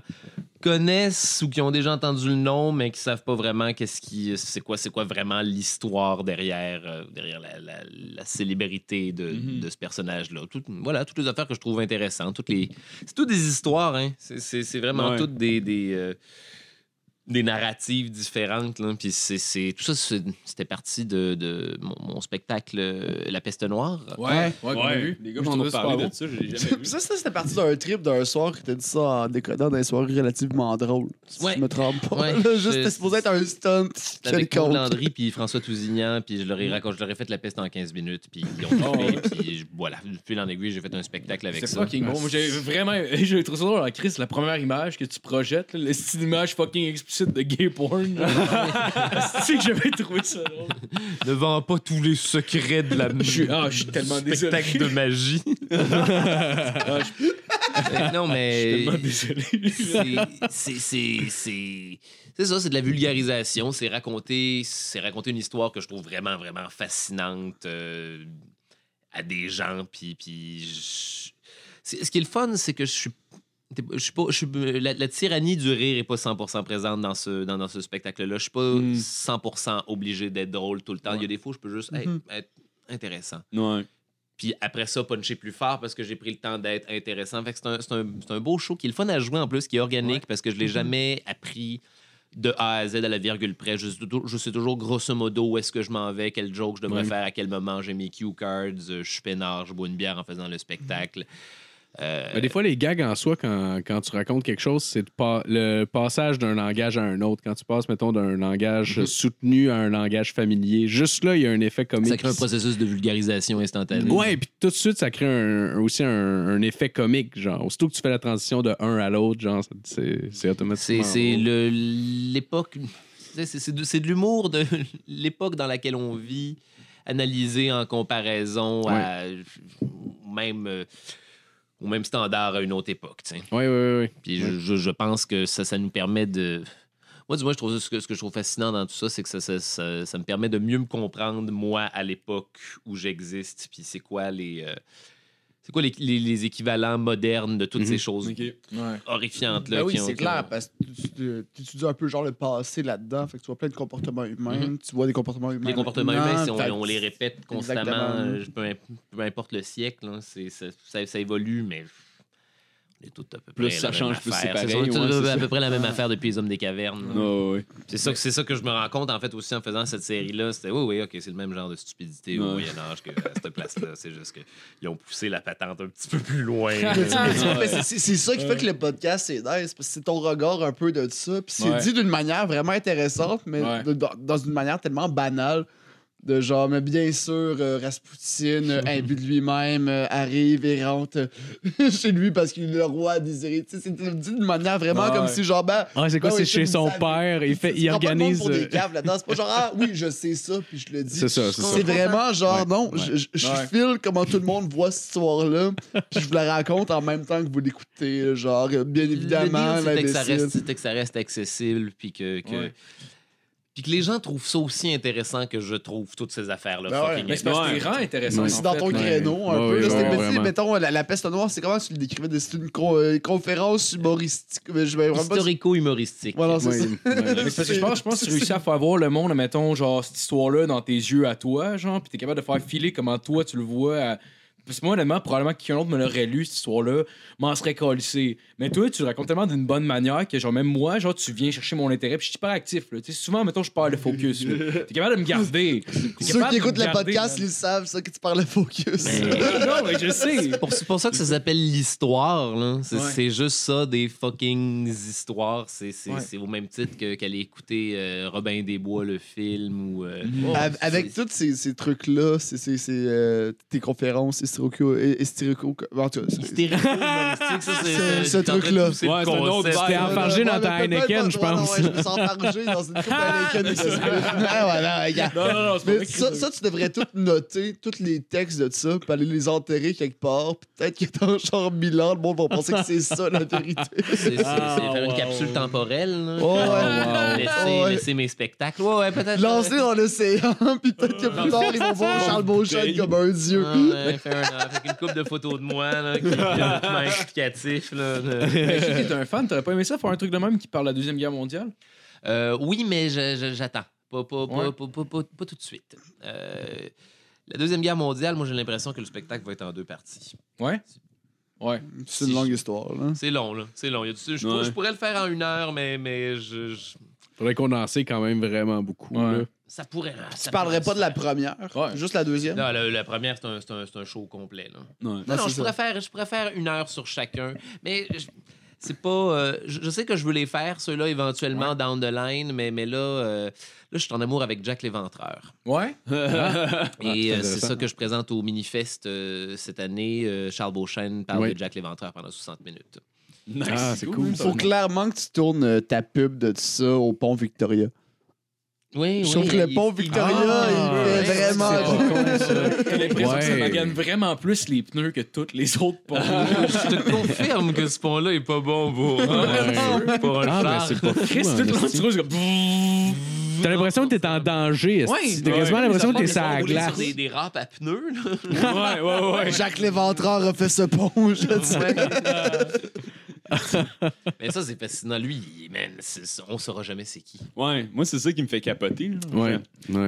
Speaker 6: connaissent ou qui ont déjà entendu le nom, mais qui savent pas vraiment qu'est-ce qui, c'est quoi, c'est quoi vraiment l'histoire derrière, euh, derrière la, la- la célébrité de, de ce personnage-là. Tout- voilà, toutes les affaires que je trouve intéressantes, toutes les, c'est toutes des histoires, hein. C'est- C'est c'est vraiment
Speaker 5: Ouais.
Speaker 6: toutes des des, euh, des narratives différentes, là. Puis c'est- c'est tout ça, c'est- c'était parti de, de mon, mon spectacle euh, La Peste Noire.
Speaker 3: Ouais, ouais, qu'on a vu.
Speaker 5: Les gars,
Speaker 3: Moi,
Speaker 5: je
Speaker 3: je trouvais
Speaker 5: t'en ai
Speaker 3: ça
Speaker 5: parlé
Speaker 3: bon.
Speaker 5: de ça, j'ai jamais vu.
Speaker 4: Ça, ça c'était parti d'un trip d'un soir que t'as dit ça en déconnant dans une soirée relativement drôle. Si
Speaker 6: Ouais.
Speaker 4: je me trompe pas.
Speaker 6: Ouais.
Speaker 4: Juste,
Speaker 6: Je-
Speaker 4: c'était supposé être un stunt.
Speaker 6: C'était avec Claude
Speaker 4: quelconque.
Speaker 6: Landry puis François Tousignan puis je leur
Speaker 3: Mm.
Speaker 6: ai raconté, je leur ai fait la peste en 15 minutes puis ils ont trippé, puis je- voilà, depuis l'an aiguille, j'ai fait un spectacle avec
Speaker 3: Oh, C'est
Speaker 6: ça.
Speaker 3: fucking bon. Moi, J'ai vraiment. J'ai trouvé ça drôle, hein, Chris, la première image que tu projettes, là, le style d'image fucking explicite de gay porn. c'est que j'avais trouvé ça drôle.
Speaker 6: Ne vends pas tous les secrets de la
Speaker 3: Je suis- ah, je suis tellement désolé. Ah,
Speaker 6: spectacle de magie. non mais
Speaker 3: Tellement désolé.
Speaker 6: C'est- c'est c'est- c'est- c'est ça, c'est de la vulgarisation. C'est raconter, c'est raconter une histoire que je trouve vraiment, vraiment fascinante euh, à des gens. Puis, puis je- c'est- ce qui est le fun, c'est que je suis t'es- je suis pas, je suis- la, la tyrannie du rire est pas 100% présente dans ce, dans, dans ce spectacle-là. Je suis pas 100% obligé d'être drôle tout le temps. Il y a des fois où je peux juste hey, être intéressant.
Speaker 5: Ouais.
Speaker 6: Puis après ça, puncher plus fort parce que j'ai pris le temps d'être intéressant. Fait que c'est un, c'est un- c'est un beau show qui est le fun à jouer en plus, qui est organique parce que je l'ai jamais appris de A à Z à la virgule près. Je, sais tou- je sais toujours grosso modo où est-ce que je m'en vais, quel joke je devrais faire, à quel moment j'ai mes cue cards, euh, je suis peinard, je bois une bière en faisant le spectacle. Euh,
Speaker 7: Mais Ben, des fois, les gags en soi, quand, quand tu racontes quelque chose, c'est de pas- le passage d'un langage à un autre. Quand tu passes, mettons, d'un langage soutenu à un langage familier, juste là, il y a un effet comique.
Speaker 6: ça crée un processus de vulgarisation instantanée.
Speaker 7: Ouais, puis tout de suite, ça crée un- aussi un, un effet comique. Genre, aussitôt que tu fais la transition de un à l'autre, genre, c'est c'est
Speaker 6: C'est
Speaker 7: automatiquement.
Speaker 6: c'est le- l'époque. c'est- C'est c'est de, c'est de l'humour de l'époque dans laquelle on vit, analysé en comparaison à au même, euh, au même standard à une autre époque. tu sais.
Speaker 7: Oui, oui, oui.
Speaker 6: Puis je, je- je pense que ça, ça nous permet de. Moi, du moins, je trouve ce que, ce que je trouve fascinant dans tout ça, c'est que ça, ça, ça- ça me permet de mieux me comprendre, moi, à l'époque où j'existe. Puis c'est quoi les. euh, c'est quoi les, les- les équivalents modernes de toutes ces choses
Speaker 4: Ouais.
Speaker 6: horrifiantes là
Speaker 4: Ben oui,
Speaker 6: qui ont- euh,
Speaker 4: c'est
Speaker 6: qui ont-
Speaker 4: clair, parce que tu- euh, tu tu étudies un peu genre le passé là-dedans. Fait que tu vois plein de comportements humains. Tu vois des comportements humains.
Speaker 6: Mhm. Les comportements
Speaker 4: maintenant,
Speaker 6: humains, si on,
Speaker 4: fait-
Speaker 6: on les répète constamment,
Speaker 4: Exactement.
Speaker 6: euh, peu, imp- peu importe le siècle, hein, c'est- ça, ça- ça évolue, mais on est tout à peu près.
Speaker 5: Plus
Speaker 6: la
Speaker 5: ça
Speaker 6: même
Speaker 5: change, plus c'est
Speaker 6: affaire.
Speaker 5: pareil,
Speaker 6: ça,
Speaker 5: ouais,
Speaker 6: c'est
Speaker 5: c'est
Speaker 6: à peu près la même affaire depuis les hommes des cavernes. là.
Speaker 5: Non, oui.
Speaker 6: C'est ça, que- c'est ça que je me rends compte en fait aussi en faisant cette série-là. C'était oui, oui, ok, c'est le même genre de stupidité au
Speaker 5: Ouais.
Speaker 6: Moyen-Âge qu'à cette place-là. C'est juste qu'ils ont poussé la patente un petit peu plus loin. là.
Speaker 4: Mais c'est- c'est c'est ça qui fait que le podcast, c'est nice. Parce que c'est ton regard un peu de ça. Puis c'est
Speaker 3: Ouais.
Speaker 4: dit d'une manière vraiment intéressante, mais
Speaker 3: Ouais.
Speaker 4: de- dans, dans une manière tellement banale. De genre, mais bien sûr, euh, Raspoutine, euh, imbu de lui-même, euh, arrive et rentre euh, chez lui parce qu'il est le roi désiré. Tu sais, c'est dit d'une manière vraiment
Speaker 3: Ouais.
Speaker 4: comme si, genre, ben.
Speaker 7: Ah, c'est quoi,
Speaker 4: ben
Speaker 7: c'est
Speaker 4: oui,
Speaker 7: chez
Speaker 4: vous
Speaker 7: son
Speaker 4: savez.
Speaker 7: père, il, fait,
Speaker 4: Tu
Speaker 7: il
Speaker 4: prends pas le monde
Speaker 7: organise.
Speaker 4: pour des
Speaker 7: euh,
Speaker 4: caves là-dedans. C'est pas genre, ah oui, je sais ça, puis je le dis.
Speaker 7: C'est ça, c'est ça.
Speaker 4: C'est vraiment genre,
Speaker 7: Ouais,
Speaker 4: non,
Speaker 7: ouais.
Speaker 4: je, je- je
Speaker 3: Ouais.
Speaker 4: file comment tout le monde voit cette histoire-là, puis je vous la raconte en même temps que vous l'écoutez. Genre, euh, bien évidemment,
Speaker 6: Le deal, c'était que, ça reste-
Speaker 4: l'imbécile.
Speaker 6: c'était que ça reste accessible, puis que, que,
Speaker 3: Ouais.
Speaker 6: puis que les gens trouvent ça aussi intéressant que je trouve toutes ces affaires-là.
Speaker 4: Ben ouais.
Speaker 6: fucking
Speaker 3: Mais c'est parce que
Speaker 6: intéressantes.
Speaker 3: t'es rend intéressant.
Speaker 4: C'est
Speaker 3: en
Speaker 4: dans
Speaker 3: fait,
Speaker 4: ton
Speaker 3: là.
Speaker 4: créneau, un
Speaker 7: Ouais,
Speaker 4: peu.
Speaker 7: ouais,
Speaker 4: là,
Speaker 7: ouais,
Speaker 4: c'était- mais tu sais,
Speaker 7: vraiment.
Speaker 4: mettons, la, la peste noire, c'est comment tu le décrivais? C'était une con- euh, conférence humoristique. mais Je vais vraiment pas-
Speaker 6: Historico-humoristique.
Speaker 4: Voilà, c'est ça.
Speaker 3: Mais c'est parce que je pense, je pense que tu réussis à faire voir le monde, mettons, genre, cette histoire-là dans tes yeux à toi, genre, puis t'es capable de faire filer comment toi tu le vois. à- Parce que moi, honnêtement, probablement que quelqu'un d'autre me l'aurait lu, cette histoire-là, m'en serait colissé. Mais toi, tu le racontes tellement d'une bonne manière que, genre, même moi, genre, tu viens chercher mon intérêt, puis je suis hyper actif, là. Tu sais, souvent, mettons, je perds le focus, là. T'es capable de me garder. T'es capable
Speaker 4: Ceux qui
Speaker 3: de me
Speaker 4: écoutent le
Speaker 3: garder,
Speaker 4: podcast,
Speaker 3: man.
Speaker 4: ils savent, ça, que tu parles focus.
Speaker 3: non, mais je sais.
Speaker 6: Pour- C'est pour ça que ça s'appelle l'histoire. là. C'est
Speaker 3: Ouais.
Speaker 6: c'est juste ça, des fucking histoires. C'est c'est-
Speaker 3: Ouais.
Speaker 6: c'est au même titre que- qu'aller écouter euh, Robin des Bois, le film. ou euh,
Speaker 4: Mhm. Av-
Speaker 6: c'est-
Speaker 4: Avec tous ces, ces trucs-là, ces, ces, ces, euh, tes conférences, Estirico. Estirico en tout cas, c'est-
Speaker 6: Stéréo-humoristique, ça, c'est-
Speaker 4: Ce-
Speaker 6: c'est- t'es
Speaker 4: ce
Speaker 6: en train de
Speaker 4: truc-là.
Speaker 6: pousser le
Speaker 9: Ouais, c'est un autre
Speaker 6: concept.
Speaker 7: C'était enfargé dans ta
Speaker 4: Ouais, mais
Speaker 7: Heineken, je
Speaker 4: peut-être pas-
Speaker 7: pense.
Speaker 4: Ouais, je me sens enfargé dans une coupe Heineken. et ça se peut. Ah, voilà, regarde.
Speaker 3: Non, non, non, c'est pas
Speaker 4: Mais
Speaker 3: vrai que
Speaker 4: ça, ça, tu devrais tout noter, tous les textes de ça, puis aller les enterrer quelque part. puis Peut-être que dans genre mille ans, le monde va penser que c'est ça la vérité.
Speaker 6: C'est c'est- c'est
Speaker 4: Ah,
Speaker 6: faire une capsule temporelle. là.
Speaker 4: Oh, ouais.
Speaker 6: Ah, Laisser,
Speaker 4: Oh, ouais.
Speaker 6: laisser mes spectacles. Ouais, ouais, peut-être.
Speaker 4: Lancer dans l'océan, puis peut-être que plus tard, ils vont voir Charles Beauchamp comme un dieu.
Speaker 6: Ah, ouais, fair enough. Fait une coupe de photos de moi là, qui est complètement explicatif. Là, de-
Speaker 3: Mais je sais que t'es un fan, t'aurais pas aimé ça faire un truc de même qui parle de la Deuxième Guerre mondiale?
Speaker 6: Euh, oui, mais je- je- j'attends. Pas, pas, pas-
Speaker 3: Ouais.
Speaker 6: pas- pas- pas- pas tout de suite. Euh, la Deuxième Guerre mondiale, moi, j'ai l'impression que le spectacle va être en deux parties.
Speaker 3: Ouais.
Speaker 4: C'est une longue histoire, là.
Speaker 6: C'est long, là. C'est long. Il y a du- je, pour-
Speaker 5: Ouais.
Speaker 6: je pourrais le faire en une heure, mais, mais je, je-
Speaker 7: Faudrait condenser quand même vraiment beaucoup.
Speaker 3: Ouais.
Speaker 7: là.
Speaker 6: ça pourrait.
Speaker 4: Tu parlerais pas de la première,
Speaker 3: Ouais.
Speaker 4: juste la deuxième.
Speaker 6: Non, la, la première, c'est un, c'est un- c'est un show complet. Là.
Speaker 5: Non,
Speaker 6: Non, non,
Speaker 4: c'est
Speaker 6: je
Speaker 4: ça.
Speaker 6: préfère, je préfère une heure sur chacun. Mais je- c'est pas. euh, je, je sais que je veux les faire, ceux-là, éventuellement, down the line, mais, mais là, euh, là, je suis en amour avec Jack l'Éventreur.
Speaker 3: Ouais?
Speaker 6: Et euh, c'est
Speaker 7: intéressant.
Speaker 6: ça que je présente au Minifest euh, cette année. Euh, Charles Beauchesne parle
Speaker 7: Oui.
Speaker 6: de Jack l'Éventreur pendant 60 minutes.
Speaker 7: Ah, c'est cool.
Speaker 4: Faut clairement que tu tournes euh, ta pub de ça au pont Victoria.
Speaker 6: Oui,
Speaker 4: Je trouve que le pont Victoria,
Speaker 7: Ah,
Speaker 4: il
Speaker 6: ouais,
Speaker 4: fait vraiment.
Speaker 6: c'est
Speaker 4: bon.
Speaker 3: T'as l'impression que ça
Speaker 7: Ouais.
Speaker 3: magane vraiment plus les pneus que toutes les autres ponts.
Speaker 6: Je te confirme que ce pont-là est pas bon pour, euh,
Speaker 7: Ouais.
Speaker 6: pour un
Speaker 7: Ah,
Speaker 6: char.
Speaker 7: ben c'est pas fou.
Speaker 3: Chris,
Speaker 7: hein,
Speaker 3: toute
Speaker 7: esti.
Speaker 3: l'aventure, c'est comme.
Speaker 7: T'as l'impression que t'es en danger. esti.
Speaker 3: Ouais,
Speaker 7: T'as quasiment
Speaker 3: ouais. Ça
Speaker 7: l'impression que t'es
Speaker 3: prend
Speaker 7: sur la
Speaker 6: Rouler sur
Speaker 7: glace.
Speaker 6: des, des rampes à pneus. là.
Speaker 3: Ouais, ouais, ouais.
Speaker 4: Jacques Léventreur a fait ce pont, je te dis.
Speaker 6: Mais ça, c'est fascinant. Lui, man, c'est- on saura jamais c'est qui.
Speaker 5: Ouais, moi, c'est ça qui me fait capoter. là.
Speaker 7: Ouais. ouais.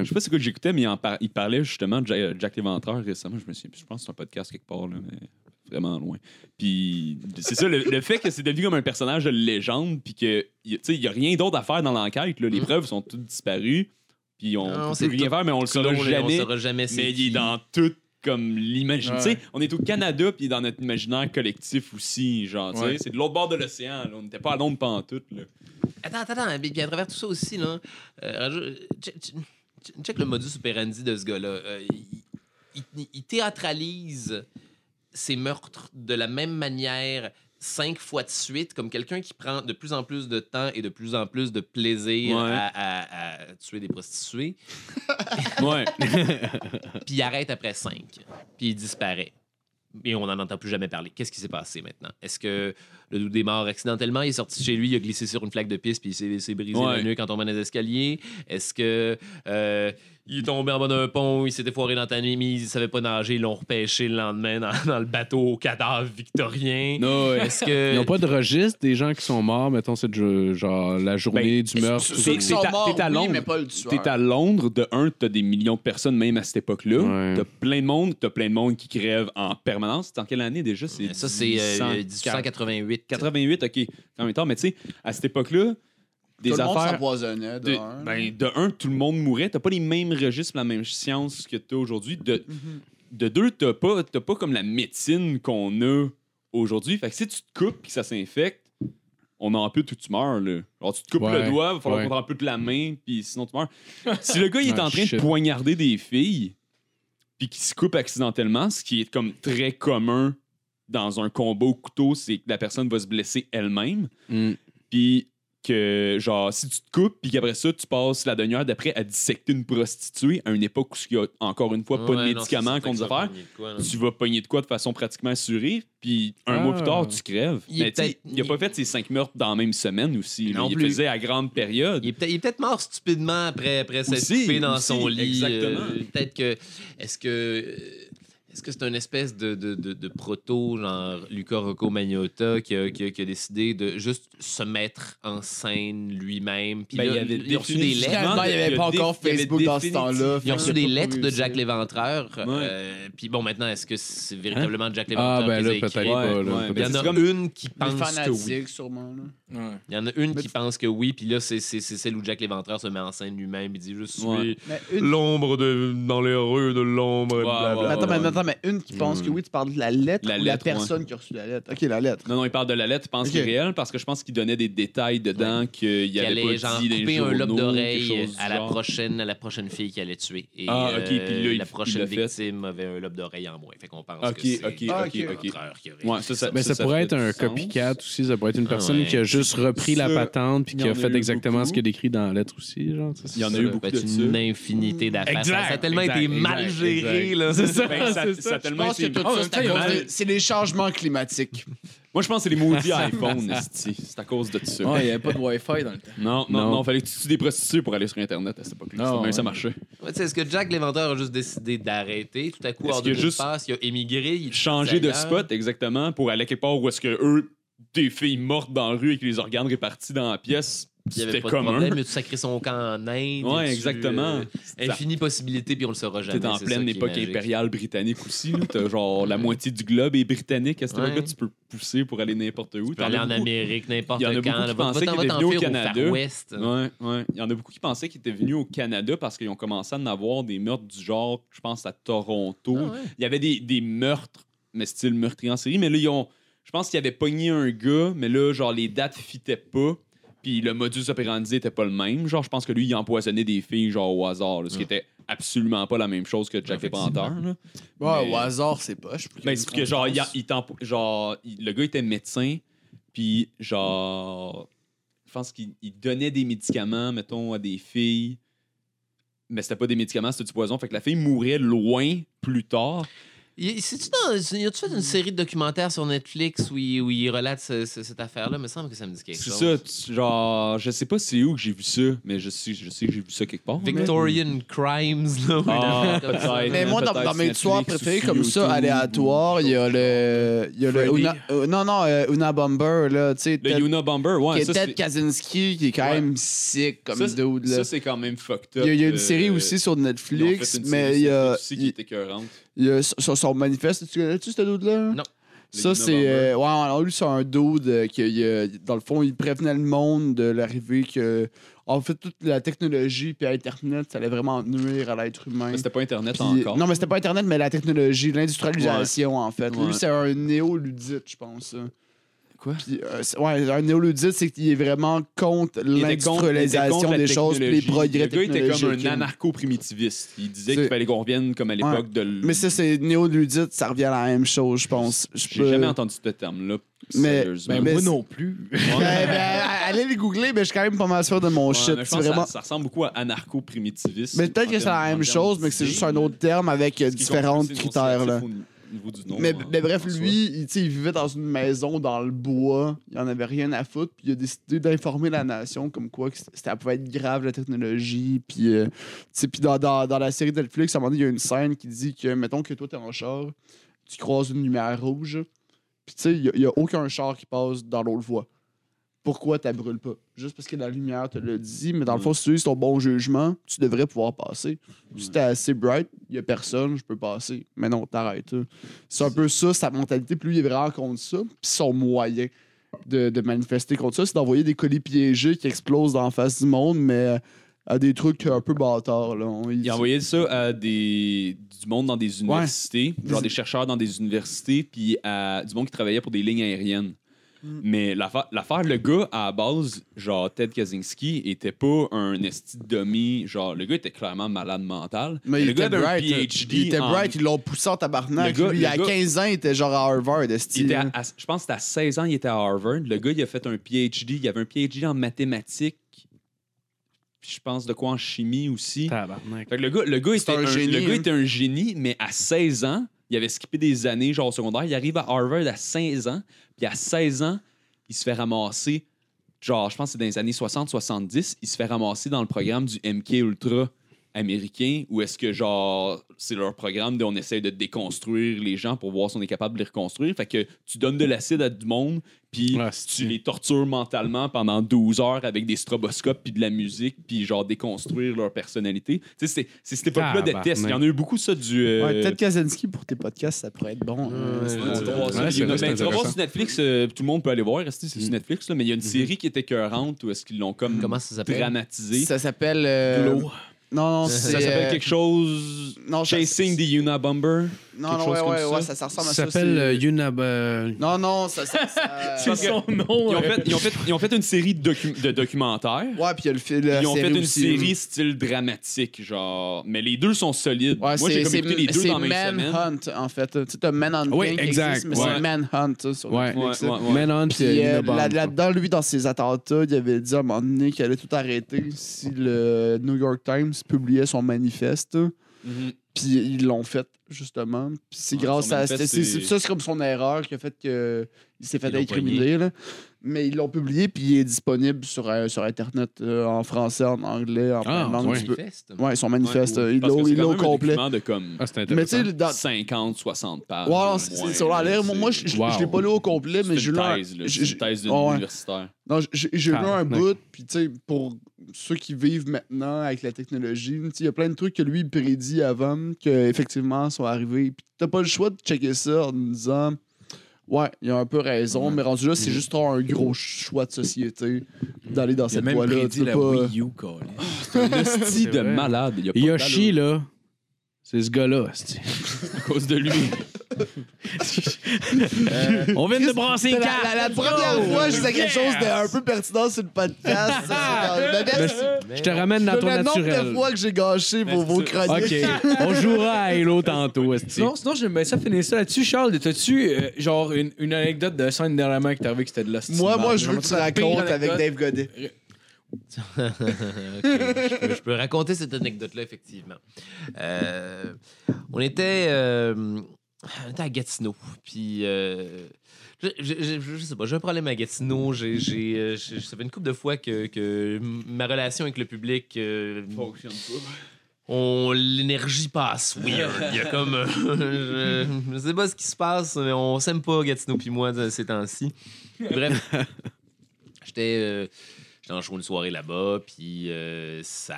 Speaker 5: Je sais pas c'est quoi que j'écoutais, mais il, en par- il parlait justement de Ja- Jack l'Éventreur récemment. Je me suis je pense que c'est un podcast quelque part, là, mais vraiment loin. Puis c'est ça, le, le fait que c'est devenu comme un personnage de légende, puis que, y- tu sais, il n'y a rien d'autre à faire dans l'enquête. là. Les
Speaker 6: Mm.
Speaker 5: preuves sont toutes disparues, puis on
Speaker 6: Non,
Speaker 5: ne
Speaker 6: c'est
Speaker 5: peut plus rien
Speaker 6: tout
Speaker 5: faire, mais on le saura
Speaker 6: Clone, et On
Speaker 5: jamais.
Speaker 6: saura jamais c'est
Speaker 5: Mais il
Speaker 6: qui.
Speaker 5: est dans tout comme l'imagine.
Speaker 4: Ouais.
Speaker 5: Tu sais, on est au Canada, puis il est dans notre imaginaire collectif aussi, genre, tu sais.
Speaker 4: Ouais.
Speaker 5: C'est de l'autre bord de l'océan, là. On n'était pas à Londres pantoute, là.
Speaker 6: Attends, attends, attends. Puis puis à travers tout ça aussi, là, euh, rajou- check, check- check- check le modus operandi de ce gars-là. Euh, il- il, il- il théâtralise ses meurtres de la même manière cinq fois de suite, comme quelqu'un qui prend de plus en plus de temps et de plus en plus de plaisir
Speaker 5: Ouais.
Speaker 6: à, à- à tuer des prostituées.
Speaker 5: Ouais.
Speaker 6: Puis il arrête après cinq. Puis il disparaît. Et on n'en entend plus jamais parler. Qu'est-ce qui s'est passé maintenant? Est-ce que le doux des morts accidentellement, il est sorti chez lui, il a glissé sur une plaque de piste, puis il s'est- s'est brisé
Speaker 5: Ouais.
Speaker 6: le nœud quand on dans les escaliers? Est-ce que euh, il est tombé en bas d'un pont, il s'était foiré dans ta nuit, mais il savait pas nager, ils l'ont repêché le lendemain dans, dans le bateau au cadavre victorien?
Speaker 7: Non, ouais.
Speaker 6: Est-ce que.
Speaker 7: Ils n'ont pas de registre des gens qui sont morts, mettons, c'est de- genre la journée du meurtre.
Speaker 4: Ceux qui sont
Speaker 5: t'es à-
Speaker 4: morts,
Speaker 5: t'es à
Speaker 4: oui,
Speaker 5: Londres.
Speaker 4: mais pas le
Speaker 5: T'es
Speaker 4: tueur.
Speaker 5: à Londres, de un, t'as des millions de personnes, même à cette époque-là.
Speaker 7: Ouais.
Speaker 5: T'as plein de monde, t'as plein de monde qui crève en permanence. C'est en quelle année déjà? C'est
Speaker 6: Ça, c'est euh, 1888.
Speaker 5: 88, OK. En même temps, mais tu sais, à cette époque-là, des
Speaker 4: Tout le monde
Speaker 5: affaires...
Speaker 4: s'empoisonnait. de
Speaker 5: de,
Speaker 4: un.
Speaker 5: ben, de un, tout le monde mourait. T'as pas les mêmes registres, la même science que t'as aujourd'hui. De, de deux, t'as pas, t'as pas comme la médecine qu'on a aujourd'hui. Fait que si tu te coupes et que ça s'infecte, on ampute ou tu meurs. Là. Alors, tu te coupes
Speaker 7: Ouais,
Speaker 5: le doigt, il va falloir
Speaker 7: ouais.
Speaker 5: qu'on t'ampute la main, puis sinon tu meurs. si le gars il est
Speaker 7: Ah,
Speaker 5: en train
Speaker 7: shit.
Speaker 5: de poignarder des filles, puis qu'il se coupe accidentellement, ce qui est comme très commun dans un combat au couteau, c'est que la personne va se blesser elle-même.
Speaker 7: Mm.
Speaker 5: Puis que, genre, si tu te coupes, puis qu'après ça, tu passes la demi-heure d'après à dissecter une prostituée, à une époque où il y a encore une fois pas
Speaker 6: Ouais,
Speaker 5: de
Speaker 6: non, c'est
Speaker 5: médicaments
Speaker 6: ça, fait
Speaker 5: qu'on
Speaker 6: que ça
Speaker 5: nous affaire,
Speaker 6: pogne de quoi, là.
Speaker 5: tu vas pogner de quoi de façon pratiquement assurée, puis un
Speaker 7: Ah.
Speaker 5: mois plus tard, tu crèves.
Speaker 6: Il est
Speaker 5: Mais tu sais,
Speaker 6: peut-être-
Speaker 5: il a pas fait ses cinq meurtres dans la même semaine aussi. là.
Speaker 6: Non
Speaker 5: il
Speaker 6: plus.
Speaker 5: faisait à grande période.
Speaker 6: Il est peut-être il est peut-être mort stupidement après, après s'être
Speaker 5: Aussi,
Speaker 6: coupé dans
Speaker 5: aussi,
Speaker 6: son lit.
Speaker 5: exactement.
Speaker 6: Euh, peut-être que. Est-ce que. euh, Est-ce que c'est une espèce de, de, de, de proto, genre Luca Rocco Magnotta, qui a, qui, a, qui a décidé de juste se mettre en scène lui-même? Puis
Speaker 5: Ben,
Speaker 6: là,
Speaker 5: il avait
Speaker 6: il a reçu des
Speaker 5: définitivement-
Speaker 6: lettres.
Speaker 4: Finalement, il n'y
Speaker 5: il
Speaker 4: avait
Speaker 5: a
Speaker 4: pas encore
Speaker 5: défi- il avait
Speaker 4: Facebook dans ce
Speaker 5: définitivement-
Speaker 4: temps-là.
Speaker 6: Ils ont reçu
Speaker 4: Fait
Speaker 6: des
Speaker 4: que
Speaker 6: lettres de Jack
Speaker 4: c'est-
Speaker 6: Léventreur. euh, puis bon, maintenant, est-ce que
Speaker 5: Hein?
Speaker 6: c'est véritablement Jack Léventreur
Speaker 7: Ah, ben
Speaker 6: qui
Speaker 7: là,
Speaker 6: les a
Speaker 7: peut-être
Speaker 6: écrits?
Speaker 7: pas. là.
Speaker 5: ouais,
Speaker 6: Il y
Speaker 5: mais
Speaker 6: en
Speaker 5: Ben, c'est
Speaker 6: a
Speaker 5: comme-
Speaker 6: une qui
Speaker 4: Les
Speaker 6: pense que oui.
Speaker 4: fanatiques, sûrement. là.
Speaker 3: Ouais.
Speaker 6: Il y en a une
Speaker 4: Mais
Speaker 6: qui
Speaker 4: tu-
Speaker 6: pense que oui, puis là, c'est c'est- c'est celle où Jack Léventreur se met en scène lui-même. Il dit Je suis
Speaker 5: Ouais.
Speaker 4: Mais une-
Speaker 6: l'ombre de, dans les rues de l'ombre.
Speaker 5: Ouais,
Speaker 4: Mais
Speaker 5: ouais,
Speaker 4: attends,
Speaker 5: ouais.
Speaker 4: mais attends, mais une qui
Speaker 6: Mm.
Speaker 4: pense que oui, tu parles de la lettre
Speaker 5: euh, La
Speaker 4: ou la
Speaker 5: lettre, ouais.
Speaker 4: personne qui a reçu la lettre. Ok, la lettre.
Speaker 5: Non, non, il parle de la lettre, je pense
Speaker 4: Ok.
Speaker 5: qu'il est réel, parce que je pense qu'il donnait des détails dedans qu'il y
Speaker 6: Il
Speaker 5: avait
Speaker 6: allait
Speaker 5: pas
Speaker 6: genre
Speaker 5: dit les
Speaker 6: couper un
Speaker 5: journaux,
Speaker 6: lobe
Speaker 5: quelque
Speaker 6: d'oreille
Speaker 5: chose du
Speaker 6: à la
Speaker 5: genre.
Speaker 6: prochaine à la prochaine fille qu'il allait tuer et
Speaker 5: Ah, ok, puis là,
Speaker 6: euh,
Speaker 5: il-
Speaker 6: la prochaine
Speaker 5: il l'a fait.
Speaker 6: victime avait un lobe d'oreille en moins fait qu'on pense
Speaker 5: Ok,
Speaker 6: que c'est
Speaker 5: ok,
Speaker 4: Ah, ok.
Speaker 5: ok, ok.
Speaker 6: Léventreur qui aurait
Speaker 5: Ouais, ça, ça,
Speaker 7: Mais Ben, ça, pourrait
Speaker 5: fait
Speaker 7: être un
Speaker 5: du sens.
Speaker 7: copycat aussi, ça pourrait être une
Speaker 6: Ah
Speaker 7: personne
Speaker 6: ouais.
Speaker 7: qui a juste repris la
Speaker 5: Ça,
Speaker 7: patente puis
Speaker 5: il y
Speaker 7: qui
Speaker 5: en
Speaker 7: a
Speaker 5: a
Speaker 7: fait
Speaker 5: eu
Speaker 7: exactement
Speaker 5: beaucoup.
Speaker 7: ce qui est décrit dans la lettre aussi. Genre, tu sais,
Speaker 5: Il y en
Speaker 7: c'est
Speaker 5: a eu
Speaker 7: ça.
Speaker 5: beaucoup
Speaker 6: fait
Speaker 5: de ça.
Speaker 6: une infinité
Speaker 7: Ben,
Speaker 6: d'affaires ça, ça a
Speaker 7: Exact,
Speaker 6: tellement
Speaker 7: exact,
Speaker 6: été
Speaker 7: exact,
Speaker 6: mal géré
Speaker 7: exact.
Speaker 6: là
Speaker 7: C'est ça,
Speaker 5: Ben, ça,
Speaker 7: c'est
Speaker 5: ça
Speaker 7: ça.
Speaker 5: a
Speaker 4: Je
Speaker 5: tellement
Speaker 4: pense que
Speaker 5: été-
Speaker 4: tout
Speaker 3: Ah,
Speaker 4: ça,
Speaker 3: en
Speaker 4: c'est
Speaker 3: même temps,
Speaker 4: à
Speaker 3: ils
Speaker 4: cause
Speaker 3: ont-
Speaker 4: de- c'est les changements climatiques.
Speaker 5: Moi, je pense que c'est les maudits iPhones, esti. c'est à cause de ça.
Speaker 3: Ouais, il n'y avait pas de Wi-Fi dans le temps.
Speaker 5: Non, non,
Speaker 7: Non.
Speaker 5: non, fallait que tu tues des prostituées pour aller sur Internet à cette époque-là.
Speaker 3: Ah,
Speaker 5: Ça, même
Speaker 3: ouais.
Speaker 5: ça marchait.
Speaker 6: Ouais, tu sais, est-ce que Jack Léventreur a juste décidé d'arrêter tout à coup
Speaker 5: Est-ce
Speaker 6: hors de
Speaker 5: qu'il a
Speaker 6: nulle
Speaker 5: juste
Speaker 6: part, il a émigré il est
Speaker 5: Changer de
Speaker 6: ailleurs?
Speaker 5: spot, exactement, pour aller quelque part où est-ce que eux, des filles mortes dans la rue avec les organes répartis dans la pièce,
Speaker 6: il y avait
Speaker 5: c'était
Speaker 6: pas de
Speaker 5: commun.
Speaker 6: problème il a sacré son camp en Inde il a-tu,
Speaker 5: Ouais, exactement.
Speaker 6: euh, infinie possibilité puis on le saura jamais
Speaker 5: T'es en
Speaker 6: c'est ça
Speaker 5: pleine
Speaker 6: qui est
Speaker 5: époque
Speaker 6: magique.
Speaker 5: impériale britannique aussi. là. T'as genre la moitié du globe est britannique. À cette
Speaker 6: Ouais.
Speaker 5: époque-là, tu peux pousser pour aller n'importe où.
Speaker 6: Tu peux aller en Amérique, n'importe
Speaker 5: Il y en a
Speaker 6: quand.
Speaker 5: beaucoup
Speaker 6: là.
Speaker 5: qui
Speaker 6: Va-
Speaker 5: pensaient
Speaker 6: va-t'en-
Speaker 5: qu'il
Speaker 6: va-t'en
Speaker 5: était venu au
Speaker 6: faire Far
Speaker 5: Canada.
Speaker 6: West.
Speaker 5: Ouais, ouais. Il y en a beaucoup qui pensaient qu'ils étaient venus au Canada parce qu'ils ont commencé à en avoir des meurtres du genre, je pense, à Toronto.
Speaker 6: Ah ouais.
Speaker 5: Il y avait des, des meurtres, mais style meurtrier en série. Mais là, ils ont. Je pense qu'ils avaient pogné un gars, mais là, genre, les dates fitaient pas. Puis le modus operandi était pas le même. Genre, je pense que lui, il empoisonnait des filles, genre, au hasard.
Speaker 6: Ah.
Speaker 5: là, ce qui était absolument pas la même chose que Jack
Speaker 6: Effectivement.
Speaker 5: Panther.
Speaker 4: Ouais,
Speaker 5: Mais-
Speaker 4: au hasard, c'est poche.
Speaker 5: Ben, c'est parce que genre, il, a- il t'empo- genre il- le gars était médecin, puis genre, je pense qu'il il donnait des médicaments, mettons, à des filles, mais c'était pas des médicaments, c'était du poison. Fait que la fille mourait loin plus tard.
Speaker 6: Y- C'est-tu dans. Y a-tu fait une série de documentaires sur Netflix où il, où il relate ce- ce- cette affaire-là? me semble que ça me dit quelque
Speaker 5: C'est
Speaker 6: chose.
Speaker 5: ça, tu- genre, je sais pas c'est où que j'ai vu ça, mais je sais, je sais que j'ai vu ça quelque part.
Speaker 6: Victorian Crimes, là. ou
Speaker 5: Ah,
Speaker 6: une affaire comme ça.
Speaker 5: peut-être.
Speaker 4: Mais moi, dans,
Speaker 5: Peut-être
Speaker 4: dans mes
Speaker 5: Netflix
Speaker 4: histoires
Speaker 5: ou
Speaker 4: préférées
Speaker 5: sur
Speaker 4: comme
Speaker 5: YouTube
Speaker 4: ça, aléatoires, il y a le. Il y a le
Speaker 7: Freddy.
Speaker 4: Una- euh, non, non, euh, Una Bomber, là, tu sais.
Speaker 5: Le
Speaker 4: Ted-
Speaker 5: Yuna Bomber, ouais,
Speaker 4: qui
Speaker 5: ça
Speaker 4: est Ted
Speaker 5: c'est.
Speaker 4: Kaczynski, qui est quand
Speaker 5: Ouais.
Speaker 4: même sick comme
Speaker 5: ça, c'est-
Speaker 4: dude, là.
Speaker 5: ça, c'est quand même fucked up.
Speaker 4: Il y, a, il y a une
Speaker 5: euh,
Speaker 4: série aussi sur
Speaker 5: ils ont fait
Speaker 4: Netflix,
Speaker 5: une
Speaker 4: mais
Speaker 5: série
Speaker 4: il y
Speaker 5: sur
Speaker 4: a,
Speaker 5: Netflix aussi qui est écœurante.
Speaker 4: il y a sur son manifeste. Tu connais-tu ce dude-là?
Speaker 6: Non.
Speaker 4: Ça,
Speaker 5: Le
Speaker 4: c'est.
Speaker 5: November.
Speaker 4: euh, ouais, alors lui, c'est un dude euh, qui, il, euh, dans le fond, il prévenait le monde de l'arrivée que. En fait, toute la technologie puis Internet, ça allait vraiment nuire à l'être humain.
Speaker 5: Mais C'était pas Internet
Speaker 4: Puis-
Speaker 5: encore.
Speaker 4: Non, mais c'était pas Internet, mais la technologie, l'industrialisation, en fait. Lui, c'est un néoludite, je pense.
Speaker 5: Quoi?
Speaker 4: Puis, euh, c'est- ouais, un néoludite, c'est qu'il est vraiment contre
Speaker 5: Il était contre- il était contre
Speaker 4: l'industrialisation
Speaker 5: la
Speaker 4: des choses, puis les
Speaker 5: technologie.
Speaker 4: progrès
Speaker 5: Le gars était
Speaker 4: technologiques.
Speaker 5: comme un anarcho-primitiviste. Il disait
Speaker 4: C'est-
Speaker 5: qu'il fallait qu'on revienne comme à l'époque de. l-
Speaker 4: Mais ça, c'est néoludite, ça revient à la même chose, je pense. Je
Speaker 5: J'ai
Speaker 4: peux-
Speaker 5: jamais entendu ce terme-là.
Speaker 4: euh, Mais- ben,
Speaker 5: sérieusement.
Speaker 4: mais-
Speaker 3: moi non plus.
Speaker 4: Ben, ben, allez les googler, mais je suis quand même pas mal sûr de mon
Speaker 5: Ouais,
Speaker 4: shit.
Speaker 5: mais je
Speaker 4: C'est
Speaker 5: pense que
Speaker 4: vraiment...
Speaker 5: ça, ça ressemble beaucoup à anarcho-primitiviste.
Speaker 4: Mais peut-être que c'est la même chose, mais que c'est juste un autre terme avec euh, différents critères. Là. Mais,
Speaker 5: hein,
Speaker 4: mais bref, lui, il, tu sais, il vivait dans une maison dans le bois, il en avait rien à foutre, puis il a décidé d'informer la nation comme quoi que c- ça pouvait être grave la technologie. Puis, euh, tu sais, puis dans, dans, dans la série de Netflix, à un moment donné, il y a une scène qui dit que, mettons que toi, t'es en char, tu croises une lumière rouge, puis tu sais, il y a- il y a, aucun char qui passe dans l'autre voie. Pourquoi tu brûles pas? Juste parce que la lumière te le dit, mais dans
Speaker 5: Mm.
Speaker 4: le fond, si tu utilises ton bon jugement, tu devrais pouvoir passer. Si t'es assez bright, il y a personne, je peux passer. Mais non, t'arrêtes. hein. C'est un peu ça, sa mentalité. Puis lui, il est vraiment contre ça. Puis son moyen de, de manifester contre ça, c'est d'envoyer des colis piégés qui explosent dans la face du monde, mais euh, à des trucs un peu bâtards. Là. On-
Speaker 5: Il envoyait ça à des, du monde dans des universités, genre des chercheurs dans des universités, puis à du monde qui travaillait pour des lignes aériennes.
Speaker 4: Mm.
Speaker 5: Mais l'affaire, l'affaire, le gars, à la base, genre Ted Kaczynski, était pas un esti de dummy. Genre, le gars était clairement malade mental.
Speaker 4: Mais
Speaker 5: le
Speaker 4: il
Speaker 5: gars
Speaker 4: était, bright, euh,
Speaker 5: un PhD.
Speaker 4: il était
Speaker 5: en-
Speaker 4: bright, ils l'ont poussé en tabarnak.
Speaker 5: Le gars-
Speaker 4: Lui, il y a
Speaker 5: le gars-
Speaker 4: 15 ans, il était genre à Harvard,
Speaker 5: Il
Speaker 4: esti,
Speaker 5: était
Speaker 4: là.
Speaker 5: à- à- je pense que c'était à 16 ans, il était à Harvard. Le gars, il a fait un PhD. Il avait un PhD en mathématiques. Puis je pense de quoi en chimie aussi.
Speaker 7: Tabarnak.
Speaker 5: Fait que le gars, le gars, était,
Speaker 4: un
Speaker 5: un
Speaker 4: génie,
Speaker 5: le gars
Speaker 4: hein.
Speaker 5: était un génie, mais à 16 ans, il avait skippé des années, genre au secondaire. Il arrive à Harvard à 16 ans, puis à 16 ans, il se fait ramasser, genre, je pense que c'est dans les années 60-70, il se fait ramasser dans le programme du MK Ultra américain, où est-ce que, genre, c'est leur programme de on essaye de déconstruire les gens pour voir si on est capable de les reconstruire. Fait que tu donnes de l'acide à du monde, puis
Speaker 7: Ah,
Speaker 5: tu
Speaker 7: c'est-
Speaker 5: les tortures mentalement pendant 12 heures avec des stroboscopes puis de la musique puis genre déconstruire leur personnalité. Tu sais, c'est- c'est cette époque-là de
Speaker 7: Tabarnak.
Speaker 5: tests. Il y en a eu beaucoup, ça, du... euh,
Speaker 4: Ouais, Ted Kaczynski, pour tes podcasts, ça pourrait être bon. euh,
Speaker 5: du
Speaker 4: c'est-
Speaker 5: trois, ça.
Speaker 7: Ouais,
Speaker 5: Il y en a-
Speaker 7: c'est
Speaker 5: ben, Tu vas voir
Speaker 7: intéressant. Mm. Mm-hmm.
Speaker 5: sur Netflix, euh, tout le monde peut aller voir, restez, c'est sur Netflix, là, mais il y a une série qui était écœurante où est-ce qu'ils l'ont comme
Speaker 6: Comment ça s'appelle?
Speaker 5: dramatisée. Ça,
Speaker 4: Ça s'appelle. euh,
Speaker 5: Glow.
Speaker 4: Non, non, c'est.
Speaker 5: s'appelle
Speaker 4: euh,
Speaker 5: quelque chose...
Speaker 4: non, ça-
Speaker 5: Chasing the Unabomber.
Speaker 4: Non,
Speaker 5: quelque
Speaker 4: non,
Speaker 5: chose
Speaker 4: ouais,
Speaker 5: comme
Speaker 4: ouais,
Speaker 5: ça.
Speaker 4: ouais, ça, ça ressemble
Speaker 7: Ça
Speaker 4: à ça.
Speaker 7: s'appelle
Speaker 4: c'est-
Speaker 7: euh, Yunab. euh,
Speaker 4: Non, non, ça. ça- ça-
Speaker 3: C'est son nom.
Speaker 5: Ils ont
Speaker 3: euh,
Speaker 5: fait, ils ont fait, ils ont fait une série de, docu- de documentaires.
Speaker 4: Ouais, puis il y a le film. la
Speaker 5: Ils ont fait une
Speaker 4: aussi.
Speaker 5: série style dramatique, genre. Mais les deux sont solides.
Speaker 4: Ouais,
Speaker 5: Moi, j'ai
Speaker 4: c'est-
Speaker 5: comme
Speaker 4: c'est-
Speaker 5: écouté les deux
Speaker 4: c'est
Speaker 5: dans la même semaine.
Speaker 4: Manhunt, en fait. Tu sais, t'as Manhunt
Speaker 7: Oui,
Speaker 4: Inc. qui
Speaker 7: exact,
Speaker 4: existe, mais
Speaker 5: ouais.
Speaker 4: c'est Manhunt ça, sur
Speaker 7: Ouais.
Speaker 5: Ouais,
Speaker 4: Netflix. là.
Speaker 5: ouais, ouais.
Speaker 7: Menon,
Speaker 4: Puis
Speaker 7: puis
Speaker 4: euh,
Speaker 7: Yunab.
Speaker 4: là- là-dedans, lui, dans ses attentats, il avait dit à un moment donné qu'il allait tout arrêter si le New York Times publiait son manifeste.
Speaker 5: Mhm.
Speaker 4: Puis ils l'ont fait, justement. Puis c'est
Speaker 5: Ouais,
Speaker 4: grâce
Speaker 5: son
Speaker 4: à.
Speaker 5: manifeste,
Speaker 4: c'est- c'est-
Speaker 5: c'est-
Speaker 4: Ça, c'est comme son erreur qui a fait qu'il s'est fait
Speaker 6: Ils l'ont
Speaker 4: incriminer. là. Mais ils l'ont publié, puis il est disponible sur, euh, sur Internet euh, en français, en anglais, en
Speaker 7: Ah,
Speaker 4: plein langue.
Speaker 7: ouais.
Speaker 4: tu peux-
Speaker 6: Manifeste.
Speaker 4: Ouais, son manifeste.
Speaker 5: Ouais,
Speaker 4: euh, ils
Speaker 5: parce que
Speaker 4: l'ont
Speaker 5: c'est
Speaker 4: ils
Speaker 5: quand
Speaker 4: l'ont
Speaker 5: même un
Speaker 4: complet.
Speaker 5: document de comme
Speaker 7: Ah, c'est
Speaker 4: Mais tu
Speaker 7: intéressant.
Speaker 4: sais, dans-
Speaker 5: 50, 60 pages.
Speaker 4: Ouais,
Speaker 5: au
Speaker 4: non, c'est
Speaker 5: moins,
Speaker 4: c'est sur l'air.
Speaker 5: c'est-
Speaker 4: Moi, je, je-
Speaker 7: Wow.
Speaker 4: je l'ai pas lu au complet,
Speaker 5: c'est
Speaker 4: mais
Speaker 5: une
Speaker 4: j'ai lu un,
Speaker 5: thèse, là,
Speaker 4: j'ai-
Speaker 5: c'est une thèse de
Speaker 4: Ah ouais.
Speaker 5: l'universitaire.
Speaker 4: non, j'ai- j'ai lu un
Speaker 7: Tabarnak.
Speaker 4: bout. Puis, tu sais, pour ceux qui vivent maintenant avec la technologie, tu sais, il y a plein de trucs que lui il prédit avant qu'effectivement sont arrivés. Puis, t'as pas le choix de checker ça en me disant. Ouais, il a un peu raison, mais rendu là,
Speaker 3: Mm-hmm.
Speaker 4: c'est juste un gros choix de société d'aller dans
Speaker 3: Il a
Speaker 4: cette
Speaker 3: même
Speaker 4: voie-là.
Speaker 3: prédit
Speaker 4: Tu peux
Speaker 3: la
Speaker 4: pas.
Speaker 3: Wii U, Colin.
Speaker 5: Esti de
Speaker 7: vrai.
Speaker 5: malade. Il y a pas
Speaker 7: Yoshi, là, c'est ce gars-là. c'est-
Speaker 5: d'allure à cause de lui.
Speaker 7: On vient de brasser une
Speaker 4: La,
Speaker 7: carte.
Speaker 4: la- la première fois, je disais quelque chose d'un peu pertinent sur le podcast. ça, c'est dans- Mais merci.
Speaker 7: Je te ramène dans ton
Speaker 4: Le nombre de
Speaker 7: naturel.
Speaker 4: fois que j'ai gâché pour vos
Speaker 7: OK.
Speaker 4: chroniques.
Speaker 7: On jouera à Halo tantôt, esti.
Speaker 3: Sinon, sinon j'aimerais ça finir ça là-dessus. Charles, t'as-tu euh, genre une, une anecdote de scène dernièrement qui t'est arrivée que c'était de la
Speaker 4: Moi, moi, je veux que tu racontes avec Dave Godet.
Speaker 6: Ok, je, peux, je peux raconter cette anecdote-là, effectivement. Euh, on était. euh, On était à Gatineau. Puis, euh, je, je, je- je sais pas, j'ai un problème à Gatineau. J'ai, j'ai, euh, je- ça fait une couple de fois que, que m- ma relation avec le public, euh,
Speaker 5: Fonctionne pas.
Speaker 6: on, l'énergie passe weird. Il y a comme. euh, je, je sais pas ce qui se passe, mais on s'aime pas, Gatineau puis moi, de- ces temps-ci. Bref, j'étais, euh, j'étais en show une soirée là-bas, puis euh, ça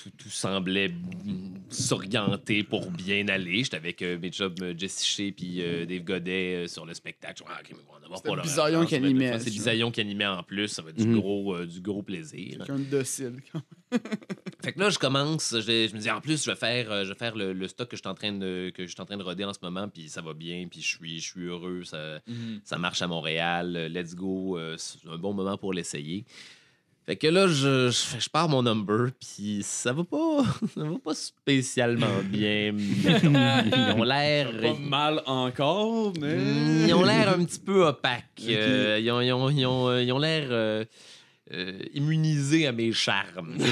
Speaker 6: tout, tout semblait mm, s'orienter pour bien aller. J'étais avec euh, mes chums euh, Jesse Shea puis euh, Dave Godet euh, sur le spectacle. Ah, ok, mais bon, on va
Speaker 4: C'était
Speaker 6: pas leur
Speaker 4: Bisaillon
Speaker 6: avance,
Speaker 4: qui
Speaker 6: mais de
Speaker 4: animait,
Speaker 6: fois, C'est
Speaker 4: ça.
Speaker 6: Bisaillon qui animait en plus. Ça va être du,
Speaker 7: Mhm.
Speaker 6: gros, euh, du gros plaisir.
Speaker 4: Quelqu'un de docile.
Speaker 6: Fait que là, je commence, je, je me dis en plus, je vais faire, euh, je vais faire le, le stock que je suis en train de que je suis en train de roder en ce moment, puis ça va bien, puis je suis, je suis heureux, ça, ça marche à Montréal, euh, let's go, euh, c'est un bon moment pour l'essayer. Fait que là, je, je, je pars mon number, puis ça va pas, ça va pas spécialement bien. Ils ont l'air,
Speaker 5: Pas mal encore, mais.
Speaker 6: ils ont l'air un petit peu opaques. Euh, ils ont, ils ont, ils ont, euh, ils ont l'air euh, euh, immunisés à mes charmes.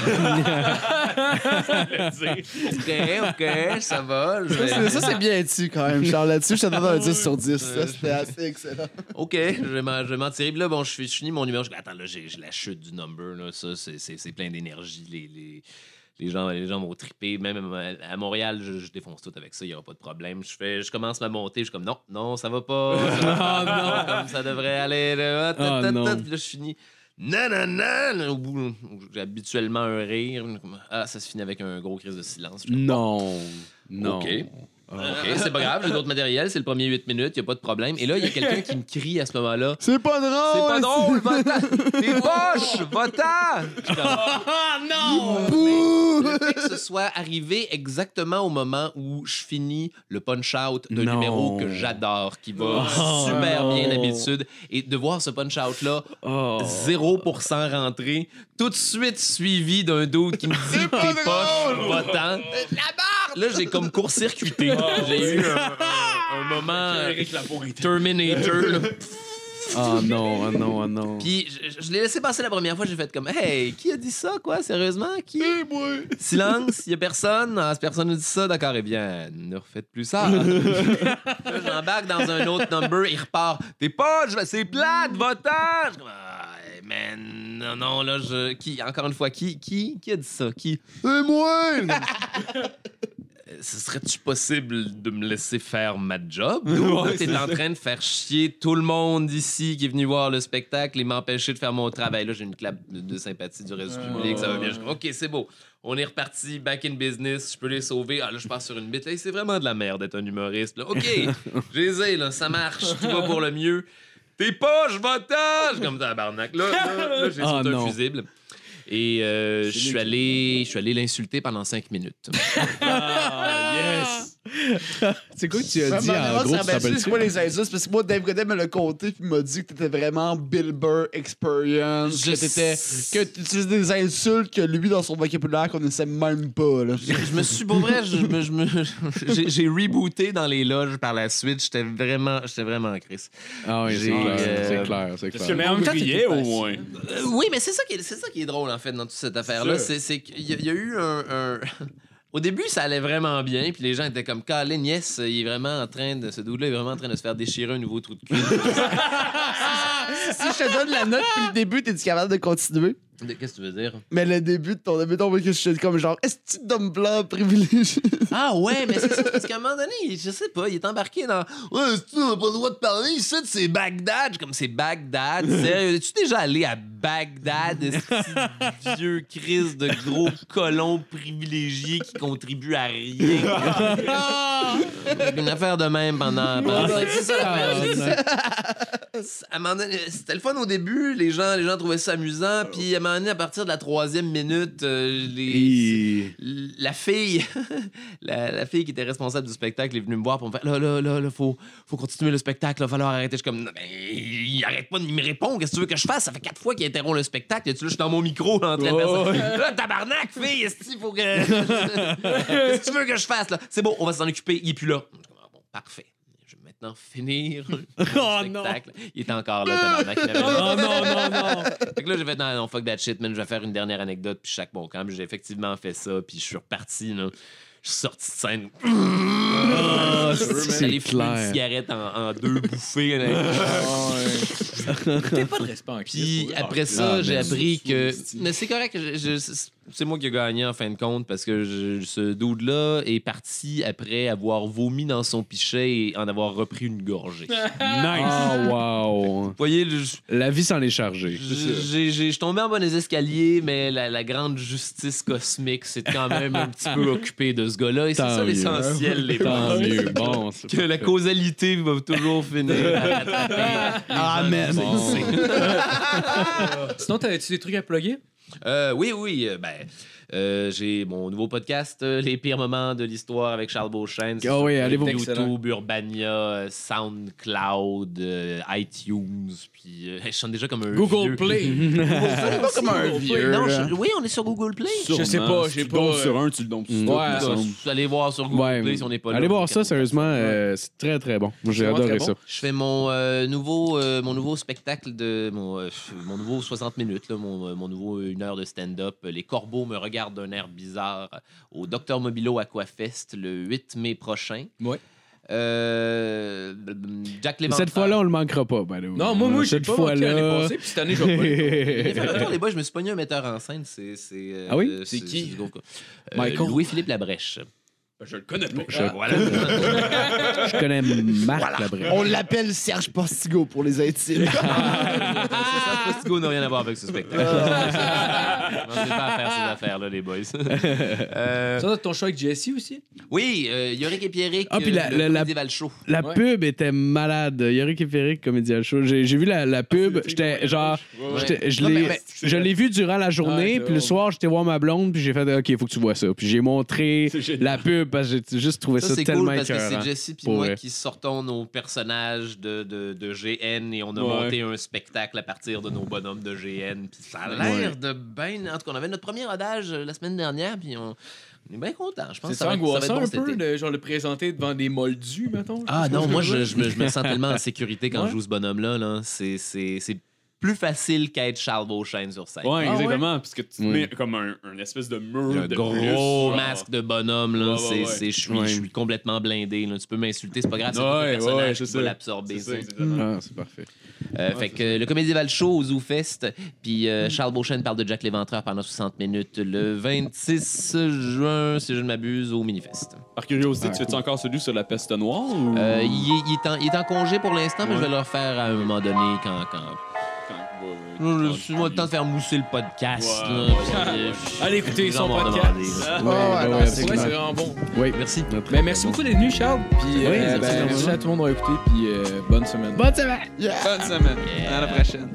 Speaker 6: ok, ok, ça va. je
Speaker 4: Ça,
Speaker 6: vais-
Speaker 4: c'est- ça, c'est bien dit quand même, Charles. Là-dessus, je te donne un 10 sur 10. Ça, c'était assez excellent.
Speaker 6: OK, je vais m'en je vais m'en tirer. Puis là, bon, je suis- je finis mon numéro. Je dis, attends, là, j'ai j'ai la chute du number. Là. Ça, c'est- c'est c'est plein d'énergie. Les, les, les gens, les gens m'ont trippé. Même à à Montréal, je, je défonce tout avec ça. Il n'y aura pas de problème. Je, fais, je commence ma montée. Je suis comme, non, non, ça va pas. Ça va pas, Comme ça devrait aller. Là, Ah,
Speaker 7: Ah,
Speaker 6: ta, ta, ta.
Speaker 7: non.
Speaker 6: Puis là, je finis. Nanana! Là, Au bout, j'ai habituellement un rire. Ah, ça se finit avec un gros crise de silence. Je fais,
Speaker 7: Non. Non.
Speaker 6: OK. OK, Ah, c'est pas grave, j'ai d'autres matériels, c'est le premier 8 minutes, il a pas de problème. Et là, il y a quelqu'un qui me crie à ce moment-là
Speaker 4: C'est pas
Speaker 6: C'est
Speaker 4: drôle!
Speaker 6: pas drôle, va-t'en! T'es poche, va-t'en! Ah, non! Le fait que ce soit arrivé exactement au moment où je finis le punch-out d'un
Speaker 7: Non.
Speaker 6: numéro que j'adore, qui va super bien d'habitude, et de voir ce punch-out-là
Speaker 7: Oh,
Speaker 6: 0% rentré, tout de suite suivi d'un doute qui me dit t'es poche, va-t'en. Là, j'ai comme court-circuité. J'ai eu un, un- un moment Terminator. là.
Speaker 7: Oh non, oh non, oh non.
Speaker 6: Puis je, je- je l'ai laissé passer la première fois, j'ai fait comme Hey, qui a dit ça, quoi, sérieusement? Qui? Silence, il a personne. Ah, si personne nous dit ça, d'accord, eh bien, ne refaites plus ça. Là, J'embarque dans un autre number, il repart. T'es pas, je- c'est plate, va-t'en! Je suis comme, Ah, hey, man, non, non, là, je. Qui, encore une fois, qui, qui, qui a dit ça? Qui?
Speaker 4: C'est moi!
Speaker 6: ce serait-tu possible de me laisser faire ma job? Ou là, t'es en train de faire chier tout le monde ici qui est venu voir le spectacle et m'empêcher de faire mon travail. Là, j'ai une clap de, de sympathie du reste
Speaker 7: Euh,
Speaker 6: du public. Ça va bien. Je- OK, c'est beau. On est reparti, back in business. Je peux les sauver. Ah, là, je passe sur une bite. Hey, c'est vraiment de la merde d'être un humoriste. là. OK, je les ai, là. Ça marche. Tout va pour le mieux. T'es pas, je vais t'en! Je suis comme tabarnak. Là, là, là j'ai
Speaker 7: Ah,
Speaker 6: sauté un
Speaker 7: non.
Speaker 6: fusible. Et euh, je suis allé, je suis allé l'insulter pendant cinq minutes.
Speaker 3: Ah!
Speaker 7: C'est quoi que tu as
Speaker 4: Ma
Speaker 7: dit en
Speaker 4: maman
Speaker 7: gros,
Speaker 4: s'est
Speaker 7: tu te
Speaker 4: rabattue,
Speaker 7: rappelles-tu?
Speaker 4: c'est quoi les insultes? Parce que moi, Dave Godet me l'a compté puis m'a dit que t'étais vraiment Bill Burr Experience.
Speaker 6: Je
Speaker 4: Que t'étais.
Speaker 6: sais.
Speaker 4: Que t'utilises des insultes que lui, dans son vocabulaire, qu'on ne sait même pas, là.
Speaker 6: Je- je me suis pour vrai, je me- je me- j'ai- j'ai rebooté dans les loges par la suite. J'étais vraiment, j'étais vraiment en crise.
Speaker 7: Ah oui, c'est
Speaker 6: J'ai,
Speaker 7: clair,
Speaker 6: euh,
Speaker 7: c'est clair, c'est
Speaker 3: Parce que
Speaker 7: clair.
Speaker 3: le monde brillait au moins.
Speaker 5: moins.
Speaker 6: Euh, oui, mais c'est ça qui est, c'est ça qui est drôle en fait dans toute cette affaire là. C'est c'est qu'il y, a- il y a eu un, un- Au début, ça allait vraiment bien, puis les gens étaient comme Colin, yes, il est vraiment en train de. Ce dude-là est vraiment en train de se faire déchirer un nouveau trou de cul.
Speaker 4: si je te donne la note puis le début, t'es-tu capable de continuer?
Speaker 6: De- Qu'est-ce que tu veux dire?
Speaker 4: Mais le début de ton mettons que je suis comme genre, est-ce que d'homme blanc privilégié?
Speaker 6: Ah ouais, mais c'est ça, parce qu'à un moment donné, il- je sais pas, il est embarqué dans Ouais, c'est ça, on a pas le droit de parler, ici, c'est Bagdad. Je suis Comme c'est Bagdad, sérieux. Es-tu déjà allé à Bagdad, ce vieux Chris de gros colons privilégiés qui contribuent à rien? Une affaire de même pendant. pendant- C'est ça, l'affaire, c'est ça. À un moment donné, c'était le fun au début, les gens, les gens trouvaient ça amusant, puis à un moment donné, à partir de la troisième minute, euh, les, la fille, la, la fille qui était responsable du spectacle est venue me voir pour me faire là, là, là, là, faut, faut continuer le spectacle, va falloir arrêter. Je suis comme, Non, mais il arrête pas de me répondre, qu'est-ce que tu veux que je fasse? Ça fait quatre fois qu'il interrompt le spectacle, et tu là, je suis dans mon micro en train de faire ça. Là, tabarnak, fille, est-ce qu'il faut que. qu'est-ce que tu veux que je fasse, là? C'est bon, on va s'en occuper, il est plus là. Je suis comme, Ah, bon, parfait. Je vais maintenant finir le spectacle. Il était encore là, tabarnak. Il avait-
Speaker 9: Oh non, non, non.
Speaker 6: fait que là, j'ai fait, non, non, fuck that shit, man, je vais faire une dernière anecdote, puis chaque bon camp. Puis J'ai effectivement fait ça, puis je suis reparti, là. Je Je suis sorti de scène.
Speaker 9: Ah,
Speaker 7: c'est
Speaker 6: J'allais fumer
Speaker 7: clair.
Speaker 6: une cigarette en, en deux bouffées. là.
Speaker 9: Ah,
Speaker 3: T'as pas de respect en
Speaker 6: Puis après ça, j'ai appris que. Mais c'est correct, je- je- c'est c'est moi qui ai gagné en fin de compte parce que je- ce dude-là est parti après avoir vomi dans son pichet et en avoir repris une gorgée. Vous
Speaker 3: Ah.
Speaker 7: Oh, wow.
Speaker 6: voyez, le- je-
Speaker 7: La vie s'en est chargée.
Speaker 6: je j'ai- j'ai- je tombais en bas des escaliers, mais la, la grande justice cosmique s'est quand même un petit peu occupée de ce gars-là et c'est
Speaker 7: Tant
Speaker 6: ça
Speaker 7: mieux.
Speaker 6: l'essentiel, les
Speaker 7: Tant
Speaker 6: gens.
Speaker 7: mieux. Bon, c'est-
Speaker 6: Que la causalité va toujours finir. par rattraper les
Speaker 7: Ah,
Speaker 4: Amen.
Speaker 6: gens qui sont-
Speaker 3: Sinon, t'avais-tu des trucs à plugger?
Speaker 6: Euh, oui, oui. euh, ben, euh, j'ai mon nouveau podcast, euh, Les pires moments de l'histoire avec Charles Beauchesne. C'est
Speaker 7: Ah
Speaker 6: sur
Speaker 7: oui, allez voir.
Speaker 6: YouTube,
Speaker 3: Excellent.
Speaker 6: Urbania, euh, SoundCloud, euh, iTunes, puis euh, je sonne déjà comme un vieux.
Speaker 3: Google Play.
Speaker 4: pas comme un vieux.
Speaker 6: Non,
Speaker 4: là.
Speaker 6: je- oui, on est sur Google Play.
Speaker 3: Je sais pas, j'ai
Speaker 5: Si Ben, tu
Speaker 3: pas,
Speaker 5: tombes
Speaker 3: euh,
Speaker 5: sur un, tu le tombes sur
Speaker 7: Mm.
Speaker 5: l'autre,
Speaker 3: Ouais.
Speaker 5: il
Speaker 6: Ah,
Speaker 5: me semble.
Speaker 6: Allez voir sur Google
Speaker 7: Ouais.
Speaker 6: Play si on n'est pas là.
Speaker 7: Allez voir ça, sérieusement. euh, c'est très, très bon. Moi, J'ai
Speaker 3: C'est vraiment
Speaker 7: adoré
Speaker 3: très
Speaker 7: ça.
Speaker 6: Je fais mon, euh, nouveau, euh, mon nouveau spectacle de. Mon, euh, mon nouveau 60 minutes, là, mon, euh, mon nouveau une heure de stand-up. Les corbeaux me regardent d'un air bizarre au Dr Mobilo Aquafest le 8 mai prochain.
Speaker 3: Ouais.
Speaker 6: Euh, Jack Léventreur.
Speaker 7: Cette fois-là, on le manquera pas. by the way.
Speaker 3: Non, moi, moi, j'ai
Speaker 7: Cette
Speaker 3: pas manqué l'année
Speaker 7: fois-là.
Speaker 3: passée, puis cette année, je vais pas aller.
Speaker 6: Mais fais attention, les boys, je me suis pogné un metteur en scène. C'est. c'est, euh,
Speaker 7: Ah oui?
Speaker 6: euh,
Speaker 3: C'est qui?
Speaker 6: du gros cas. Euh,
Speaker 3: Michael?
Speaker 6: Louis-Philippe Labrèche.
Speaker 3: Ben, Je le connais pas.
Speaker 6: Euh, voilà.
Speaker 7: Je connais Marc Labrèche.
Speaker 4: On l'appelle Serge Postigo pour les intimes.
Speaker 6: Ça, Postigo n'a rien à voir avec ce spectacle. Commencez pas à faire ces affaires-là, les boys. Euh,
Speaker 3: Ça, ton show avec Jesse aussi?
Speaker 6: Oui, euh, Yorick et Pierrick,
Speaker 7: Ah, puis
Speaker 6: euh,
Speaker 7: la-
Speaker 6: le
Speaker 7: la- la-
Speaker 6: Medieval Show.
Speaker 7: La
Speaker 3: Ouais.
Speaker 7: pub était malade. Yorick et Ferrick, Comédien Show. J'ai j'ai vu la,
Speaker 4: Ah,
Speaker 7: la pub. J'étais genre. j'étais- Je
Speaker 6: Non,
Speaker 7: l'ai-
Speaker 6: mais- mais-
Speaker 7: je l'ai vu durant la
Speaker 3: Ouais,
Speaker 4: Ah,
Speaker 7: journée.
Speaker 3: c'est
Speaker 7: Puis le
Speaker 3: drôle.
Speaker 7: soir, j'étais voir ma blonde. Puis j'ai fait OK, il faut que tu vois ça. Puis j'ai montré la pub parce que j'ai juste trouvé ça,
Speaker 6: Ça, c'est cool
Speaker 7: tellement
Speaker 6: parce que
Speaker 7: écœurant.
Speaker 6: c'est Jesse puis
Speaker 7: pour
Speaker 6: moi
Speaker 7: vrai.
Speaker 6: qui sortons nos personnages de, de, de GN et on a
Speaker 5: Ouais.
Speaker 6: monté un spectacle à partir de nos bonhommes de GN. Puis ça a l'air de bien. En tout cas, on avait notre premier rodage euh, la semaine dernière, puis on, on est bien content. Je
Speaker 3: C'est
Speaker 6: pense que ça va, être- ça va être
Speaker 3: angoissant
Speaker 6: bon
Speaker 3: un
Speaker 6: cet
Speaker 3: peu,
Speaker 6: été.
Speaker 3: de, genre le présenter devant des moldus, mettons.
Speaker 6: Ah non, moi, je, je me, je me sens tellement en sécurité quand
Speaker 3: Ouais.
Speaker 6: je joue ce bonhomme-là. Là. C'est, c'est, c'est plus facile qu'être Charles Beauchesne sur scène.
Speaker 5: Ouais,
Speaker 3: Ah ouais?
Speaker 5: exactement. Parce que tu te
Speaker 7: Oui.
Speaker 5: mets comme un, un espèce de mur
Speaker 6: Un
Speaker 5: de
Speaker 6: gros
Speaker 5: plus. Ah,
Speaker 6: masque de bonhomme, là.
Speaker 5: Ouais, ouais,
Speaker 6: c'est-
Speaker 5: ouais.
Speaker 6: c'est- Je suis- je suis complètement blindé. là. Tu peux m'insulter, c'est pas grave. C'est
Speaker 5: Ouais,
Speaker 6: pas le
Speaker 5: ouais,
Speaker 6: personnage
Speaker 5: c'est
Speaker 6: qui va
Speaker 5: ça.
Speaker 6: l'absorber.
Speaker 5: C'est ça,
Speaker 6: ça.
Speaker 5: exactement.
Speaker 7: Ah, c'est parfait.
Speaker 6: Euh, fait que euh, le Comédieval Show au Zoo Fest, puis
Speaker 5: Mm.
Speaker 6: euh, Charles Beauchesne parle de Jack Léventreur pendant 60 minutes le 26 juin, si je ne m'abuse, au Minifest.
Speaker 5: Par
Speaker 3: Ah,
Speaker 5: curiosité, tu fais-tu encore celui sur la peste noire ou.
Speaker 6: Euh, il, est- il est en, il est en congé pour l'instant, mais je vais le refaire à un moment donné quand. quand...
Speaker 5: Quand-
Speaker 6: Laisse-moi le temps de faire mousser le podcast.
Speaker 5: Ouais.
Speaker 6: là, puis, euh,
Speaker 3: Allez écouter
Speaker 6: les gens
Speaker 3: son
Speaker 6: m'ont
Speaker 3: podcast.
Speaker 6: demandé, là.
Speaker 4: Ah, Ouais, ouais, non,
Speaker 3: C'est
Speaker 4: c'est
Speaker 3: vrai, c'est
Speaker 4: clair.
Speaker 3: vraiment bon.
Speaker 7: Oui.
Speaker 6: Merci.
Speaker 3: Ben, merci beaucoup d'être venu, Charles. Puis,
Speaker 7: Oui,
Speaker 3: euh,
Speaker 7: merci
Speaker 3: ben,
Speaker 7: énormément.
Speaker 3: merci à tout le monde d'avoir écouté, puis euh, bonne semaine.
Speaker 7: Bonne semaine!
Speaker 4: Yeah.
Speaker 5: Bonne semaine. À la prochaine.